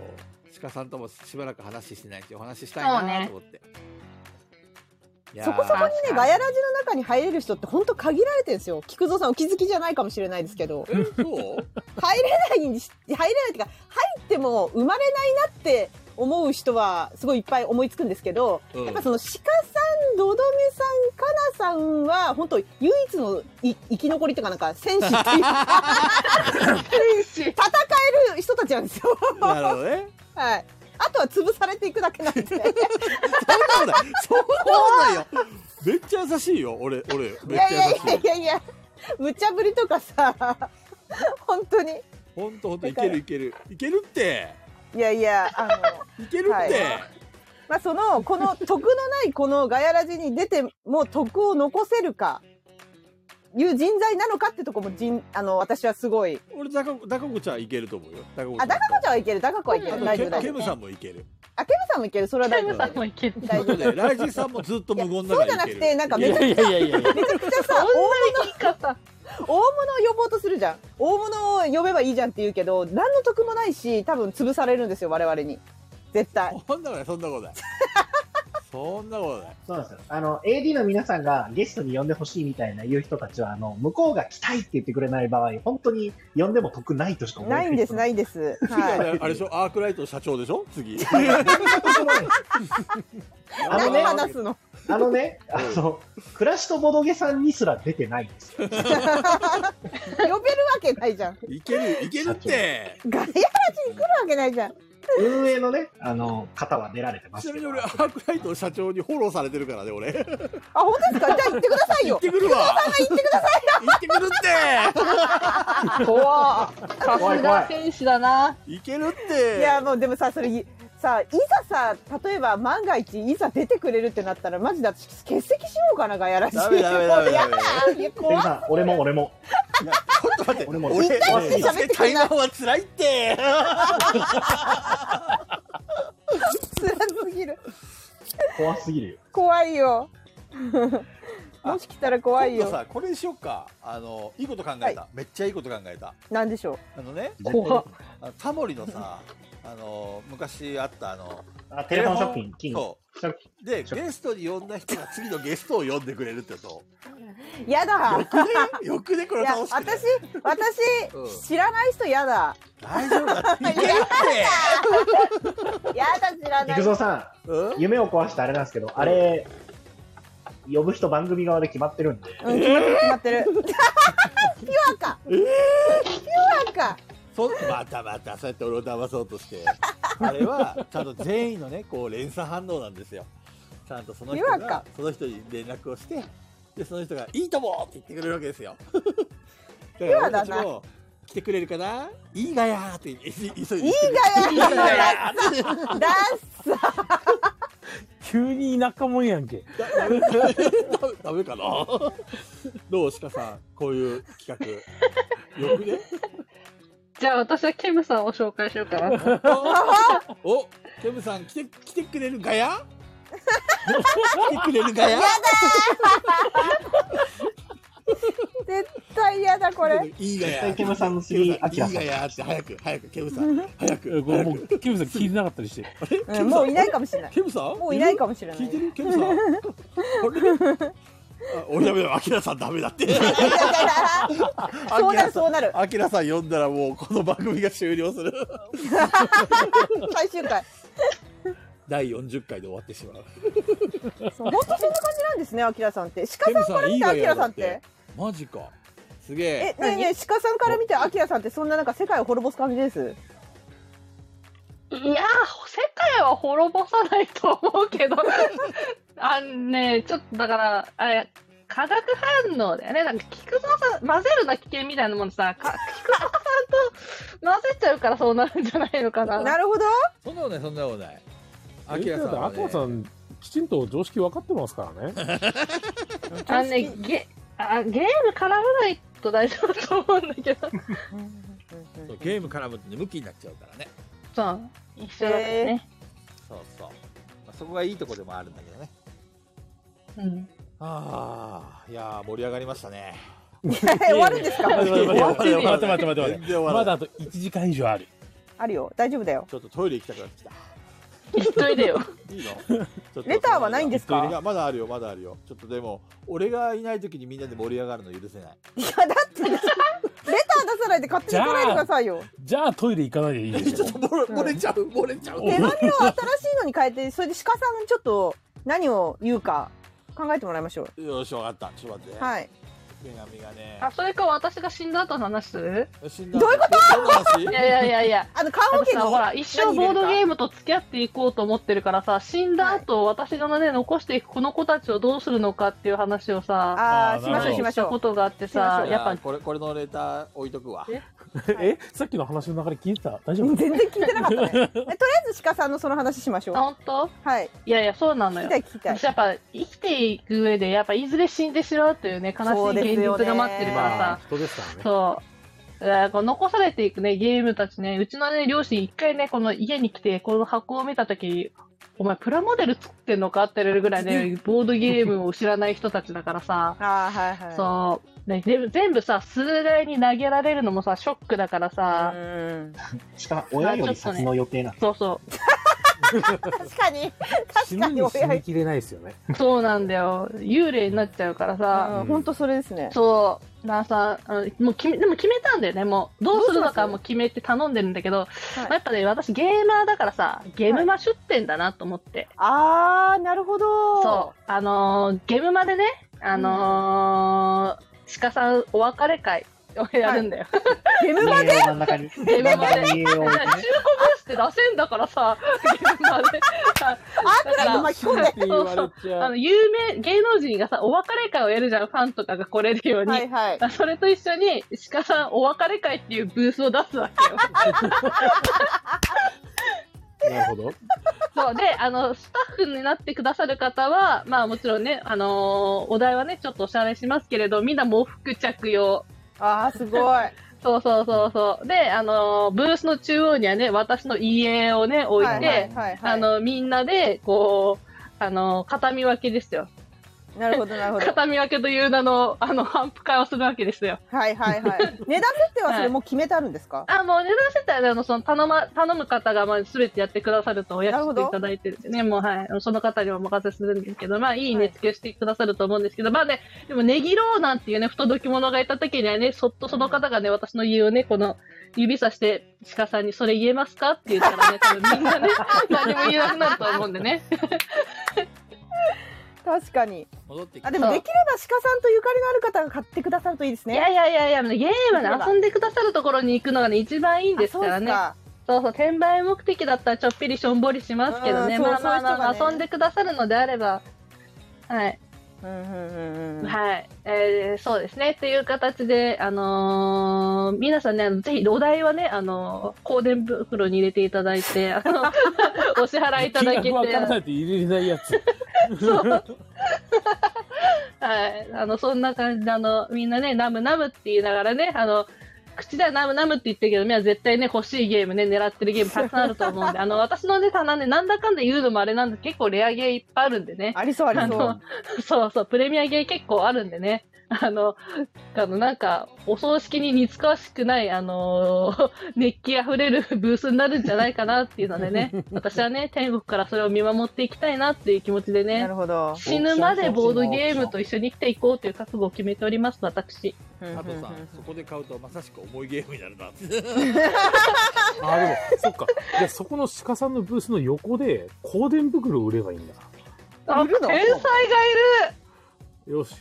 Speaker 1: う鹿さんともしばらく話してないしお話ししたいなと思って、いやー
Speaker 5: そこそこ
Speaker 4: 確か
Speaker 5: にね
Speaker 4: に
Speaker 5: ガヤラジの中に入れる人って本当限られてるんですよ。菊蔵さんお気づきじゃないかもしれないです けど
Speaker 1: えそう
Speaker 5: 入れないにし入れないっていうか入っても生まれないなって思う人はすごいいっぱい思いつくんですけど。
Speaker 1: うん
Speaker 5: やっぱその鹿さん、どどめさん、かなさんは、本当唯一のい生き残りというか、なんか戦士っていうか 戦える人たちなんですよ。
Speaker 1: なるほどね
Speaker 5: はい。あとは潰されていくだけな んで。
Speaker 1: そんなことないそんなことないよめっちゃ優しいよ俺俺
Speaker 5: い
Speaker 1: めっ
Speaker 5: やい
Speaker 1: ち
Speaker 5: や
Speaker 1: ゃ
Speaker 5: い
Speaker 1: 優しい
Speaker 5: やいやいや、無茶ぶりとかさ、本当に。
Speaker 1: ほんとほんといけるいけるいけるって
Speaker 5: いやいや、あの、
Speaker 1: いけるって、
Speaker 5: はいまあ、その、この徳のないこのガヤラジに出ても徳を残せるか、いう人材なのかってとこも人、あの、私はすごい。
Speaker 1: 俺ダカダカ子ちゃんいけると思うよダカ子ちゃ
Speaker 5: あ、
Speaker 1: ん
Speaker 5: ダカコちゃんはいける、ダカコはいけ
Speaker 1: あ
Speaker 5: る、
Speaker 1: と
Speaker 5: 大
Speaker 1: ケ
Speaker 5: 丈
Speaker 1: ム
Speaker 5: 夫、
Speaker 1: ケ
Speaker 5: 大丈夫
Speaker 1: ム。さんもいける
Speaker 5: あ、ケムさんもいける、それは
Speaker 4: タ
Speaker 5: 大
Speaker 4: イ
Speaker 5: 丈
Speaker 4: ム
Speaker 5: 夫。
Speaker 4: さんもいける。
Speaker 5: 大丈
Speaker 1: あと
Speaker 5: 夫。
Speaker 1: ねライジンさんもずっと無言なが
Speaker 5: そ
Speaker 1: ら
Speaker 5: う
Speaker 1: い
Speaker 5: じゃな
Speaker 1: け
Speaker 5: く
Speaker 1: る
Speaker 5: て、なんか
Speaker 3: い
Speaker 5: めちゃ
Speaker 3: やいやいやいや。
Speaker 5: めちゃくちゃさ、
Speaker 4: そんなに言い方。
Speaker 5: 大物を呼ぼうとするじゃん。大物を呼べばいいじゃんって言うけど、何の得もないし、多分潰されるんですよ、我々に。絶対。
Speaker 1: そんなことない、そんなことない。そんなことない。
Speaker 2: そうなんですよ。あの、AD の皆さんがゲストに呼んでほしいみたいな言う人たちは、あの、向こうが来たいって言ってくれない場合、本当に呼んでも得ないとしか思え。
Speaker 5: ないんです、ないいんです。
Speaker 1: 次あ
Speaker 5: は
Speaker 1: れあれでしょ、アークライト社長でしょ、 次。
Speaker 5: い。
Speaker 2: あの
Speaker 5: 何
Speaker 2: ね、
Speaker 5: 話すの
Speaker 2: あのね、あの、暮らしとボドゲさんにすら出てないんですよ。
Speaker 5: 呼べるわけないじゃん。
Speaker 1: いける、いけるって。
Speaker 5: ガヤラジに来るわけないじゃん。
Speaker 2: 運営のね、あの、方は出られてま
Speaker 1: ち
Speaker 2: す
Speaker 1: な
Speaker 2: け
Speaker 1: み
Speaker 2: ど
Speaker 1: に。俺、アークライト社長にフォローされてるからね、俺。行
Speaker 5: あ、本当ですかじゃ あ行ってくださいよ
Speaker 1: っ。てくるわ。行ってくるって。
Speaker 4: 怖っさ
Speaker 2: 怖い
Speaker 4: す
Speaker 2: 怖
Speaker 4: が
Speaker 2: い
Speaker 4: 天使だな。
Speaker 1: 行けるっ
Speaker 5: い
Speaker 1: て。
Speaker 5: や、もうでもさ、それい、さあ、いざさ、例えば万が一、いざ出てくれるってなったら、マジだ、欠席しようかな、ガヤラジ。
Speaker 1: ダメダメダメダメ
Speaker 5: いや
Speaker 2: で
Speaker 5: 怖
Speaker 2: も
Speaker 5: い
Speaker 2: さ俺も俺も。
Speaker 1: いやちょっと待って、
Speaker 2: 俺も
Speaker 1: 俺、
Speaker 2: 俺
Speaker 1: 俺、
Speaker 5: 喋ってく
Speaker 1: 台
Speaker 5: れない
Speaker 1: 湾は辛いって。
Speaker 5: 辛すぎる。
Speaker 2: 怖すぎるよ。
Speaker 5: 怖 いよ。もし来たら怖い
Speaker 1: 今度
Speaker 5: よ。
Speaker 1: さ、これにしよっか。あの、いいこと考えた。めっちゃいいこと考えた。
Speaker 5: なんでしょう。
Speaker 1: あのね、
Speaker 4: 怖っ
Speaker 1: あのタモリのさ、あの、昔あったあの、
Speaker 2: あ、テレフォンショッピング、金。
Speaker 1: そ
Speaker 2: ショッピン
Speaker 1: う。
Speaker 2: グ
Speaker 1: で、ゲストに呼んだ人が次のゲストを呼んでくれるってと。
Speaker 5: やだ。
Speaker 1: よくね、よくね、こ
Speaker 5: い
Speaker 1: れ
Speaker 5: や、
Speaker 1: 楽し
Speaker 5: 私
Speaker 1: くね。、うん
Speaker 5: 私、知らない人やだ。
Speaker 1: 大丈夫だって。いけるって。
Speaker 5: やだ、知らない
Speaker 2: 肉。蔵さ
Speaker 1: うん
Speaker 2: ん、夢を壊してあれなんですけど、あれ、呼ぶ人番組側で決まってるんで、
Speaker 5: うん、決まってる、決まってる。 ピュアか。ピュアか。
Speaker 1: そまたまたそうやって俺を騙そうとしてあれはちゃんと全員のねこう連鎖反応なんですよちゃんとその人
Speaker 5: 違和感
Speaker 1: がその人に連絡をしてでその人が「いいとも!」って言ってくれるわけですよだから俺たち
Speaker 5: ピュアだ
Speaker 1: も「来てくれるかないいがや!」ってい急いで
Speaker 5: いいがや。
Speaker 1: がや!」って
Speaker 5: ダンス。
Speaker 3: 急に田舎もんやんけ。
Speaker 1: だダメダメ ダメかなどう鹿さんこういう企画よく ね
Speaker 4: じゃあ私はケムさんを紹介しようか な。
Speaker 1: おケムさん来て来てくれるが や来てくれるがや
Speaker 5: 絶対やだ、これ。
Speaker 1: いいが
Speaker 2: 絶
Speaker 1: や
Speaker 2: 対ケムさんの次、アキラ
Speaker 1: いい
Speaker 2: さ
Speaker 1: が
Speaker 2: ん。
Speaker 1: やって早く早くケムさん早く
Speaker 3: ごめん
Speaker 1: 早
Speaker 3: も
Speaker 1: く
Speaker 3: う、キムさん聞いてなかったりして。
Speaker 5: うんもういないかもしれない。
Speaker 1: ケムさん
Speaker 5: もういないかもしれない
Speaker 1: 聞いてるケムさんあれあ俺ダメだアキラさんダメだって
Speaker 5: そうなる、そうなる。
Speaker 1: アキラさん呼んだらもうこの番組が終了する
Speaker 5: 最終回。
Speaker 1: 第40回で終わってしまう
Speaker 5: そう本当そんな感じなんですね、アキラさんって。
Speaker 1: ケ
Speaker 5: 鹿
Speaker 1: ム
Speaker 5: さんから見て、アキラさんって。
Speaker 1: マジかすげえ
Speaker 5: え、ねえねえ、鹿さんから見て、アキラさんって、そんななんか世界を滅ぼす感じです。
Speaker 4: いやー、世界は滅ぼさないと思う けど、あのね、ちょっとだから、あれ、化学反応だよね。なんか、菊蔵さん、混ぜるな危険みたいなもんさ、 か菊蔵さんと混ぜちゃうからそうなるんじゃないのかな。
Speaker 5: なるほど。
Speaker 1: そんなことないそんなことないアキ
Speaker 3: え
Speaker 1: ラさん
Speaker 3: だ
Speaker 1: は
Speaker 3: って
Speaker 1: ね
Speaker 3: アコさん、きちんと常識分かってますからね。
Speaker 4: あのね、ゲ、あゲーム絡まないと大丈夫だと思うんだけど。
Speaker 1: そうゲーム絡むとね向きになっちゃうからね
Speaker 4: そう、一緒だよね。
Speaker 6: そうそう、まあ、そこがいいとこでもあるんだけどね
Speaker 4: うん。
Speaker 1: ああいやー盛り上がりましたね
Speaker 5: 終わるんですか
Speaker 3: 待って待
Speaker 1: 終
Speaker 3: って
Speaker 1: わ
Speaker 3: 待
Speaker 1: っ
Speaker 3: ってて
Speaker 1: ない
Speaker 3: 待って待って待って
Speaker 1: 全然終わらない
Speaker 3: まだあと1時間以上ある。
Speaker 5: あるよ。大丈夫だよ。
Speaker 1: ちょっとトイレ行きたくなってきた
Speaker 4: 一人でよ。
Speaker 1: いいのちょっと
Speaker 5: レターはないんですか
Speaker 1: いやまだあるよまだあるよちょっとでも俺がいない時にみんなで盛り上がるの許せない
Speaker 5: いや、だって、レター出さないで勝手に来ないでくださいよ。
Speaker 3: じゃあトイレ行かないでいい でしょ。
Speaker 1: 漏れ漏れ ちゃう漏れちゃう
Speaker 5: 手紙を新しいのに変えて、それで鹿さんにちょっと何を言うか考えてもらいましょう。
Speaker 1: よしわかったちょっと待って、ね
Speaker 5: はい。
Speaker 1: 手紙がね
Speaker 4: あ、それか私が死んだ後の話する
Speaker 1: 死んだ
Speaker 5: どういうこ
Speaker 1: どん
Speaker 4: い
Speaker 1: な
Speaker 4: やいやいやいや。
Speaker 5: あの、棺
Speaker 4: あと
Speaker 5: 桶に
Speaker 4: さ、ほら、一生ボードゲ
Speaker 5: ム。
Speaker 4: ームと付き合っていこうと思ってるからさ、死んだ後、私がね、残していくこの子たちをどうするのかっていう話をさ、
Speaker 5: あ
Speaker 3: あ
Speaker 5: あ、
Speaker 3: ー
Speaker 5: しましょうしましょ
Speaker 4: たこ
Speaker 5: う。
Speaker 4: とがあって
Speaker 5: しましょ
Speaker 4: さ
Speaker 5: う、
Speaker 4: やっぱ、
Speaker 1: これこれのレター置いとくわ
Speaker 4: え
Speaker 3: えさっきの話の流れ聞いてた大丈夫
Speaker 5: 全然聞いてなかったね。えとりあえず鹿さんのその話しましょう
Speaker 4: あ、。本当
Speaker 5: はい。
Speaker 4: いやいや、そうなの
Speaker 5: 聞き
Speaker 4: よ
Speaker 5: た。い聞きたい
Speaker 4: 私。やっぱ、生きていく上で、やっぱ、いずれ死んでしまうというね、悲
Speaker 5: そう
Speaker 4: し
Speaker 5: で
Speaker 4: い
Speaker 5: す
Speaker 4: 現
Speaker 5: よね
Speaker 4: 実が待ってるから
Speaker 3: まあ
Speaker 4: さ、
Speaker 3: 人ですからね。
Speaker 4: そう。だからこう残されていくね、ゲームたちね、うちのね、両親一回ね、この家に来て、この箱を見たとき、お前プラモデル作ってんのかって言われるぐらいね、ボードゲームを知らない人たちだからさ、
Speaker 5: ああ、はいはい。
Speaker 4: そう。ね全部全部さ、数台に投げられるのもさ、ショックだからさ、
Speaker 5: うん
Speaker 2: しかも親より先の予定なの
Speaker 4: そうそ
Speaker 5: 確かに
Speaker 3: 死
Speaker 5: 確
Speaker 3: ぬ
Speaker 5: かに
Speaker 3: に死
Speaker 5: 親
Speaker 3: にきれないですよね。
Speaker 4: う、そうなんだよ。幽霊になっちゃうからさ、
Speaker 5: うん本当それですね
Speaker 4: そう、なあさ、あのもう決め、でも決めたんだよね、もう。どうするの
Speaker 5: どうしま
Speaker 4: か
Speaker 5: す
Speaker 4: もう決めて頼んでるんだけど、
Speaker 5: はい
Speaker 4: まあやっぱね、私ゲーマーだからさ、ゲームマ出店だなと思って。
Speaker 5: あーなるほど
Speaker 4: そう。あのーゲームまでね、あのー鹿さんお別れ会をやるんだよ。
Speaker 5: ゲーム
Speaker 2: 家を真ん中に
Speaker 4: ゲームまで。
Speaker 2: 真ん中に家を置いて
Speaker 4: 中古ブースって出せんだからさ、ゲームま で。
Speaker 5: あんたが巻き込んで
Speaker 3: って言われち
Speaker 4: あ
Speaker 3: ゃ
Speaker 4: の、
Speaker 3: う。
Speaker 4: 有名、芸能人がさ、お別れ会をやるじゃん、ファンとかが来れるように。
Speaker 5: はいはい
Speaker 4: それと一緒に、鹿さんお別れ会っていうブースを出すわけよ。
Speaker 3: なるほど。
Speaker 4: そう。で、あの、スタッフになってくださる方は、まあもちろんね、あのーお題はね、ちょっとおしゃれしますけれど、みんな喪服着用。
Speaker 5: あーすごい
Speaker 4: そうそうそうそう。で、あのーブースの中央にはね、私の家をね、置いて、
Speaker 5: はいはいはいはい
Speaker 4: あの、みんなで、こう、あの、片見分けですよ。
Speaker 5: なるほどなるほど
Speaker 4: 片見分けという名の、あの、反復会をするわけですよ。
Speaker 5: はいはいはい値段設定はそれもう決めてあるんですか
Speaker 4: あ、もう値段設定はね、あの、その、頼ま、頼む方が、まあ、すべてやってくださるとお約束いただいてるんでね、もう、はい。その方にお任せするんですけど、まあ、いい
Speaker 5: は
Speaker 4: 値
Speaker 5: い
Speaker 4: 付けをしてくださると思うんですけど、まあね、でも、ねぎろうなんていうね、不届き者がいた時にはね、そっとその方がね、私の家をね、この、指さして、鹿さんにそれ言えますかって言った らね、多分みんなね、何も言えなくなると思うんでね。
Speaker 5: 確かに
Speaker 1: 戻ってき
Speaker 5: あ
Speaker 1: て
Speaker 5: でもできれば鹿さんとゆかりのある方が買ってくださるといいです
Speaker 4: い
Speaker 5: ね
Speaker 4: やいやいやいや、ゲーム
Speaker 5: そうだ
Speaker 4: で遊んでくださるところに行くのがね、一番いいんですからね。
Speaker 5: あ
Speaker 4: そうそう、転売目的だったらちょっぴりしょんぼりしますけどね。
Speaker 5: うんそう
Speaker 4: まあまあまあまあ、
Speaker 5: そう
Speaker 4: 遊
Speaker 5: いう人がね
Speaker 4: んでくださるのであれば。はい。
Speaker 5: そうですかうんうんうんうん
Speaker 4: はい。えーそうですね。っていう形で、あのー皆さんね、あのぜひお題はね、あのー、香典袋に入れていただいて、あ の、お支払いいただけて。
Speaker 3: 金額わからないと入れれないやつ。
Speaker 4: はい。あの、そんな感じで、あの、みんなね、ナムナムって言いながらね、あの、口ではナムナムって言ってるけど、みんな絶対ね、欲しいゲームね、狙ってるゲームたくさんあると思うんで、あの、私のね、棚ね、なんだかんだ言うのもあれなんで、結構レアゲーいっぱいあるんでね。
Speaker 5: ありそうあり
Speaker 4: あ
Speaker 5: そう
Speaker 4: の、そうそう、プレミアゲー結構あるんでね。あの、あの、なんか、お葬式に似つかわしくない、あの ー熱気あふれるブースになるんじゃないかなっていうのでね、私はね、天国からそれを見守っていきたいなっていう気持ちでね
Speaker 5: なる、ほど
Speaker 4: 死ぬまでボードゲームと一緒に生きていこうという覚悟を決めております、私。
Speaker 1: 佐藤さんそこで買うとまさしく重いゲームになるな
Speaker 3: あ、でも、そっか。いや、そこの鹿さんのブースの横で、香典袋を売ればいいんだ。
Speaker 5: あいるの
Speaker 4: 天才がいる
Speaker 3: よし。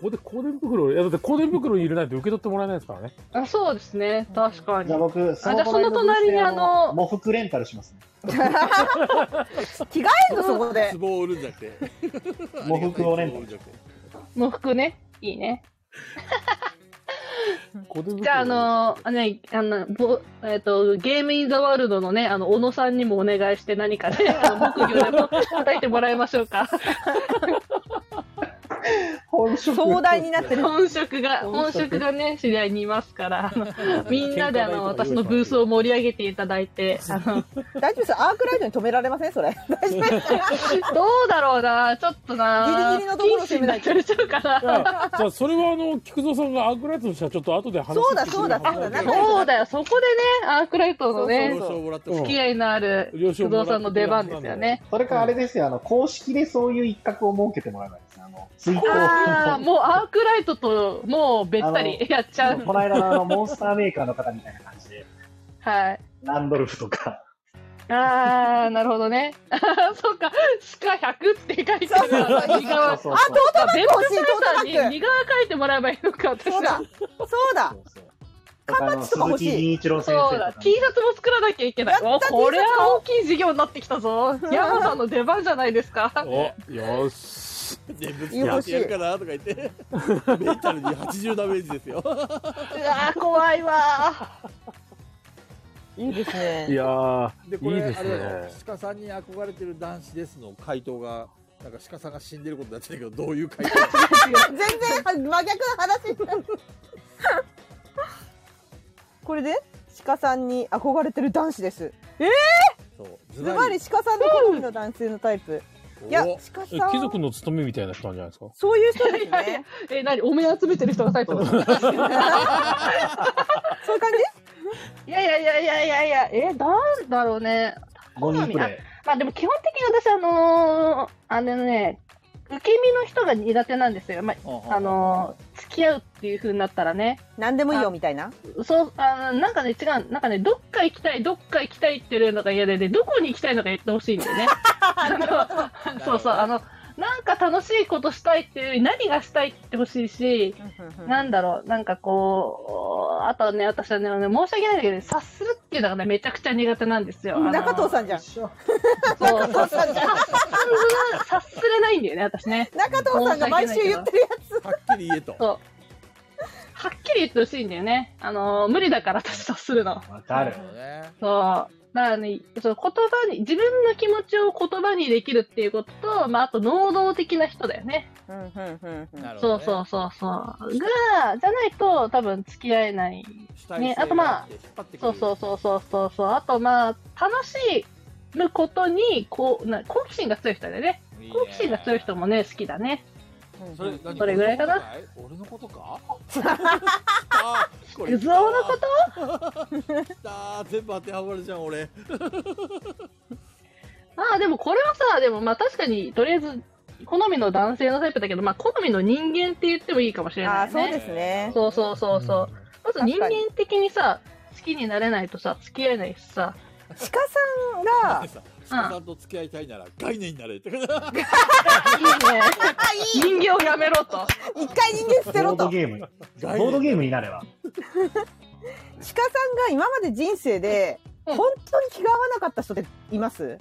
Speaker 3: ここで香典袋を、いや、だって香典袋に入れないと受け取ってもらえないですからね。
Speaker 4: あそうですね、確かに
Speaker 2: じゃあ。僕、そ
Speaker 4: じゃあその隣にあの
Speaker 2: 喪服レンタルしますね。
Speaker 5: 着替えんのそこで
Speaker 1: 壺を売るんじゃなくて
Speaker 2: 喪服をね
Speaker 1: 壺売るんじゃなくて
Speaker 4: 喪服ね、いいね。
Speaker 3: 香典袋を
Speaker 4: じゃあ、あのー、あね、あの、ぼえっ、と、ゲームインザワールドのね、あの、小野さんにもお願いして何かね、 あの、木魚でも叩いてもらいましょうか。
Speaker 2: 本職
Speaker 5: 壮大になってる
Speaker 4: 本職が、
Speaker 3: 本
Speaker 4: 本
Speaker 3: 職
Speaker 4: 職がね、知り合いにいますから、あの みんなであ
Speaker 3: 喧嘩
Speaker 4: の、
Speaker 3: 台とか用
Speaker 4: 私
Speaker 3: 意してもらっていい
Speaker 4: のブースを盛り上げていただいて、あ の、
Speaker 5: 大丈夫ですアークライトに止められませんそれ
Speaker 4: どうだろうな、ちょっとな、
Speaker 5: ギリギリのところを攻めないと
Speaker 4: 不謹慎になっちゃうか
Speaker 3: いや
Speaker 4: な。
Speaker 3: じゃあ、それはあの、菊蔵さんがアークライトの社長と後で話
Speaker 5: そうだそうだそう
Speaker 1: なん
Speaker 5: だ仲良くな
Speaker 1: か
Speaker 5: る
Speaker 4: そうだよ、そこでね、アークライトの
Speaker 5: そ
Speaker 4: ね
Speaker 5: う、
Speaker 1: 了承をもらって
Speaker 3: うん
Speaker 1: も
Speaker 4: 付き合いのある
Speaker 3: 了承
Speaker 4: 不
Speaker 3: もら
Speaker 4: 動
Speaker 3: って
Speaker 4: 産の出番ですよね。
Speaker 2: それかあれですよ、あの、公式でそういう一角を設けてもらえばいいですね。あの、ツイッ
Speaker 4: ああ、
Speaker 2: タ
Speaker 4: もうアークライトともうべったりやっちゃ
Speaker 2: ー
Speaker 4: う
Speaker 2: の、。この間のあの、モンスターメーカーの方みたいな感じで、
Speaker 4: はい。
Speaker 2: ランドルフとか、
Speaker 4: ああ、なるほどね。あーそうか、鹿100って書いて
Speaker 5: そう
Speaker 4: あ
Speaker 5: そうそう
Speaker 4: る。右側。
Speaker 2: そう
Speaker 5: あ
Speaker 2: そう
Speaker 5: トートバ
Speaker 4: ベ
Speaker 5: ッ
Speaker 4: ン
Speaker 5: グ
Speaker 4: ト
Speaker 5: 欲しいトート
Speaker 4: さ
Speaker 5: バ
Speaker 4: んに
Speaker 5: ッグ
Speaker 4: 右側書いてもらえばいいのか、私
Speaker 5: そうだ
Speaker 4: は。
Speaker 5: そうだ
Speaker 2: そうそう
Speaker 5: 缶バッジとか欲しい
Speaker 2: あの鈴木仁一郎先生
Speaker 4: そ
Speaker 2: と
Speaker 4: うだ
Speaker 2: か、、
Speaker 4: T シャツも作らなきゃいけない。おこれは大きい事業になってきたぞ。ヤマさんの出番じゃないですか。
Speaker 3: お、よし。
Speaker 1: でぶつかってやるかなとか言ってメンタルに80ダメージですよ
Speaker 4: うわー、怖いわ
Speaker 5: いいです
Speaker 3: い
Speaker 5: ね
Speaker 3: や
Speaker 1: で
Speaker 3: ー、
Speaker 1: こ
Speaker 3: いい
Speaker 1: れ
Speaker 3: です
Speaker 1: あれだよ
Speaker 3: ね。
Speaker 1: 鹿さんに憧れてる男子ですの回答がなんか鹿さんが死んでることになってるけどどういう回答
Speaker 5: 全然真逆の話になるこれで鹿さんに憧れてる男子です
Speaker 1: そうズ
Speaker 5: ズバリ鹿さんの好みの男性のタイプいや
Speaker 1: お、
Speaker 5: 鹿
Speaker 3: え
Speaker 5: さん。
Speaker 3: 貴族の務めみたいな人なんじゃないですか
Speaker 5: そういう人で すね。
Speaker 4: え、何お目集めてる人がタイプなの
Speaker 5: そういう感じ
Speaker 4: いやいやいやいやいやいや、え、なんだろうね。
Speaker 2: 5人プレ
Speaker 4: まあでも基本的に私、あのーあのね、受け身の人が苦手なんですよ。まあ、あのー付き合うっていう風になったらね。
Speaker 5: 何でもいいよみたいな。
Speaker 4: そう、あの、なんかね、違う、なんかね、どっか行きたい、どっか行きたいっていうのが嫌で、ね、どこに行きたいのか言ってほしいんだよね。あのそうそう、あの、なんか楽しいことしたいっていうより、何がしたいって言ってほしいし、なんだろう、なんかこう、あとね、私はね、あの申し訳ないんだけど、察するっていうのがね、めちゃくちゃ苦手なんですよ。あの
Speaker 5: 中藤さんじゃん。
Speaker 2: 一緒
Speaker 4: そう
Speaker 5: 中藤さんじゃん。
Speaker 4: 察すれないんだよね、私ね。
Speaker 5: 中藤さんが毎週言ってるやつ。
Speaker 1: はっきり言え と。
Speaker 4: そう。はっきり言ってほしいんだよね。あの、無理だから私察するの。
Speaker 2: わかる。
Speaker 1: ね。
Speaker 4: そう。だからね、そう言葉に、自分の気持ちを言葉にできるっていうことと、まあ、あと能動的な人だよね。
Speaker 5: うんうんうんうん
Speaker 1: なるほ
Speaker 4: そ
Speaker 1: ど、
Speaker 4: う
Speaker 1: ね。
Speaker 4: そうそうそう。が、じゃないと多分付き合えない。
Speaker 1: う
Speaker 4: ねあとまあ、
Speaker 1: 引っ張ってく
Speaker 4: そ
Speaker 1: る
Speaker 4: うそうそうそうそうそう。あとまあ、楽しむことに、こう、な好奇心が強い人だよね。
Speaker 1: いいね
Speaker 4: 好奇心が強い人もね、好きだね。
Speaker 5: うん
Speaker 6: それ何
Speaker 4: それぐらいかな
Speaker 6: 俺のこと か俺のことか来たこれ
Speaker 4: うずおのこと
Speaker 1: 来た全部当てはまるじゃん俺
Speaker 4: ああ、でもこれはさ、でもまあ確かに、とりあえず、好みの男性のタイプだけど、まあ好みの人間って言ってもいいかもしれ
Speaker 5: あ
Speaker 4: な
Speaker 5: あ、
Speaker 4: い
Speaker 5: そう
Speaker 4: ね。
Speaker 5: ですね。
Speaker 4: そうそうそうそう。まず人間的にさ、好きになれないとさ、付き合えないし さ。
Speaker 5: 鹿さんが、
Speaker 1: さ鹿さんと付き合いたいなら概念になれって
Speaker 4: いいね。 人形やめろと。
Speaker 5: 一回人間捨て
Speaker 2: ボ
Speaker 5: ろ
Speaker 2: ード
Speaker 5: と。
Speaker 2: ゲーム。
Speaker 1: 概念
Speaker 2: ボードゲームになれば。
Speaker 5: 鹿さんが今まで人生で、
Speaker 4: うん
Speaker 5: 本当に気が合わなかった人っています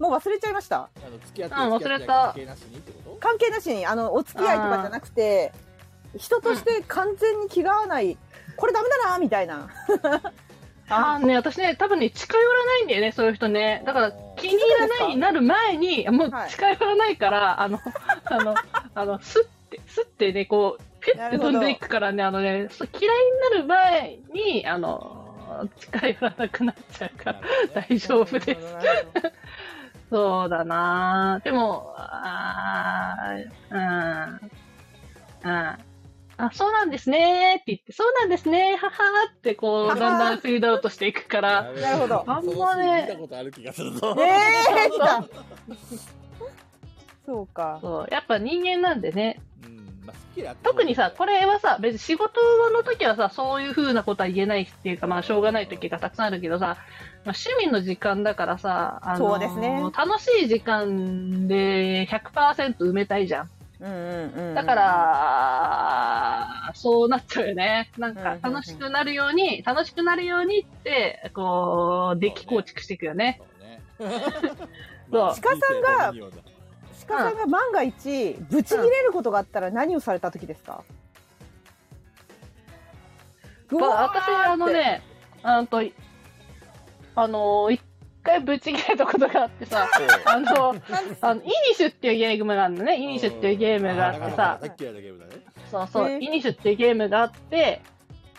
Speaker 5: もう忘れちゃいました
Speaker 1: あの付き合って
Speaker 4: うん
Speaker 1: 付き合って
Speaker 4: 忘れた
Speaker 1: 関係なしにってこと
Speaker 5: 関係なしに、あの、お付き合いとかじゃなくて、人として完全に気が合わない、これダメだな、みたいな。
Speaker 4: ああね、私ね、多分ね、近寄らないんだよね、そういう人ね。だから、気に入らないになる前に、もう
Speaker 5: はい
Speaker 4: 近寄らないから、 あの、あの、あの、すって、すってね、こう、ピュ
Speaker 5: な
Speaker 4: ッ
Speaker 5: る
Speaker 4: て
Speaker 5: ほど
Speaker 4: 飛んでいくからね、あのね、そう嫌いになる前に、あの、近寄らなくなっちゃうから、大丈夫です。そうだなぁでも、あーうん。うん。あ、そうなんですねーって言って、そうなんですねー、ははーってこう、だんだんフェードアウトしていくから、
Speaker 5: なるほ ど
Speaker 4: あんまね
Speaker 1: 見たことある気がするぞ
Speaker 5: ねえ、来た。そうか。
Speaker 4: そう、やっぱ人間なんでね。
Speaker 1: うんまあ好きやって
Speaker 4: 特にさ、これはさ、別に仕事の時はさ、そういう風なことは言えないっていうか、まあ、しょうがない時がたくさんあるけどさ、まあ、趣味の時間だからさ、あのー
Speaker 5: そうですね
Speaker 4: 楽しい時間で100%埋めたいじゃん。
Speaker 5: うんうんうん。
Speaker 4: だか、ら、そうなっちゃうよね。なん
Speaker 5: うんうん
Speaker 4: か
Speaker 5: う、ん
Speaker 4: 楽しくなるように、楽しくなるようにって、こう、デッキ構築していくよね。
Speaker 1: そうね
Speaker 4: そう
Speaker 1: まあ
Speaker 5: 鹿さ
Speaker 1: 人
Speaker 5: んが
Speaker 1: 生のようだ
Speaker 5: 鹿さんが万が一、ブチ切れることがあったら何をされた時ですかう
Speaker 4: まあ
Speaker 5: わーっ
Speaker 4: 私、
Speaker 5: て
Speaker 4: あの、ね、あのと、あの、一回ぶち切れたことがあってさ、あの、あのイニシュっていうゲームがあるのね。イニシュっていうゲームがあっ
Speaker 1: だ
Speaker 4: て
Speaker 1: か
Speaker 4: さ
Speaker 1: ら、さっきやったゲームだね
Speaker 4: そうそう、
Speaker 5: えー
Speaker 4: イニシュっていうゲームがあって、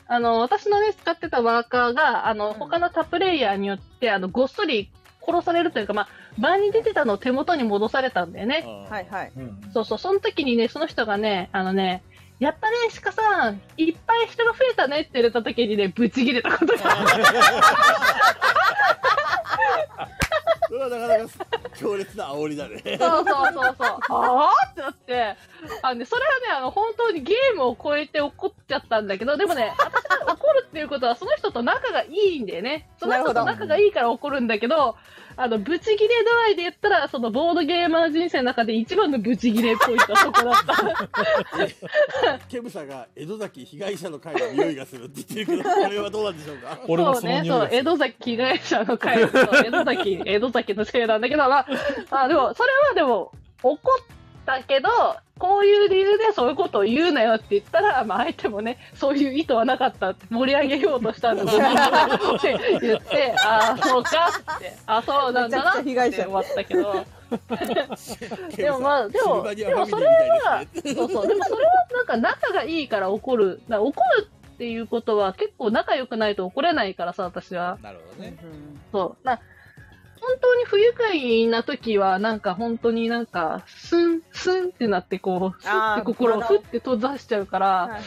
Speaker 4: あの、私のね、使ってたワーカーが、あの、
Speaker 5: うん
Speaker 4: 他の他プレイヤーによって、あの、ごっそり殺されるというか、まあ、場に出てたのを手元に戻されたんだよね。
Speaker 1: うん
Speaker 5: はいはい。
Speaker 2: うん。
Speaker 4: そうそう、その時にね、その人がね、あのね、やったね、鹿さん、いっぱい人が増えたねって言われた時にね、ブチ切れたことが。
Speaker 1: それはなかなか強烈な煽りだね
Speaker 4: そうそうそうそう。ああってなって、あのね、それはね、あの、本当にゲームを超えて怒っちゃったんだけど、でもね、私が怒るっていうことは、その人と仲がいいんだよね。その人と仲がいいから怒るんだけど、あの、ブチギレ度合いで言ったら、そのボードゲーマー人生の中で一番のブチギレポイントはそこだった。
Speaker 1: ケムさんが江戸崎被害者の会の匂いがするって言ってるけどこれはどうなんでしょうか
Speaker 3: 俺も
Speaker 4: そう
Speaker 3: その
Speaker 4: ね、
Speaker 3: 匂い
Speaker 4: そう
Speaker 3: が、す
Speaker 4: 江
Speaker 3: る
Speaker 4: 戸崎被害者の会と、江戸 崎、江戸崎のせいなんだけど、まあ、まあ、でも、それはでも、怒ったけど、こういう理由でそういうことを言うなよって言ったら、まあ、相手もね、そういう意図はなかったって盛り上げようとしたんだなって言って、ああ、そうかって、あそうなんだなって終わったけど、 でもまあ、でも、でもそれは、そうそう、でもそれはなんか仲がいいから怒る、な怒るっていうことは結構仲良くないと怒れないからさ、私は。
Speaker 1: なるほどね
Speaker 5: うん
Speaker 4: そう。な、当に不愉快な時は、なんか本当になんか、スン、スンってなって、こう、スンっ
Speaker 5: あー
Speaker 4: て心を
Speaker 5: 体
Speaker 4: ふ
Speaker 5: を
Speaker 4: って閉ざしちゃうから、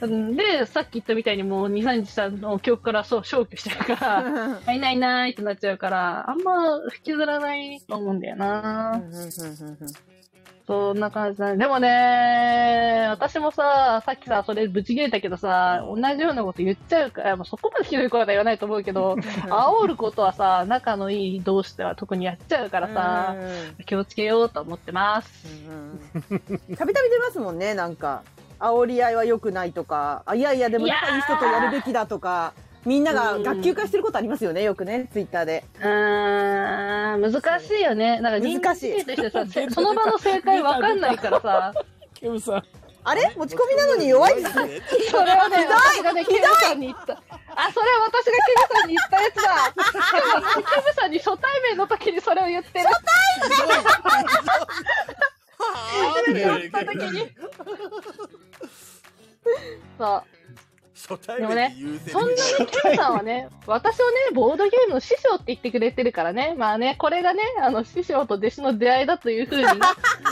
Speaker 5: はい
Speaker 4: で、さっき言ったみたいにもう2、3日さんの記憶からそう消去しちゃうから、
Speaker 5: はい
Speaker 4: ないないないってなっちゃうから、あんま引きずらないと思うんだよな。
Speaker 5: うんうんうんうんうん
Speaker 4: そんな感じだね。でもね、私もさ、さっきさ、それぶち切れたけどさ、同じようなこと言っちゃうから、まあそこまでひどいことは言わないと思うけど、煽ることはさ、仲のいい同士では特にやっちゃうからさ、気をつけようと思ってます。
Speaker 5: たびたび出ますもんねなんか煽り合いは良くないとかあいやいやでも
Speaker 4: い
Speaker 5: 仲
Speaker 4: やー
Speaker 5: いい人とやるべきだとかみんなが学級化してることありますよねよくねツイッターで
Speaker 4: うーん、難しいよね。なんか人間
Speaker 5: 難しい
Speaker 4: 関係としてさ、せその場の正解わかんないからさ、
Speaker 3: ケムさん。
Speaker 5: あれ持ち込みなのに弱いんだ
Speaker 6: ね
Speaker 4: それはね、私がね、ケムさんに言った。あ、それは私がケムさんに言ったや つだ。ケムケムさんに初対面の時にそれを言ってる。た時に。そ
Speaker 6: 初対面で言うてる
Speaker 4: う。そんなね、ケンさんはね、 私をね、ボードゲームの師匠って言ってくれてるからね、まあね、これがね、あの、師匠と弟子の出会いだというふうにね、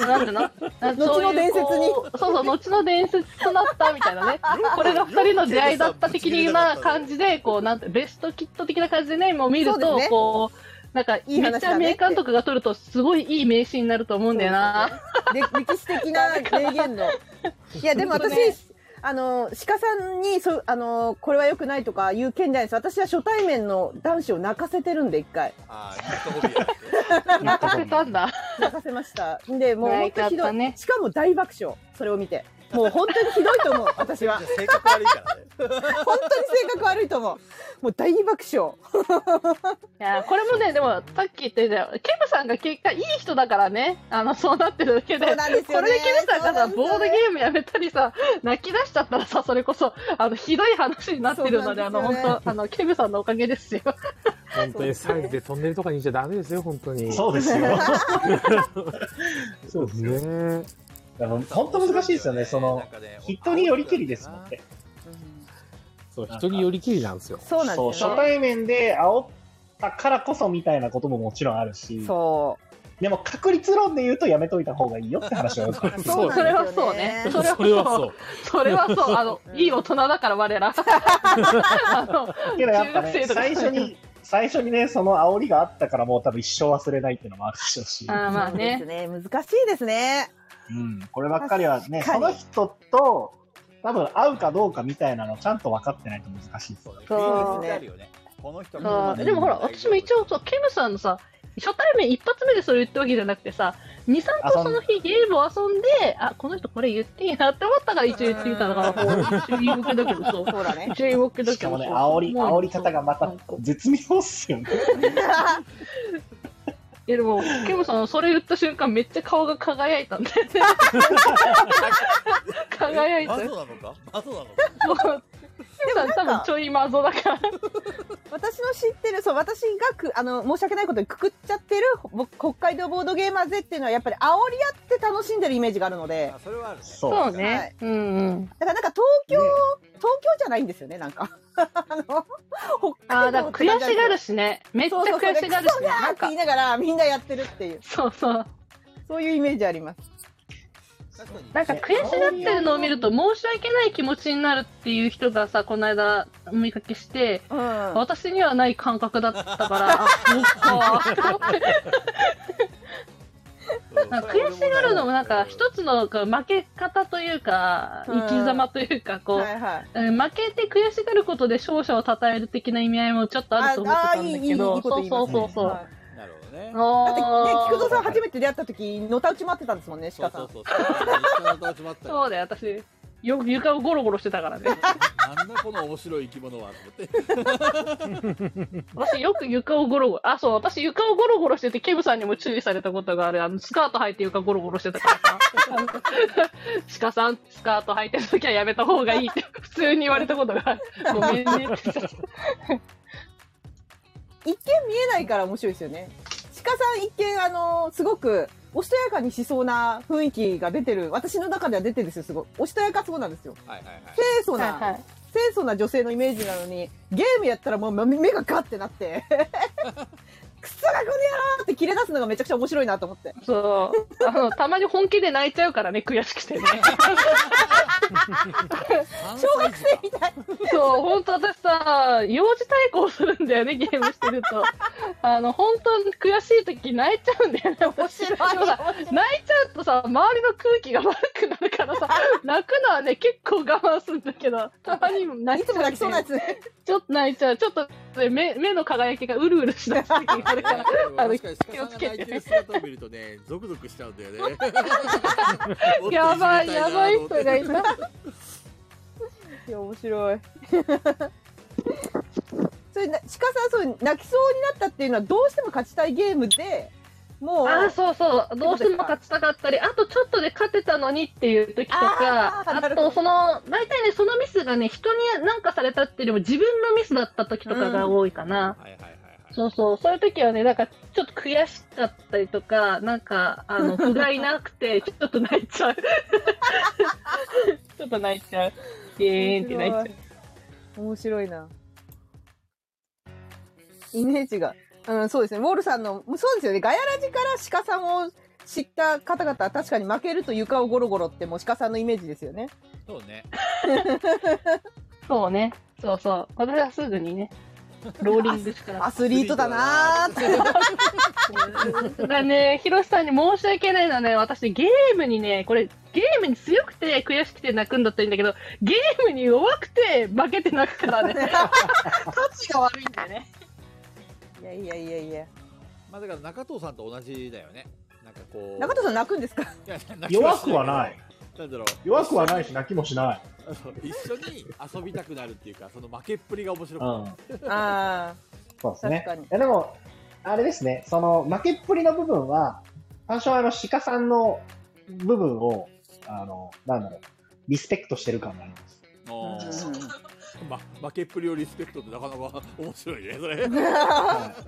Speaker 4: なんていうのなんかそういう
Speaker 5: 後の伝説に
Speaker 4: こうそうそう、後の伝説となったみたいな ね。これが二人の出会いだった的な感じで、こう、なんて、ベストキット的な感じでね、もう見る
Speaker 5: そう
Speaker 4: と、
Speaker 5: ですね
Speaker 4: こう、なんか、
Speaker 5: いい
Speaker 4: めっ
Speaker 5: 話
Speaker 4: ちゃ
Speaker 5: だね
Speaker 4: 名監督が取ると、すごいいい名詞になると思うんだよな。
Speaker 5: で歴史的な名言の。いやでも私、
Speaker 4: 本当ね
Speaker 5: あの鹿さんにそうあのこれは良くないとか言う件じゃないです。私は初対面の男子を泣かせてるんで一回
Speaker 6: あーずっとホビーやって
Speaker 4: 泣かせたんだ。
Speaker 5: 泣かせました。でもう
Speaker 4: 泣
Speaker 5: 本
Speaker 4: い
Speaker 5: 当
Speaker 4: ちゃっ
Speaker 5: ひど
Speaker 4: た
Speaker 5: い、
Speaker 4: ね
Speaker 5: しかも大爆笑それを見て。もう本当にひどいと思う 私は
Speaker 6: 性格悪いからね
Speaker 5: 本当に性格悪いと思うもう大爆笑
Speaker 4: いやーこれもね、でも、さっき言ってたよ。ケムさんが結果いい人だからね。あの、そうなってるだけで。
Speaker 5: そうなんですよね
Speaker 4: これでケムさんがさ、
Speaker 5: そうなんですよね
Speaker 4: ボードゲームやめたりさ、泣き出しちゃったらさ、それこそ、あの、ひどい話になってるので、
Speaker 5: そ
Speaker 4: あ
Speaker 5: うな
Speaker 4: の、
Speaker 5: んですよね
Speaker 4: 本当あの、ケムさんのおかげですよ。
Speaker 7: 本当にサイズでトンネルとかにしちゃダメですよ、本当に。
Speaker 2: そうですよ。そうですよ。
Speaker 7: ね。
Speaker 2: 本当難しいですよね、その
Speaker 6: なん、かね
Speaker 2: 人によりきりですもんね。
Speaker 7: そう、人によりきりなんですよ。
Speaker 5: そうなん
Speaker 2: そう、
Speaker 5: ですよ
Speaker 2: 初
Speaker 5: ね
Speaker 2: 対面で煽ったからこそみたいなことももちろんあるし、
Speaker 5: そ
Speaker 2: でも確率論で言うとやめといた方がいいよって話はよくある
Speaker 5: う
Speaker 7: そう
Speaker 5: なん
Speaker 4: それ
Speaker 5: ですよ
Speaker 4: はそうね。そ
Speaker 3: それ
Speaker 4: れは
Speaker 3: は
Speaker 4: そ。
Speaker 3: そうう。
Speaker 4: それはそう。あ の、いい大人だから、我ら。 あの、
Speaker 2: けどやっぱね、
Speaker 4: 中学生とか
Speaker 2: 最初に、最初にね、その煽りがあったからもう多分一生忘れないっていうのもあるでしょうし、
Speaker 4: あーまあ
Speaker 5: そう
Speaker 4: ね。
Speaker 5: ですね難しいですね
Speaker 2: うん、こればっかりはね、そ
Speaker 5: 確
Speaker 2: の
Speaker 5: かに
Speaker 2: 人と多分合うかどうかみたいなのちゃんと分かってないと難しいですよね。
Speaker 4: そう
Speaker 6: 雰囲気あるよねこの人
Speaker 4: そ
Speaker 6: が
Speaker 4: うでもほら、私も一応そう、ケムさんのさ、初対面一発目でそれ言ったわけじゃなくてさ、2、3
Speaker 2: あ
Speaker 4: 個
Speaker 2: そん
Speaker 4: その日ゲームを遊んで、あ、この人これ言っていいなって思ったから一応言ってみたのが、こう一応言い訳だけど、そう。
Speaker 5: そうだね
Speaker 4: 一応言い訳だ
Speaker 2: し
Speaker 4: け
Speaker 2: か
Speaker 4: ど。
Speaker 2: もね、煽り、煽り方がまた
Speaker 4: なんかい
Speaker 2: 絶妙っすよね。
Speaker 4: やでも、ケムさん、それ言った瞬間、めっちゃ顔が輝いたんだよね。輝いた。
Speaker 6: マゾ
Speaker 4: ケ
Speaker 6: なのかマゾなのか
Speaker 4: ムさん、多分ちょいマゾだから。
Speaker 5: 私の知ってる、そう、私がく、あの、申し訳ないことにくくっちゃってる、ぼ北海道ボードゲーマーぜっていうのは、やっぱり煽り合って楽しんでるイメージがあるので
Speaker 6: あ、それはあるね
Speaker 2: そう
Speaker 4: そう
Speaker 5: は
Speaker 4: ね
Speaker 5: い。
Speaker 4: うんうん。
Speaker 5: だからなんか東京、東京じゃないんですよね、なんか。あ
Speaker 4: あ
Speaker 5: の、北海道
Speaker 4: あ、だから悔しがるしね。めっちゃ
Speaker 5: そうそうそう
Speaker 4: 悔しがるしね。
Speaker 5: クソがー
Speaker 4: な
Speaker 5: っ
Speaker 4: ん
Speaker 5: て
Speaker 4: か
Speaker 5: 言い、ながら、みんなやってるっていう、
Speaker 4: そうそう。
Speaker 5: そういうイメージあります。
Speaker 6: 確かに
Speaker 4: なんか悔しがってるのを見ると申し訳ない気持ちになるっていう人がさ、この間お見かけして、
Speaker 5: うん。あ
Speaker 4: 私にはない感覚だった から、あ、そうかと思って。
Speaker 6: うん
Speaker 4: なんか悔しがるのもなんか一つのこう負け方というか、
Speaker 5: うん
Speaker 4: 生き様というか、こう、
Speaker 5: はいはい。
Speaker 4: うん負けて悔しがることで勝者を称える的な意味合いもちょっとあると思ってたんだけ
Speaker 5: ああいいいいい
Speaker 4: ど、
Speaker 5: いこと
Speaker 4: そ
Speaker 5: 言
Speaker 4: う
Speaker 5: い
Speaker 4: そ
Speaker 5: ます
Speaker 4: うそう
Speaker 5: ね
Speaker 4: そう。
Speaker 5: はい
Speaker 6: なるほどね
Speaker 5: だって、ね、菊蔵
Speaker 4: あ
Speaker 5: さん初めて出会った時、のたうち回ってたんですもんね、
Speaker 6: そ
Speaker 5: 鹿
Speaker 6: う
Speaker 5: さ
Speaker 6: そ
Speaker 5: ん
Speaker 6: う。そう一緒の友達もあっ
Speaker 4: ー
Speaker 6: たよ
Speaker 4: そうだよ、私。よく床をゴロゴロしてたからね。
Speaker 6: なんだこの面白い生き物はと思って
Speaker 4: 私よく床をゴロゴロ、あ、そう、私床をゴロゴロしてて、ケムさんにも注意されたことがある。あの、スカート履いて床ゴロゴロして たからさ。あの鹿さん、スカート履いてるときはやめた方がいいって、普通に言われたことがある。ごめんねってさ。
Speaker 5: 一見見えないから面白いですよね。鹿さん一見、あのすごく、おしとやかにしそうな雰囲気が出てる、私の中では出てるんですよ、すごい。おしとやかそうなんですよ。
Speaker 6: はいはいはい
Speaker 5: 清楚な、
Speaker 4: はいはい。
Speaker 5: 清楚な女性のイメージなのに、ゲームやったらもう目がガッてなって、く クソがこの野郎って切れ出すのがめちゃくちゃ面白いなと思って。
Speaker 4: そう。あの、たまに本気で泣いちゃうからね、悔しくてね。
Speaker 1: 小学生みたい
Speaker 4: そう、本当私さ、幼児対抗するんだよね、ゲームしてると。あの、本当に悔しい時泣いちゃうんだよね、
Speaker 5: 面
Speaker 4: 私。
Speaker 5: 白い。
Speaker 4: でもさ泣いちゃうとさ、周りの空気が悪くなるから さ、泣くのはね、結構我慢するんだけど、たまにも泣
Speaker 5: い
Speaker 4: いち
Speaker 5: つ
Speaker 4: ゃう
Speaker 5: も
Speaker 4: んだよ
Speaker 5: 泣きそうなやつね。
Speaker 4: ちょっと泣いちゃう。ちょっとね、目目の輝きがうるうるしだす時がある から、
Speaker 1: な。
Speaker 4: あの
Speaker 1: 確かに、鹿さんが泣いてる姿を見るとね、ゾクゾクしちゃうんだよね。
Speaker 4: やばい、やばい人がいた。
Speaker 5: いや面白い。 それな鹿さんそう泣きそうになったっていうのはどうしても勝ちたいゲームで、もう
Speaker 4: あーそうそう、 どうしても勝ちたかったり、あとちょっとで勝てたのにっていう時とか
Speaker 5: あ、ー
Speaker 4: あ
Speaker 5: なるほど
Speaker 4: とその、大体ね、そのミスがね、人になんかされたっていうよりも自分のミスだった時とかが多いかな。
Speaker 1: はいはいはいはい。
Speaker 4: そうそう、そういう時はね、なんかちょっと悔しかったりとか、なんか、あ の、不甲斐なくて、ちょっと泣いち ゃう。ちょっと泣いちゃう。ゲーンって泣いちゃう。
Speaker 5: 面白いな。イメージが。うん、そうですね。ウォールさんの、そうですよね。ガヤラジから鹿さんを知った方々は確かに負けると床をゴロゴロってもう鹿さんのイメージですよね。
Speaker 1: そうね。
Speaker 4: そうね。そうそう。私はすぐにね、ローリングしから
Speaker 5: アスリートだなーって。
Speaker 4: だからね、ヒロシさんに申し訳ないのはね、私ゲームにね、これ、ゲームに強くて悔しくて泣くんだったらいいんだけど、ゲームに弱くて負けて泣く からね、タチが悪いんだよね。
Speaker 5: いやいやいやいや。
Speaker 1: まあ、だから中藤さんと同じだよね。なんかこう。
Speaker 5: 中藤さん泣くんですか
Speaker 1: いや泣きは
Speaker 2: 弱
Speaker 1: し
Speaker 2: くはない。。
Speaker 1: なんだろう。
Speaker 2: 弱くはないし、泣きもしない。
Speaker 1: あの一緒に遊びたくなるっていうか、その負けっぷりが面白
Speaker 2: う
Speaker 1: くて。
Speaker 2: ん。
Speaker 5: あ
Speaker 2: そうですね
Speaker 5: 確かに。
Speaker 2: いやでも、あれですね、その負けっぷりの部分は、多少あの鹿さんの部分を、あの、なんだろう、リスペクトしてる感があります。
Speaker 1: お
Speaker 5: あ。
Speaker 1: ーま、負けっぷりをリスペクトってなかなか面白いね、それ。はい
Speaker 2: はい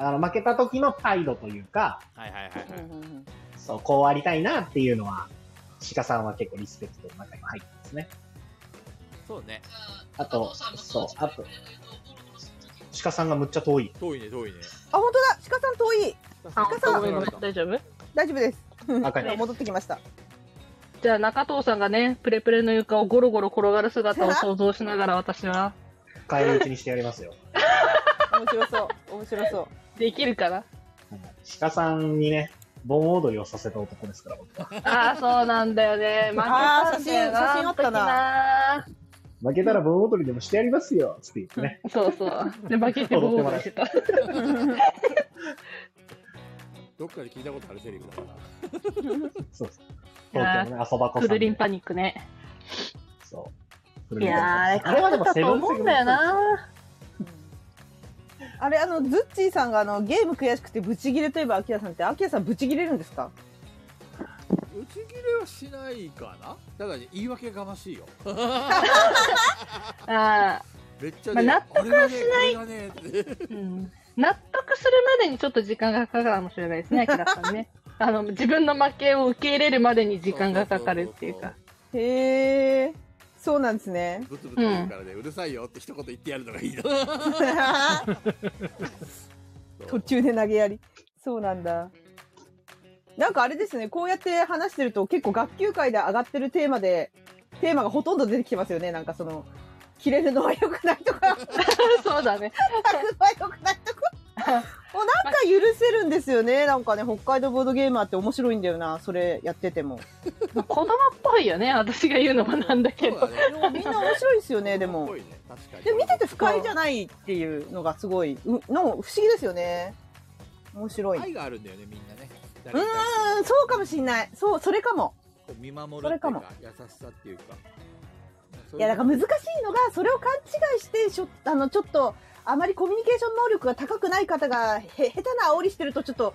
Speaker 2: あの負けた時の態度というか、
Speaker 1: はいはいはい。
Speaker 2: そう、こうありたいなっていうのは、鹿さんは結構リスペクトの中に入ってますね。
Speaker 1: そうね。
Speaker 2: あと、そう、あと、鹿さんがむっちゃ遠い。
Speaker 1: 遠いね、遠いね。
Speaker 5: あ、本当だ鹿さん遠い
Speaker 4: あ、
Speaker 5: さ
Speaker 4: ご
Speaker 5: ん
Speaker 4: めんごめん、大丈夫
Speaker 5: 大丈夫です。
Speaker 2: 赤に。
Speaker 5: 戻ってきました。
Speaker 4: じゃあ中藤さんがね、プレプレの床をゴロゴロ転がる姿 を想像しながら私は、
Speaker 2: 帰り討ちにしてやりますよ。
Speaker 5: 面白そう。面白そう。
Speaker 4: できるか な。
Speaker 2: うん鹿さんにね、盆踊りをさせた男ですから、僕は
Speaker 4: ああ、そうなんだよね。負けたんだよな
Speaker 5: あー写真写真あった
Speaker 4: な。
Speaker 2: 負けたら盆踊りでもしてやりますよつって言ってね。
Speaker 4: そうそう。で、負けてボーボーしてた。
Speaker 1: どっかで聞いたことあるセリフだから。
Speaker 2: そうそう。東京のね、遊ばこさ
Speaker 4: く
Speaker 2: んで
Speaker 4: るりん
Speaker 2: ね。
Speaker 4: パニックね。
Speaker 2: そう。く
Speaker 4: い
Speaker 2: るりんぱ
Speaker 4: やー、
Speaker 2: あれはでも
Speaker 4: だ
Speaker 2: セ
Speaker 4: と
Speaker 2: ブン
Speaker 4: 思
Speaker 2: ス
Speaker 4: うんだよな。
Speaker 5: あれ、あの、ズッチーさんがあの、ゲーム悔しくてブチギレといえばアキラさんって、アキラさんブチギレるんですか
Speaker 1: 打ち切れはしないかなただね、言い訳がましいよ。
Speaker 4: あ
Speaker 1: めっちゃ
Speaker 4: まあ
Speaker 1: ね、
Speaker 4: 納
Speaker 1: 得はしない。これがね、これがねって
Speaker 4: ーうん納得するまでにちょっと時間がかかるかもしれないですね、明らかに ね。あの、自分の負けを受け入れるまでに時間がかかるっていうか。
Speaker 5: へえ、そうなんですね。
Speaker 1: ブツブツ言うからね、うるさいよって一言言ってやるのがい いの。
Speaker 5: 途中で投げやり。そうなんだ。なんかあれですね、こうやって話してると結構学級会で上がってるテーマで、テーマがほとんど出てきてますよね。なんかその、切れるのは良くないとか、叩く
Speaker 4: そうだね。
Speaker 5: のは良くないとか。もうなんか許せるんですよね。なんかね、北海道ボードゲーマーって面白いんだよな。それやってても。
Speaker 4: 子供っぽいよね、私が言うのもなんだけ
Speaker 1: そう
Speaker 4: ど。
Speaker 1: だ
Speaker 5: で
Speaker 1: ね。
Speaker 5: もみんな面白いですよね、でも
Speaker 1: ぽ。いね確かに
Speaker 5: で見てて不快じゃないっていうのがすごい、うの不思議ですよね。面白い。
Speaker 1: 愛があるんだよね、みんなね。
Speaker 5: うーん、そうかもしんない。そう、それかも。
Speaker 1: こう見守るって
Speaker 5: そ
Speaker 1: い
Speaker 5: れ
Speaker 1: うか
Speaker 5: かも
Speaker 1: 優しさっていうか
Speaker 5: いや、だから難しいのが、それを勘違いして、しょ、あの、ちょっと、あまりコミュニケーション能力が高くない方が、へ、下手な煽りしてるとちょっと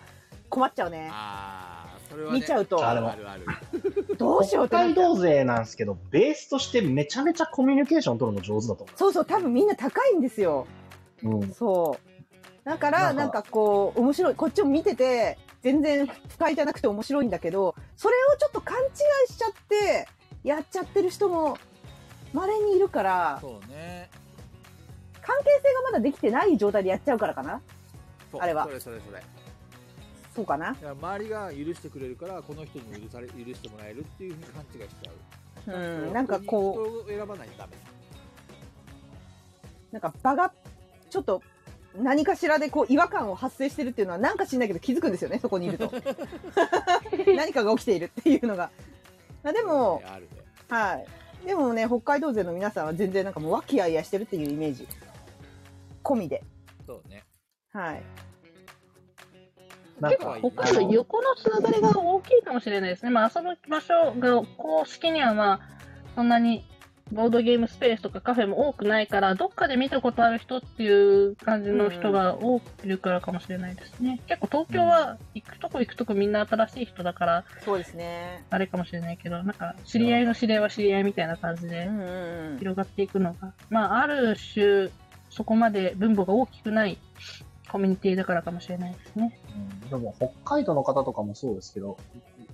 Speaker 5: 困っちゃうね。
Speaker 1: ああそれは、ね、
Speaker 5: 見ちゃうと、
Speaker 2: あ
Speaker 1: あ
Speaker 2: でも
Speaker 1: るある
Speaker 5: どうしようって
Speaker 2: 北
Speaker 5: なっ
Speaker 2: 海
Speaker 5: ちゃ
Speaker 2: 道
Speaker 5: う
Speaker 2: 勢なんですけど、ベースとしてめちゃめちゃコミュニケーション取るの上手だと
Speaker 5: そうそう、多分みんな高いんですよ。
Speaker 2: 思う。うん。
Speaker 5: そう。だから、
Speaker 2: な
Speaker 5: なんん
Speaker 2: か
Speaker 5: かこう、面白い、こっちも見てて、全然不快じゃなくて面白いんだけど、それをちょっと勘違いしちゃって、やっちゃってる人も、稀にいるから、
Speaker 1: そうね
Speaker 5: 関係性がまだできてない状態でやっちゃうからかな。
Speaker 1: そう
Speaker 5: あれは
Speaker 1: それそれそれだか
Speaker 5: そうかな
Speaker 1: ら周りが許してくれるからこの人に許され許してもらえるっていうふうに勘違いしちゃう
Speaker 5: うんなんかこ
Speaker 1: う人を選ばないとダメ
Speaker 5: うなんか場がちょっと何かしらでこう違和感を発生してるっていうのはなんか知んないけど気づくんですよねそこにい ると何かが起きているっていうのがあでも
Speaker 1: あるね
Speaker 5: はい。でもね、北海道勢の皆さんは全然なんかもう和気あいあいしてるっていうイメージ。込みで。
Speaker 1: そうね
Speaker 5: はい。
Speaker 3: なん
Speaker 4: 結
Speaker 3: か
Speaker 4: 構、北海道横のつながりが大きいかもしれないですね。まあ、遊ぶ場所が公式にはまあ、そんなにボードゲームスペースとかカフェも多くないから、どっかで見たことある人っていう感じの人が多くいるからかもしれないですね。結構東京は行くとこ行くとこみんな新しい人だから、
Speaker 5: そうですね。
Speaker 4: あれかもしれないけど、なんか知り合いの知り合いは知り合いみたいな感じ
Speaker 5: う
Speaker 4: で
Speaker 5: んうんうん。
Speaker 4: 広がっていくのが、まあ、ある種、そこまで分母が大きくないコミュニティだからかもしれないですね。
Speaker 2: うんでも北海道の方とかもそうですけど、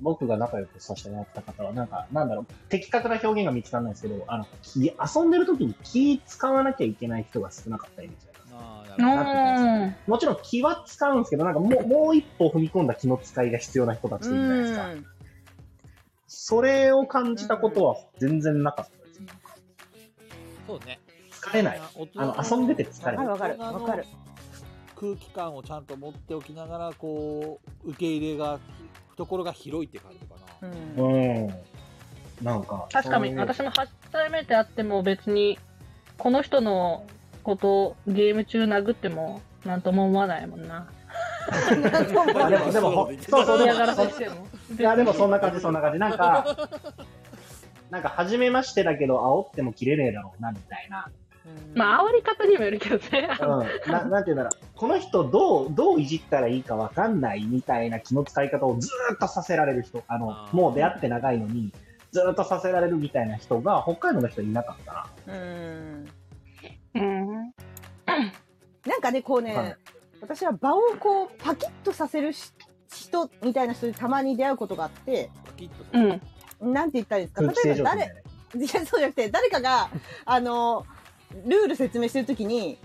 Speaker 2: 僕が仲良くさせてもらった方は、なんか、なんだろう、的確な表現が見つからないですけど、あの、気遊んでる時に気使わなきゃいけない人が少なかったりみたいな。
Speaker 1: ああな
Speaker 4: う
Speaker 1: るほど
Speaker 4: ん。
Speaker 2: もちろん気は使うんですけど、なんかもう、もう一歩踏み込んだ気の使いが必要な人たちいるじゃないですか。
Speaker 5: うん
Speaker 2: それを感じたことは全然なかったですね。
Speaker 1: そうね
Speaker 2: 疲れない。
Speaker 1: 大人
Speaker 2: あの、遊んでて疲れ
Speaker 5: わ
Speaker 2: ない。
Speaker 5: かる
Speaker 1: 大人の
Speaker 5: わかる
Speaker 1: 空気感をちゃんと持っておきながらこう受け入れが懐が広いって感じかな、
Speaker 5: うん
Speaker 2: うん。なんか、
Speaker 4: 確かに、
Speaker 2: そういう
Speaker 4: 私も初めて会っても別に、この人のことゲーム中殴っても、なんとも思わないもんな。
Speaker 5: なんとも
Speaker 2: まあでも、でも、ほそうそう、で
Speaker 4: 嫌
Speaker 2: も
Speaker 4: がらせしても。
Speaker 2: いや、でもそんな感じ、そんな感じ。なんか、なんか、初めましてだけど、煽っても切れねえだろうな、みたいな。
Speaker 4: まあ、煽り方にもよるけどね。
Speaker 2: うん。ななんて言うんだろう。この人、どう、どういじったらいいかわかんない、みたいな気の使い方をずーっとさせられる人。あの、
Speaker 1: あー
Speaker 2: もう出会って長いのに、ずーっとさせられるみたいな人が、北海道の人いなかったな。
Speaker 5: うん
Speaker 4: うん。
Speaker 5: なんかね、こう
Speaker 2: はい
Speaker 5: ね、私は場をこう、パキッとさせるし人みたいな人にたまに出会うことがあって、
Speaker 1: パキッとさ
Speaker 4: うん。
Speaker 5: なんて言ったらいいです
Speaker 2: 空気
Speaker 5: か
Speaker 2: 清
Speaker 5: 例え
Speaker 2: 浄
Speaker 5: ば
Speaker 2: 機みた
Speaker 5: 誰
Speaker 2: い、な。
Speaker 5: いや、そうじゃなくて、誰かが、あの、ルール説明してるときに、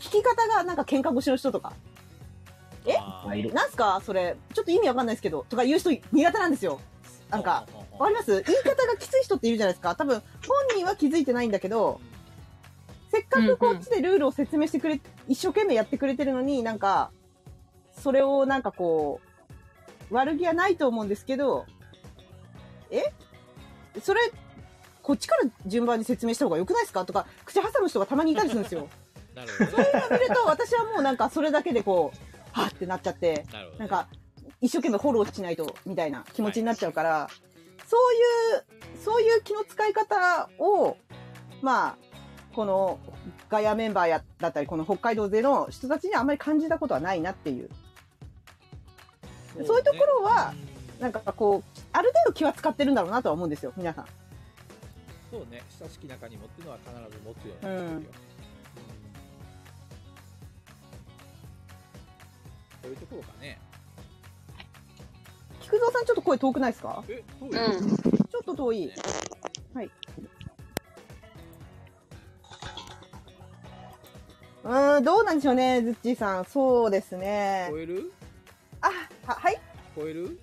Speaker 5: 聞き方がなんか喧嘩腰の人とか、え
Speaker 1: あ
Speaker 2: まあ、
Speaker 1: ー
Speaker 2: いる。
Speaker 5: なんすかそれ、ちょっと意味わかんないですけど、とか言う人苦手なんですよ。なんか、
Speaker 1: ほうほうほうほ
Speaker 5: わ
Speaker 1: う
Speaker 5: かります言い方がきつい人っているじゃないですか。多分、本人は気づいてないんだけど、せっかくこっちでルールを説明してくれ、一生懸命やってくれてるのに、なんか、それをなんかこう、悪気はないと思うんですけど、えそれ、こっちから順番に説明した方が良くないですかとか、口挟む人がたまにいたりするんですよ。
Speaker 1: なるほど
Speaker 5: そ
Speaker 1: ね
Speaker 5: れを見ると、私はもうなんかそれだけでこう、はぁってなっちゃって、
Speaker 1: なるほどね
Speaker 5: なんか、一生懸命フォローしないと、みたいな気持ちになっちゃうから、そういう、そういう気の使い方を、まあ、このガヤメンバーやだったり、この北海道勢の人たちにあんまり感じたことはないなっていう。そういうところは、
Speaker 1: うん
Speaker 5: なんかこう、ある程度気は使ってるんだろうなとは思うんですよ、皆さん。
Speaker 1: そうね親しき中に持っていうのは必ず持つようになってるよ、うんそういうところかね
Speaker 5: 菊蔵さんちょっと声遠くないですか
Speaker 1: えそう
Speaker 4: う
Speaker 1: よ
Speaker 4: ん。
Speaker 5: ちょっと遠い。はい。うーん、どうなんでしょうね、ズッチーさん。そうですね。
Speaker 1: 超える
Speaker 5: あ、は、はい。
Speaker 1: 超える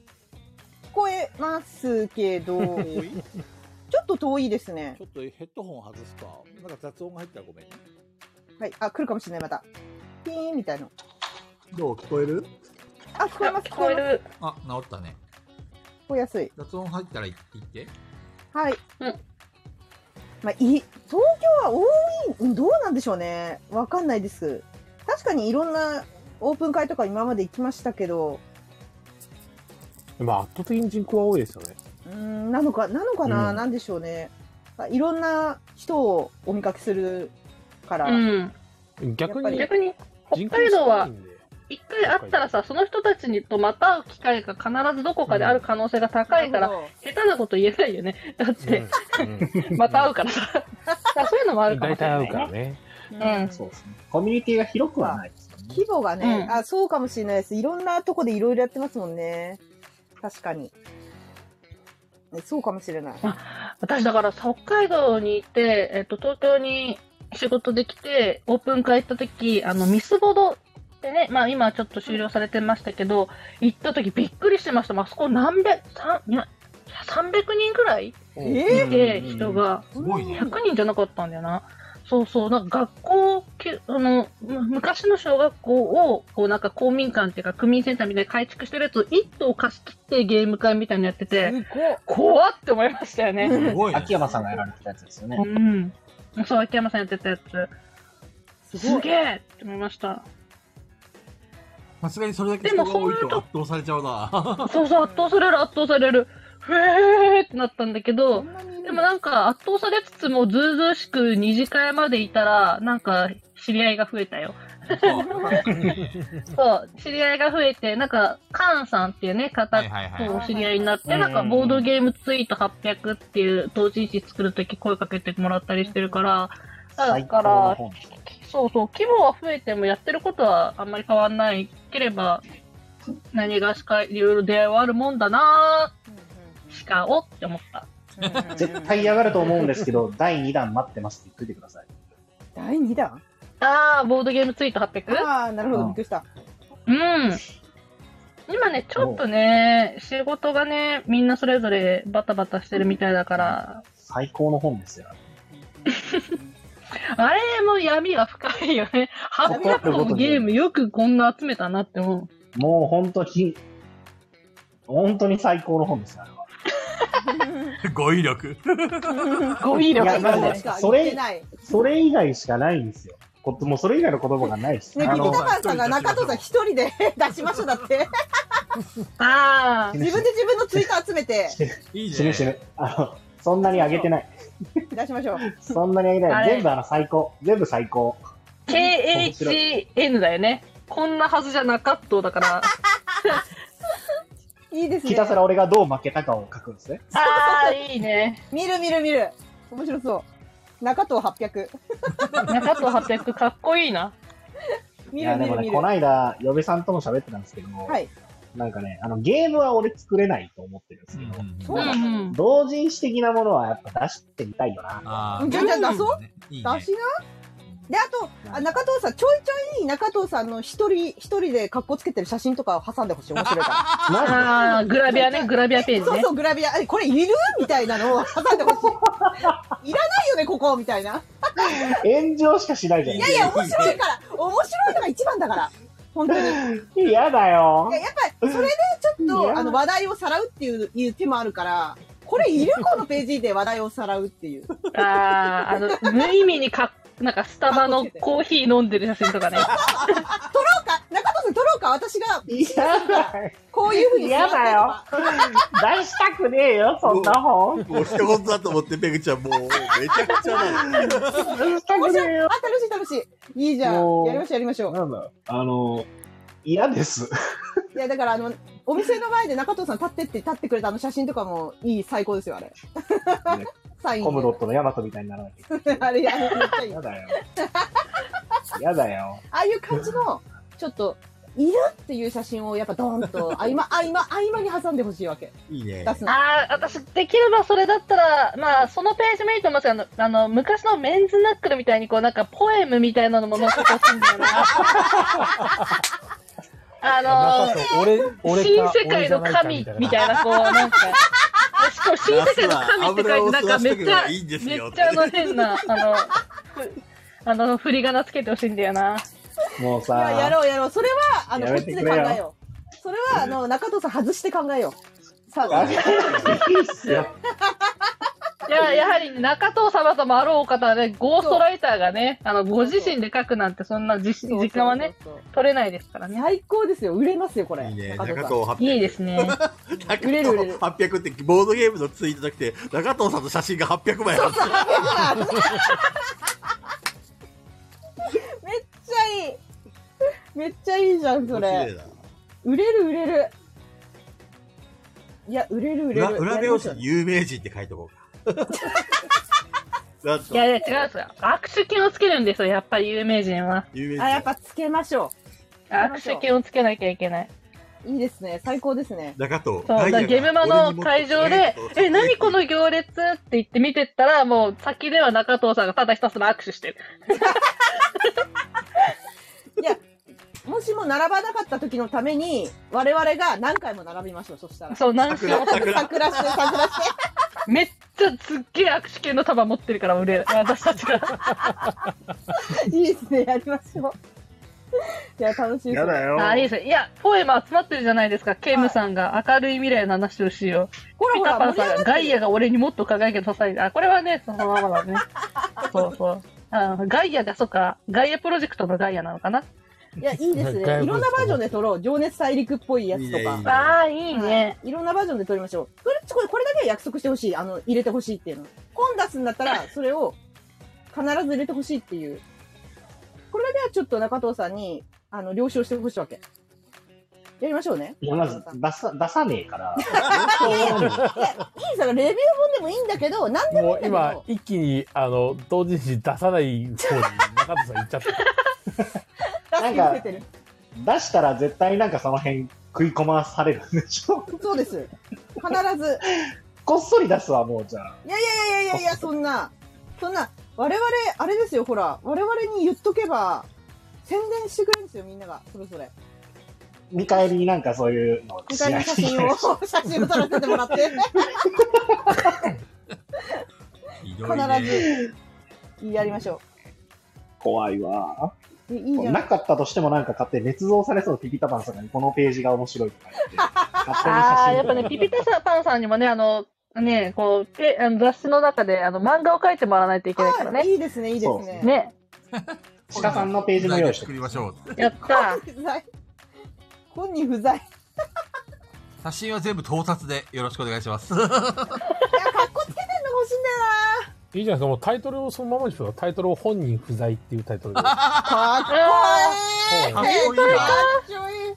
Speaker 5: 聞こえますけど、
Speaker 1: 遠い
Speaker 5: ちょっと遠いですね
Speaker 1: ちょ。っとヘッドホン外すかなんか雑音が入ったらごめんね
Speaker 5: はい。あ、来るかもしれない、また。ピーンみたいな。
Speaker 8: どう聞こえる
Speaker 5: あ、聞こえます、
Speaker 4: 聞こえ
Speaker 5: ます。
Speaker 4: る。
Speaker 1: あ治ったね
Speaker 5: 聞こえやすい。
Speaker 1: 雑音入ったら言って
Speaker 5: はい。
Speaker 4: うん
Speaker 5: まあ、い、東京は多い、どうなんでしょうね。わかんないです。確かにいろんなオープン会とか今まで行きましたけど、
Speaker 7: まあ圧倒的に人口は多いですよね。
Speaker 5: うーん、なのか、なのかな、
Speaker 7: うん
Speaker 5: なんでしょうね。まあいろんな人をお見かけするから、
Speaker 4: うん。
Speaker 7: 逆
Speaker 5: や
Speaker 7: に
Speaker 5: っぱ
Speaker 4: 逆に、北
Speaker 7: 人口
Speaker 4: 海道
Speaker 7: 少な
Speaker 4: はい
Speaker 7: んで。
Speaker 4: 一回会ったらさ、その人たちにとまた会う機会が必ずどこかである可能性が高いから、
Speaker 5: なるほど
Speaker 4: 下手なこと言えないよね。だって、
Speaker 7: うん
Speaker 4: また会うからさ。だからそういうのもあ
Speaker 7: う
Speaker 4: る
Speaker 7: ん
Speaker 4: か
Speaker 7: 大
Speaker 4: もしれ
Speaker 7: 体
Speaker 4: な
Speaker 7: 合う
Speaker 4: い
Speaker 7: か
Speaker 4: ね。
Speaker 7: らね。
Speaker 4: うん
Speaker 2: そうですね。コミュニティが広くはないですよね。
Speaker 5: 規模がね、
Speaker 4: うん
Speaker 5: あ、そうかもしれないです。いろんなとこでいろいろやってますもんね。確かに。ねそうかもしれない。
Speaker 4: 私だから北海道にいて、えっと、東京に仕事できて、オープン会行った時、あの、ミスボドでね、まあ今ちょっと終了されてましたけど、行った時びっくりしてました。まあそこ何百、三いや300人くらい
Speaker 5: え
Speaker 4: いて、人が。
Speaker 8: すごいね。
Speaker 4: 100人じゃなかったんだよな。そうそう、なんか学校、きあのむ昔の小学校をこうなんか公民館っていうか、区民センターみたいに改築してるやつを一棟貸し切ってゲーム会みたいなのやってて、怖っって思いましたよね。
Speaker 1: すごいね
Speaker 2: 秋山さんがやられてたやつですよね
Speaker 4: う。ん。そう、秋山さんやってたやつ。すげえって思いました。
Speaker 8: さすがにそれだけ人が多いと圧倒されちゃ うな。
Speaker 4: そうそう、圧倒される、圧倒される。へーってなったんだけど、でもなんか圧倒されつつもずうずうしく二次会までいたら、なんか知り合いが増えたよ。そう、知り合いが増えて、なんか、カンさんっていうね、方
Speaker 8: はいはいはい
Speaker 4: とお知り合いになって、
Speaker 2: うん
Speaker 4: なんか、ボードゲームツイート800っていう同人誌作るとき声かけてもらったりしてるから、だ
Speaker 2: 最高
Speaker 4: か
Speaker 2: の
Speaker 4: ら、
Speaker 2: 本。
Speaker 4: そうそう、規模は増えてもやってることはあんまり変わんないければ、何がしかいろいろ出会いはあるもんだなぁ、しかおって思った。
Speaker 2: 絶対嫌がると思うんですけど、第2弾待ってますって言っといてください。
Speaker 5: 第2弾
Speaker 4: あー、ボードゲームツイート 800?
Speaker 5: ああ、なるほど、びっくりした。
Speaker 4: うん。今ね、ちょっとね、仕事がね、みんなそれぞれバタバタしてるみたいだから、
Speaker 2: 最高の本ですよ。
Speaker 4: あれも闇が深いよね。800個のゲームよくこんな集めたなって思う。
Speaker 2: もう本当に、本当に最高の本ですよ、あれは。
Speaker 8: 語彙力。
Speaker 5: 語彙
Speaker 2: いやまあね
Speaker 5: しか
Speaker 2: そ
Speaker 5: 言
Speaker 2: れ
Speaker 5: ってない。
Speaker 2: それ以外しかないんですよ。こもうそれ以外の言葉がないし。
Speaker 5: ね、
Speaker 2: あ
Speaker 5: ピ
Speaker 2: の
Speaker 5: タパンさんが中藤さん一人で 出しましょうだって。
Speaker 4: あー、
Speaker 5: 自分で自分のツイート集めて
Speaker 1: いい
Speaker 2: 死ぬ死
Speaker 1: ね。
Speaker 2: ぬ。あの、そんなに上げてない。
Speaker 5: 出しましょう。
Speaker 2: そんなに上げてな
Speaker 4: あ
Speaker 2: い。
Speaker 4: れ
Speaker 2: 全部あの最高。全部最高。
Speaker 4: KHN だよね。こんなはずじゃなかっただから。
Speaker 5: いいです
Speaker 2: ひ
Speaker 5: ね。
Speaker 2: たすら俺がどう負けたかを書くんですね。
Speaker 4: ああ、いいね。
Speaker 5: 見る見る見る。面白そう。中藤800。
Speaker 4: 中藤800かっこいいな。
Speaker 2: い
Speaker 5: 見
Speaker 2: や、
Speaker 5: る
Speaker 2: で
Speaker 5: 見
Speaker 2: も
Speaker 5: る見
Speaker 2: ね、
Speaker 5: る
Speaker 2: こ。ないだ、嫁さんとも喋ってたんですけど、
Speaker 5: はい。
Speaker 2: なんかね、あの、ゲームは俺作れないと思ってるんですけど、
Speaker 4: うん
Speaker 5: そう
Speaker 4: う。
Speaker 5: なん
Speaker 2: 同人誌的なものはやっぱ出してみたいよな。
Speaker 8: あ
Speaker 5: じゃあじゃあ出そう
Speaker 8: いいね
Speaker 5: 出しなで、あと、あ中藤さん、ちょいちょい中藤さんの一人、一人で格好つけてる写真とかを挟んでほしい。面白いか
Speaker 2: マ
Speaker 4: ああ、グラビアね、グラビ アペ
Speaker 5: ら。
Speaker 4: ージ
Speaker 5: そう
Speaker 4: ね
Speaker 5: そ。う、グラビア。え、これいるみたいなのを挟んでほしい。いらないよね、ここみたいな。
Speaker 2: ジで炎上しかしないじゃ
Speaker 5: い
Speaker 2: ん。
Speaker 5: やいや、面白いから。面白いのが一番だから。本当に。
Speaker 2: 嫌だよ
Speaker 5: いや。やっぱそれでちょ
Speaker 2: い
Speaker 5: っ
Speaker 2: や
Speaker 5: とあの話題をさらうっていういう手もあるからこれいるこのページで話題をさらうっ ていう
Speaker 4: ああ、あの、無意味にか、なんかスタバのコーヒー飲んでる写真とかね。
Speaker 5: そうか中藤さん撮ろうか私が
Speaker 2: 嫌だよ。
Speaker 5: こういうふうに
Speaker 2: 嫌だよ
Speaker 5: 座ってとか。
Speaker 2: 出したくねえよ、 そんな本。
Speaker 8: もう一言だと思って、ペグちゃんもう、めちゃくちゃだよ。
Speaker 2: 出したくねえよ。
Speaker 5: あ楽しい楽しいいいじゃ
Speaker 2: も
Speaker 5: ん
Speaker 2: う
Speaker 5: やりましょうやりましょう
Speaker 2: なんだ、あの、嫌です。
Speaker 5: いやだからあのお店の前で中藤さん立ってって立ってくれたあの写真とかもいい最高で すよあれサイン
Speaker 2: コムドットのヤマトみたいにならなきゃ。
Speaker 5: あれあれめっちゃいい
Speaker 2: 嫌
Speaker 5: あ
Speaker 2: だよ。嫌だよ。
Speaker 5: あいう感じのちょっといるっていう写真をやっぱドーンと合間合間合間に挟んでほしいわけ
Speaker 8: いいね。
Speaker 5: 出すの
Speaker 4: ああ、私、できればそれだったら、まあ、そのページもいいと思いますけど、あの、あの昔のメンズナックルみたいに、こう、なんか、ポエムみたいなのも載せてほしいんだよ な。あのー、
Speaker 7: 俺、俺
Speaker 4: 新
Speaker 7: か
Speaker 4: 世界の神みたいな、こう、なんか、しかも新世界の神って書いて、なんかめっちゃ、
Speaker 8: いいんです
Speaker 4: めっ
Speaker 8: よ。
Speaker 4: ちゃあの変な、あの、ふあの、振り仮名つけてほしいんだよな。
Speaker 2: もう
Speaker 5: いやや
Speaker 2: さ、
Speaker 5: ろうやろうそれはあの
Speaker 2: や
Speaker 5: こ
Speaker 2: め
Speaker 5: っち
Speaker 2: て
Speaker 5: で
Speaker 2: くれ
Speaker 5: 考
Speaker 2: よ
Speaker 5: えようそれはあの中藤さん外して考えようさあ
Speaker 2: いいっすよ。
Speaker 4: いや、やはり中藤様ともあろう方はね、ゴーストライターがね、あの、ご自身で書くなんて、そんな自信時間はね、
Speaker 5: そうそう
Speaker 4: 取れないですから
Speaker 5: そう
Speaker 4: ね。
Speaker 5: 最高ですよ売れますよこれ
Speaker 8: いいね。
Speaker 5: 中
Speaker 8: 中
Speaker 5: 藤
Speaker 8: 藤
Speaker 5: さん
Speaker 8: 800。
Speaker 4: いいです ね。
Speaker 8: 中
Speaker 5: 売れる売れ
Speaker 8: 藤
Speaker 5: る
Speaker 8: 800ってボードゲームのツイートじゃなくて、中藤さんの写真が800枚ある。
Speaker 5: めっちゃいいめっちゃいいじゃんそ
Speaker 8: 面白
Speaker 5: れ
Speaker 8: いな
Speaker 5: 売れる売れるいや売れる売れ
Speaker 8: 裏
Speaker 5: る
Speaker 8: 裏
Speaker 5: やりま
Speaker 8: 表
Speaker 5: しょう
Speaker 8: 紙に有名人って書いとこうか。なん
Speaker 4: い
Speaker 8: と
Speaker 4: やいや、違うんですよ。握手券をつけるんですよ、やっぱり有名人は。
Speaker 8: 有名
Speaker 5: あやっ
Speaker 8: 人。
Speaker 5: ぱつけましょ
Speaker 4: 握手券をつけなきゃいけない。
Speaker 5: ういいですね最高ですね
Speaker 8: 中藤。
Speaker 4: そう、だからゲームマの会場で、え、何この行列って言って見てったら、もう先では中藤さんがただひたすら握手してる。
Speaker 5: もう今週も並ばなかった時のために、我々が何回も並びましょう、そしたら。
Speaker 4: そう、なんか、
Speaker 5: 桜、桜して、桜して。
Speaker 4: めっちゃすっげえ握手券の束持ってるから、俺、私たち が。
Speaker 5: いいですね、やりましょう。いや、楽しいです
Speaker 2: やだ
Speaker 5: ね。
Speaker 2: よ。
Speaker 4: あ、いいですね。いや、ポエム集まってるじゃないですか。ケイムさんが明るい未来の話をしよう。
Speaker 5: ほら
Speaker 4: ピ
Speaker 5: ほ
Speaker 4: タパ
Speaker 5: ら、
Speaker 4: ンさんが、ガイアが俺にもっと輝けと支えて、あ、これはね、そのまま だね。そうそう。あガイアが、そっか、ガイアプロジェクトのガイアなのかな。
Speaker 5: いや、いいですね。いろんなバージョンで撮ろう。情熱大陸っぽいやつとか。
Speaker 4: ああ、いいね。
Speaker 5: いろんなバージョンで撮りましょう。それ、これ、これだけは約束してほしい。あの、入れてほしいっていうの。コンダスになったら、それを必ず入れてほしいっていう。これだけはちょっと中藤さんに、あの、了承してほしいわけ。やりましょうね。
Speaker 2: いや、まず出さ、出さねえから。
Speaker 5: いや、いいそれ、レビュー本でもいいんだけど、なんでも
Speaker 3: も
Speaker 5: いい
Speaker 3: う
Speaker 5: んだけ
Speaker 3: 今
Speaker 5: ど、、
Speaker 3: 一気に、あの、同時に出さない方に中田さん行っちゃった。
Speaker 5: 出してくれてる。
Speaker 2: 出したら絶対なんかその辺食い込まされるんでしょ
Speaker 5: そうです。必ず。
Speaker 2: こっそり出すわ、もうじゃあ。
Speaker 5: いやいやいやいやいや、そんな、そんな、我々、あれですよ、ほら、我々に言っとけば、宣伝してくれるんですよ、みんなが、それぞれ。
Speaker 2: 見返りになんかそういうのを
Speaker 5: 2階の写真を、写真を撮らせてもらって、
Speaker 8: ひどいね
Speaker 5: 必ず、やりましょ
Speaker 2: 怖いわ。
Speaker 5: う。いいいじゃ
Speaker 2: な
Speaker 5: ない
Speaker 2: かったとしてもなんか勝手に捏造されそうピピタパンさんにこのページが面白いとか言って、勝手に写真
Speaker 4: ああ、やっぱね、ピピタさんパンさんにもね、あの、ね、こう、ペあの雑誌の中で、あの、漫画を描いてもらわないといけないから
Speaker 5: あ
Speaker 4: ね。
Speaker 5: いいですね、いいですね。
Speaker 4: ね、
Speaker 2: 鹿さんのページも用意して
Speaker 8: 作りましょう。
Speaker 4: やった。
Speaker 5: 不在。本人不在。い
Speaker 8: 写真は全部盗撮でよろしくお願いします。
Speaker 5: や、格好つけてんの欲しいんだよ
Speaker 3: いいじゃないですか、もうタイトルをそのままにしよう。タイトルを本人不在っていうタイトルで。
Speaker 5: なかっこいい
Speaker 8: かっこいいな
Speaker 5: かっちょいい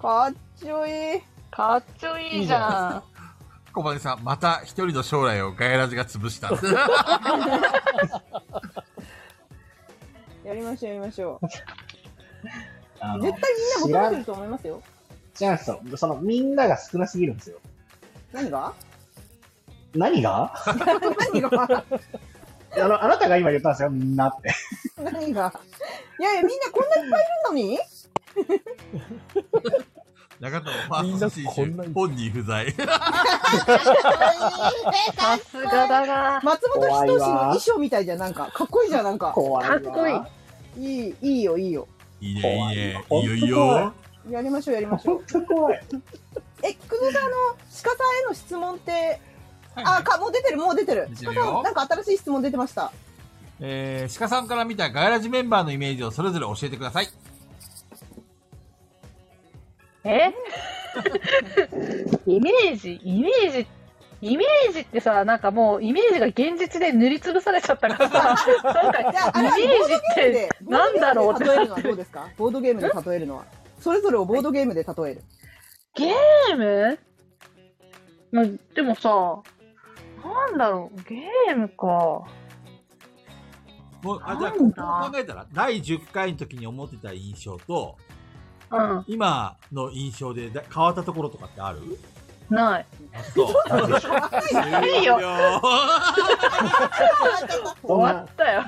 Speaker 5: かっちょいい
Speaker 4: かっちょいいじゃん。
Speaker 8: 小林さん、また一人の将来をガイラジが潰した。
Speaker 5: やりましょう、やりましょう。
Speaker 2: あ
Speaker 5: 絶
Speaker 2: の
Speaker 5: 対、みんな求めてると思いますよ。
Speaker 2: じゃあそそのみんなが少なすぎるんですよ。
Speaker 5: 何が
Speaker 2: 何が
Speaker 5: 何が
Speaker 2: あの、あなたが今言ったんですよ、みんなって。
Speaker 5: 何がいやいや、みんなこんないっぱいいるのに
Speaker 8: 中田のファースト
Speaker 3: みん
Speaker 8: 新
Speaker 3: なこんな
Speaker 8: 集
Speaker 3: に
Speaker 8: 本人不在。
Speaker 4: さすがだな。
Speaker 5: 松本
Speaker 2: 怖い
Speaker 5: 人志の
Speaker 2: わ
Speaker 5: 衣装みたいじゃん、なんか。かっこいいじゃん、なんか。
Speaker 2: 怖いわ。
Speaker 4: かっこいい
Speaker 5: いい、いいよ、いいよ。
Speaker 8: いいね、いいね。い
Speaker 2: 怖
Speaker 8: い
Speaker 2: い
Speaker 8: よ、
Speaker 2: わ
Speaker 8: いいよ。
Speaker 5: やりましょう、やりましょ
Speaker 2: 本
Speaker 5: う。
Speaker 2: 当怖い。
Speaker 5: え、くずさんの、鹿さんへの質問って、あ、か、もう出てる、もう出てる。
Speaker 8: 出て
Speaker 5: 鹿
Speaker 8: る
Speaker 5: さ
Speaker 8: よ
Speaker 5: ん、なんか新しい質問出てました。
Speaker 8: えー、鹿さんから見たガイラジメンバーのイメージをそれぞれ教えてください。
Speaker 4: えイメージ、イメージ、イメージってさ、なんかもう、イメージが現実で塗りつぶされちゃったから さ、なんか、イ
Speaker 5: じゃあ、あれは
Speaker 4: メージっ
Speaker 5: ボードゲームで
Speaker 4: て、、なんだろう
Speaker 5: ボ
Speaker 4: っ
Speaker 5: ー
Speaker 4: て
Speaker 5: ドゲームで例えるのはどうですかボードゲームで例えるのは。それぞれをボードゲームで例 える。
Speaker 4: ゲームまあ、でもさ、なんだろう、ゲームか。
Speaker 8: もう、あ、じゃあ、
Speaker 4: なん
Speaker 8: こ
Speaker 4: だ
Speaker 8: う考えたら、第10回の時に思ってた印象と、
Speaker 4: うん、
Speaker 8: 今の印象でだ変わったところとかってある
Speaker 4: ない。
Speaker 8: そう。
Speaker 4: ないよ、終わったよ。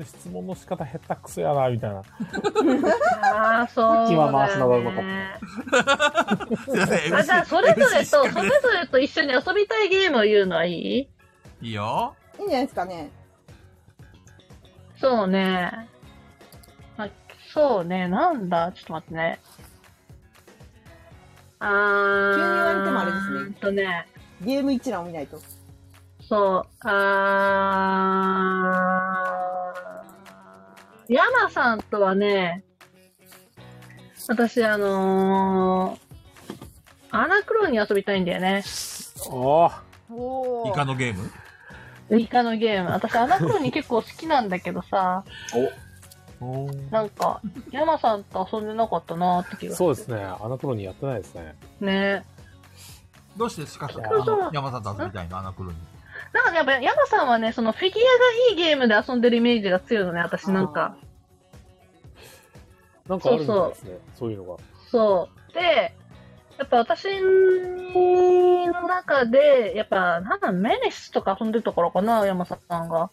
Speaker 3: 質問の仕方下手くそやな、みたいな。
Speaker 4: ああ、そう、
Speaker 2: さっきは回すのがうまかっ
Speaker 8: すいません。
Speaker 4: あ、じゃあ、それぞれ
Speaker 8: MC
Speaker 4: と、それぞれと一緒に遊びたいゲームを言うのはいい
Speaker 8: いいよ。
Speaker 5: いいんじゃないですかね。
Speaker 4: そうね。あ、そうね。なんだちょっと待ってね。あー。
Speaker 5: 急に言われてもあれですね
Speaker 4: うーんとね。
Speaker 5: ゲーム一覧を見ないと。
Speaker 4: そう。あー。山さんとはね、私、あのー、アナクロに遊びたいんだよね。
Speaker 3: おー
Speaker 5: お
Speaker 8: イカのゲーム
Speaker 4: イカのゲーム。私、アナクロに結構好きなんだけどさ、なんか、山さんと遊んでなかったなーって気がする。
Speaker 3: そうですね。あの頃にやってないですね。
Speaker 4: ね。
Speaker 8: どうしてスカさん、
Speaker 3: い
Speaker 8: あ
Speaker 3: や
Speaker 8: の山さんと遊びたいのアナクロに。
Speaker 4: なんかねやっぱ山さんはね、そのフィギュアがいいゲームで遊んでるイメージが強いのね、私なんか。
Speaker 3: なんかあるみたいですね。そういうのが。
Speaker 4: そう。で、やっぱ私の中で、やっぱ、なんだ、メネスとか遊んでたからかな、山さんが。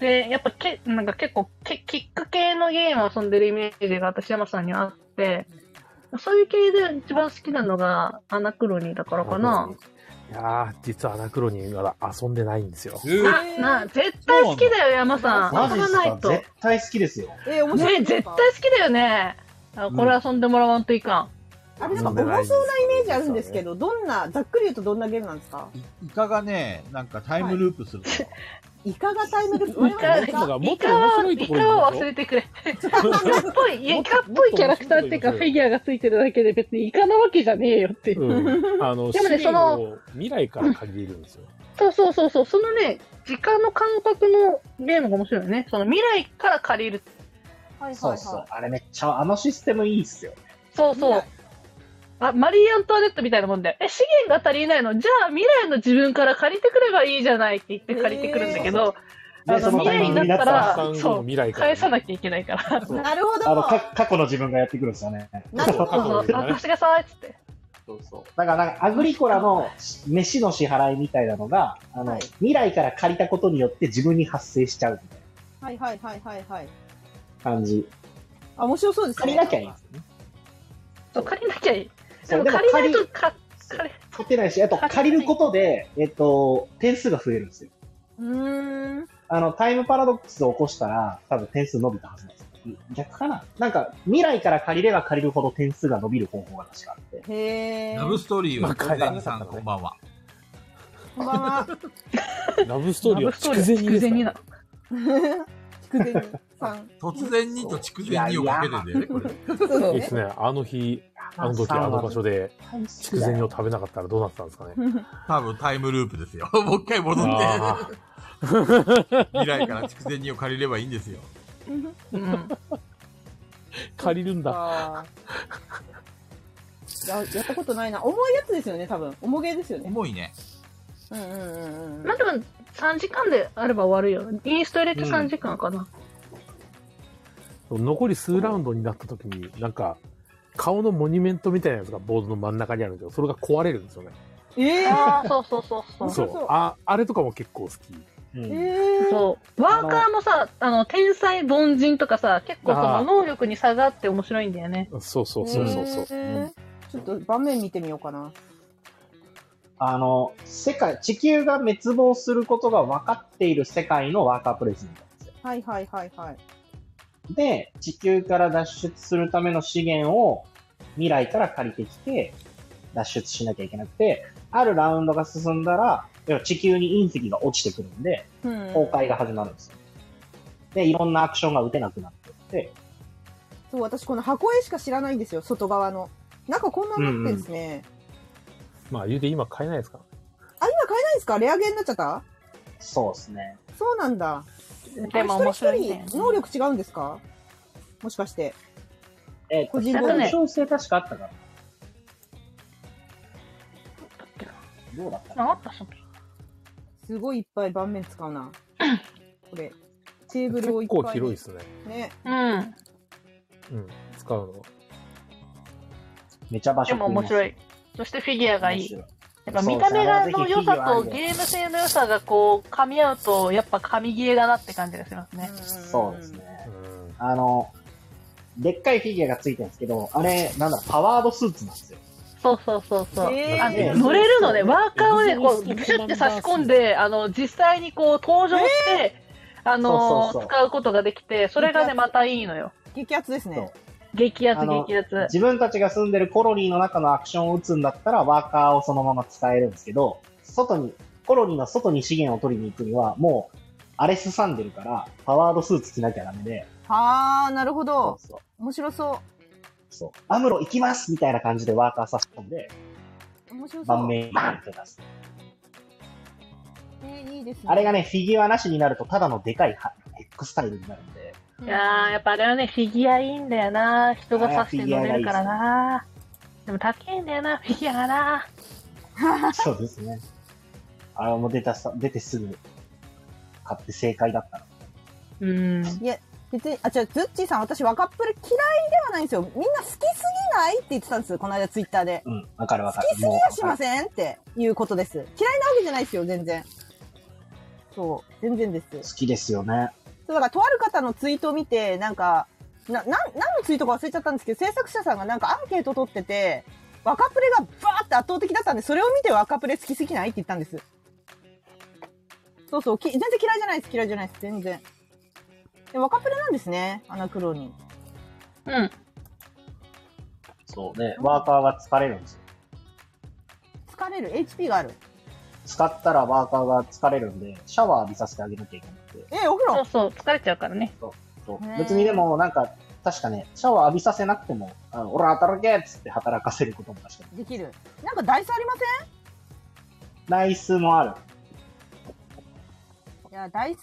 Speaker 4: で、やっぱけ、なんか結構け、キック系のゲームを遊んでるイメージが私、山さんにあって、そういう系で一番好きなのがアナクロニーだからかな。
Speaker 7: いやー、実はアナクロニーまだ遊んでないんです よ。
Speaker 1: え
Speaker 4: あ、な、絶対好きだよ、山さん。
Speaker 2: マジっ
Speaker 4: 遊ば
Speaker 2: す
Speaker 4: ない
Speaker 2: か
Speaker 4: と。ね
Speaker 2: 絶、対好きですよ。
Speaker 5: えー、面白い。
Speaker 4: 絶対好きだよね。あこれ遊んでもらわんといかん。
Speaker 5: あれなんか重そうなイメージあるんですけど、どんな、ざっくり言うとどんなゲームなんですか
Speaker 6: イカがね、なんかタイムループする。
Speaker 5: イカがタイムループ。
Speaker 4: イカ、イ
Speaker 5: イ
Speaker 4: カ
Speaker 5: カ
Speaker 3: のがもっと面
Speaker 4: は、
Speaker 3: 白いと
Speaker 4: イ
Speaker 3: こ
Speaker 4: カ
Speaker 3: ろに行く
Speaker 4: は
Speaker 3: でしょ
Speaker 4: 忘れてくれ。イカっぽい、イカっぽいキャラクターっていうか、フィギュアがついてるだけで別にイカなわけじゃねえよっていう。
Speaker 7: うんあの、
Speaker 4: でもね
Speaker 7: 資
Speaker 4: そ
Speaker 7: 料
Speaker 4: の
Speaker 7: を未来から借りれるんですよ。
Speaker 4: そうそうそうそう、そのね、時間の感覚のゲームが面白いよね。その未来から借りる。
Speaker 5: はいはい
Speaker 2: そうそう
Speaker 5: は。
Speaker 2: あれめっちゃ、あのシステムいいっすよ。
Speaker 4: そうそう。あ、マリー・アントワネットみたいなもんで、え、資源が足りないのじゃあ未来の自分から借りてくればいいじゃないって言って借りてくるんだけど、
Speaker 2: で、
Speaker 4: あ
Speaker 2: その
Speaker 4: の未
Speaker 2: タイ
Speaker 4: 来
Speaker 2: ミン
Speaker 4: に
Speaker 2: グにな
Speaker 4: なっ
Speaker 2: った
Speaker 4: た
Speaker 2: ら、
Speaker 4: ら
Speaker 7: 産、後
Speaker 4: そ
Speaker 7: の
Speaker 4: う、
Speaker 7: 未来から、
Speaker 4: 返さなきゃいけないから。
Speaker 5: い。なるほど。
Speaker 2: あの、か過去の自分がやってくるんですよね。
Speaker 5: なる
Speaker 4: そ
Speaker 5: ほ
Speaker 4: うそう
Speaker 5: ど。、
Speaker 4: あ貸してくださいっつって。
Speaker 2: そうそう。だから、なんか、アグリコラの飯の支払いみたいなのが、あの、未来から借りたことによって自分に発生しちゃうみたい
Speaker 5: はいはいはいはいはい。
Speaker 2: な感じ。
Speaker 5: あ、面白そうですね。
Speaker 2: 借りなきゃいいんですよね。
Speaker 4: そう、借りなきゃいい。で
Speaker 2: そう
Speaker 4: も借りない
Speaker 2: で
Speaker 4: と
Speaker 2: も、
Speaker 4: か、
Speaker 2: そう
Speaker 4: 借り、
Speaker 2: 勝てないし、あと借りることで、えっと、点数が増えるんですよ。
Speaker 5: うーん。
Speaker 2: あの、タイムパラドックスを起こしたら、多分点数伸びたはずなんですよ。逆かななんか、未来から借りれば借りるほど点数が伸びる方法が確かあって。
Speaker 5: へえ。
Speaker 8: ラブストーリー
Speaker 7: ま
Speaker 8: は、
Speaker 7: あ
Speaker 8: 小泉さん、こんばんは。
Speaker 5: こんばんは。
Speaker 7: ラブストーリーは筑前煮
Speaker 4: 偶
Speaker 7: です
Speaker 4: 然
Speaker 7: か
Speaker 4: に
Speaker 7: ら
Speaker 4: な
Speaker 7: ね。。
Speaker 5: 筑前煮さん。
Speaker 8: 突然にと筑前にをかけてんだよね、これ。
Speaker 5: そう
Speaker 7: いいですね。あの日、あの時、あの場所
Speaker 2: で。
Speaker 7: で、筑前煮を
Speaker 2: よ。
Speaker 7: 食べなかったらどうなってたんですかね。
Speaker 8: 多分タイムループですよ。もう一回戻って、
Speaker 7: あ
Speaker 8: 未来から筑前にを借りればいいんですよ。
Speaker 4: うん。
Speaker 7: ー借りるんだ。
Speaker 5: あーややったことないな。重いやつですよね、多分。重げですよね。
Speaker 8: 重いね。
Speaker 5: うんうんうんうん
Speaker 4: まあ。でも、3時間であれば終わるよ。インスト入れて3時間かな。
Speaker 7: 残り数ラウンドになった時に、なんか、顔のモニュメントみたいなやつがボードの真ん中にあるんですよ。それが壊れるんですよね。
Speaker 5: ええ
Speaker 4: ああ、そうそうそうそ。
Speaker 7: そう
Speaker 5: そうう。
Speaker 7: あ、あれとかも結構好き。
Speaker 2: うん
Speaker 5: ええ
Speaker 4: そう。ワーカーもさ、あの、天才凡人とかさ、結構そ
Speaker 7: あ
Speaker 4: の
Speaker 7: ー
Speaker 4: 能力に差があって面白いんだよね。
Speaker 7: そうそうそうそうそう。
Speaker 5: えーちょっと盤面見てみようかな。
Speaker 2: あの、世界、地球が滅亡することが分かっている世界のワーカープレイスなんですよ。
Speaker 5: はいはいはいはい。
Speaker 2: で、地球から脱出するための資源を未来から借りてきて、脱出しなきゃいけなくて、あるラウンドが進んだら、要は地球に隕石が落ちてくるんで、
Speaker 5: うん
Speaker 2: 崩壊が始まるんですよ。で、いろんなアクションが打てなくなってって、
Speaker 5: そう、私この箱絵しか知らないんですよ、外側の。中こんなになってんですね。
Speaker 7: まあ言うて今買えないですか
Speaker 5: あ、今買えないですかレアゲーになっちゃった
Speaker 2: そうですね。
Speaker 5: そうなんだ。
Speaker 4: でも面白
Speaker 5: あれ
Speaker 4: い
Speaker 5: 一人
Speaker 4: ね
Speaker 5: 一。人能力違うんですかもしかして。
Speaker 2: えっ、
Speaker 5: 個人
Speaker 2: と、
Speaker 4: 個人
Speaker 2: ね、調整確かあったから。どうだった
Speaker 4: あったその
Speaker 5: すごいいっぱい盤面使うな。これ。テーブ
Speaker 7: 結
Speaker 5: ルをいっぱい。
Speaker 7: 構広いですね。
Speaker 5: ね。
Speaker 4: う
Speaker 7: う
Speaker 4: ん。
Speaker 7: ん。使うの。
Speaker 2: めちゃ場所
Speaker 4: でも面白
Speaker 2: い。
Speaker 4: い。そしてフィギュアがいい。
Speaker 2: 面
Speaker 4: やっぱ見た目がの良さ
Speaker 2: そう
Speaker 4: と
Speaker 2: ですね
Speaker 4: ゲーム性の良さがこう、噛み合うと、やっぱ神ゲーだなって感じがしますね。
Speaker 2: 白いそうですね。
Speaker 7: うん。
Speaker 2: あの、でっかいフィギュアがついてるんですけど、あれ、なんだろう、パワードスーツなんですよ。
Speaker 4: そうそうそうそう。
Speaker 5: え
Speaker 4: あ
Speaker 2: ね
Speaker 5: ー、
Speaker 4: 乗れるのね、ワーカーをね、
Speaker 1: エグ
Speaker 4: こ
Speaker 1: ゾ
Speaker 4: う、
Speaker 1: ー
Speaker 4: ブ
Speaker 1: ス
Speaker 4: シ
Speaker 1: ト
Speaker 4: ュ
Speaker 1: コマ
Speaker 4: っ
Speaker 1: ン
Speaker 4: て
Speaker 1: ダー
Speaker 4: 差し込んで、あの、実際にこう、登場して、あの
Speaker 2: そうそうそう
Speaker 4: 使うことができて、それがね、またいいのよ。
Speaker 5: 激アツですね。
Speaker 4: 激ア
Speaker 2: あ
Speaker 4: ツ、
Speaker 2: の
Speaker 4: 激アツ。
Speaker 2: 自分たちが住んでるコロニーの中のアクションを打つんだったら、ワーカーをそのまま使えるんですけど、外に、コロニーの外に資源を取りに行くには、もう、あれすさんでるから、パワードスーツ着なきゃダメで、
Speaker 5: はあ、なるほど。
Speaker 2: そうそう。
Speaker 5: 面白そ
Speaker 2: そうアムロ行きますみたいな感じでワーカー差し込んで、
Speaker 5: う。面白そ
Speaker 2: 盤
Speaker 5: う。え
Speaker 2: 面にバンって出す。
Speaker 5: ー、いいですね。
Speaker 2: あれがね、フィギュアなしになると、ただのでかいは X タイルになるん で、
Speaker 5: うん、
Speaker 4: いやー、やっぱあれはね、フィギュアいいんだよな。人が刺して乗れるからな。でも高いんだよな、フィギュアがな。
Speaker 2: そうですね。あれも出たさ、出てすぐ買って正解だったら。
Speaker 4: うん。
Speaker 5: 別に、あ、じゃズッチーさん、私、若っぷり嫌いではないんですよ。みんな好きすぎないって言ってたんですよ、この間ツイッターで。
Speaker 2: うん、わかるわ
Speaker 5: 好
Speaker 2: かる。
Speaker 5: きすぎやしませんっていうことです。嫌いなわけじゃないですよ、全然。そう、全然です。
Speaker 2: 好きですよね。
Speaker 5: そうだからとある方のツイートを見てなんかななん何のツイートか忘れちゃったんですけど制作者さんがなんかアンケート取ってて若プレがバーって圧倒的だったんでそれを見て若プレ好きすぎないって言ったんですそうそうき全然嫌いじゃないです嫌いじゃないです全然で若プレなんですねアナクロニ
Speaker 4: うん。
Speaker 2: そうね。ワーカーが疲れるんですよ。
Speaker 5: 疲れる HP がある
Speaker 2: 使ったらワーカーが疲れるんで、シャワー浴びさせてあげなきゃいけなくて。
Speaker 5: えお風
Speaker 4: そう
Speaker 5: 呂
Speaker 4: そう、疲れちゃうからね。
Speaker 2: そう
Speaker 5: ねえ
Speaker 2: 別にでも、なんか、確かね、シャワー浴びさせなくても、あの、俺働けっつって働かせることも確かに。
Speaker 5: できるなんかダイスありませ
Speaker 2: ナイスもある。
Speaker 5: んいやダイス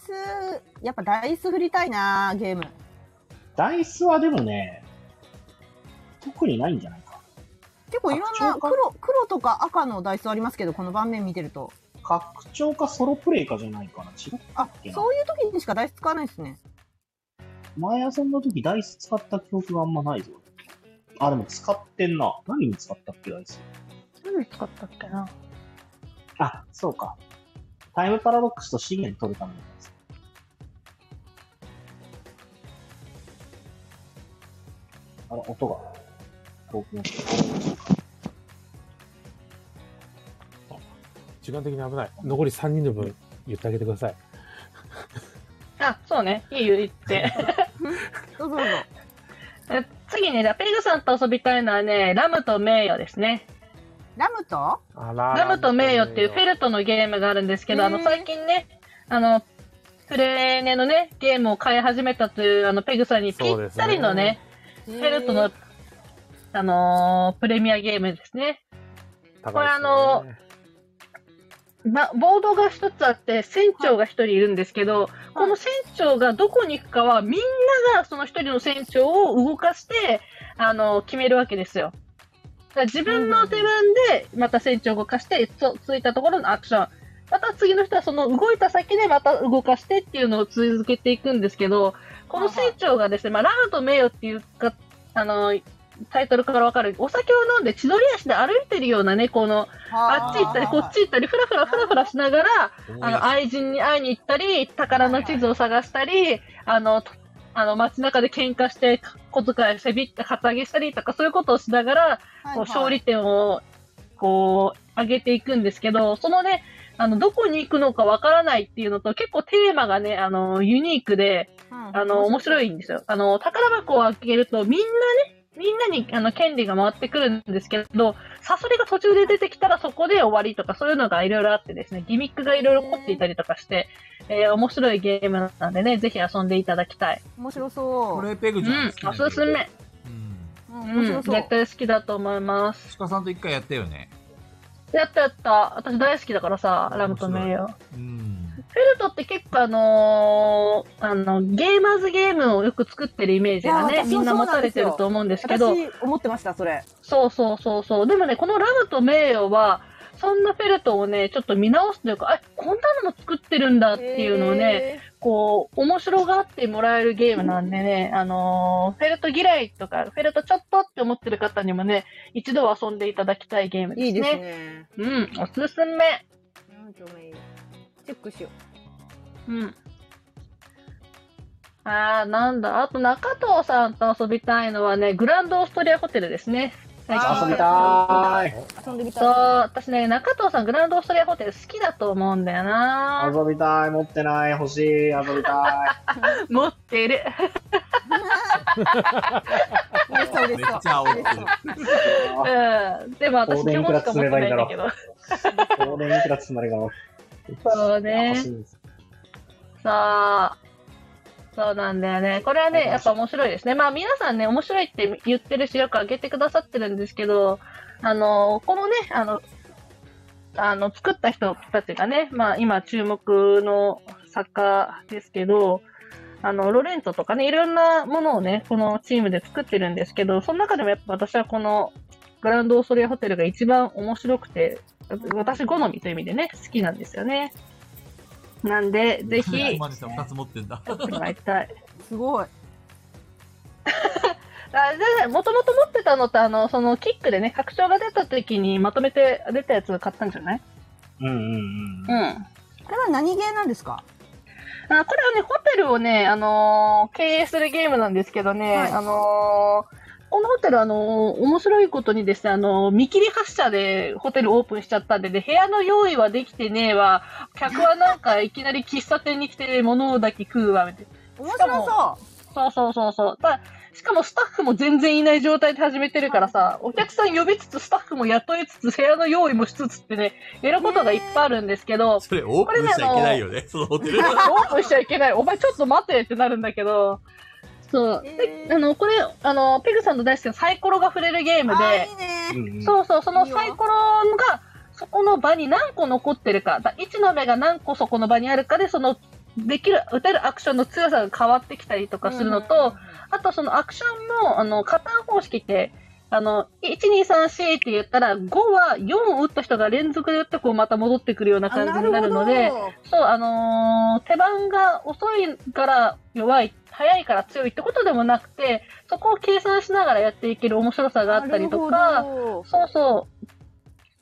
Speaker 5: やっぱダイス振りたいなゲーム
Speaker 2: ダイスはでもね、特にないんじゃないか。
Speaker 5: 結構いろん
Speaker 2: 拡
Speaker 5: な
Speaker 2: 張か
Speaker 5: 黒黒とか赤のダイスありますけどこの盤面見てると
Speaker 2: 拡張かソロプレイかじゃないかな。違う
Speaker 5: あそういう時にしかダイス使わないですね
Speaker 2: 前遊んだ時ダイス使った記憶があんまないぞ。あ、でも使ってんな。何に使ったっけ、ダイス。
Speaker 4: 何使ったっけな。
Speaker 2: あ、そうか。タイムパラドックスと資源取るためのやつ。あら、音が。遠くなってきた
Speaker 7: 時間的に危ない。残り3人の分言ってあげてください。
Speaker 4: あ、そうね。いいよ、言 って。
Speaker 5: どう ぞどうぞ
Speaker 4: え次ね、ラペグさんと遊びたいのはね、ラムと名誉ですね。
Speaker 5: ラムと
Speaker 7: あら
Speaker 4: ラムと名誉っていうフェルトのゲームがあるんですけど、あ
Speaker 5: へ
Speaker 4: の、
Speaker 5: ー
Speaker 4: 最近ね、あの、プレーネのね、ゲームを買い始めたという、あの、ペグさんにぴ
Speaker 7: そう
Speaker 4: っ
Speaker 7: ですね
Speaker 4: たりのね、フェルトの、あのープレミアゲームですね。これあの、ま、ボードが一つあって、船長が一人いるんですけど、この船長がどこに行くかは、みんながその一人の船長を動かして、あの、決めるわけですよ。だから自分の手番で、また船長を動かして、つついたところのアクション。また次の人はその動いた先でまた動かしてっていうのを続けていくんですけど、この船長がですね、まあ、ラムと名誉っていうか、あの、タイトルからわかる、お酒を飲んで千鳥足で歩いてるようなね、この、あっち行ったり、こっち行ったり、ふらふらふらふらしながら、あの、愛人に会いに行ったり、宝の地図を探したり、あの、とあの、街中で喧嘩して、小遣いせびって、旗揚げしたりとか、そういうことをしながら、こう勝利点を、こう、上げていくんですけど、そのね、あの、どこに行くのかわからないっていうのと、結構テーマがね、あの、ユニークで、あの、面白いんですよ。あの、宝箱を開けると、みんなね、みんなに、あの、権利が回ってくるんですけど、サソリが途中で出てきたらそこで終わりとか、そういうのがいろいろあってですね、ギミックがいろいろ凝っていたりとかして、えー面白いゲームなんでね、ぜひ遊んでいただきたい。
Speaker 5: 面白そ
Speaker 8: こ
Speaker 5: う
Speaker 8: れペグ
Speaker 4: う
Speaker 8: ちゃん
Speaker 4: ん
Speaker 8: 好き、な
Speaker 4: お
Speaker 8: んだ
Speaker 4: す
Speaker 8: けど
Speaker 4: すめ。
Speaker 8: うん
Speaker 5: うん
Speaker 4: う
Speaker 5: 面
Speaker 4: ん、
Speaker 5: 白そう
Speaker 4: 絶対好きだと思います。
Speaker 8: 鹿さんと一回やったよね
Speaker 4: やったやった。私大好きだからさ、ラムと名誉。
Speaker 8: うん
Speaker 4: フェルトって結構あのーあの、ゲーマーズゲームをよく作ってるイメージが
Speaker 5: いや
Speaker 4: ね、
Speaker 5: 私
Speaker 4: み
Speaker 5: も
Speaker 4: んな持たれてる
Speaker 5: そうなんですよ
Speaker 4: と思うんですけど、
Speaker 5: 私思ってましたそれ
Speaker 4: そうそうそうそう。でもね、このラムと名誉は、そんなフェルトをね、ちょっと見直すというか、え、こんなのも作ってるんだっていうのをね、
Speaker 5: へ
Speaker 4: こう、面白がってもらえるゲームなんでね、あのーフェルト嫌いとか、フェルトちょっとって思ってる方にもね、一度は遊んでいただきたいゲーム
Speaker 5: ー
Speaker 4: ですね。
Speaker 5: いいですね
Speaker 4: うん、おすすめ。
Speaker 5: なんともいいチェックしよ
Speaker 4: うん。あー、なんだ。あと、中藤さんと遊びたいのはね、グランドオーストリアホテルですね。最近
Speaker 2: 遊びたーい。
Speaker 5: う遊んでみ
Speaker 4: そう、
Speaker 5: た
Speaker 4: 私ね、中藤さん、グランドオーストリアホテル好きだと思うんだよな。
Speaker 2: 遊びたい。持ってない。欲しい。遊びた
Speaker 4: 持ってる。
Speaker 5: い嬉しそう
Speaker 8: めっ
Speaker 5: 嬉しそう
Speaker 8: ちゃ煽ってる
Speaker 2: い。
Speaker 4: うん。でも私、
Speaker 2: これ
Speaker 4: 基
Speaker 2: いく
Speaker 4: 本
Speaker 2: ら
Speaker 4: しか持ってないんだけど。
Speaker 2: これいくらつまりかな。
Speaker 4: そう
Speaker 2: 欲
Speaker 4: ね
Speaker 2: し。いです。
Speaker 4: さあ。そうなんだよね。これはね、やっぱ面白いですね。まあ皆さんね、面白いって言ってるし、よくあげてくださってるんですけど、あの、このね、あの、あの、作った人たちがね、まあ今注目の作家ですけど、あの、ロレンツォとかね、いろんなものをね、このチームで作ってるんですけど、その中でもやっぱ私はこのグランドオーストリアホテルが一番面白くて、私好みという意味でね、好きなんですよね。なんで、 ぜ ひ、
Speaker 8: マネさん2つ持ってんだ
Speaker 4: もらいたい。
Speaker 5: すごい
Speaker 4: あ、で、もともと持ってたのと、あの、そのキックでね、拡張が出た時にまとめて出たやつを買ったんじゃない
Speaker 2: うんうんうん。
Speaker 4: うん。
Speaker 5: これは何ゲーなんですか
Speaker 4: あこれはね、ホテルをね、あのー経営するゲームなんですけどね、
Speaker 5: はい
Speaker 4: あのーこのホテル、あのー面白いことにですね、あのー見切り発車でホテルオープンしちゃったんで、ね、部屋の用意はできてねえわ、客はなんかいきなり喫茶店に来て物だけ食うわ、みたいな。
Speaker 5: 面白そ
Speaker 4: そうそうそうそう。ただしかもスタッフも全然いない状態で始めてるからさ、お客さん呼びつつ、スタッフも雇いつつ、部屋の用意もしつつってね、やることがいっぱいあるんですけど、
Speaker 8: それオープンしちゃいけないよね、そのホテ ル。
Speaker 4: オープンしちゃいけない。お前ちょっと待てってなるんだけど。そう。
Speaker 5: え
Speaker 4: で、あの、これ、あの、ペグさんと大好きなサイコロが触れるゲー
Speaker 5: う。
Speaker 4: ム
Speaker 5: あー
Speaker 4: で
Speaker 5: い、いね。
Speaker 2: うん
Speaker 4: そうそう、そのサイコロが、そこの場に何個残ってるか、だ1の目が何個そこの場にあるかで、その、できる、打てるアクションの強さが変わってきたりとかするのと、あとそのアクションも、あの、加担方式って、あの、1、2、3、4って言ったら、5は4を打った人が連続で打ってこうまた戻ってくるような感じになるので、そう、あのー手番が遅いから弱い、早いから強いってことでもなくて、そこを計算しながらやっていける面白さがあったりとか、そうそう。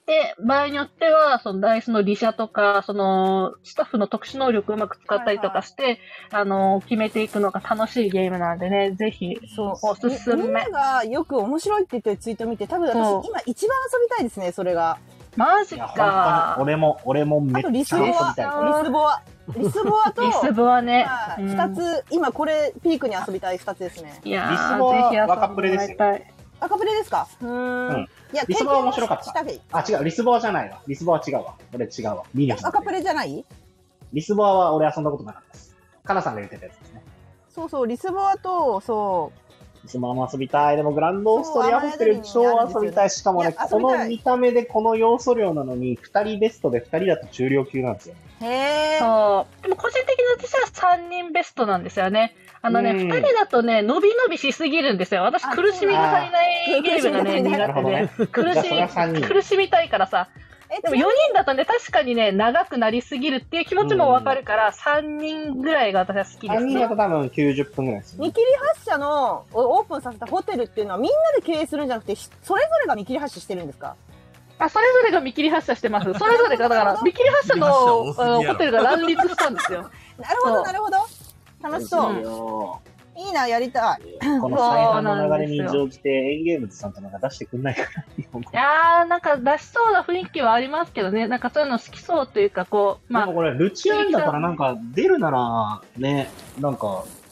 Speaker 4: で、場合によっては、そのダイスの利射とか、その、スタッフの特殊能力をうまく使ったりとかして、あのー決めていくのが楽しいゲームなんでね、ぜひ、
Speaker 5: そう
Speaker 4: おすすめ
Speaker 5: みんながよく面白いって言ってるツイート見て、多分
Speaker 4: そう
Speaker 5: 私今一番遊びたいですね、それが。
Speaker 4: マジ
Speaker 2: いや、本
Speaker 4: か
Speaker 2: 当に、。俺も、俺もめ
Speaker 5: あ
Speaker 2: っち
Speaker 5: と
Speaker 2: ゃ
Speaker 5: リ
Speaker 2: 遊び
Speaker 5: スボア、
Speaker 2: たい、これ。
Speaker 5: リスボア。リスボアと、
Speaker 4: リスボはね、
Speaker 5: はい
Speaker 4: うん
Speaker 5: 二つ、今これピークに遊びたい二つですね。
Speaker 4: い
Speaker 2: リ
Speaker 4: や
Speaker 2: スボは
Speaker 4: ー、ぜひ遊んでも
Speaker 2: 若プレですよ
Speaker 4: らいたい。
Speaker 5: 赤プレですかうー
Speaker 2: うん
Speaker 5: ん。いや、
Speaker 2: リスボア面白かった
Speaker 5: 経験はしたけ
Speaker 2: あ、違う、リスボアじゃないわ。リスボアは違うわ。俺違うわ。ミニオンさん
Speaker 5: 赤プレじゃない
Speaker 2: リスボアは俺遊んだことなかったです。カナさんが言ってたやつですね。
Speaker 5: そうそう、リスボアと、そう、
Speaker 2: リスボアも遊びたい。でもグランドオーストリアホテル超遊びたい。しかもね、
Speaker 5: いや
Speaker 2: こ
Speaker 5: 遊び
Speaker 2: の
Speaker 5: たい
Speaker 2: 見た目でこの要素量なのに、二人ベストで二人だと中量級なんですよ。
Speaker 5: へー。
Speaker 4: そう。でも個人的な私は3人ベストなんですよね。あのね、
Speaker 2: うん
Speaker 4: 2人だとね、伸び伸びしすぎるんですよ。私、
Speaker 5: あ
Speaker 4: 苦しみが足りないゲームがね、
Speaker 5: そうなんだ
Speaker 2: な
Speaker 4: 苦
Speaker 2: るほ
Speaker 4: 手
Speaker 2: ど
Speaker 4: で
Speaker 2: ね。。
Speaker 4: 苦
Speaker 2: じゃあそれは三
Speaker 4: し み、
Speaker 2: 人
Speaker 4: 苦しみたいからさ。
Speaker 5: え、
Speaker 4: でも4
Speaker 5: ちなみに
Speaker 4: 人だとね、確かにね、長くなりすぎるっていう気持ちもわかるから、3人ぐらいが私は好きで
Speaker 2: 3
Speaker 4: す
Speaker 2: 人だ
Speaker 4: ね。
Speaker 2: と多分90分ぐらいですよ
Speaker 5: 見
Speaker 2: ね。
Speaker 5: 切り発車のおオープンさせたホテルっていうのはみんなで経営するんじゃなくてひそれぞれが見切り発車してるんですか
Speaker 4: あ、それぞれが見切り発車してます。それぞれが、だから、見切り発車の
Speaker 8: 見切り発車多すぎやろ
Speaker 4: あのホテルが乱立したんですよ。
Speaker 5: なるほ
Speaker 4: そう
Speaker 5: どなるほど楽しそう、
Speaker 4: うん
Speaker 2: よ
Speaker 5: いいなやりたい
Speaker 2: この再販の流れに乗じて、エンゲームズさんとなんか出してくんないかな、日本語
Speaker 4: いやー、なんか出しそうな雰囲気はありますけどね、なんかそういうの好きそうというか、こう、まあ
Speaker 2: でも、これ、ルチアンだからなんか、出るなら、ね、なんか、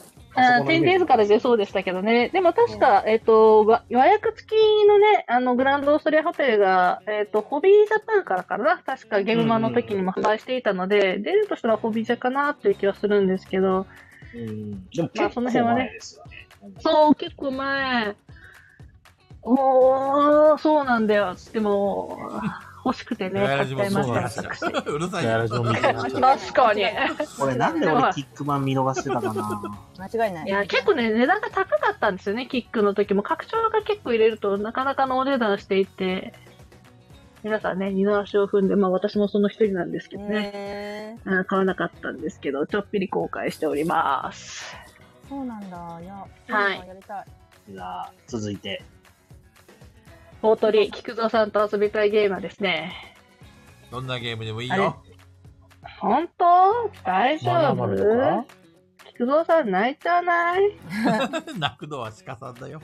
Speaker 2: あそこのイメージ
Speaker 4: テンデイズから出そうでしたけどね。でも確か、えっ、と、わ和訳付きのね、あの、グランドオーストリアホテルが、えっ、と、ホビージャパンからかな。確かゲームマンの時にも販売していたので、出るとしたらホビージャかなっていう気はするんですけど、
Speaker 2: うん、でも
Speaker 4: まあ
Speaker 2: 結
Speaker 4: そ
Speaker 2: 構
Speaker 4: の辺はね
Speaker 2: 前ですよね。
Speaker 4: そう、結構前、おー、そうなんだよ。でも、欲しくて
Speaker 8: ガ
Speaker 4: ね、
Speaker 8: ヤラ
Speaker 4: 買っ
Speaker 8: ジ
Speaker 4: ち
Speaker 8: も
Speaker 4: ゃい
Speaker 8: そ
Speaker 4: ま
Speaker 8: うなんです
Speaker 4: し
Speaker 8: よ
Speaker 4: た、私。。
Speaker 8: うるさい
Speaker 7: ガヤラジも
Speaker 8: よ。
Speaker 7: 見てました。
Speaker 4: 確かに。い
Speaker 2: 俺、なんで俺、キックマン見逃してたかな。
Speaker 5: 間違いない
Speaker 4: や、結構ね、値段が高かったんですよね、キックの時も。拡張が結構入れると、なかなかのお値段していて、皆さんね、二の足を踏んで、まあ私もその一人なんですけどね、
Speaker 5: ね
Speaker 4: うん買わなかったんですけど、ちょっぴり後悔しております。
Speaker 5: そうなんだいや
Speaker 4: はい
Speaker 5: いいなやりたい
Speaker 2: じゃあ、続いて、
Speaker 4: 大鳥、菊蔵さんと遊びたいゲームはですね、
Speaker 8: どんなゲームでもいい
Speaker 4: あれ
Speaker 8: よ。
Speaker 4: 本当大丈
Speaker 7: マナ
Speaker 4: 夫
Speaker 7: マルとか
Speaker 4: 菊蔵さん泣いちゃわない
Speaker 8: 泣くのは鹿さんだよ。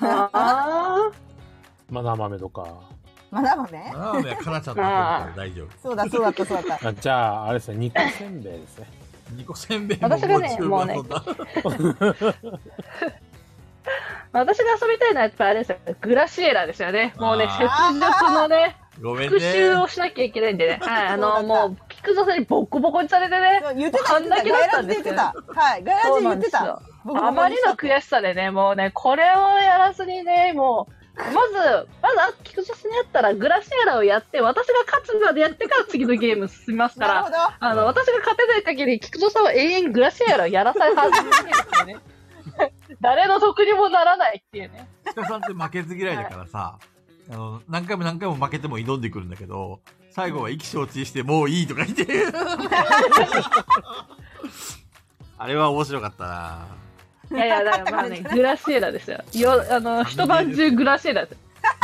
Speaker 4: ああ
Speaker 7: マナー豆とか。
Speaker 5: まだまね
Speaker 8: ラーメンはかなちゃんの方だから大丈夫。
Speaker 5: そうだそうだったそ うだった
Speaker 7: あじゃあ、あれですね、肉せんべいですね。
Speaker 8: ニコせんべいももう
Speaker 4: 私がね
Speaker 8: 十
Speaker 4: もう
Speaker 8: 分
Speaker 4: ね
Speaker 8: 遊んだ。
Speaker 4: 私が遊びたいのはやっぱりあれですよ、グラシエラですよね。もうね、
Speaker 8: あ
Speaker 4: 雪辱のね、
Speaker 8: ごめん
Speaker 4: 復習
Speaker 8: ね。
Speaker 4: をしなきゃいけないん でね、はい、あの、
Speaker 5: そうだった
Speaker 4: もう、菊蔵さんにボッコボコにされてね、
Speaker 5: そう言って
Speaker 4: あ
Speaker 5: た
Speaker 4: ん
Speaker 5: 言
Speaker 4: だ
Speaker 5: っ
Speaker 4: け
Speaker 5: て
Speaker 4: だ
Speaker 5: たガ
Speaker 4: っ
Speaker 5: ヤ
Speaker 4: た
Speaker 5: ラ
Speaker 4: ん
Speaker 5: ジ
Speaker 4: で
Speaker 5: です言
Speaker 4: よ
Speaker 5: ってたはいガヤラ
Speaker 4: そう
Speaker 5: ジ
Speaker 4: な
Speaker 5: 言
Speaker 4: ん
Speaker 5: っ
Speaker 4: で
Speaker 5: て
Speaker 4: すよ
Speaker 5: た。僕
Speaker 4: あまりの
Speaker 5: し
Speaker 4: 悔しさでね、もうね、これをやらずにね、もう、まず、まず、あ菊蔵さんにやったら、グラシエラをやって、私が勝つまでやってから次のゲーム進みますか
Speaker 5: なる
Speaker 4: ら、
Speaker 5: ほど
Speaker 4: あの、私が勝てない限り、菊蔵さんは永遠グラシエラをやらされたはずなんですよね。 誰の得にもならないっていうね。
Speaker 8: 鹿さんって負けず嫌いだからさ、あの、何回も何回も負けても挑んでくるんだけど、最後は意気消沈してもういいとか言って。 あれは面白かったな。
Speaker 4: いやいや、 だからまあね、グラシエラですよ。よ、あの、一晩中グラシエラです。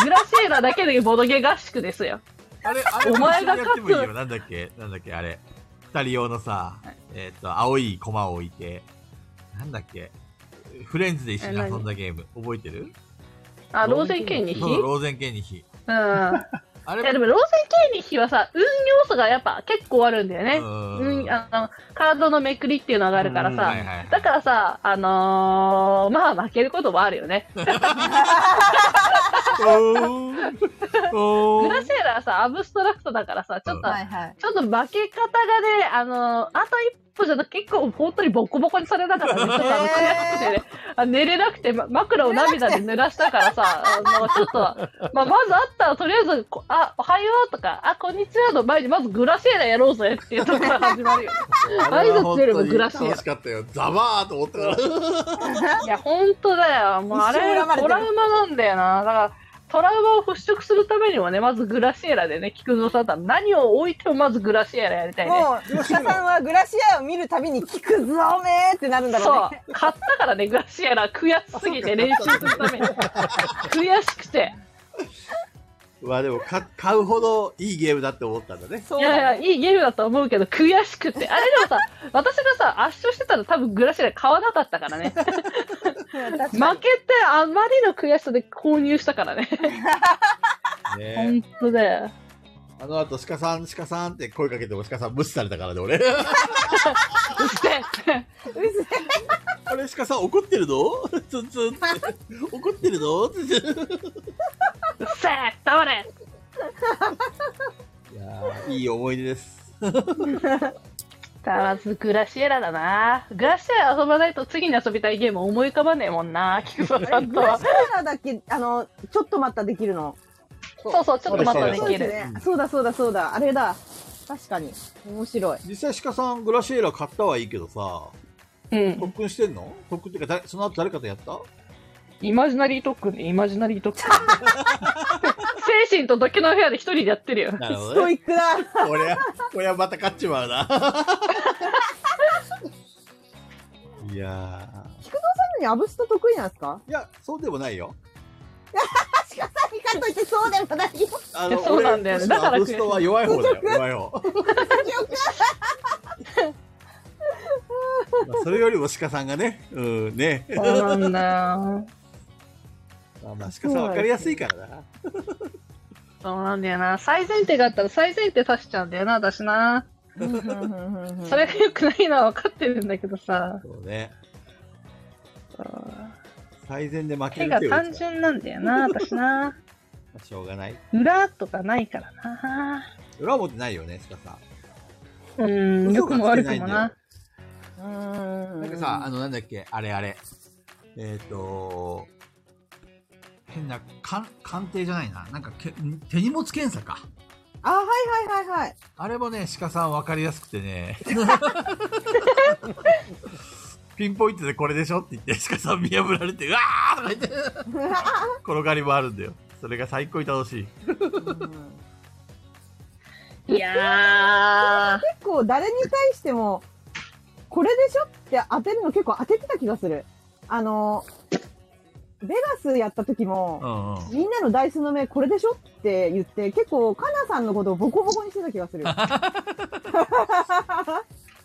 Speaker 4: グラシエラだけでボドゲ合宿ですよ。
Speaker 8: あれ、あれ、
Speaker 4: お前が
Speaker 8: やってもいいよ。なんだっけなんだっけあれ。
Speaker 1: 二人用のさ、えっ、と、青いコマを置いて、なんだっけ、フレンズで一緒に遊んだゲーム、覚えてる
Speaker 4: あ、ローゼン剣に火
Speaker 1: そう、
Speaker 4: うん。
Speaker 1: ローゼン剣に火。あ
Speaker 4: いや、
Speaker 1: れ
Speaker 4: でも、ローゼン剣に火はさ、運要素がやっぱ結構あるんだよね。うん、あの、カードのめくりっていうのがあるから
Speaker 1: はいはい
Speaker 4: さ。
Speaker 1: はい。
Speaker 4: だからさ、あのー、まあ、負けることもあるよね。
Speaker 1: おーお
Speaker 4: グ
Speaker 1: ー
Speaker 4: ラシェラはさ、アブストラクトだからさ、ちょっと、
Speaker 5: はいはい。
Speaker 4: ちょっと負け方がね、あのー、あと一歩じゃなく結構本当にボコボコにされたからね、ちょっとあの、悔しくて ね、あ寝れなくて、ま枕を涙で濡らしたからさ、あの、ちょっと、まあ、まずあったらとりあえず、こあ、おはようとか、あ、こんにちはの前に、まずグラシェラやろうぜっていうところから始まる よ。
Speaker 1: あれは本当に
Speaker 4: 挨拶よりもグラシア
Speaker 1: 楽しかったよ。ザバーと思ったから。
Speaker 4: いや、本当だよ。もうあれ
Speaker 5: 一生恨ま、れて
Speaker 4: ト
Speaker 5: る
Speaker 4: ラウマなんだよな。だから、トラウマを払拭するためにもね、まずグラシエラでね、菊蔵さんだったら何を置いてもまずグラシエラやりたいね。
Speaker 5: もう、鹿さんはグラシアを見るたびに、聞くぞめーってなるんだ
Speaker 4: そ
Speaker 5: ろう
Speaker 4: う
Speaker 5: ね。、
Speaker 4: 買ったからね、グラシエラ、悔しすぎて練習するために。悔しくて。
Speaker 1: まあでもか、買うほどいいゲームだって思ったんだね。
Speaker 5: そう
Speaker 4: いやいや、いいゲームだと思うけど、悔しくて。あれでもさ、私がさ、圧勝してたら多分グラシエラ買わなかったからね。
Speaker 5: 確か
Speaker 4: 負けてあまりの悔しさで購入したからね。
Speaker 1: ね
Speaker 4: 本当だよ。
Speaker 1: あの後、鹿さん、鹿さんって声かけても鹿さん無視されたからね、俺。
Speaker 4: うっせえ
Speaker 5: に。うぜ
Speaker 1: あれ、鹿さん怒ってるのツンツンって。怒ってるのって。
Speaker 4: うっせえ黙れ
Speaker 1: いやーいい思い出です。
Speaker 4: さあまずグラシエラだな。グラシエラ遊ばないと次に遊びたいゲーム思い浮かばねえもんな、菊蔵さんと
Speaker 5: グラ
Speaker 4: は
Speaker 5: シ。アラだっけ、あの、ちょっと待ったできるの。
Speaker 4: そうそう、ちょっとまたで
Speaker 5: そう
Speaker 4: き
Speaker 5: で
Speaker 4: る。
Speaker 5: すね。そうだそうだそうだ。あれだ。確かに。面白い。
Speaker 1: 実際、鹿さん、グラシエラ買ったはいいけどさ、
Speaker 4: うん。
Speaker 1: 特訓してんの特訓っていうか、誰その後誰かとやった
Speaker 4: イマジナリートックンで、イマジナリートックン。精神と時の部屋で一人でやってるよ。
Speaker 1: なるほ
Speaker 5: ス
Speaker 1: ど
Speaker 5: トイ
Speaker 1: ね。
Speaker 5: ックだ。
Speaker 1: これは、これはまた勝っちまうな。 いや
Speaker 5: 何アブスト得意なんですか
Speaker 1: ーいや、そうでもないよ。
Speaker 5: 確かさんにかといってそうでもないよ。
Speaker 1: あ
Speaker 4: いやそうなんだよねだから
Speaker 1: ブストは弱い方だよ。弱い方。まあそれよりも鹿さんがね、うん、ね。
Speaker 4: そうなんだよ。
Speaker 1: まあ、まあ鹿さんわかりやすいからな。
Speaker 4: そうなんだよな。最前提があったら最前提刺しちゃうんだよな、私な。それが良くないのは分かってるんだけどさ。
Speaker 1: そうね。最善で負け
Speaker 4: 手
Speaker 1: るっ
Speaker 4: が
Speaker 1: ていう
Speaker 4: 単純なんだよ な、私な。
Speaker 1: しょうがない。
Speaker 4: 裏とかないからな。
Speaker 1: 裏表ないよね、鹿さん。
Speaker 4: うん、良くも悪くもな。
Speaker 5: な
Speaker 1: なんかさ、あの、なんだっけ、あれあれ。えっ、と変な、鑑鑑定じゃないな。なんかけ、手荷物検査か。
Speaker 5: あ、はいはいはいはい。
Speaker 1: あれもね、鹿さん分かりやすくてね。ピンポイントでこれでしょって言って、鹿さん見破られて、うわーとか言って、転がりもあるんだよ。それが最高に楽しい。
Speaker 5: うん
Speaker 4: いやー、
Speaker 5: 結構誰に対しても、これでしょって当てるの結構当ててた気がする。あの、ベガスやった時
Speaker 1: う
Speaker 5: も、
Speaker 1: んうん。
Speaker 5: みんなのダイスの目これでしょって言って、結構カナさんのことをボコボコにしてた気が する。は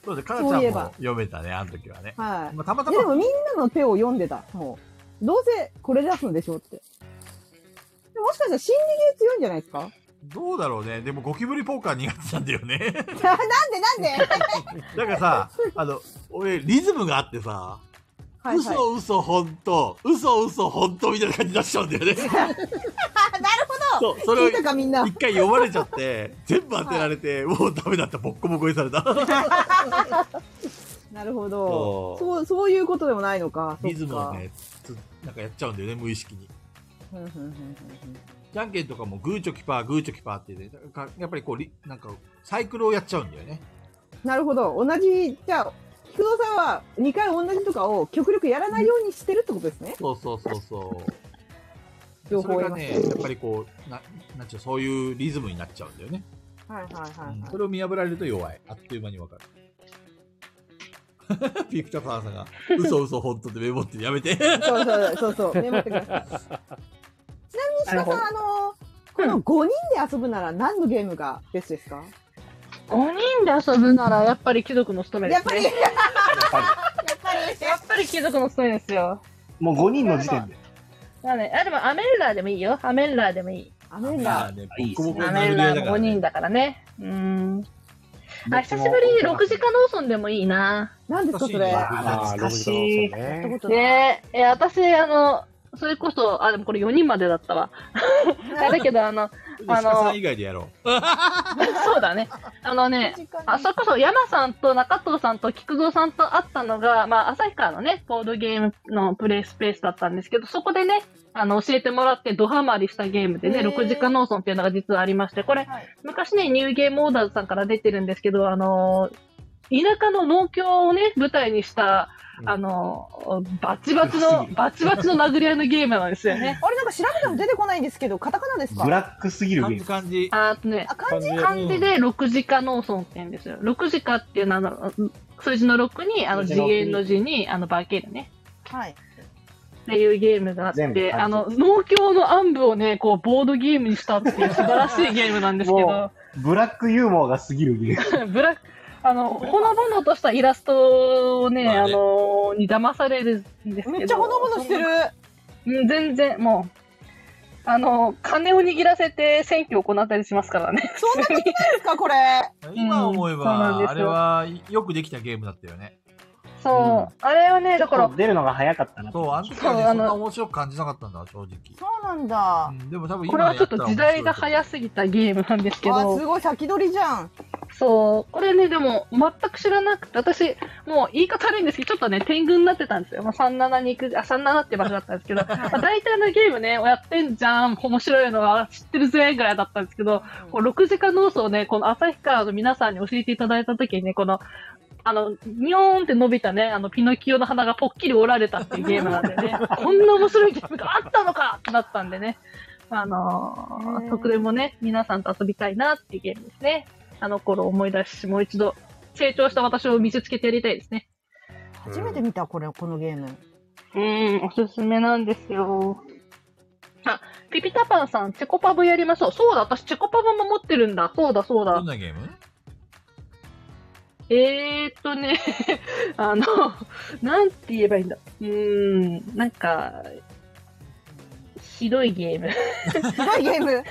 Speaker 1: そうです、かなちゃ
Speaker 5: そ
Speaker 1: ん
Speaker 5: ういえ
Speaker 1: も
Speaker 5: ば
Speaker 1: 読めたね、あの時はね。
Speaker 5: い。
Speaker 1: まあ、たまた
Speaker 5: いやで
Speaker 1: ま、
Speaker 5: もみんなの手を読んでた。もう。どうせこれ出すんでしょうって。でももしかしたら心理ゲー強いんじゃないですか
Speaker 1: どうだろうね。でもゴキブリポーカー苦手なんだよね。
Speaker 5: なんでなんで
Speaker 1: なんかさ、あの、俺、リズムがあってさ、
Speaker 5: はい はい。
Speaker 1: 嘘嘘本当、嘘嘘本当みたいな感じ出しちゃうんだよね。
Speaker 5: あなるほ
Speaker 1: そう、そ
Speaker 5: ど
Speaker 1: れを
Speaker 5: 聞い
Speaker 1: 一
Speaker 5: たかみんな。
Speaker 1: 回読まれちゃって、全部当てられて、もうダメだった、ボッコボコにされた。
Speaker 5: なるほど。
Speaker 1: そ
Speaker 5: そう、そういうことでもないのか。
Speaker 1: リズム
Speaker 5: そっ
Speaker 1: を
Speaker 5: か。
Speaker 1: ね、つなんかやっちゃうんだよね、無意識に。
Speaker 5: ふんふんふんふん
Speaker 1: じゃんけんとかもグーチョキパー、グーチョキパーってね、なんかやっぱりこうリ、なんか、サイクルをやっちゃうんだよね。
Speaker 5: なるほど。同じ、じゃあ、菊蔵さんは2回同じとかを極力やらないようにしてるってことですね。
Speaker 1: そうそうそうそう。
Speaker 5: 両
Speaker 1: そ
Speaker 5: 方
Speaker 1: れ
Speaker 5: や
Speaker 1: が
Speaker 5: ります
Speaker 1: ね、やっぱりこう、ななんちゅう、そういうリズムになっちゃうんだよね。
Speaker 5: はいはいはいはい
Speaker 1: そ。れを見破られると弱い。あっという間にわかる。 ピクチャパーさんが、嘘嘘本当でメモってやめて。
Speaker 5: そうそうそうそう。メモってください。ちなみに、鹿さん、あの、この5人で遊ぶなら何のゲームがベストですか
Speaker 4: 5人で遊ぶならやっぱり貴族の務めで
Speaker 5: やっ
Speaker 4: す
Speaker 5: ぱり、
Speaker 4: ね
Speaker 5: やっ
Speaker 2: ぱり
Speaker 5: ぱり、
Speaker 4: やっぱり貴族の務めですよ
Speaker 2: もう5人の時点で。
Speaker 4: まあねあでもアメンラーでもいいよアメンラーでもいい
Speaker 5: あめん
Speaker 8: まあ
Speaker 5: だ。
Speaker 8: ね、
Speaker 2: いいっ
Speaker 8: ボ
Speaker 2: す
Speaker 8: コ
Speaker 2: ね
Speaker 8: ボコ
Speaker 4: ア
Speaker 8: に殴
Speaker 4: メン
Speaker 8: り合
Speaker 4: ラ
Speaker 8: いだ
Speaker 4: ー
Speaker 8: か
Speaker 4: も
Speaker 8: ら
Speaker 4: 5人
Speaker 8: ね。
Speaker 4: だからねうん
Speaker 2: 僕も
Speaker 4: あ久しぶりに6時間ローソンでもいいな
Speaker 5: なんですか、それ。や
Speaker 7: ああ、
Speaker 2: 懐
Speaker 7: ロ
Speaker 2: か
Speaker 7: ブ
Speaker 2: し
Speaker 7: ジロ
Speaker 2: い
Speaker 7: ーさん
Speaker 5: ったこ
Speaker 7: ね。
Speaker 5: とない。
Speaker 4: ねえ、え私、あの、それこそ、あ、でもこれ4人までだったわ。あだけど、あの、あ
Speaker 8: 石川さ
Speaker 4: の
Speaker 8: ん以、外でやろう。
Speaker 4: そうだね。あのね、あそれこそ山さんと中藤さんと菊蔵さんと会ったのが、まあ、旭川のね、ボードゲームのプレイスペースだったんですけど、そこでね、あの、教えてもらってドハマりしたゲームでね、
Speaker 5: へー
Speaker 4: 6時間ノーソンっていうのが実はありまして、これ、
Speaker 5: はい
Speaker 4: 昔ね、ニューゲームオーダーズさんから出てるんですけど、あの、田舎の農協をね、舞台にした、
Speaker 7: うん
Speaker 4: あの、バチバチの、バチバチの殴り合いのゲームなんです よね。
Speaker 5: あれ、なんか調べても出てこないんですけど、カタカナですか
Speaker 2: ブラックすぎるゲ
Speaker 8: 感
Speaker 2: ー
Speaker 8: じ感じ。
Speaker 2: ム。
Speaker 4: あとね、
Speaker 5: あ、漢字
Speaker 4: 漢字で6時化農村って言うんですよ。6時化っていうのは、あの数字の6に、あの
Speaker 2: 数
Speaker 4: 次
Speaker 2: 字の六に
Speaker 4: 元の字に、あのバーケードね。
Speaker 5: はい。
Speaker 4: っていうゲームがあっ
Speaker 2: 全部漢字
Speaker 4: て、あの、農協の暗部をね、こう、ボードゲームにしたっていう素晴らしいゲームなんですけど
Speaker 2: も、ブラックユーモアがすぎるゲーム。
Speaker 4: ブラック、あの、ほのぼのとしたイラストをね、
Speaker 8: まあ
Speaker 4: あ
Speaker 8: ね
Speaker 4: の、に騙されるんですけど。
Speaker 5: めっちゃほのぼのしてる。
Speaker 4: うん全然、もう、あの、金を握らせて選挙を行ったりしますからね。
Speaker 5: そんなにできるんですか、これ。
Speaker 8: 今思え
Speaker 4: そうなんです
Speaker 8: ば、
Speaker 4: よ
Speaker 8: あれはよくできたゲームだったよね。
Speaker 4: そう。あれはね、だから、
Speaker 2: 出るのが早かったなって
Speaker 8: そう、あの時はね、
Speaker 4: そう
Speaker 8: そ
Speaker 4: あ
Speaker 8: ん
Speaker 4: の
Speaker 8: な面白く感じなかったんだ、正直。
Speaker 5: そうなんだ
Speaker 8: う。んでも多分今
Speaker 4: これはちょっと時代が
Speaker 8: や
Speaker 4: 早
Speaker 8: た
Speaker 4: すぎたゲームなんですけ
Speaker 5: あ、
Speaker 4: ど
Speaker 5: す、ごい先取りじゃん。
Speaker 4: そう、これね、でも、全く知らなくて、私、もう言い方悪いんですけど、ちょっとね、天狗になってたんですよ。まあ、37に行く、あ、37って場所だったんですけど、まあ、大体のゲームね、やってんじゃん、面白いのは知ってるぜ、ぐらいだったんですけど、こう6時間ノースをね、この旭川の皆さんに教えていただいたときにね、この、あの、にょーんって伸びたね、あの、ピノキオの鼻がぽっきり折られたっていうゲームなんで ね、こんな面白いゲームがあったのかってなったんでね、あの
Speaker 5: へ
Speaker 4: ー、
Speaker 5: ー
Speaker 4: 特でもね、皆さんと遊びたいなっていうゲームですね。あの頃を思い出し、もう一度、成長した私を見せつけてやりたいですね。
Speaker 5: 初めて見た、これ、このゲーム。
Speaker 4: うん、おすすめなんですよ。あ、ピピタパンさん、チェコパブやりましょう。そうだ、私チェコパブも持ってるんだ。そうだ、そうだ
Speaker 8: どん。なゲーム
Speaker 4: えーっとね、 あの、なんて言えばいいんだ。うーん、なんか、ひどいゲーム。
Speaker 5: ひどいゲー ム。
Speaker 4: う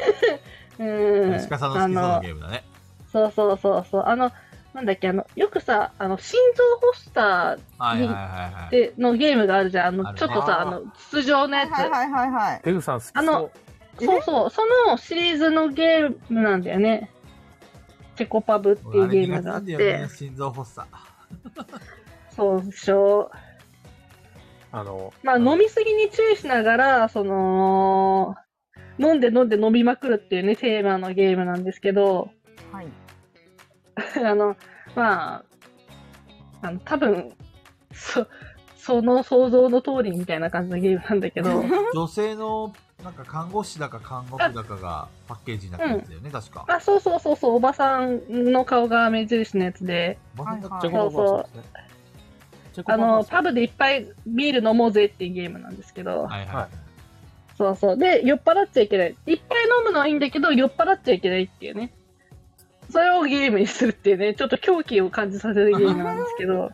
Speaker 4: ーん。
Speaker 8: 石川さんの好きそうなゲームだね。
Speaker 4: そうそうそうそう。あの、なんだっけ、あの、よくさ、あの、心臓ホスタ
Speaker 8: はいはいはいは
Speaker 4: ー
Speaker 8: い。
Speaker 4: でのゲームがあるじゃん。あの、
Speaker 8: あるね
Speaker 4: ちょっとさ、あの、筒状の
Speaker 5: は
Speaker 4: や
Speaker 5: いはい
Speaker 4: つ。
Speaker 5: はいはいはい。
Speaker 7: ペグさん好きそ
Speaker 4: あ
Speaker 7: う
Speaker 4: の。そうそう、そのシリーズのゲームなんだよね。チェコパブっていうゲームがあっ
Speaker 8: あれ苦手なんだよ
Speaker 4: て
Speaker 8: ね。心臓発作。
Speaker 4: そうでしょ。
Speaker 7: あの、
Speaker 4: まあ、飲みすぎに注意しながら、その、飲んで飲んで飲みまくるっていうね、テーマのゲームなんですけど、
Speaker 5: はい。
Speaker 4: あの、まあ、あの、多分、そ、その想像の通りみたいな感じのゲームなんだけ ど、
Speaker 8: 女性の、なんか看護師だか看護婦だかがパッケージになってるやつだよね、確か。
Speaker 4: あ、そうそうそうそう、おばさんの顔が目印のやつで、
Speaker 8: まさか
Speaker 5: はい
Speaker 7: チェコパブはそうですね。チェコパ
Speaker 4: あ
Speaker 7: ブは
Speaker 4: の、
Speaker 7: そう
Speaker 4: パブでいっぱいビール飲もうぜっていうゲームなんですけど、
Speaker 8: はいはい
Speaker 7: は
Speaker 8: はいい。
Speaker 4: そうそう。で、酔っ払っちゃいけない。いっぱい飲むのはいいんだけど、酔っ払っちゃいけないっていうね。それをゲームにするっていうね、ちょっと狂気を感じさせるゲームなんですけど。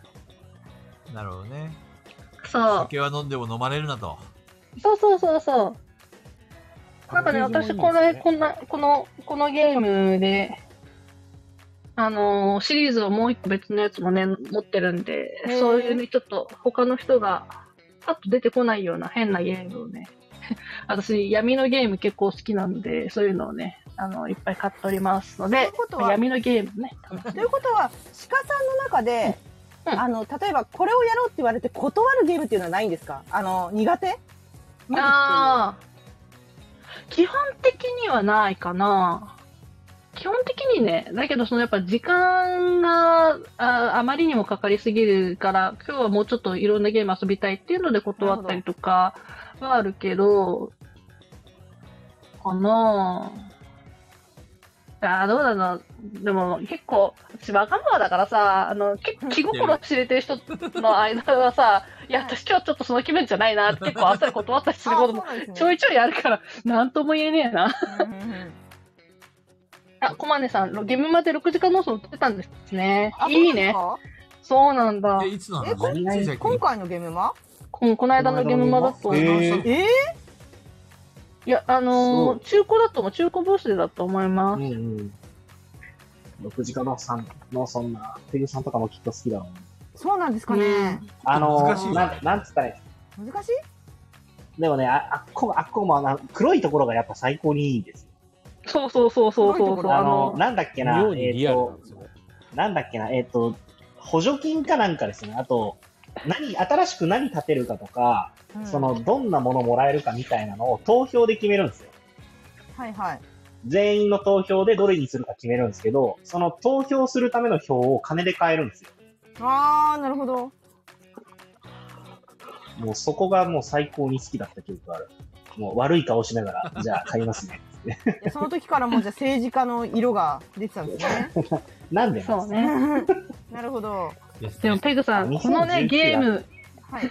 Speaker 8: なるほどね。
Speaker 4: そう。
Speaker 8: 酒は飲んでも飲まれるなと。
Speaker 4: そうそうそうそう。なんかね、
Speaker 7: パッケージ
Speaker 4: 私、
Speaker 7: もい
Speaker 4: こ
Speaker 7: いです
Speaker 4: れ、
Speaker 7: ね
Speaker 4: こんな、この、このゲームで、あのーシリーズをもう一個別のやつもね、持ってるんで
Speaker 5: へ、ー
Speaker 4: そういうね、ちょっと他の人が、パッと出てこないような変なゲームをね、 私、闇のゲーム結構好きなんで、そういうのをね、あの、いっぱい買っておりますの
Speaker 5: とい
Speaker 4: で
Speaker 5: う、ことは、
Speaker 4: 闇のゲームね。
Speaker 5: ということは、鹿さんの中で、
Speaker 4: うん
Speaker 5: あの、例えば、これをやろうって言われて断るゲームっていうのはないんですかあの、苦手
Speaker 4: あー基本的にはないかな。基本的にね、だけどそのやっぱ時間がああまりにもかかりすぎるから、今日はもうちょっといろんなゲーム遊びたいっていうので断ったりとかはあるけど、かなああーどうだろう。でも結構、私若者だからさ、あの、結構気心知れてる人の間はさ、いや、私今日ちょっとその気分じゃない なって結構あっさり断ったりすることも
Speaker 5: あそうなんですね
Speaker 4: ちょいちょいあるから、なんとも言えねえな。
Speaker 5: うんうんうん
Speaker 4: あ、コマネさん、ゲームまで6時間ノースを売ってたんですね
Speaker 5: あ。
Speaker 4: いいね。
Speaker 5: そう
Speaker 4: そうなんだ
Speaker 8: え、。いつな
Speaker 5: え
Speaker 8: の
Speaker 5: こ
Speaker 8: つい
Speaker 5: なんです
Speaker 8: 最
Speaker 5: か今
Speaker 8: 近。
Speaker 5: 回のゲームは
Speaker 4: ここの間のゲームマだと思います。
Speaker 2: えー
Speaker 5: え
Speaker 4: いや、あのー中古だと思う、中古ブースでだと思いま
Speaker 2: うん
Speaker 4: す。
Speaker 2: うん。6時間のさんのそんな、店員さんとかもきっと好きだろうね。
Speaker 5: そうなんですかね。
Speaker 2: あの
Speaker 8: 難しい
Speaker 2: ー、
Speaker 8: よ
Speaker 2: なん、なんつったらいい
Speaker 5: 難しい
Speaker 2: でもね、ああっこ、あっこもあの、黒いところがやっぱ最高にいいです。
Speaker 4: そうそうそうそう
Speaker 5: す
Speaker 4: そ
Speaker 5: ごいと
Speaker 4: う
Speaker 5: こ
Speaker 4: そう。
Speaker 5: ろ
Speaker 2: あ
Speaker 4: あ
Speaker 2: の
Speaker 4: の
Speaker 2: ー、なんだっけな、
Speaker 7: 妙
Speaker 2: え
Speaker 7: に
Speaker 2: っ
Speaker 7: リアルな
Speaker 2: と
Speaker 7: んで、すよね。
Speaker 2: なんだっけな、えっと、補助金かなんかですね。あと、何、新しく何建てるかとか、
Speaker 5: うん
Speaker 2: その、どんなものもらえるかみたいなのを投票で決めるんですよ。
Speaker 5: はいはい。
Speaker 2: 全員の投票でどれにするか決めるんですけど、その投票するための票を金で買えるんですよ。
Speaker 5: あー、なるほど。
Speaker 2: もうそこがもう最高に好きだった記憶がある。もう悪い顔しながら、じゃあ買います ね。
Speaker 5: いやその時からもうじゃあ政治家の色が出てたんで すね。
Speaker 2: なんでなん
Speaker 4: そ
Speaker 2: で
Speaker 4: う
Speaker 2: すか
Speaker 4: ね。
Speaker 5: なるほど。
Speaker 4: でも、ペグさん、このね、
Speaker 2: 2019
Speaker 4: ゲーム、
Speaker 5: はい。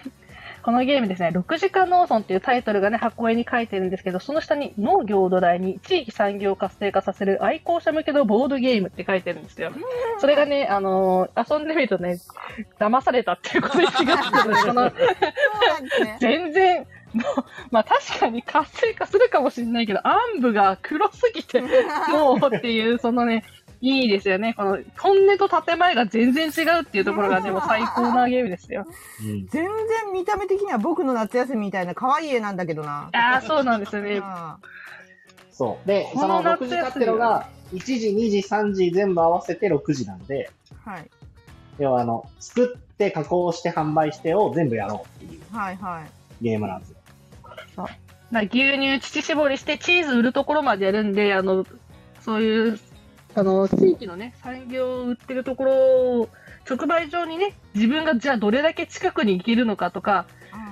Speaker 4: このゲームですね、6時間農村っていうタイトルがね、箱絵に書いてるんですけど、その下に農業を土台に地域産業を活性化させる愛好者向けのボードゲームって書いてるんですよ。それがね、あのー遊んでみるとね、騙されたっていうことに気がつくので、この、
Speaker 5: そうなんですね。
Speaker 4: 全然、もう、まあ確かに活性化するかもしれないけど、暗部が黒すぎて、もうっていう、そのね、いいですよね。この、トンネと建前が全然違うっていうところがね、もう最高なゲームですよ。
Speaker 2: うん
Speaker 5: 全然見た目的には僕の夏休みみたいな可愛い絵なんだけどな。
Speaker 4: ああ、そうなんですよね。
Speaker 5: あ
Speaker 2: そう。で、
Speaker 4: こ
Speaker 2: そ
Speaker 4: の
Speaker 2: の6
Speaker 4: 夏休み
Speaker 2: 時経ってのが、1時、2時、3時全部合わせて6時なんで、
Speaker 5: ーはい。
Speaker 2: 要はあの、作って加工して販売してを全部やろうっていう
Speaker 5: はいはい。
Speaker 2: ゲームなんですよ。
Speaker 4: まあ牛乳、乳搾りしてチーズ売るところまでやるんで、あの、そういう、あの、地域のね、産業を売ってるところを、直売所にね、自分がじゃあどれだけ近くに行けるのかとか、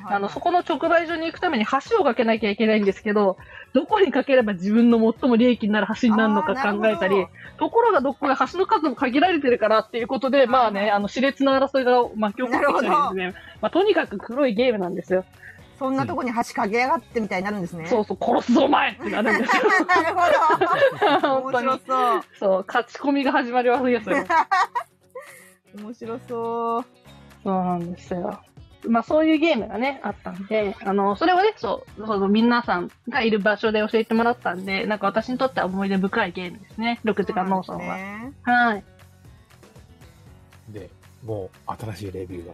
Speaker 4: あの、そこの直売所に行くために橋を架けなきゃいけないんですけど、どこに架ければ自分の最も利益になる橋になるのか考えたり、ところがどこが橋の数も限られてるからっていうことで、
Speaker 5: い
Speaker 4: まあね、あの、熾烈な争いが巻き起こってきたりですね。まあ、とにかく黒いゲームなんですよ。
Speaker 5: そんなとこに橋かけやがってみたいになるんですね。
Speaker 4: そうそう、殺すぞお前ってなるんですよ。
Speaker 5: なるほど。
Speaker 4: 本当
Speaker 5: 面白
Speaker 4: に。
Speaker 5: そう。
Speaker 4: そう、勝ち込みが始まりますよ、そ れ。
Speaker 5: 面白そう。
Speaker 4: そうなんですよ。まあそういうゲームがね、あったんで、あの、それをね、そう、その皆さんがいる場所で教えてもらったんで、なんか私にとっては思い出深いゲームですね。6時間農村は。
Speaker 5: ね。
Speaker 4: はい。
Speaker 7: で、もう新しいレビューが。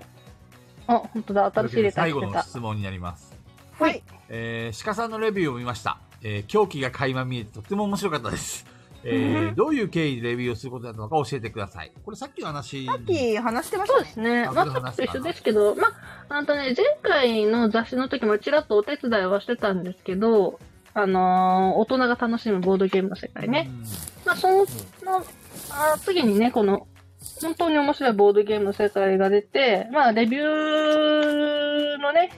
Speaker 4: あ、本当だ、新しいレター
Speaker 8: 最後
Speaker 4: 来て
Speaker 8: の
Speaker 4: た。
Speaker 8: 質問になります。
Speaker 5: はい。
Speaker 8: えー、鹿さんのレビューを見ました。えー、狂気が垣間見えてとっても面白かったです。えー、どういう経緯でレビューをすることだったのか教えてください。これさっきの話。
Speaker 5: さっき話してまし
Speaker 4: そ
Speaker 5: た
Speaker 4: うで
Speaker 5: ね。
Speaker 4: すね。まあ、ちょっと一緒ですけど、まあ、あのね、前回の雑誌の時もちらっとお手伝いはしてたんですけど、あのー大人が楽しむボードゲームの世界ね。
Speaker 8: うん
Speaker 4: まあ、その、あ次にね、この、本当に面白いボードゲームの世界が出て、まあ、レビューのね、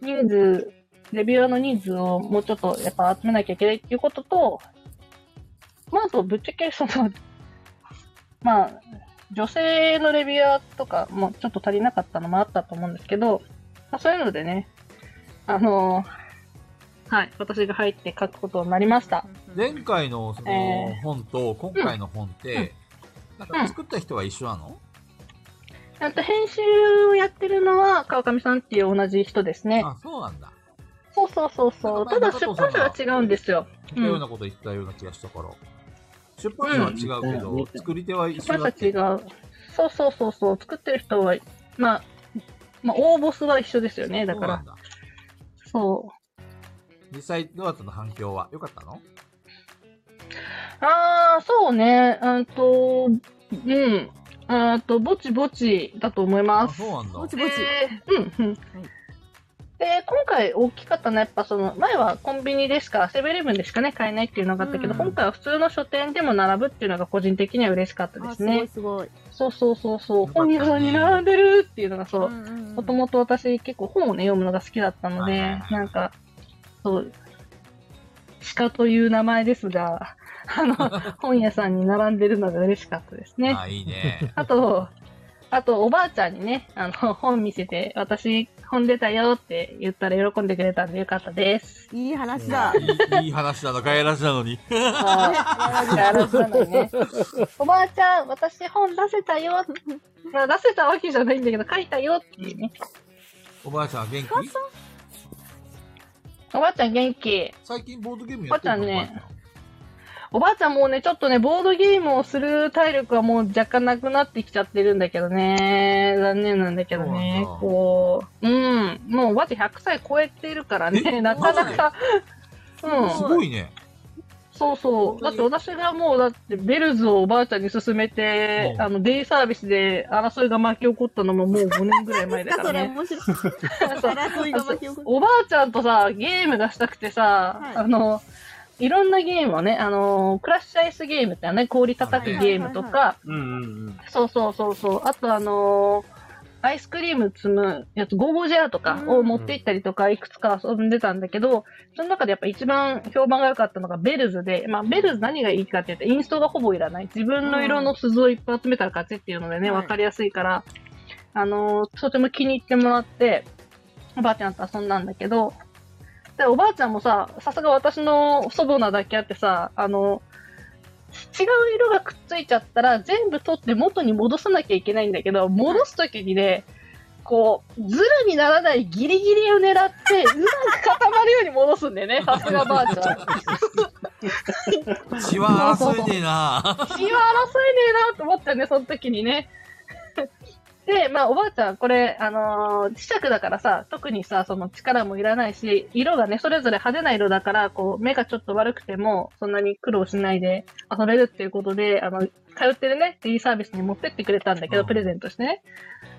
Speaker 4: 人数、レビューアーの人数をもうちょっとやっぱ集めなきゃいけないっていうことと、まあ、あと、ぶっちゃけ、その、 まあ、女性のレビュアーとかもちょっと足りなかったのもあったと思うんですけど、まあ、そういうのでね、あのはい、私が入って書くことになりました。
Speaker 8: 前回のその
Speaker 4: え
Speaker 8: 本と今回の本って、なんか作った人は一緒なの、
Speaker 4: あと編集をやってるのは川上さんっていう同じ人ですね。
Speaker 8: あ、そうなんだ。
Speaker 4: そうそうそうそう。
Speaker 8: な
Speaker 4: た
Speaker 8: んか
Speaker 4: だ
Speaker 8: 前
Speaker 4: 出版社は違うんですよ。
Speaker 8: 似たようなこと言ったような気がしたから。出版社は違うけど、
Speaker 2: うん
Speaker 8: 作り手は一緒
Speaker 4: 出
Speaker 8: だ
Speaker 4: 版
Speaker 8: っ
Speaker 4: 社違
Speaker 8: て。
Speaker 4: う。そうそうそうそう。作ってる人は、まあ、まあ、応募数は一緒ですよね。だ
Speaker 8: そう
Speaker 4: か
Speaker 8: なん
Speaker 4: ら。
Speaker 8: だ。
Speaker 4: そう
Speaker 8: 実際どうだったの反響は。よかったの
Speaker 4: ああ、そうね。うんと、うん。あと、ぼちぼちだと思い
Speaker 8: あ、
Speaker 4: ます。
Speaker 8: そうなんだ。
Speaker 5: ぼちぼ
Speaker 4: で
Speaker 5: ち。
Speaker 4: うんうん。で、今回大きかったのはやっぱその、前はコンビニでしか、セブンイレブンでしかね、買えないっていうのがあったけど、
Speaker 5: うん
Speaker 4: 今回は普通の書店でも並ぶっていうのが個人的には嬉しかったですね。
Speaker 5: すごい。
Speaker 4: そうそうそうそう。
Speaker 8: よかった
Speaker 4: 本
Speaker 8: ね
Speaker 4: 屋さんに並んでるっていうのがそうう。
Speaker 5: んうんうん
Speaker 4: もともと私結構本をね、読むのが好きだったの
Speaker 8: はいはい
Speaker 4: で
Speaker 8: は、い
Speaker 4: なんか、そう、鹿という名前ですが、あ の、本屋さんに並んでるのが嬉しかったですね。
Speaker 8: あ、いいね。
Speaker 4: あと、あと、おばあちゃんにね、あの、本見せて、私、飛んでたよって言ったら喜んでくれたんでよかった です。
Speaker 5: いい話だ。
Speaker 8: いい話なの、ガヤラジなのに。
Speaker 4: おばあちゃん、私本出せたよ。 まあ出せたわけじゃないんだけど、書いたよっていうね。
Speaker 8: おばあちゃん元気
Speaker 4: おばあちゃん元気。
Speaker 8: 最近ボードゲーム
Speaker 4: お
Speaker 8: や
Speaker 4: ばあ
Speaker 8: って
Speaker 4: ちゃ
Speaker 8: る
Speaker 4: ん
Speaker 8: の
Speaker 4: ね、おばあちゃんもうね、ちょっとね、ボードゲームをする体力はもう若干なくなってきちゃってるんだけどね。残念なんだけど
Speaker 8: そうなん
Speaker 4: ね
Speaker 8: だ。
Speaker 4: こう、うん。もうおばあちゃん100歳超えてるからね、なかなか。うん。
Speaker 8: すごいね。
Speaker 4: そうそう。だって私がもう、だってベルズをおばあちゃんに勧めて
Speaker 8: う、ん
Speaker 4: あの、デイサービスで争いが巻き起こったのも もう5年ぐらい前だか
Speaker 5: そ
Speaker 4: ら
Speaker 5: れ
Speaker 4: ね。
Speaker 5: 面白い。争いが巻き起こる。
Speaker 4: おばあちゃんとさ、ゲームがしたくてさ、
Speaker 5: はい
Speaker 4: あの、いろんなゲームをね、あの、クラッシュアイスゲームってね、氷叩くゲームと
Speaker 5: はいはいは
Speaker 4: か、
Speaker 2: うんうんうん。
Speaker 4: そうそうそうそう、あとあの、アイスクリーム積むやつ、ゴーゴージェアとかを持って行ったりとか、いくつか遊んでたんだけど、その中でやっぱ一番評判が良かったのがベルズで、まあベルズ何がいいかって言って、インストがほぼいらない。自分の色の鈴をいっぱい集めたら勝ちっていうのでね、
Speaker 5: はい
Speaker 4: わかりやすいから、あのーとても気に入ってもらって、おばあちゃんと遊んだんだけど、で、おばあちゃんもさ、さすが私の祖母なだけあってさ、あの、違う色がくっついちゃったら全部取って元に戻さなきゃいけないんだけど、戻すときにね、こう、ズルにならないギリギリを狙って、うまく固まるように戻すんだよね、さすがばあちゃん。
Speaker 8: 血は争えねえな。
Speaker 4: 気は争えねえなと思ったね、その時にね。で、まあ、おばあちゃん、これ、あのー磁石だからさ、特にさ、その力もいらないし、色がね、それぞれ派手な色だから、こう、目がちょっと悪くても、そんなに苦労しないで遊べるっていうことで、あの、通ってるね、D サービスに持ってってくれたんだけ
Speaker 8: う
Speaker 4: ど、
Speaker 8: ん
Speaker 4: プレゼントしてね。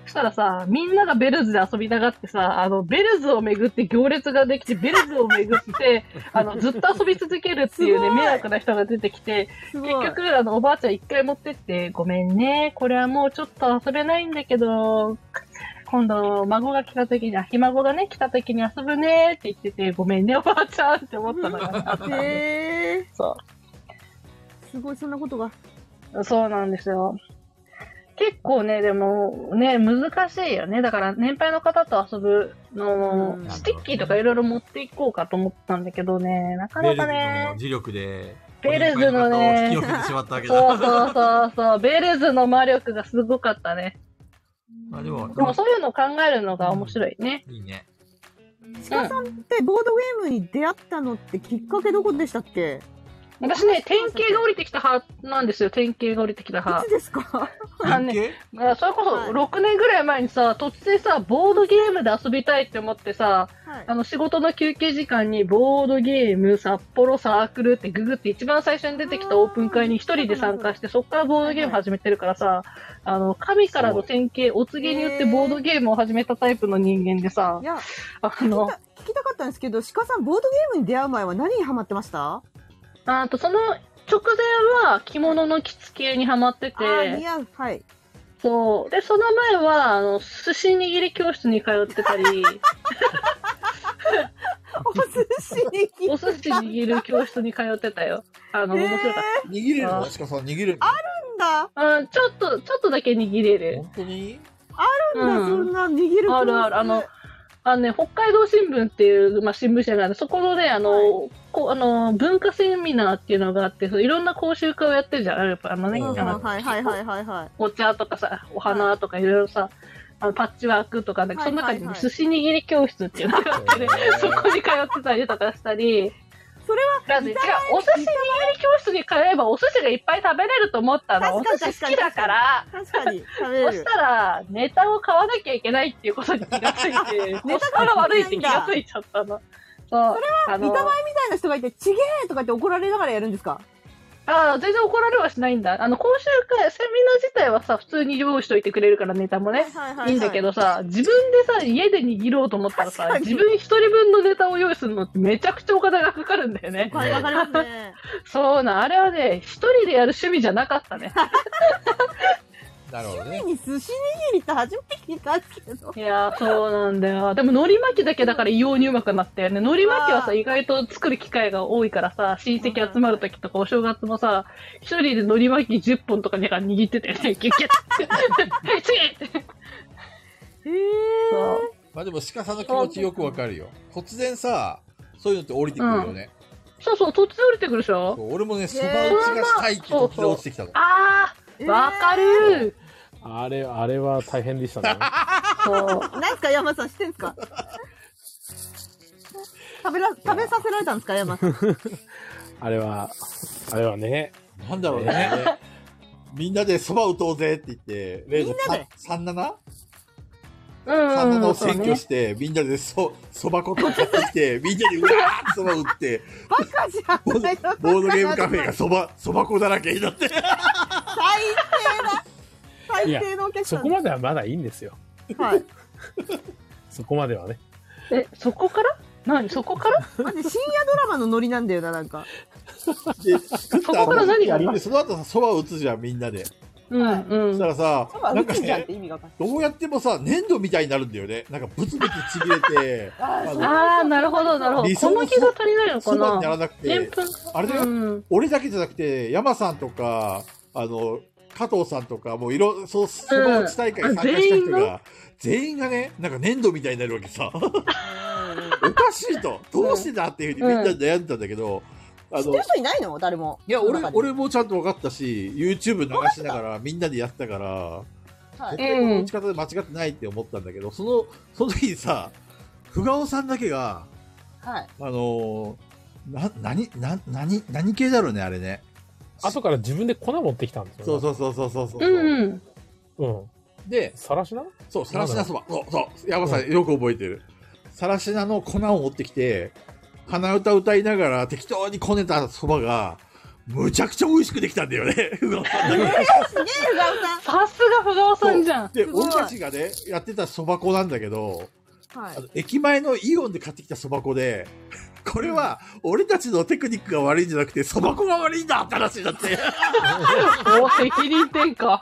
Speaker 4: そしたらさ、みんながベルズで遊びたがってさ、あの、ベルズを巡って行列ができて、ベルズを巡って、あの、ずっと遊び続けるっていうね、
Speaker 5: すごい
Speaker 4: 迷惑な人が出てきて、
Speaker 5: すご
Speaker 4: 結
Speaker 5: い。
Speaker 4: 局、あの、おばあちゃん一回持ってって、ごめんね、これはもうちょっと遊べないんだけど、今度、孫が来た時に、あひ孫がね、来た時に遊ぶねって言ってて、ごめんね、おばあちゃんって思ったのが、
Speaker 5: へえ。
Speaker 4: そ
Speaker 5: すごい、そんなことが。
Speaker 4: う。そうなんですよ。結構ね、でも、ね、難しいよね。だから、年配の方と遊ぶのも
Speaker 5: うん
Speaker 4: スティッキーとかいろいろ持っていこうかと思ったんだけどね、なか
Speaker 8: ベ
Speaker 4: な
Speaker 8: ルズ
Speaker 4: か
Speaker 8: の
Speaker 4: ね、
Speaker 8: 磁力で。
Speaker 4: ベルズのね
Speaker 8: 引き、寄せてしまったわけ
Speaker 4: そ
Speaker 8: だ
Speaker 4: う。そうそうそう、ベルズの魔力がすごかったね。
Speaker 8: まあでも、
Speaker 4: でもそういうのを考えるのが面白いね。
Speaker 8: いいね。
Speaker 5: 鹿さんってボードゲームに出会ったのってきっかけどこでしたっけ
Speaker 4: 私ね、典型が降りてきた派なんですよ、典型が降りてきた
Speaker 5: い
Speaker 4: 派
Speaker 5: つ。ですか
Speaker 4: あのね、
Speaker 8: 連携
Speaker 4: だからそれこそ
Speaker 5: はい
Speaker 4: 6年ぐらい前にさ、突然さ、ボードゲームで遊びたいって思ってさ、
Speaker 5: はい
Speaker 4: あの仕事の休憩時間にボードゲーム、札幌サークルってググって一番最初に出てきたオープン会に一人で参加して、そこからボードゲーム始めてるからさ、あの、神からの典型、お告げによってボードゲームを始めたタイプの人間でさ
Speaker 5: い、や
Speaker 4: あ
Speaker 5: 聞
Speaker 4: の
Speaker 5: き、た聞きたかったんですけど鹿さんボードゲームに出会う前は何にハマってました
Speaker 4: あとその直前は着物の着付けにハマって
Speaker 5: あー似
Speaker 4: て、
Speaker 5: 合う はい
Speaker 4: そう。で、その前は、あの、寿司握り教室に通って たり、
Speaker 5: お寿司に来
Speaker 4: お寿司
Speaker 5: たん
Speaker 4: 握る教室に通ってたよ。あの、
Speaker 5: へー
Speaker 4: 面白かっ
Speaker 6: 握れる
Speaker 4: あ
Speaker 6: の
Speaker 4: ー
Speaker 6: しかさん握れる
Speaker 5: だ
Speaker 4: た。うん、ちょっと、ちょっとだけ握れ
Speaker 6: の
Speaker 4: る。
Speaker 6: 本当に
Speaker 5: あるんだ、
Speaker 4: うん
Speaker 5: そんな逃げる
Speaker 4: あるある。あの、あのね、北海道新聞っていう、まあ、新聞社があるそこのね、あの、
Speaker 5: は
Speaker 4: こうあの文化セミナーっていうのがあって、そういろんな講習会をやってるじゃん。やっぱあのね、
Speaker 5: うんうん
Speaker 4: あの
Speaker 5: はいはいはいはいはい
Speaker 4: お茶とかさ、お花とかいろいろさ、あのパッチワークとか、なんか
Speaker 5: は
Speaker 4: そ
Speaker 5: い
Speaker 4: の
Speaker 5: はいは
Speaker 4: 中
Speaker 5: い
Speaker 4: に寿司握り教室っていうのがあ ってね、そこに通ってたりとかしたり。
Speaker 5: それ
Speaker 4: は、なんで、違う、お寿司握り教室に通えばお寿司がいっぱい食べれると思ったの。お
Speaker 5: 確かに
Speaker 4: 寿司好きだから、
Speaker 5: 確かに食べ
Speaker 4: そ
Speaker 5: れ
Speaker 4: し
Speaker 5: る
Speaker 4: たら、ネタを買わなきゃいけないっていうことに気がつい て、ネタが悪いって気がついちゃったの。そう。あの
Speaker 5: 板前みたいな人がいて「ちげえ!」とかって怒られながらやるんですか
Speaker 4: ああ、全然怒られはしないんだ。あの、講習会、セミナー自体はさ、普通に用意しといてくれるから、ネタもね。
Speaker 5: はいはい
Speaker 4: いんだけどさ、自分でさ、家で握ろうと思ったら
Speaker 5: 確
Speaker 4: さ
Speaker 5: か、に
Speaker 4: 自分一人分のネタを用意するのってめちゃくちゃお金がかかるんだよね。
Speaker 5: はいわかります ね
Speaker 4: そうなん、あれはね、一人でやる趣味じゃなかったね。
Speaker 8: なるほどね
Speaker 5: 家。に寿司握りって初めて聞いたんですけど
Speaker 4: いやー、そうなんだよ。でも、海苔巻きだけだから異様にうまくなったよね。海苔巻きは
Speaker 5: あ
Speaker 4: さ、
Speaker 5: ー
Speaker 4: 意外と作る機会が多いからさ、親戚集まるときとかお正月もさ、一人で海苔巻き10本とかなんか 握ってたよね、ギュッギュッって。ちぎって
Speaker 5: へえ
Speaker 4: そう
Speaker 1: まあでも鹿さんの気持ちよくわかるよ。突然さ、そういうのって降りてくるよね。
Speaker 4: そうそう、突然降りてくるでしょ
Speaker 1: 俺もね、そば打ちがしたいって突然落ちてきたの。
Speaker 4: あー、わかる
Speaker 3: あれ、あれは大変でした ね。
Speaker 4: そう。
Speaker 5: 何すか山さんしてんすか食べら食べさせられたんですか山さん
Speaker 3: あれは、あれはね。
Speaker 1: なんだろうね。みんなでそば打とうぜって言って、レイジ
Speaker 5: みんなで
Speaker 1: 37?37
Speaker 4: うんうんうん。
Speaker 1: を占拠して、みんなでそ、そば粉とか買ってきて、 みんなでうわーってそば打って、
Speaker 5: バカじゃん
Speaker 1: ボードボードゲームカフェがそば、そば粉だらけになって。
Speaker 5: 最低だ最低のお客
Speaker 3: そ
Speaker 5: さん
Speaker 3: こまではまだいいんですよ。
Speaker 5: はい
Speaker 3: そこまではね。
Speaker 4: え、そこから何そこから
Speaker 5: マジ深夜ドラマのノリなんだよななんか
Speaker 1: で、作っ
Speaker 4: そこから何が
Speaker 1: で、その後さ、そば打つじゃん、みんなで。
Speaker 4: うんう
Speaker 1: そし
Speaker 4: ん
Speaker 1: た。らさ
Speaker 5: そば、
Speaker 1: な
Speaker 5: 打
Speaker 1: んか
Speaker 5: つんじゃんっ
Speaker 1: ね
Speaker 5: て、意味が分かんない
Speaker 1: どうやってもさ、粘土みたいになるんだよね。なんかブツブツちぎれて、あの
Speaker 4: あー、なるほど、なるほど。
Speaker 1: 理想
Speaker 4: 小
Speaker 1: の
Speaker 4: 麦が足りないの
Speaker 1: そ
Speaker 4: か
Speaker 1: ばになら
Speaker 4: な
Speaker 1: なく
Speaker 4: でん
Speaker 1: て、
Speaker 4: ぷん。
Speaker 1: あれだよ
Speaker 4: うん。
Speaker 1: 俺だけじゃなくて、山さんとか、あの、加藤さんとか、もういろ、そう、そば打ち大会参加した人が、全員がね、なんか粘土みたいになるわけさ。おかしいと、どうしてだっていうふうにみんな悩んだんだけど、あ
Speaker 5: 知
Speaker 1: の
Speaker 5: ってる、人いないの誰も
Speaker 1: いや、
Speaker 5: この
Speaker 1: 俺、
Speaker 5: 中で
Speaker 1: 俺もちゃんと分かったし、YouTube 流しながら、みんなでやってたから、
Speaker 5: は
Speaker 1: 絶
Speaker 5: い
Speaker 1: 対この打ち方で間違ってないって思ったんだけど、その、その時にさ、ふがおさんだけが、
Speaker 5: はい
Speaker 1: あのー、な、何、な、何、何系だろうね、あれね。
Speaker 3: 後から自分で粉持ってきたんですよ。
Speaker 1: そうそうそうそうそうそう。
Speaker 4: うんうん。
Speaker 3: う。うん。
Speaker 1: で、
Speaker 3: さらしな
Speaker 1: そう、さらしなそば。そう、そう、山さん、よく覚えてる。さらしなの粉を持ってきて、鼻歌歌いながら適当にこねたそばが、むちゃくちゃ美味しくできたんだよね。 ふがおさんだけが
Speaker 5: すげえふがお
Speaker 4: さすが不顔さんじゃん。
Speaker 1: で、
Speaker 5: すごい
Speaker 1: 俺たちがね、やってたそば粉なんだけど、
Speaker 5: さんはい
Speaker 1: あの駅前のイオンで買ってきたそば粉で、これは俺たちのテクニックが悪いんじゃなくて、そば粉が悪いんだって話にな って。
Speaker 4: お、責任転嫁。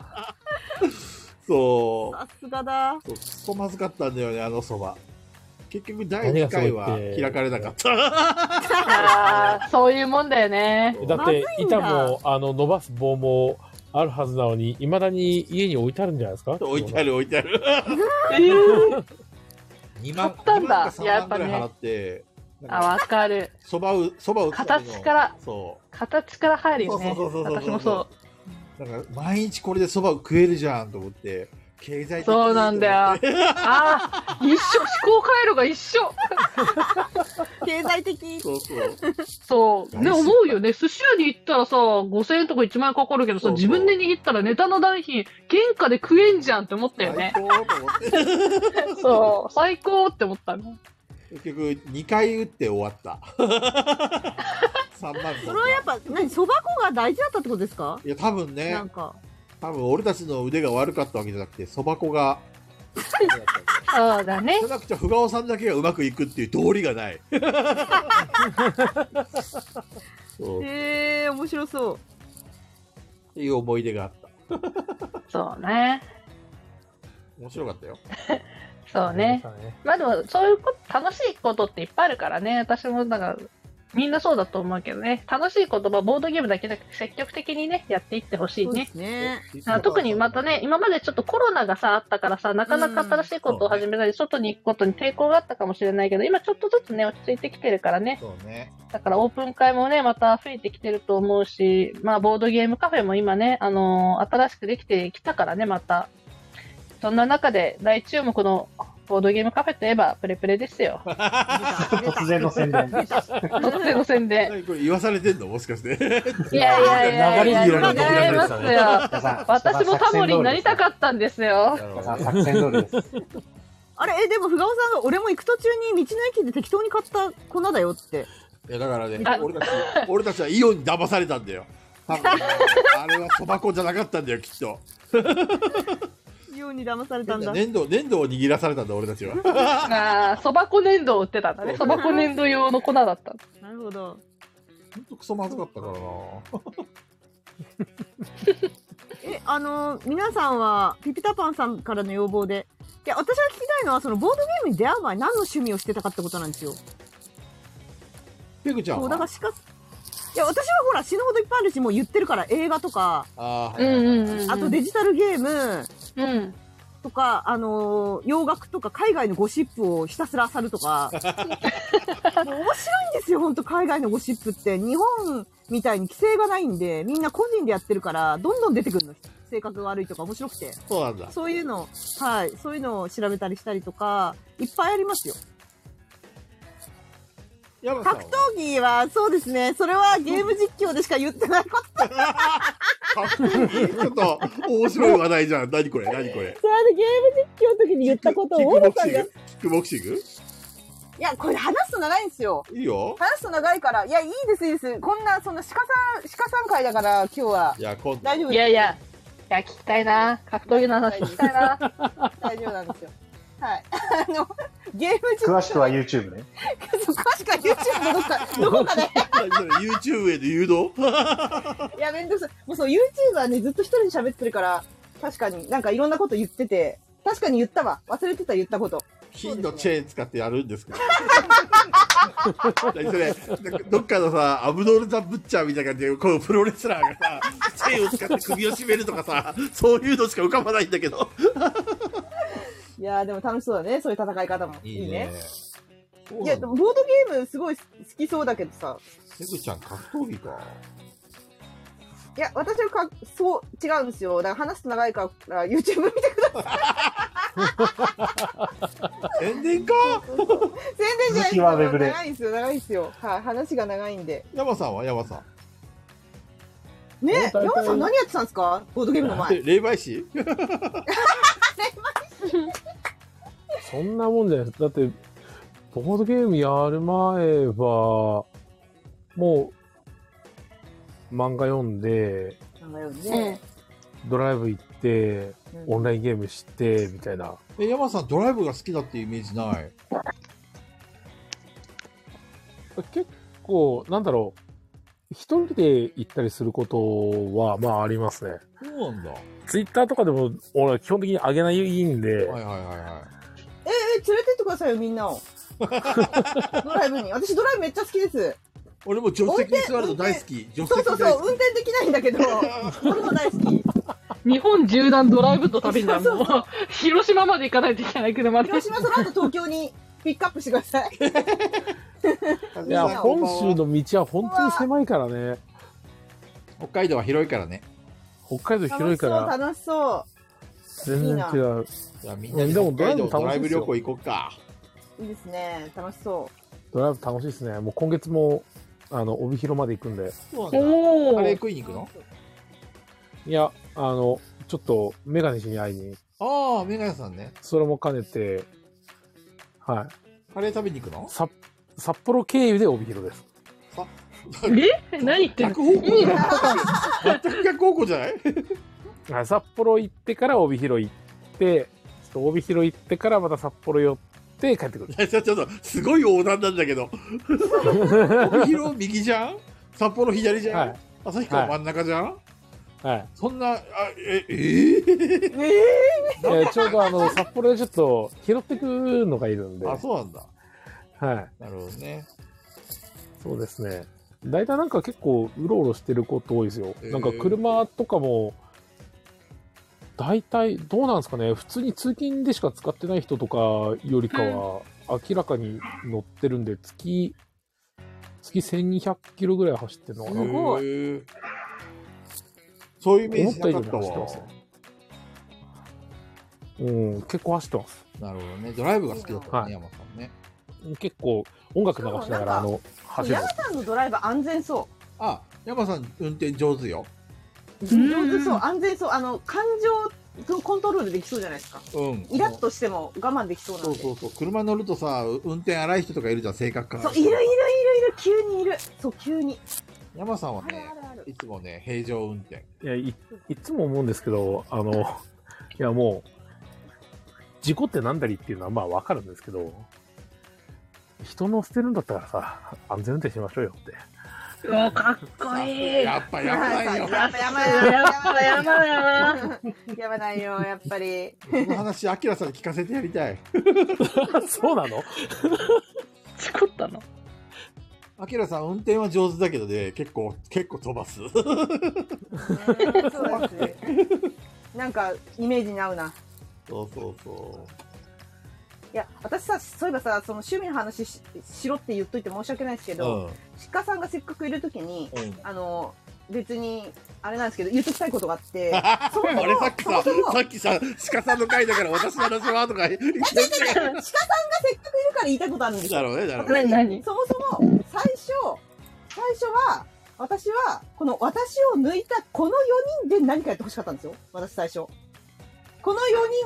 Speaker 1: そう。
Speaker 5: さすがだ
Speaker 1: そう、くそまずかったんだよね、あのそば。結局第2回は開かれなかった。
Speaker 4: あーそういうもんだよね。
Speaker 3: だって
Speaker 5: まずいんだ
Speaker 3: 板もあの伸ばす棒もあるはずなのにいまだに家に置いてあるんじゃないですか
Speaker 1: 置いてある置いてある。
Speaker 4: えー、
Speaker 1: 2万
Speaker 4: 買ったんだ
Speaker 1: 2万か3万くらい
Speaker 4: やっ
Speaker 1: 払
Speaker 4: ぱ
Speaker 1: って、な
Speaker 4: あ、
Speaker 1: んか
Speaker 4: わかる。
Speaker 1: そばう、そば打つための
Speaker 4: 形から。
Speaker 1: そ
Speaker 4: 形から入るよね。
Speaker 1: そうそうそうそうそう
Speaker 4: 私もそう。
Speaker 1: う。なんか毎日これでそば食えるじゃんと思って、経済的に
Speaker 4: そうなん だよ。ああー、一緒、思考回路が一緒。
Speaker 5: 経済的
Speaker 1: そうそう。
Speaker 4: そう。ね、
Speaker 1: 大好き
Speaker 4: 思うよね。寿司屋に行ったらさ、5000円とか1万円かかるけどさ、
Speaker 1: そうそう
Speaker 4: 自分で握ったらネタの代品、原価で食えんじゃんって思ったよ
Speaker 1: 最
Speaker 4: ね。
Speaker 1: 高と思って。
Speaker 4: そう。最高って思ったね。
Speaker 1: 結局、2回打って終わ った。3万
Speaker 5: それはやっぱ何そば粉が大事だったってことですか
Speaker 1: いや、多分ね
Speaker 5: な、んか
Speaker 1: 多分俺たちの腕が悪かったわけじゃなくて、そば粉が。
Speaker 4: そうだね
Speaker 1: じ。ゃなくちゃ、ふがおさんだけがうまくいくっていう道理が ない。そうっ
Speaker 5: へえ面白そう
Speaker 1: ていう思い出があった。
Speaker 4: そうね。
Speaker 1: 面白かったよ。
Speaker 4: そうね。まあでも、そういうこと、楽しいことっていっぱいあるからね。私も、だから、みんなそうだと思うけどね。楽しいことはボードゲームだけじゃなくて、積極的にね、やっていってほしい
Speaker 5: そうで
Speaker 4: ね。
Speaker 5: すね
Speaker 4: あ特にまたね、今までちょっとコロナがさ、あったからさ、なかなか新しいことを始めたり、外に行くことに抵抗があったかもしれないけど、今ちょっとずつね、落ち着いてきてるからね。
Speaker 1: そうね。
Speaker 4: だからオープン会もね、また増えてきてると思うし、まあ、ボードゲームカフェも今ね、あのー新しくできてきたからね、また。そんな中で、大注目のボードゲームカフェといえば、プレプレですよ。
Speaker 2: 突然の宣 伝。
Speaker 4: 突然の宣伝。
Speaker 1: 何これ言わされてんのもしか して。
Speaker 4: いやいやいやいや、
Speaker 2: 流れに乗ら
Speaker 4: 違い
Speaker 2: な
Speaker 4: ま
Speaker 2: い
Speaker 4: す
Speaker 2: と
Speaker 4: よ。
Speaker 2: 皆さん
Speaker 4: 私もタモリになりたかったんですよ。
Speaker 2: 皆さん作戦通りです。
Speaker 5: あれえでもふがおさんが俺も行く途中に道の駅で適当に買った粉だよって
Speaker 1: いや、だからね
Speaker 4: あ、
Speaker 1: 俺たち、俺たちはイオンに騙されたんだよ。多分ねあれはそば粉じゃなかったんだよ、きっと。
Speaker 5: ように騙されたんだ
Speaker 1: 粘土、粘土を握らされたんだ、俺たちは。
Speaker 4: ああ、そば粉粘土を売ってたんだね。そば粉粘土用の粉だった。
Speaker 5: なるほど
Speaker 1: ほんとクソまずかった からな。
Speaker 5: えあの皆さんはピピタパンさんからの要望でいや私が聞きたいのはそのボードゲームに出会う前何の趣味をしてたかってことなんですよ
Speaker 1: ペグちゃん
Speaker 5: そう
Speaker 1: は
Speaker 5: だからしかいや私はほら死ぬほどいっぱいあるしもう言ってるから映画とか
Speaker 1: ああ、
Speaker 4: うんうんうん。
Speaker 5: あとデジタルゲーム、
Speaker 4: うん。
Speaker 5: とか、あのー洋楽とか海外のゴシップをひたすら漁ると か、もう面白いんですよ、本当海外のゴシップって。日本みたいに規制がないんで、みんな個人でやってるから、どんどん出てくるの。性格が悪いとか面白くて。
Speaker 1: そうなんだ。
Speaker 5: そういうの、はい、そういうのを調べたりしたりとか、いっぱいありますよ。
Speaker 1: 山さんは
Speaker 5: 格闘技は、そうですね、それはゲーム実況でしか言ってないこと。
Speaker 1: 格闘技ちょっと面白い話題じゃん。何これ何これ。
Speaker 5: それはね、ゲーム実況の時に言ったこと
Speaker 1: キッ
Speaker 5: を、
Speaker 1: ク
Speaker 5: オ
Speaker 1: ボ
Speaker 5: ル
Speaker 1: ク
Speaker 5: さ
Speaker 1: シ
Speaker 5: ん
Speaker 1: ン
Speaker 5: が。
Speaker 1: グ
Speaker 5: い
Speaker 1: キックボクシング
Speaker 5: や、これ話すと長いんですよ。
Speaker 1: いいよ。。
Speaker 5: 話すと長いから、いや、いいです、いいです。こんな、そんな鹿さん、鹿さん会だから、今日はい
Speaker 1: や、 今度。
Speaker 5: 大丈夫
Speaker 4: い
Speaker 5: で
Speaker 4: やいや、いや、聞きたいな。格闘技の話聞きたいな。
Speaker 5: す。大丈夫なんですよ。はい。あの、ゲーム実 況、
Speaker 2: 詳しくは YouTube で。
Speaker 5: そう詳しくは YouTube のどっか、どこかで、
Speaker 1: 何それ YouTube への誘導
Speaker 5: いや、めんどくさい。もうそう、YouTube はね、ずっと一人で喋ってるから、確かになんかいろんなこと言ってて、確かに言ったわ。忘れてた言ったこと。
Speaker 1: 金のチェーン使ってやるん ですか何それなんかどっかのさ、アブドール・ザ・ブッチャーみたいな感じで、このプロレスラーがさ、チェーンを使って首を絞めるとかさ、そういうのしか浮かばないんだけど。
Speaker 5: いやー、でも楽しそうだね。そういう戦い方も。いいね。い
Speaker 1: そうな
Speaker 5: や、で
Speaker 1: の
Speaker 5: もボードゲームすごい好きそうだけどさ。
Speaker 1: ペグちゃん格闘技 か。
Speaker 5: いや、私はか、そう、違うんですよ。だから話すと長いから、YouTube 見てください。
Speaker 1: 宣伝か
Speaker 5: 全然じ
Speaker 2: 続き
Speaker 5: ゃな
Speaker 2: はいウェブで
Speaker 5: 長いんですよ、長いんですよ。はい、話が長いんで。
Speaker 1: 山さんは山さん。
Speaker 5: ね
Speaker 9: 大
Speaker 5: え、
Speaker 9: 体
Speaker 5: 山さん何やってたんですかボードゲームの前。
Speaker 1: え霊媒師
Speaker 3: そんなもんじゃないです。だって、ボードゲームやる前は、もう、漫画読んで、
Speaker 5: なんだよね。
Speaker 3: ドライブ行って、
Speaker 5: うん
Speaker 3: オンラインゲームして、みたいな。
Speaker 1: え、山さんドライブが好きだっていうイメージない。
Speaker 3: 結構、なんだろう。一人で行ったりすることは、まあありますね。
Speaker 1: そうなんだ。は
Speaker 3: ツイッターとかでも、俺は基本的に上げないんで、
Speaker 1: いはいはいは
Speaker 5: ええ、連れてってくださいよ、みんなを。 ドライブに。私ドライブめっちゃ好きです。
Speaker 1: い。俺も助手席に座るの大好き。助手
Speaker 5: そ
Speaker 1: 席
Speaker 5: うそう
Speaker 1: 大
Speaker 5: そう、
Speaker 1: 好
Speaker 5: 運
Speaker 1: き。
Speaker 5: 転できないんだけど、俺も大好き。
Speaker 4: 日本縦断ドライブの旅なんもう、広島まで行かないといけない車で。
Speaker 5: 広島その後東京にピックアップしてください。
Speaker 3: いや、本州の道は本当に狭いからね。
Speaker 1: 北海道は広いからね。
Speaker 3: 北海道広
Speaker 5: 楽
Speaker 3: い
Speaker 5: しそ
Speaker 3: か
Speaker 5: う、
Speaker 3: ら、
Speaker 5: 楽しそ
Speaker 3: 全然違う。
Speaker 1: いや、みん
Speaker 3: い
Speaker 1: な
Speaker 3: や
Speaker 1: で
Speaker 3: でも
Speaker 1: 北海道ド
Speaker 3: ド
Speaker 1: ラ
Speaker 3: ラ
Speaker 1: イ
Speaker 3: イ
Speaker 1: ブ旅
Speaker 3: ブ楽しいですよ
Speaker 1: 行行こっか。
Speaker 5: う。いいですね。楽しそ
Speaker 3: ドライブ楽しいですね。もう今月も、あの、帯広まで行くんで。
Speaker 1: そうなん
Speaker 4: お
Speaker 1: だ。カレー
Speaker 4: ー
Speaker 1: 食いに行くの
Speaker 3: いや、あの、ちょっと、メガネ氏に会いに、
Speaker 1: ああ、メガネさんね。
Speaker 3: それも兼ねて、はい。
Speaker 1: カレー食べに行くの
Speaker 3: 札札幌経由で帯広です。
Speaker 4: え何言ってんの
Speaker 1: 逆方向じゃない全く逆方向じゃない
Speaker 3: はい札幌行ってから帯広行って、ちょっと帯広行ってからまた札幌寄って帰ってくる。
Speaker 1: ちょっと、すごい横断なんだけど。帯広右じゃん札幌左じゃん、
Speaker 3: はい。
Speaker 1: 旭川真ん中じゃん、
Speaker 3: はい。
Speaker 1: そんな、あえ、え
Speaker 5: う。え
Speaker 1: ー、
Speaker 3: いやちょうどあの、札幌でちょっと拾ってくのがいるんで。
Speaker 1: あ、そうなんだ。
Speaker 3: はい。
Speaker 1: なるほどね。
Speaker 3: そうですね。大体なんか結構うろうろしてること多いですよ。
Speaker 1: えー
Speaker 3: なんか車とかも、大体どうなんですかね。普通に通勤でしか使ってない人とかよりかは、明らかに乗ってるんで、月、月1200キロぐらい走ってるのかな。
Speaker 5: すごい
Speaker 1: えーそういうイメー
Speaker 3: 思っ
Speaker 1: ジ
Speaker 3: た以
Speaker 1: なか
Speaker 3: 上
Speaker 1: った
Speaker 3: に走って
Speaker 1: わ
Speaker 3: ます。ね。うん、結構走ってます。
Speaker 1: なるほどね。ドライブが好きだった
Speaker 3: は
Speaker 1: ね、
Speaker 3: い
Speaker 1: 山さんね。
Speaker 3: 結構音楽流しながら、あの、
Speaker 5: う。
Speaker 3: 走る
Speaker 5: 山。さんのドライブ安全そ
Speaker 1: あ、山さん運転上手よ。
Speaker 5: う。
Speaker 4: ん
Speaker 5: 上手そう、安全そう。あの、感情のコントロールできそうじゃないですか。
Speaker 1: うん。
Speaker 5: イラッとしても我慢できそうな
Speaker 1: そ
Speaker 5: ん
Speaker 1: う
Speaker 5: で。
Speaker 1: そうそう。車乗るとさ、運転荒い人とかいるじゃん、性格から。
Speaker 5: そう、いるいるいるいる、急にいる。そう、急に。
Speaker 1: 山さんは
Speaker 5: ある
Speaker 1: ね
Speaker 5: あ、るある。
Speaker 1: いつもね、平常運転。
Speaker 3: いや、い、いつも思うんですけど、あの、いやもう、事故ってなんだりっていうのはまあわかるんですけど、人の捨てるんだったらさ、安全運転しましょうよって。
Speaker 4: うわ、かっこいい。
Speaker 1: やっぱやばいよ。
Speaker 5: やっぱやばいよ。
Speaker 4: やっぱ山だな。
Speaker 5: やばないよ、やっぱり。
Speaker 1: この話、アキラさんに聞かせてやりたい。
Speaker 3: そうなの
Speaker 4: 事故ったの
Speaker 1: アキラさん、運転は上手だけどね、結構、結構飛ばす。
Speaker 5: ねそうです。なんか、イメージに合うな。
Speaker 1: そうそうそ
Speaker 5: いや、私さ、そういえばさ、その趣味の話ししろって言っといて申し訳ないですけ
Speaker 1: う。
Speaker 5: ど、鹿さんがせっかくいるときに、
Speaker 1: うん。うん。
Speaker 5: あの、別に、あれなんですけど、言っときたいことがあ って、そもそも
Speaker 1: あれさっきさ、
Speaker 5: そもそも
Speaker 1: さっきさ、鹿さんの回だから私の話はとか言ってた
Speaker 5: 鹿さんがせっかくいるから言いたいことあるんです
Speaker 1: だ
Speaker 5: よ。
Speaker 1: ろうね、だろうね。
Speaker 4: 何何
Speaker 5: そもそも、最初、最初は、私は、この私を抜いたこの4人で何かやってほしかったんですよ。私最初。この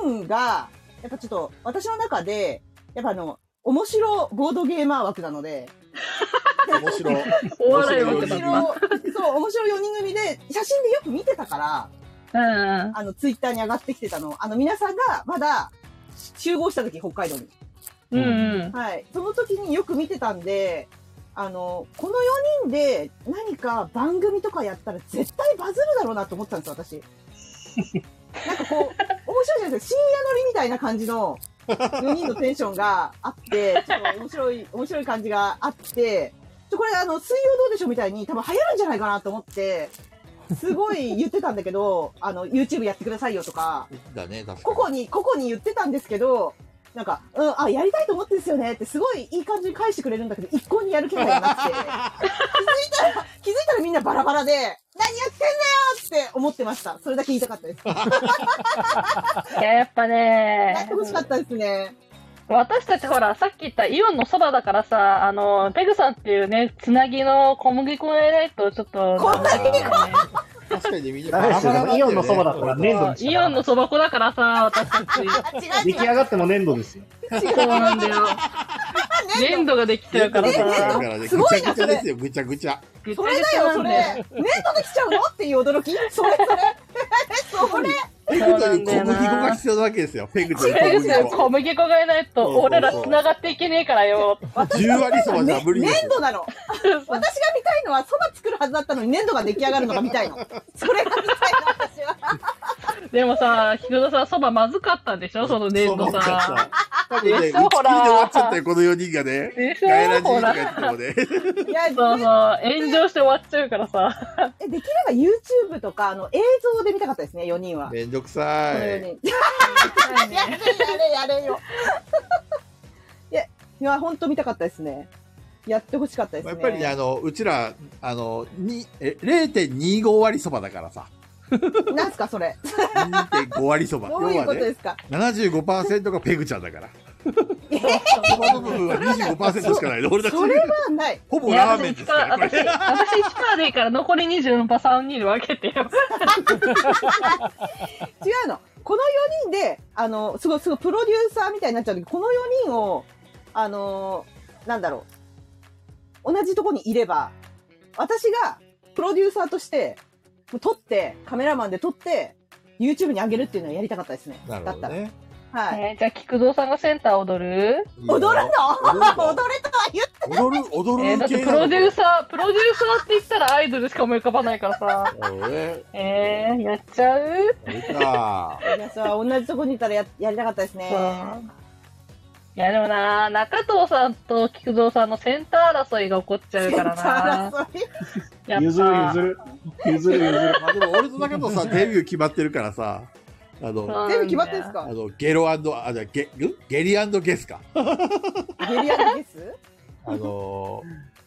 Speaker 5: 4人が、やっぱちょっと、私の中で、やっぱあの、面白ボードゲーマー枠なので、
Speaker 1: 面白い。
Speaker 4: お笑い
Speaker 1: 面
Speaker 4: 枠
Speaker 5: 面白
Speaker 4: だ
Speaker 5: い、
Speaker 4: な。
Speaker 5: そう、面白い4人組で、写真でよく見てたか
Speaker 4: う
Speaker 5: ら、
Speaker 4: んうん。
Speaker 5: あの、ツイッターに上がってきてたの。あの、皆さんがまだ集合した時、北海道に。
Speaker 4: うんうん。
Speaker 5: はい。その時によく見てたんで、あの、この4人で何か番組とかやったら絶対バズるだろうなと思ってたんですよ、 私。なんかこう、面白いじゃないですか。深夜乗りみたいな感じの4人のテンションがあって、ちょっと面白い、面白い感じがあって、ちょ、これあの、水曜どうでしょうみたいに多分流行るんじゃないかなと思って、すごい言ってたんだけど、あの、YouTube やってくださいよとか、
Speaker 1: だね、確
Speaker 5: 個
Speaker 1: か
Speaker 5: 々に、個々に言ってたんですけど、なんか、うん、あ、やりたいと思ってんですよねって、すごいいい感じに返してくれるんだけど、一向にやる気配がなくて、気づいたら、気づいたらみんなバラバラで、何やってんだよって思ってました。それだけ言いたかったです。
Speaker 4: いや、やっぱ
Speaker 5: やっ
Speaker 4: ね
Speaker 5: て、ほしかったですね。
Speaker 4: 私たちほら、さっき言ったイオンのそばだからさ、あの、ペグさんっていうね、つなぎの小麦粉を入れないと、ちょっと、
Speaker 5: こんな
Speaker 4: ダメだよね
Speaker 1: に。確かにね、みんな
Speaker 2: ダメですよ
Speaker 1: バラバラ
Speaker 2: イオンのそばだった
Speaker 1: よ
Speaker 2: ら
Speaker 1: ね
Speaker 2: 粘土にしか
Speaker 4: イオンのそば粉だからさ、私たち。
Speaker 5: あ、違
Speaker 2: 出来上がっても粘土ですよ。
Speaker 4: そうなんだよ。
Speaker 5: う違う。
Speaker 4: 粘土ができちゃうから
Speaker 1: 粘土だ
Speaker 4: さ
Speaker 1: か、らね、ぐ
Speaker 5: すご
Speaker 1: ちゃ
Speaker 5: い
Speaker 1: ぐ
Speaker 5: な
Speaker 1: ちゃですよ、ぐちゃぐちゃ。
Speaker 4: ぐちゃ
Speaker 5: そ
Speaker 4: ぐ
Speaker 5: れだ
Speaker 4: ちゃ
Speaker 5: よ、
Speaker 4: な
Speaker 5: そ
Speaker 4: ん
Speaker 5: れ。
Speaker 4: だ
Speaker 5: 粘
Speaker 4: よ。
Speaker 5: 土できちゃうのっていう驚き。それ、それ。それ。
Speaker 1: ペグ
Speaker 4: そう
Speaker 1: と
Speaker 4: ない
Speaker 1: うん
Speaker 4: だ
Speaker 1: 小
Speaker 4: よな
Speaker 1: 麦粉が必要なわけですよ、ペグという
Speaker 4: ペグ
Speaker 1: 小
Speaker 4: さん、
Speaker 1: 麦粉。
Speaker 4: 小麦粉がいな
Speaker 1: そ
Speaker 4: い
Speaker 1: うそうそ
Speaker 4: と、
Speaker 1: う
Speaker 4: 俺ら繋がっていけねえからよ。
Speaker 1: 10割そばじゃ無理です
Speaker 5: 粘
Speaker 1: よ。
Speaker 5: 土なの。私が見たいのは、そば作るはずだったのに粘土が出来上がるのが見たいの。それが見たいの、私は。
Speaker 4: でもさ、ヒロドさん、そばまずかったんでしょその粘土
Speaker 1: そうなん
Speaker 4: さ。
Speaker 1: だ多分ね、打ち切り
Speaker 4: で
Speaker 1: で
Speaker 4: しょ
Speaker 1: 終
Speaker 4: ほら
Speaker 1: わっちゃったよ、この4人がね。
Speaker 4: でしょ
Speaker 1: ガイラジ
Speaker 4: ほ
Speaker 1: ーと
Speaker 4: ら
Speaker 1: か。言ってもね。
Speaker 5: いや、
Speaker 4: そうそう、炎上して終わっちゃうからさ。
Speaker 5: えできれば YouTube とかあの映像で見たかったですね、4人は。
Speaker 1: めんどく
Speaker 5: こ
Speaker 1: さ
Speaker 5: の
Speaker 1: い。
Speaker 5: 4人 やれやれやれよ。いや、いや、本当見たかったですね。やってほしかったですね。
Speaker 1: やっぱりね、あの、うちら、あの、にえ0.25割そばだからさ。
Speaker 5: なんすか、それ。
Speaker 1: 2.5割そば。
Speaker 5: どういうことですか。
Speaker 1: 要はね、75%がペグちゃんだから。そばの部分は25%しかないの。俺たち、
Speaker 5: それはない。
Speaker 1: ほぼ
Speaker 4: いや
Speaker 1: ラーメ
Speaker 4: 私
Speaker 1: ンで
Speaker 4: 1
Speaker 1: すから、
Speaker 4: カ
Speaker 1: これ
Speaker 4: 私、。私1カーでいいから残り20のパ3人に分けてよ。
Speaker 5: 違うの。この4人で、あの、すごい、すごい、プロデューサーみたいになっちゃうけど、この4人を、あの、なんだろう。同じとこにいれば、私が、プロデューサーとして、もう撮って、カメラマンで撮って、YouTube に上げるっていうのをやりたかったですね。
Speaker 1: なるほどね。
Speaker 5: だったら。はい。
Speaker 4: えーじゃあ、菊蔵さんがセンター踊る
Speaker 1: いいよ
Speaker 5: 踊るの踊るとは言っ
Speaker 1: 踊る、踊
Speaker 4: えーだ
Speaker 1: る
Speaker 4: って
Speaker 1: 系
Speaker 4: プ
Speaker 1: な
Speaker 4: ロデュー
Speaker 1: の
Speaker 4: サー、プロデューサーって言ったらアイドルしか思い浮かばないからさ。
Speaker 1: なるほどね。
Speaker 4: えー、やっちゃう
Speaker 1: あれか。
Speaker 5: て。皆さん、同じとこにいたらややりたかったですね。
Speaker 4: いやでもな、中藤さんと菊蔵さんのセンター争いが起こっち ゃうからな。
Speaker 5: 争い
Speaker 4: やっぱ
Speaker 2: 譲る譲る。譲る譲る。
Speaker 1: まあでも俺と中野 さんデビュー決まってるからさ、あの、
Speaker 5: 全部決まってんです
Speaker 4: か
Speaker 1: あ
Speaker 5: か
Speaker 1: のゲロあじゃあゲんゲリゲスか。
Speaker 5: ゲリアンです
Speaker 1: あ の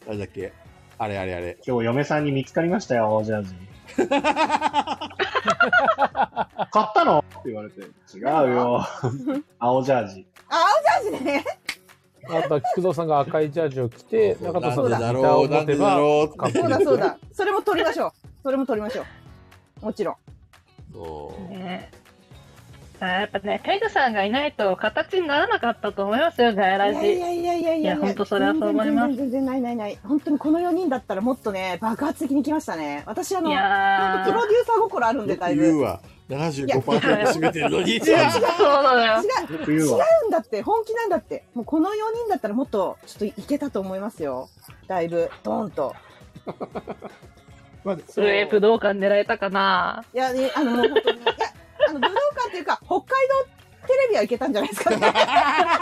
Speaker 1: ー、あれだっけあれあれあれ。
Speaker 2: 今日嫁さんに見つかりましたよ、ジャー ジ。買ったのって言われて、違う よ。青ジャージ。
Speaker 5: あ、青ジャージね。
Speaker 3: あとは菊蔵さんが赤いジャージを着て、
Speaker 1: なん
Speaker 3: 中田さん
Speaker 1: で
Speaker 3: が
Speaker 1: だ
Speaker 3: ギ
Speaker 1: ろ
Speaker 3: ターを
Speaker 1: う、な
Speaker 3: 持
Speaker 1: ん
Speaker 3: て
Speaker 1: でだ
Speaker 3: ば、
Speaker 1: ろうって。
Speaker 5: そうだそうだ。それも撮りましょう。それも撮りましょう。もちろん。
Speaker 1: そう
Speaker 4: ねあやっぱね、ペグさんがいないと形にならなかったと思いますよ、ガヤラ
Speaker 5: い
Speaker 4: ジ。
Speaker 5: やいやいやいやい
Speaker 4: いや本当それはそう思います
Speaker 5: 全然全然ないないない本当にこの4人だったらもっとね爆発的に来ましたね私あ
Speaker 4: い
Speaker 5: の本当
Speaker 4: や
Speaker 5: プロデューサー心あるんで
Speaker 1: よ
Speaker 5: だ
Speaker 1: く
Speaker 5: いぶ違
Speaker 1: 言
Speaker 5: う
Speaker 1: うんわ。75%占めてるのに。
Speaker 4: ー、そうなのよ。
Speaker 2: 冬は。
Speaker 5: だって本気なんだってもうこの4人だったらもっとちょっといけたと思いますよだいぶドーンと
Speaker 1: まあ
Speaker 4: スウェープ道館狙えたかない
Speaker 5: やねあのもう本当にいやあの武道館っていうか北海道テレビはいけたんじゃないですかね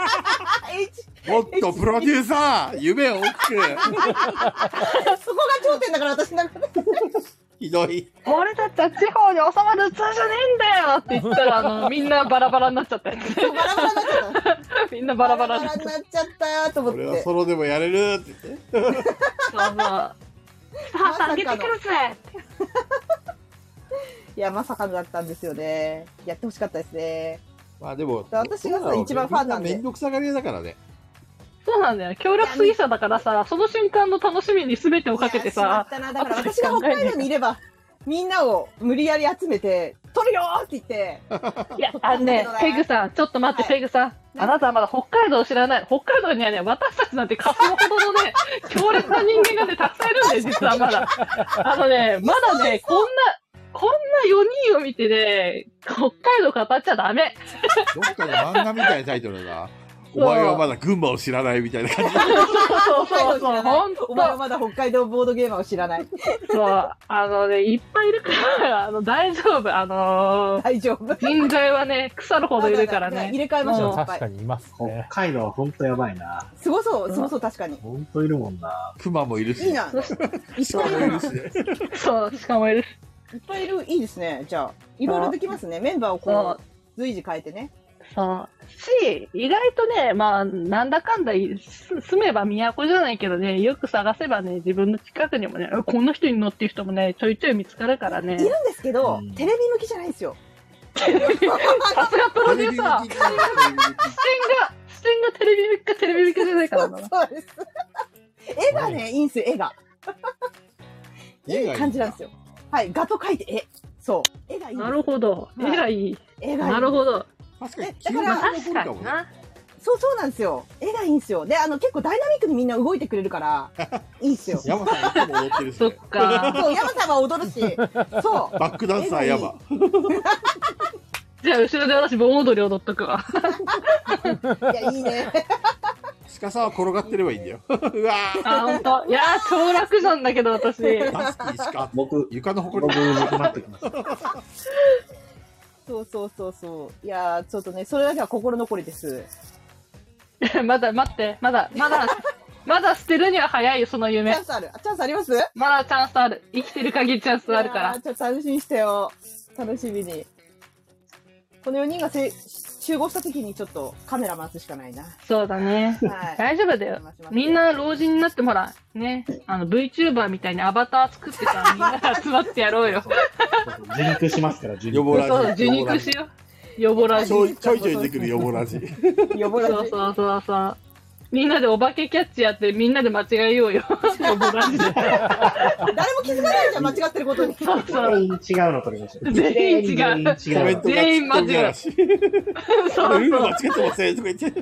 Speaker 1: もっとプロデューサー、夢を大きく。
Speaker 5: そこが頂点だから私なんか
Speaker 1: ひどい。
Speaker 4: 俺たちは地方に収まる器じゃねえんだよなって言ったら、あ の、みんなバラバラになっちゃったやつ。
Speaker 5: バラバラになっちゃった。
Speaker 4: みんなバラバラ
Speaker 5: バ
Speaker 4: にな
Speaker 5: ラ
Speaker 4: っ
Speaker 5: に
Speaker 4: ちゃっ
Speaker 5: なっちゃったと思っ
Speaker 6: 俺は
Speaker 5: て。
Speaker 6: ソロでもやれるって言って。
Speaker 4: た。そうそう。さ
Speaker 5: まさか
Speaker 4: あ、
Speaker 5: の
Speaker 4: あげてくるぜ
Speaker 5: いや、まさかのだったんですよね。やってほしかったですね。
Speaker 6: まあでも、
Speaker 5: 私がさ一番ファンなんで
Speaker 6: めんどくさがり屋だからね。
Speaker 4: そうなんだよ。協力主義者だからさ、その瞬間の楽しみに全てをかけて
Speaker 5: いやしま
Speaker 4: さ
Speaker 5: っ、たなだから私が北海道にいれば、みんなを無理やり集めて、取るよーって言って、
Speaker 4: いや、あのね、ペグさん、ちょっと待って、
Speaker 5: はい
Speaker 4: ペグさん。あなたはまだ北海道を知らない。北海道にはね、私たちなんてかすのほど のね、強烈な人間がね、たくさんいるんだよ、実はまだ。あのね、まだね、こんな、こんな4人を見てね、北海道語っちゃダメ。
Speaker 6: どっかの漫画みたいなタイトルだな。お
Speaker 4: そう
Speaker 6: 前はまだ群馬を知らないみたいな 感じ。
Speaker 4: そうそう
Speaker 5: 北
Speaker 4: そう
Speaker 5: 海道知
Speaker 4: そ
Speaker 5: ら
Speaker 4: う、
Speaker 5: な
Speaker 4: ほ
Speaker 5: い
Speaker 4: んと。
Speaker 5: お前はまだ北海道ボードゲーマーを知らない。
Speaker 4: そう、あのね、いっぱいいるから、あの、大丈夫。あのー
Speaker 5: 大丈夫。
Speaker 4: 人材はね、腐るほどいるから
Speaker 5: まだまだ
Speaker 4: ね
Speaker 5: 入。れ替えましょう、いっぱ
Speaker 7: 確か
Speaker 5: い。
Speaker 7: にいます
Speaker 2: 北
Speaker 7: ね。
Speaker 2: 海道はほんとやばいな。
Speaker 5: すごそう、すごそう、確かに。
Speaker 2: ほんといるもんな。
Speaker 6: 熊もいるし。
Speaker 5: いいな。いっぱいいるな。
Speaker 4: そう、しかもいるし。
Speaker 5: いっぱいいる。いいですね。じゃあ、いろいろできますね。メンバーを
Speaker 4: そ
Speaker 5: こ
Speaker 4: う
Speaker 5: う、随時変えてね。
Speaker 4: そう。し、意外とね、まあ、なんだかんだい、す住めば都じゃないけどね、よく探せばね、自分の近くにもね、あこんな人いるのっていう人もね、ちょいちょい見つかるからね
Speaker 5: いるん。ですけど
Speaker 2: うん、
Speaker 5: テレビ向きじゃないんです よ。
Speaker 4: さすがプロ
Speaker 6: テ
Speaker 4: デ
Speaker 6: レ
Speaker 4: ュ
Speaker 6: ビ
Speaker 4: ー
Speaker 6: 向き
Speaker 4: サー。視点が、
Speaker 6: にな
Speaker 4: 視点がテレビ向きかテレビ向きじゃないからな。
Speaker 5: そうです。絵がね、いいんですよ、絵が。
Speaker 6: 絵がいい
Speaker 5: いい感じなんですよ。はい、画と書いて絵。そう。絵がいいんです。
Speaker 4: なるほど。
Speaker 5: はい
Speaker 4: 絵がいい。
Speaker 5: 絵がいい。
Speaker 4: なるほど。
Speaker 6: 確かに
Speaker 5: え、
Speaker 6: 記
Speaker 5: だか
Speaker 6: 憶
Speaker 5: ら
Speaker 6: が
Speaker 5: あ
Speaker 6: 残る
Speaker 4: 確か
Speaker 6: かも
Speaker 4: に
Speaker 6: ね。
Speaker 4: な。
Speaker 5: そうそうなんですよ。絵がいいんですよ。で、あの、結構ダイナミックにみんな動いてくれるから、いいんですよ。
Speaker 6: 山さんいつも踊ってるし
Speaker 4: そっ
Speaker 6: ね。
Speaker 4: か。
Speaker 5: そう、山さんは踊るし、そう。
Speaker 6: バックダンサー山。
Speaker 4: じゃあ、後ろで私、盆踊り踊っとくわ。
Speaker 5: いや、いいね。
Speaker 6: 鹿さんは転がってればいいんだよ。 うわー
Speaker 4: あ、ほんと。いやー、超楽じゃんだけど、私。
Speaker 6: ダスキー鹿。
Speaker 2: 僕、
Speaker 6: 床のほこり
Speaker 2: 僕、。僕なってきました。
Speaker 5: そうそうそうそう。いやー、ちょっとね、それだけは心残りです。
Speaker 4: まだ、待って、まだ、まだ、まだ捨てるには早いよ、その
Speaker 5: チ
Speaker 4: 夢
Speaker 5: ャン。スある。あチャンスあります
Speaker 4: まだチャンスある。生きてる限りチャンスあるか
Speaker 5: いや
Speaker 4: ら
Speaker 5: ー。ちょっと楽しみにしてよ。楽しみに。この4人がせ集合した時にちょっとカメラ回すしかないな。
Speaker 4: そうだね。
Speaker 5: はい。
Speaker 4: 大丈夫だよ。みんな老人になってほら、ね、あの VTuber みたいにアバター作ってさ、みんなで集まってや ろうよ。
Speaker 2: 受肉しますから、受
Speaker 6: 予
Speaker 2: 肉。
Speaker 6: 防
Speaker 4: そうそう、
Speaker 6: ラジ。
Speaker 4: 受
Speaker 6: 予防ラ
Speaker 4: 肉
Speaker 6: ジ
Speaker 4: しよう。よぼら
Speaker 6: ち
Speaker 4: じ。
Speaker 6: ょいちょいちょい出てくる予防ラジ。
Speaker 5: 呼ばれ
Speaker 4: そう
Speaker 5: て。
Speaker 4: そうそうそう。みんなでお化けキャッチやってみんなで間違えようよ。よぼらじで。
Speaker 5: 誰も気づかないじゃん、間違ってることに。
Speaker 4: そうそう。
Speaker 2: 全員違うの取りましょう。
Speaker 4: 全員違う
Speaker 2: 全員違
Speaker 6: コメ
Speaker 2: う
Speaker 6: ン
Speaker 2: の
Speaker 6: トが
Speaker 4: 全員間違え
Speaker 6: 突っ込み嵐
Speaker 4: そう
Speaker 6: ルール
Speaker 4: そ
Speaker 6: 間違。
Speaker 4: う
Speaker 6: ってませんとか言って。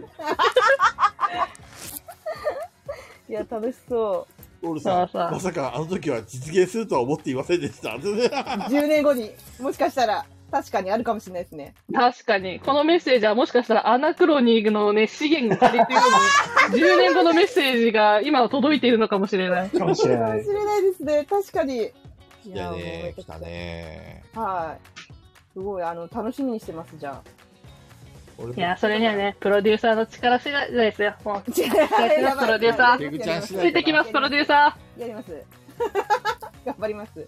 Speaker 5: いや、楽しそ
Speaker 6: オールさん、
Speaker 4: そうそう
Speaker 6: まさかあの時は実現するとは思っていませんでした。
Speaker 5: う。10年後に、もしかしたら、確かにあるかもしれないですね。
Speaker 4: 確かに、このメッセージはもしかしたらアナクロニーグのね、資源が足りているのに、10年後のメッセージが今は届いているのかもしれない。
Speaker 2: かもしれ
Speaker 5: か
Speaker 2: な
Speaker 5: も
Speaker 2: い
Speaker 5: し。れないですね、確かに。い
Speaker 6: いや
Speaker 5: ーもうめ
Speaker 6: ね、
Speaker 5: ちゃ
Speaker 6: 来
Speaker 5: くちゃ
Speaker 6: たね。
Speaker 5: はい。すごい、あの、楽しみにしてます、じゃあ。
Speaker 6: 俺
Speaker 4: いや、それにはね、プロデューサーの力次第ですよ。もう、
Speaker 5: 違う
Speaker 4: やばいプロデューサー
Speaker 6: ペグちゃん次
Speaker 4: つ
Speaker 6: 第
Speaker 4: いてきます、プロデューサ
Speaker 5: やります。 頑張ります。だか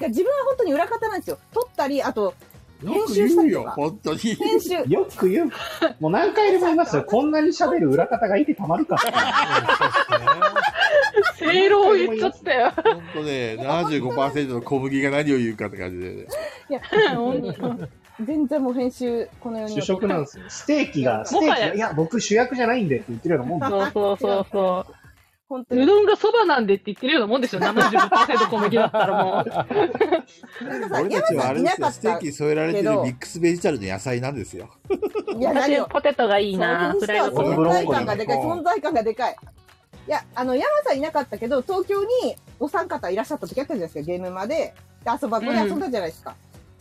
Speaker 5: ら自分は本当に裏方なんですよ。撮ったり、あと、
Speaker 6: よ
Speaker 5: 編
Speaker 6: く
Speaker 5: 集し
Speaker 6: 言
Speaker 5: た
Speaker 6: う
Speaker 5: りと
Speaker 6: よ、
Speaker 5: か
Speaker 6: 本当に。
Speaker 5: 編集。
Speaker 2: よく言う。もう何回でも言いますよ。こんなに喋る裏方がいてたまるかって。
Speaker 4: ー。正論を言っちゃったよ。
Speaker 6: 本当ね、75%の小麦が何を言うかって感じで、ね。
Speaker 5: いや、
Speaker 4: 本
Speaker 5: 全然もう編集、このように。
Speaker 2: 主食なんですよ。ステーキが、ステーキ
Speaker 4: もは
Speaker 2: が、
Speaker 4: や
Speaker 2: いや、僕主役じゃないんでって言ってるようなもんですよ。
Speaker 4: そうそうそうそ
Speaker 5: 本当
Speaker 4: う。う
Speaker 5: に。
Speaker 4: どんがそばなんでって言ってるようなもんですよ。75%小麦だったらもう。
Speaker 5: なんかさ、
Speaker 6: 俺た
Speaker 5: 山
Speaker 6: ちは
Speaker 5: さ
Speaker 6: あ
Speaker 5: ん
Speaker 6: れ
Speaker 5: い
Speaker 6: で
Speaker 5: な
Speaker 6: す
Speaker 5: か
Speaker 6: よ、
Speaker 5: っ
Speaker 6: ステー
Speaker 5: た。
Speaker 6: キ添えられてるミックスベジタルの野菜なんです よ。
Speaker 5: いや、何を。
Speaker 4: ポテトがいいな、
Speaker 5: そう
Speaker 4: フ
Speaker 5: 気に
Speaker 4: ライ
Speaker 5: しては
Speaker 4: ドポテト。
Speaker 5: 存在感がでかい、存在感がでかい。いや、あの、山さんいなかったけど、東京にお三方いらっしゃった時あったじゃないですか、ゲームまで。で、遊ばこで遊んだじゃないですか。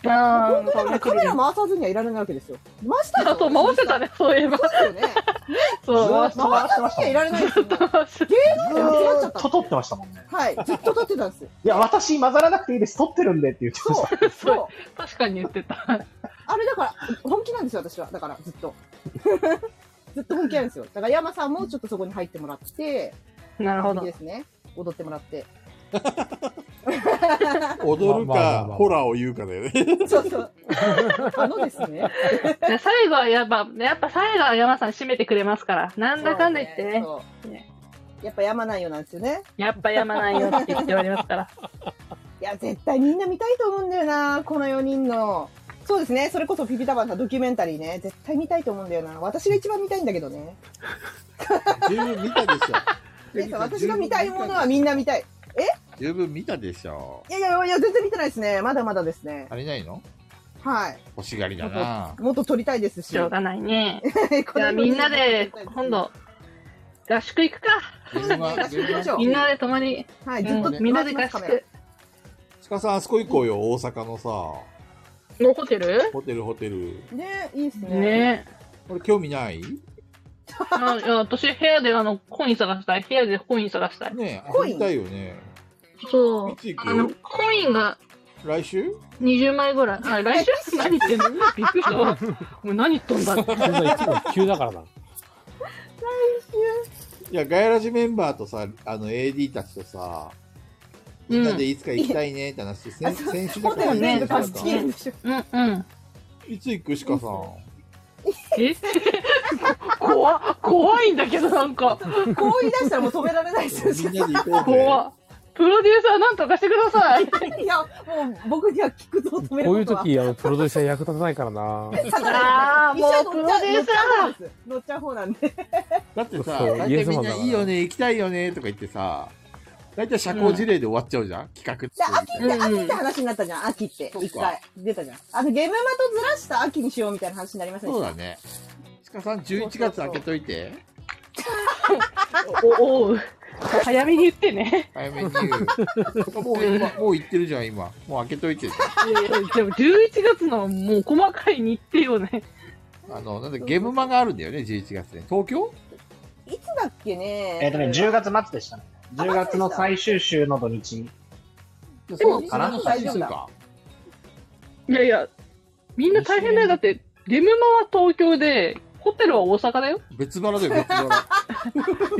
Speaker 4: あ
Speaker 5: 本当にだからカメラ回さずにはいられないわけですよ。回した
Speaker 4: あ、そう、回せた
Speaker 5: ね。
Speaker 4: ね、そういえば。
Speaker 5: 回したよね。
Speaker 4: そう、
Speaker 5: 回さずにはいられないですよ。
Speaker 2: ずーっと撮ってましたもんね。
Speaker 5: はい、ずっと撮ってたんですよ。
Speaker 2: いや、私混ざらなくていいです。撮ってるんでって言ってま
Speaker 5: そ
Speaker 2: した。
Speaker 5: う、そう。
Speaker 4: 確かに言ってた。
Speaker 5: あれだから、本気なんですよ、私は。だから、ずっと。ずっと本気なんですよ。だから、山さんもちょっとそこに入ってもらって、
Speaker 4: なるほ
Speaker 5: いい
Speaker 4: ど。
Speaker 5: ですね。踊ってもらって。
Speaker 1: 踊る
Speaker 3: まあまあまあ
Speaker 1: か
Speaker 3: まあ
Speaker 1: ホラーを言うかだよね
Speaker 5: そうそう。あのですね。
Speaker 4: いや最後はやっぱ、やっぱ最後は山さん締めてくれますから。なんだかんだ言ってね。
Speaker 5: そうねそうやっぱ山ないよなんですよね。
Speaker 4: やっぱ山ないよって言っておりますから。
Speaker 5: いや、絶対みんな見たいと思うんだよな、この4人の。そうですね、それこそピピタバンさんドキュメンタリーね、絶対見たいと思うんだよな。私が一番見たいんだけどね。
Speaker 1: 十分見たでしょ
Speaker 5: で私が見たいものはみんな見たい。
Speaker 1: 十分見たでしょ
Speaker 5: いやいやいや、全然見てないですね。まだまだですね。
Speaker 1: 足りないの
Speaker 5: はい。
Speaker 1: 欲しがりだ
Speaker 5: も
Speaker 1: な
Speaker 5: っともっと撮りたいですし。
Speaker 4: しょうがないね。 じ
Speaker 5: この
Speaker 4: ゃあ
Speaker 5: 4人
Speaker 4: みんなで今度、合宿行くか。
Speaker 1: 自分は
Speaker 5: 合宿行きましょう
Speaker 4: みんなで泊まり。
Speaker 5: はい、ずっ
Speaker 4: う
Speaker 5: と
Speaker 4: ん、みんなで合
Speaker 5: 回しますカメ
Speaker 4: 宿。
Speaker 1: 鹿さんあそこ行こうよ大阪のさ
Speaker 4: のホテル
Speaker 1: ホテルホテル
Speaker 5: ラね、いいですね。
Speaker 4: ねえ。
Speaker 1: 俺興味ない
Speaker 4: あいや私部屋であの、コイン探したい。部屋でコイン探したい。
Speaker 1: ねえ
Speaker 5: コ
Speaker 1: 遊
Speaker 5: イン
Speaker 1: びたいよね
Speaker 4: そう
Speaker 1: い。つ行
Speaker 4: あ
Speaker 1: く
Speaker 4: の、コインが
Speaker 1: 来週
Speaker 4: 20枚ぐらい。あ、 来週何言ってんのびっくりしたわ。もう何言っとんだって。
Speaker 3: そんな一番急だからな。
Speaker 1: いやガヤラジメンバーとさあの AD たちとさみんなでいつか行きたいねって話して、
Speaker 5: あ
Speaker 1: 先
Speaker 5: そう
Speaker 1: 先週
Speaker 5: ホテル全部
Speaker 1: か
Speaker 5: 貸
Speaker 1: ら
Speaker 5: し切るんでしょ。
Speaker 4: うんうん。
Speaker 1: いつ行く鹿さん
Speaker 4: え 怖怖いんだけど、なんか。
Speaker 5: こう言い出したらもう止められないですよ。
Speaker 1: みんなで行こうぜ
Speaker 4: 怖プロデューサーなんとかしてください。
Speaker 5: いや、もう僕には聞くと止める
Speaker 3: こういう
Speaker 5: ことは。
Speaker 3: 時、あの、プロデューサー役立たないからな。
Speaker 4: ああ、
Speaker 5: 一
Speaker 4: も
Speaker 5: 緒
Speaker 4: うプ
Speaker 5: に
Speaker 4: ロ
Speaker 5: 乗っちゃう
Speaker 4: デューサ
Speaker 5: 乗っちゃう方なんです乗っちゃう方なんで。
Speaker 1: だってさ
Speaker 3: そう
Speaker 1: 大
Speaker 3: イエ
Speaker 1: 体
Speaker 3: スマ
Speaker 1: み
Speaker 3: ン
Speaker 1: ん
Speaker 3: だ
Speaker 1: な
Speaker 3: から
Speaker 1: いいよね行きたいよねとか言ってさ大体社交辞令で終わっちゃうじゃん、企画って
Speaker 5: じゃあ、
Speaker 1: み
Speaker 5: 秋
Speaker 1: たいな
Speaker 5: って、秋って話になったじゃん、秋って。
Speaker 1: そっか
Speaker 5: 一回。出たじゃん。あと、ゲームマとずらした秋にしようみたいな話になりませんで
Speaker 1: そう
Speaker 5: した
Speaker 1: だね鹿さん11月開けといて
Speaker 4: ーおおう。早めに言ってね。
Speaker 1: 早めに言うもう今もう行ってるじゃん今もう開けといて
Speaker 4: いやいやでも11月のもう細かい日程をね。
Speaker 1: あのなんだゲームマがあるんだよね11月で東京
Speaker 5: いつだっけね。
Speaker 2: えっ、とね、10月末でしたね。10月の最終週の土日。
Speaker 1: でそううかな
Speaker 5: そう
Speaker 1: 配信する
Speaker 5: 大丈
Speaker 1: か
Speaker 4: いやいや、みんな大変だよ。だって、ゲムマは東京で、ホテルは大阪だよ。
Speaker 1: 別腹だよ別腹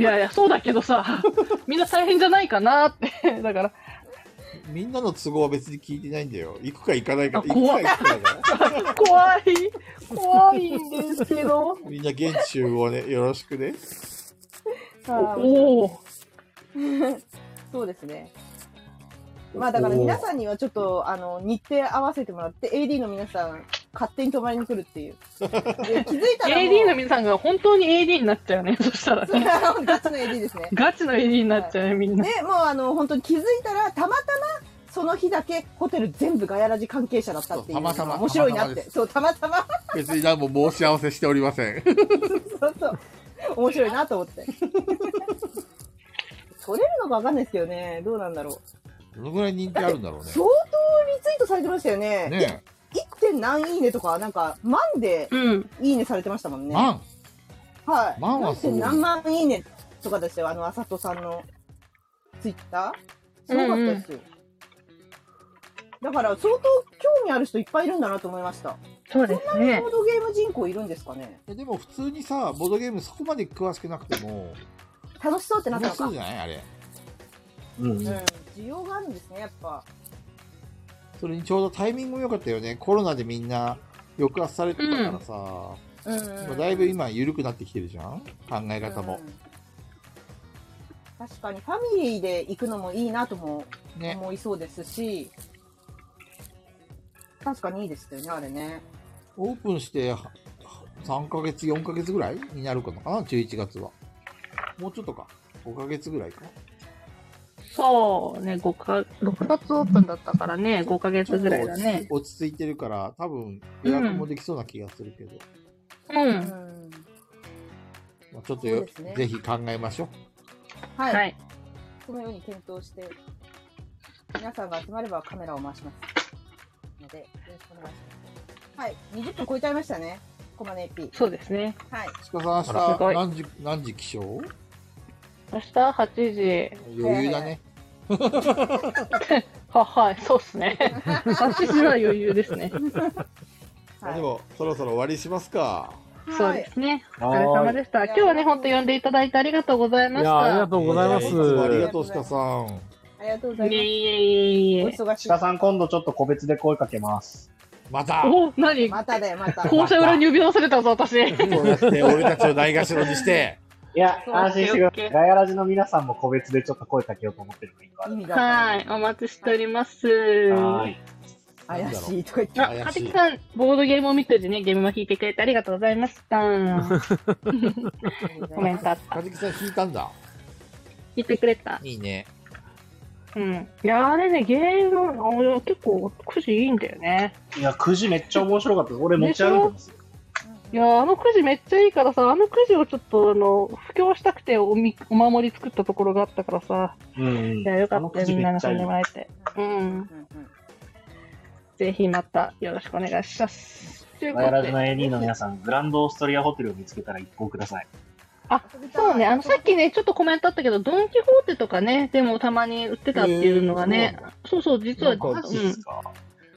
Speaker 4: いやいや、そうだけどさ、みんな大変じゃないかなって。だから、
Speaker 1: みんなの都合は別に聞いてないんだよ行くか行かないか
Speaker 4: あ
Speaker 1: 行くか
Speaker 4: 怖い
Speaker 1: 行くかだよ
Speaker 4: 怖い、怖いんですけど。
Speaker 1: みんな現地集合ねよろしくね
Speaker 5: さあ
Speaker 4: おお。
Speaker 5: そうですね。まあだから皆さんにはちょっと、あの、日程合わせてもらって、AD の皆さん、勝手に泊まりに来るっていう。で気づいたらもう。
Speaker 4: AD の皆さんが本当に AD になっちゃうね。そしたら
Speaker 5: そう
Speaker 4: ね。
Speaker 5: あのガチの AD ですね。
Speaker 4: ガチの AD になっちゃうね、 みんな。
Speaker 5: で、もうあの、本当に気づいたら、たまたま、その日だけホテル全部ガヤラジ関係者だったっ
Speaker 1: そ
Speaker 5: ていう。
Speaker 1: うたまたま
Speaker 5: 面白いなって。そう、たまたま。
Speaker 1: 別に何も申し合わせしておりません
Speaker 5: そうそう。面白いなと思 って。取れるのかわかんないですけどね。どうなんだろう。
Speaker 1: どのぐらい人気あるんだろうね
Speaker 5: 相当リツイートされてましたよね。
Speaker 1: ねえ
Speaker 5: 1点何いいねとか、なんか、万で
Speaker 4: うん。
Speaker 5: いいねされてましたもんね。
Speaker 1: マン
Speaker 5: はい。
Speaker 1: 万はすごい
Speaker 5: 1. 何万いいねとかですよ。あの、あさとさんのツイッター。すごかったですよ。だから、相当興味ある人いっぱいいるんだなと思いました。
Speaker 4: そう
Speaker 5: そ
Speaker 4: で
Speaker 5: んな
Speaker 4: す
Speaker 5: に
Speaker 4: ね
Speaker 5: ボ。ードゲーム人口いるんですかね。
Speaker 1: いやでも普通にさボードゲームそこまで詳しくなくても
Speaker 5: 楽しそうってなった
Speaker 1: 楽
Speaker 5: の
Speaker 1: し
Speaker 5: か。
Speaker 1: そう
Speaker 5: うん。
Speaker 1: じゃないあれ
Speaker 2: うん。
Speaker 5: 需要があるんですね、やっぱ。
Speaker 1: それにちょうどタイミングも良かったよねコロナでみんな抑圧されてたからさ、
Speaker 5: うん
Speaker 1: まあだいぶ今緩くなってきてるじゃん考え方も
Speaker 5: う、ん確かにファミリーで行くのもいいなとも
Speaker 1: ね
Speaker 5: 思いそうですし、確かにいいですよねあれね
Speaker 1: オープンしては3ヶ月4ヶ月ぐらいになるかなかな11月はもうちょっとか5ヶ月ぐらいか
Speaker 4: そうね、5か、6月オープンだったからね、5ヶ月ぐらいだね。
Speaker 1: 落ち着いてるから多分予約もできそうな気がするけど、
Speaker 4: う。
Speaker 5: うんん
Speaker 1: まあ、ちょっとよ、
Speaker 5: そうですね
Speaker 1: ぜひ考えましょう
Speaker 5: はい、
Speaker 4: はい。
Speaker 5: そのように検討して皆さんが集まればカメラを回しますのでよろしくお願いしますはい20分超えちゃいましたねコマネ AP
Speaker 4: そうですね。
Speaker 5: はい
Speaker 1: 鹿さん
Speaker 4: あらす
Speaker 1: 明日
Speaker 4: ごい
Speaker 1: 何時何時起床
Speaker 4: 明日8時。
Speaker 1: 余裕だね
Speaker 4: は、はい、そうっすね。8時は余裕ですね。
Speaker 1: まあ
Speaker 5: はい
Speaker 1: でもそろそろ終わりしますか
Speaker 4: そうですね。お
Speaker 3: はい
Speaker 4: 疲れ様でした。今日はね、本当呼んでいただいてありがとうござい
Speaker 3: い
Speaker 4: まし
Speaker 3: や、ありが
Speaker 4: た。
Speaker 3: とうございま
Speaker 1: え
Speaker 3: す。
Speaker 1: ーいつもありがとう、鹿さん。
Speaker 5: ありがとうござ
Speaker 4: いえ
Speaker 5: い
Speaker 4: いえいえい
Speaker 5: ま
Speaker 4: え
Speaker 5: す。お忙しい
Speaker 2: 鹿。さん、今度ちょっと個別で声かけます。
Speaker 6: また
Speaker 4: お、何
Speaker 5: まただよ、また。
Speaker 4: 校舎裏に呼び出されたぞ、私。
Speaker 6: こうやって俺たちをないがしろに して、
Speaker 2: いや、
Speaker 4: そう
Speaker 2: 安心してくださ
Speaker 4: オッケ
Speaker 2: い。
Speaker 4: ー
Speaker 2: ガヤラジの皆さんも個別でちょっと声かけようと思ってるの今
Speaker 5: 意味がわ
Speaker 4: はい、お待ちしております。
Speaker 2: からはい。
Speaker 5: かんない怪しいとか言って。
Speaker 4: あ、かてきさん、ボードゲームを見ててね、ゲームも弾いてくれてありがとうございました。コメントあった。
Speaker 6: かじきさん聞いたんだ。
Speaker 4: 弾いてくれた。
Speaker 6: いいね。
Speaker 4: うん。いや、あれね、ゲーム、あ結構、くじいいんだよね。
Speaker 2: いや、くじめっちゃ面白かったです。俺持ち歩いてますよ。
Speaker 4: いや、あのくじめっちゃいいからさ、あのくじをちょっと、あの、布教したくておみ、お守り作ったところがあったからさ、
Speaker 2: うんうん
Speaker 4: いや、よか
Speaker 2: あの
Speaker 4: った
Speaker 2: く
Speaker 4: よ、
Speaker 2: じ
Speaker 4: みんな
Speaker 2: めっ
Speaker 4: に
Speaker 2: ちゃ
Speaker 4: 遊
Speaker 2: い
Speaker 4: ん
Speaker 2: い
Speaker 4: でもらえて。うん。
Speaker 5: うんうん
Speaker 4: ぜひまた、よろしくお願いします。というこ
Speaker 2: ガヤ
Speaker 4: と
Speaker 2: ラジ
Speaker 4: で
Speaker 2: の AD の皆さん、グランドオーストリアホテルを見つけたら一行ください。
Speaker 4: そうね、あの、さっきね、ちょっとコメントあったけど、ドン・キホーテとかね、でもたまに売ってたっていうのがね、そうそう、実は、
Speaker 3: なんか
Speaker 4: うん。
Speaker 2: ですか。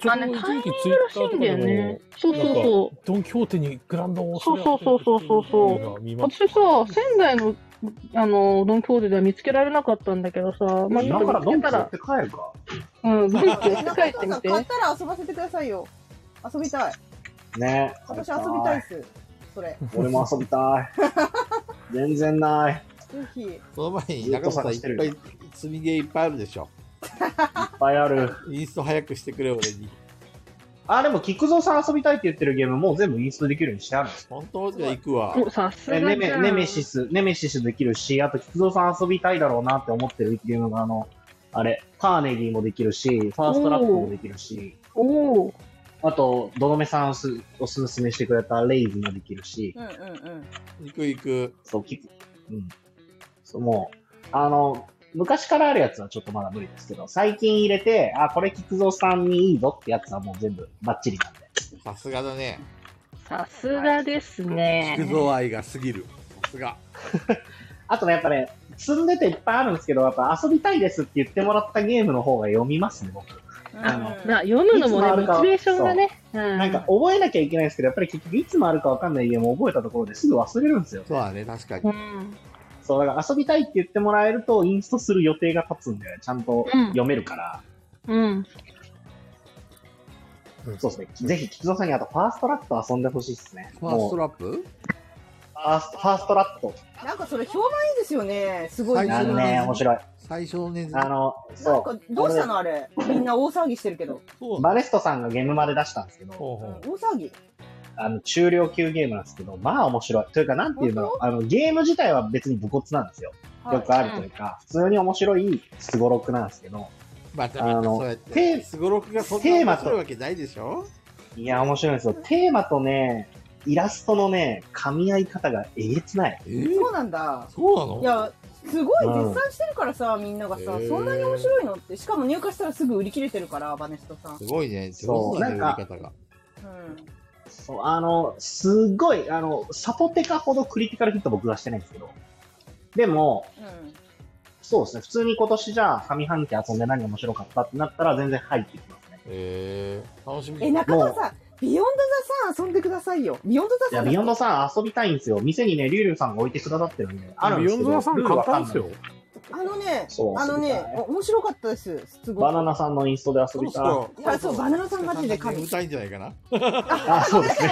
Speaker 3: ちょ
Speaker 4: あ
Speaker 3: う
Speaker 4: の
Speaker 3: ど
Speaker 4: ね、タイミン
Speaker 3: 一時期
Speaker 4: グ
Speaker 3: ツイッ
Speaker 4: らし
Speaker 3: ターと
Speaker 4: いん
Speaker 3: か
Speaker 4: だ
Speaker 3: で
Speaker 4: よ
Speaker 3: も
Speaker 4: ね、。そうそうそ
Speaker 3: ドン・キホーテにグランドを
Speaker 4: う。そうそうそうそうそうそう。
Speaker 3: 見まし
Speaker 4: 私さ、仙台の、あの、ドン・キホーテでは見つけられなかったんだけどさ、まあ、ちょ
Speaker 2: 今から
Speaker 4: っと
Speaker 2: ど
Speaker 4: 見
Speaker 2: ん
Speaker 4: つけた
Speaker 2: どん持っ
Speaker 4: ら、
Speaker 2: て帰るか。
Speaker 4: うん、ドン・キホーテ帰
Speaker 5: 中川
Speaker 4: って
Speaker 5: さ
Speaker 4: み
Speaker 5: ん
Speaker 4: て。
Speaker 5: 買ったら遊ばせてくださいよ。遊びたい。
Speaker 2: ねえ。
Speaker 5: 私遊びたいっす。それ。
Speaker 2: 俺も遊びたい。全然ない。
Speaker 5: ぜひ。い
Speaker 6: その前に中本さんいっぱい積みゲーいっぱいあるでしょ。
Speaker 2: いっぱいある。
Speaker 6: インスト早くしてくれ俺に。
Speaker 2: あ、でも、菊蔵さん遊びたいって言ってるゲーム、もう全部インストできるようにしてあるんです。
Speaker 6: 本当じゃあ行くわ。
Speaker 4: もうさすが
Speaker 2: え
Speaker 4: じゃ
Speaker 2: ネ
Speaker 4: ん
Speaker 2: メネメシス、ネメシスできるし、あと、菊蔵さん遊びたいだろうなって思ってるゲームが、あの、あれ、カーネギーもできるし、ファーストラップもできるし、
Speaker 4: おお。
Speaker 2: あと、どのめさんおすおすすめしてくれたレイズもできるし、
Speaker 5: うんうん
Speaker 6: 行く行く。
Speaker 2: そう、菊、うん。そう、もう、あの、昔からあるやつはちょっとまだ無理ですけど、最近入れて、あ、これ菊蔵さんにいいぞってやつはもう全部バッチリなんで。
Speaker 6: さすがだね。
Speaker 4: さすがですね。
Speaker 6: 菊蔵愛が過ぎる。さすが。
Speaker 2: あとね、やっぱね、積んでていっぱいあるんですけど、やっぱ遊びたいですって言ってもらったゲームの方が読みますね、僕。
Speaker 5: うん。
Speaker 2: あの
Speaker 4: な読むのもね、モチベーションがね。
Speaker 2: な
Speaker 4: なん
Speaker 2: か、覚えなきゃいけないんですけど、やっぱり結局いつもあるかわかんないゲームを覚えたところですぐ忘れるんですよ。
Speaker 6: そうだね、確かに
Speaker 4: う。ん。
Speaker 2: そう、だから遊びたいって言ってもらえるとインストする予定が立つんで、ちゃんと
Speaker 4: うん
Speaker 2: 読めるから。
Speaker 4: うん。
Speaker 2: そうですね。ぜひ、吉蔵さんにあとファーストラット遊んでほしいですね。
Speaker 6: ファースト
Speaker 2: もう
Speaker 6: ラップ
Speaker 2: ファーストファーストラット。
Speaker 5: なんかそれ評判いいですよね。すごい。
Speaker 6: 最
Speaker 2: あ
Speaker 6: 初
Speaker 2: の
Speaker 6: の
Speaker 2: ね、面白い。
Speaker 6: 最初のね、
Speaker 2: あの、
Speaker 5: な
Speaker 2: そ。
Speaker 5: んかどうしたのあれ。みんな大騒ぎしてるけど。
Speaker 3: そう
Speaker 2: バネストさんがゲームまで出したんですけど、
Speaker 3: ほう
Speaker 5: う
Speaker 3: ほ
Speaker 5: ん
Speaker 3: う
Speaker 5: 大騒ぎ。
Speaker 2: あの、中量級ゲームなんですけど、まあ面白い。というか、なんていうの、あの、ゲーム自体は別に武骨なんですよ。
Speaker 5: はい
Speaker 2: よくあるというか、普通に面白いすごろくなんですけど、
Speaker 6: またみんなそうやっ
Speaker 2: テ
Speaker 6: て。
Speaker 2: ー
Speaker 6: すごろくがそんな
Speaker 2: テー
Speaker 6: 面
Speaker 2: マと
Speaker 6: 白いわけないでしょ
Speaker 2: いや、面白いんですよ。テーマとね、イラストのね、噛み合い方がえげつない。
Speaker 6: えー
Speaker 5: そうなんだ。
Speaker 6: そうないの
Speaker 5: や、すごい絶賛してるからさ、みんながさ、
Speaker 6: へー
Speaker 5: そんなに面白いのって。しかも入荷したらすぐ売り切れてるから、バネストさん。
Speaker 6: すごいね。
Speaker 2: そ
Speaker 6: 上
Speaker 2: う
Speaker 6: 手だね、
Speaker 2: なん
Speaker 6: 読
Speaker 2: か
Speaker 6: み方が。
Speaker 5: うん。
Speaker 2: そう、あの、すごい、あの、サポテカほどクリティカルヒット僕はしてないんですけど。でも、
Speaker 5: うん。
Speaker 2: そうですね、普通に今年じゃあ上半期遊んで何が面白かったってなったら全然入ってきますね。
Speaker 6: えー、楽しみ。
Speaker 5: え、中田さん、ビヨンドザさん遊んでくださいよ。ビヨンド
Speaker 2: い
Speaker 5: ザ
Speaker 2: や、
Speaker 5: さん。
Speaker 2: ビヨンドさん遊びたいんですよ。店にね、リュウリュウさんが置いてくださってるんで、あるんで
Speaker 3: ビ
Speaker 2: す
Speaker 3: ヨ
Speaker 2: け
Speaker 3: ン
Speaker 2: ど。
Speaker 3: ドさん
Speaker 2: ルール
Speaker 3: 簡
Speaker 2: わかん
Speaker 3: 単
Speaker 2: な
Speaker 3: で
Speaker 2: い
Speaker 3: すよ。。
Speaker 5: あのね
Speaker 2: そ、う
Speaker 5: あのね
Speaker 2: 遊びたい、
Speaker 5: お面白かったです。すご
Speaker 2: バナ
Speaker 5: い。
Speaker 2: ナさんのインストで遊びたい。
Speaker 5: いやそうバナナさんマジで神
Speaker 6: 歌いんじゃないかな。
Speaker 2: あ、そうですね。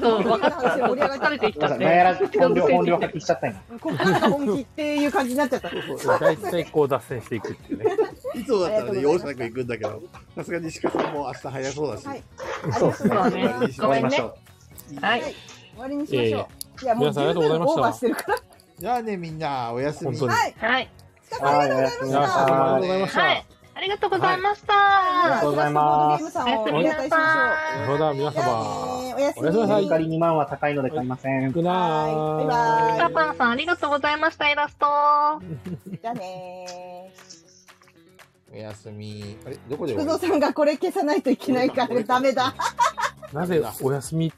Speaker 4: そ、
Speaker 5: そうう
Speaker 4: 分かった。
Speaker 5: 盛り上がっちゃ
Speaker 4: 疲
Speaker 5: っ
Speaker 4: れてき
Speaker 2: ごめんな
Speaker 4: た
Speaker 2: さいガ
Speaker 4: ね。
Speaker 2: ヤ ラジ本領、本領発揮しちゃった今。
Speaker 5: こっからが本気っていう感じになっちゃった。
Speaker 3: 大体こう脱線していくって いうね。
Speaker 6: いつもだったら
Speaker 5: あ
Speaker 6: ね、
Speaker 5: りがと
Speaker 6: 容
Speaker 5: う
Speaker 6: 赦
Speaker 5: ござ
Speaker 6: ないく
Speaker 5: ます
Speaker 6: 行くんだけど、さすがに石川さんも明日早そうだし、
Speaker 5: はい。
Speaker 2: そうですね
Speaker 4: そうだね
Speaker 2: 終わりましょう。
Speaker 4: はい。
Speaker 5: 終わりにしましょう。いや、も
Speaker 3: 皆
Speaker 5: う
Speaker 3: さんありが
Speaker 5: 十
Speaker 3: とうござい
Speaker 5: 分
Speaker 3: ました
Speaker 5: オーバーしてるから。
Speaker 6: じゃあね、みんな、おやすみ。
Speaker 3: 本当に
Speaker 5: はい。
Speaker 4: はい。
Speaker 5: お疲れ様ありがとうございまし
Speaker 2: はい
Speaker 5: た。
Speaker 2: ありがとうご
Speaker 6: ざいまし
Speaker 4: はい。ありがとうございました。
Speaker 5: あ
Speaker 2: がとうございます
Speaker 5: ボードゲームさんをお願いしましょ
Speaker 3: それでは皆
Speaker 5: う。じゃ
Speaker 3: 様
Speaker 5: あ、ねおやすみ。
Speaker 3: おやすみなさ
Speaker 2: メ
Speaker 3: い
Speaker 2: ルカリ2万は高いので買いません。
Speaker 3: グナ
Speaker 5: は
Speaker 3: ー
Speaker 5: いバイ
Speaker 4: カパンさん、ありがとうございました。イラスト。
Speaker 5: じゃあね
Speaker 6: おやすみ。あれ、どこで
Speaker 5: ー。
Speaker 6: 終
Speaker 5: 福
Speaker 6: わ
Speaker 5: 蔵さんがこれ消さないといけないからダメだ。
Speaker 3: なぜお休みって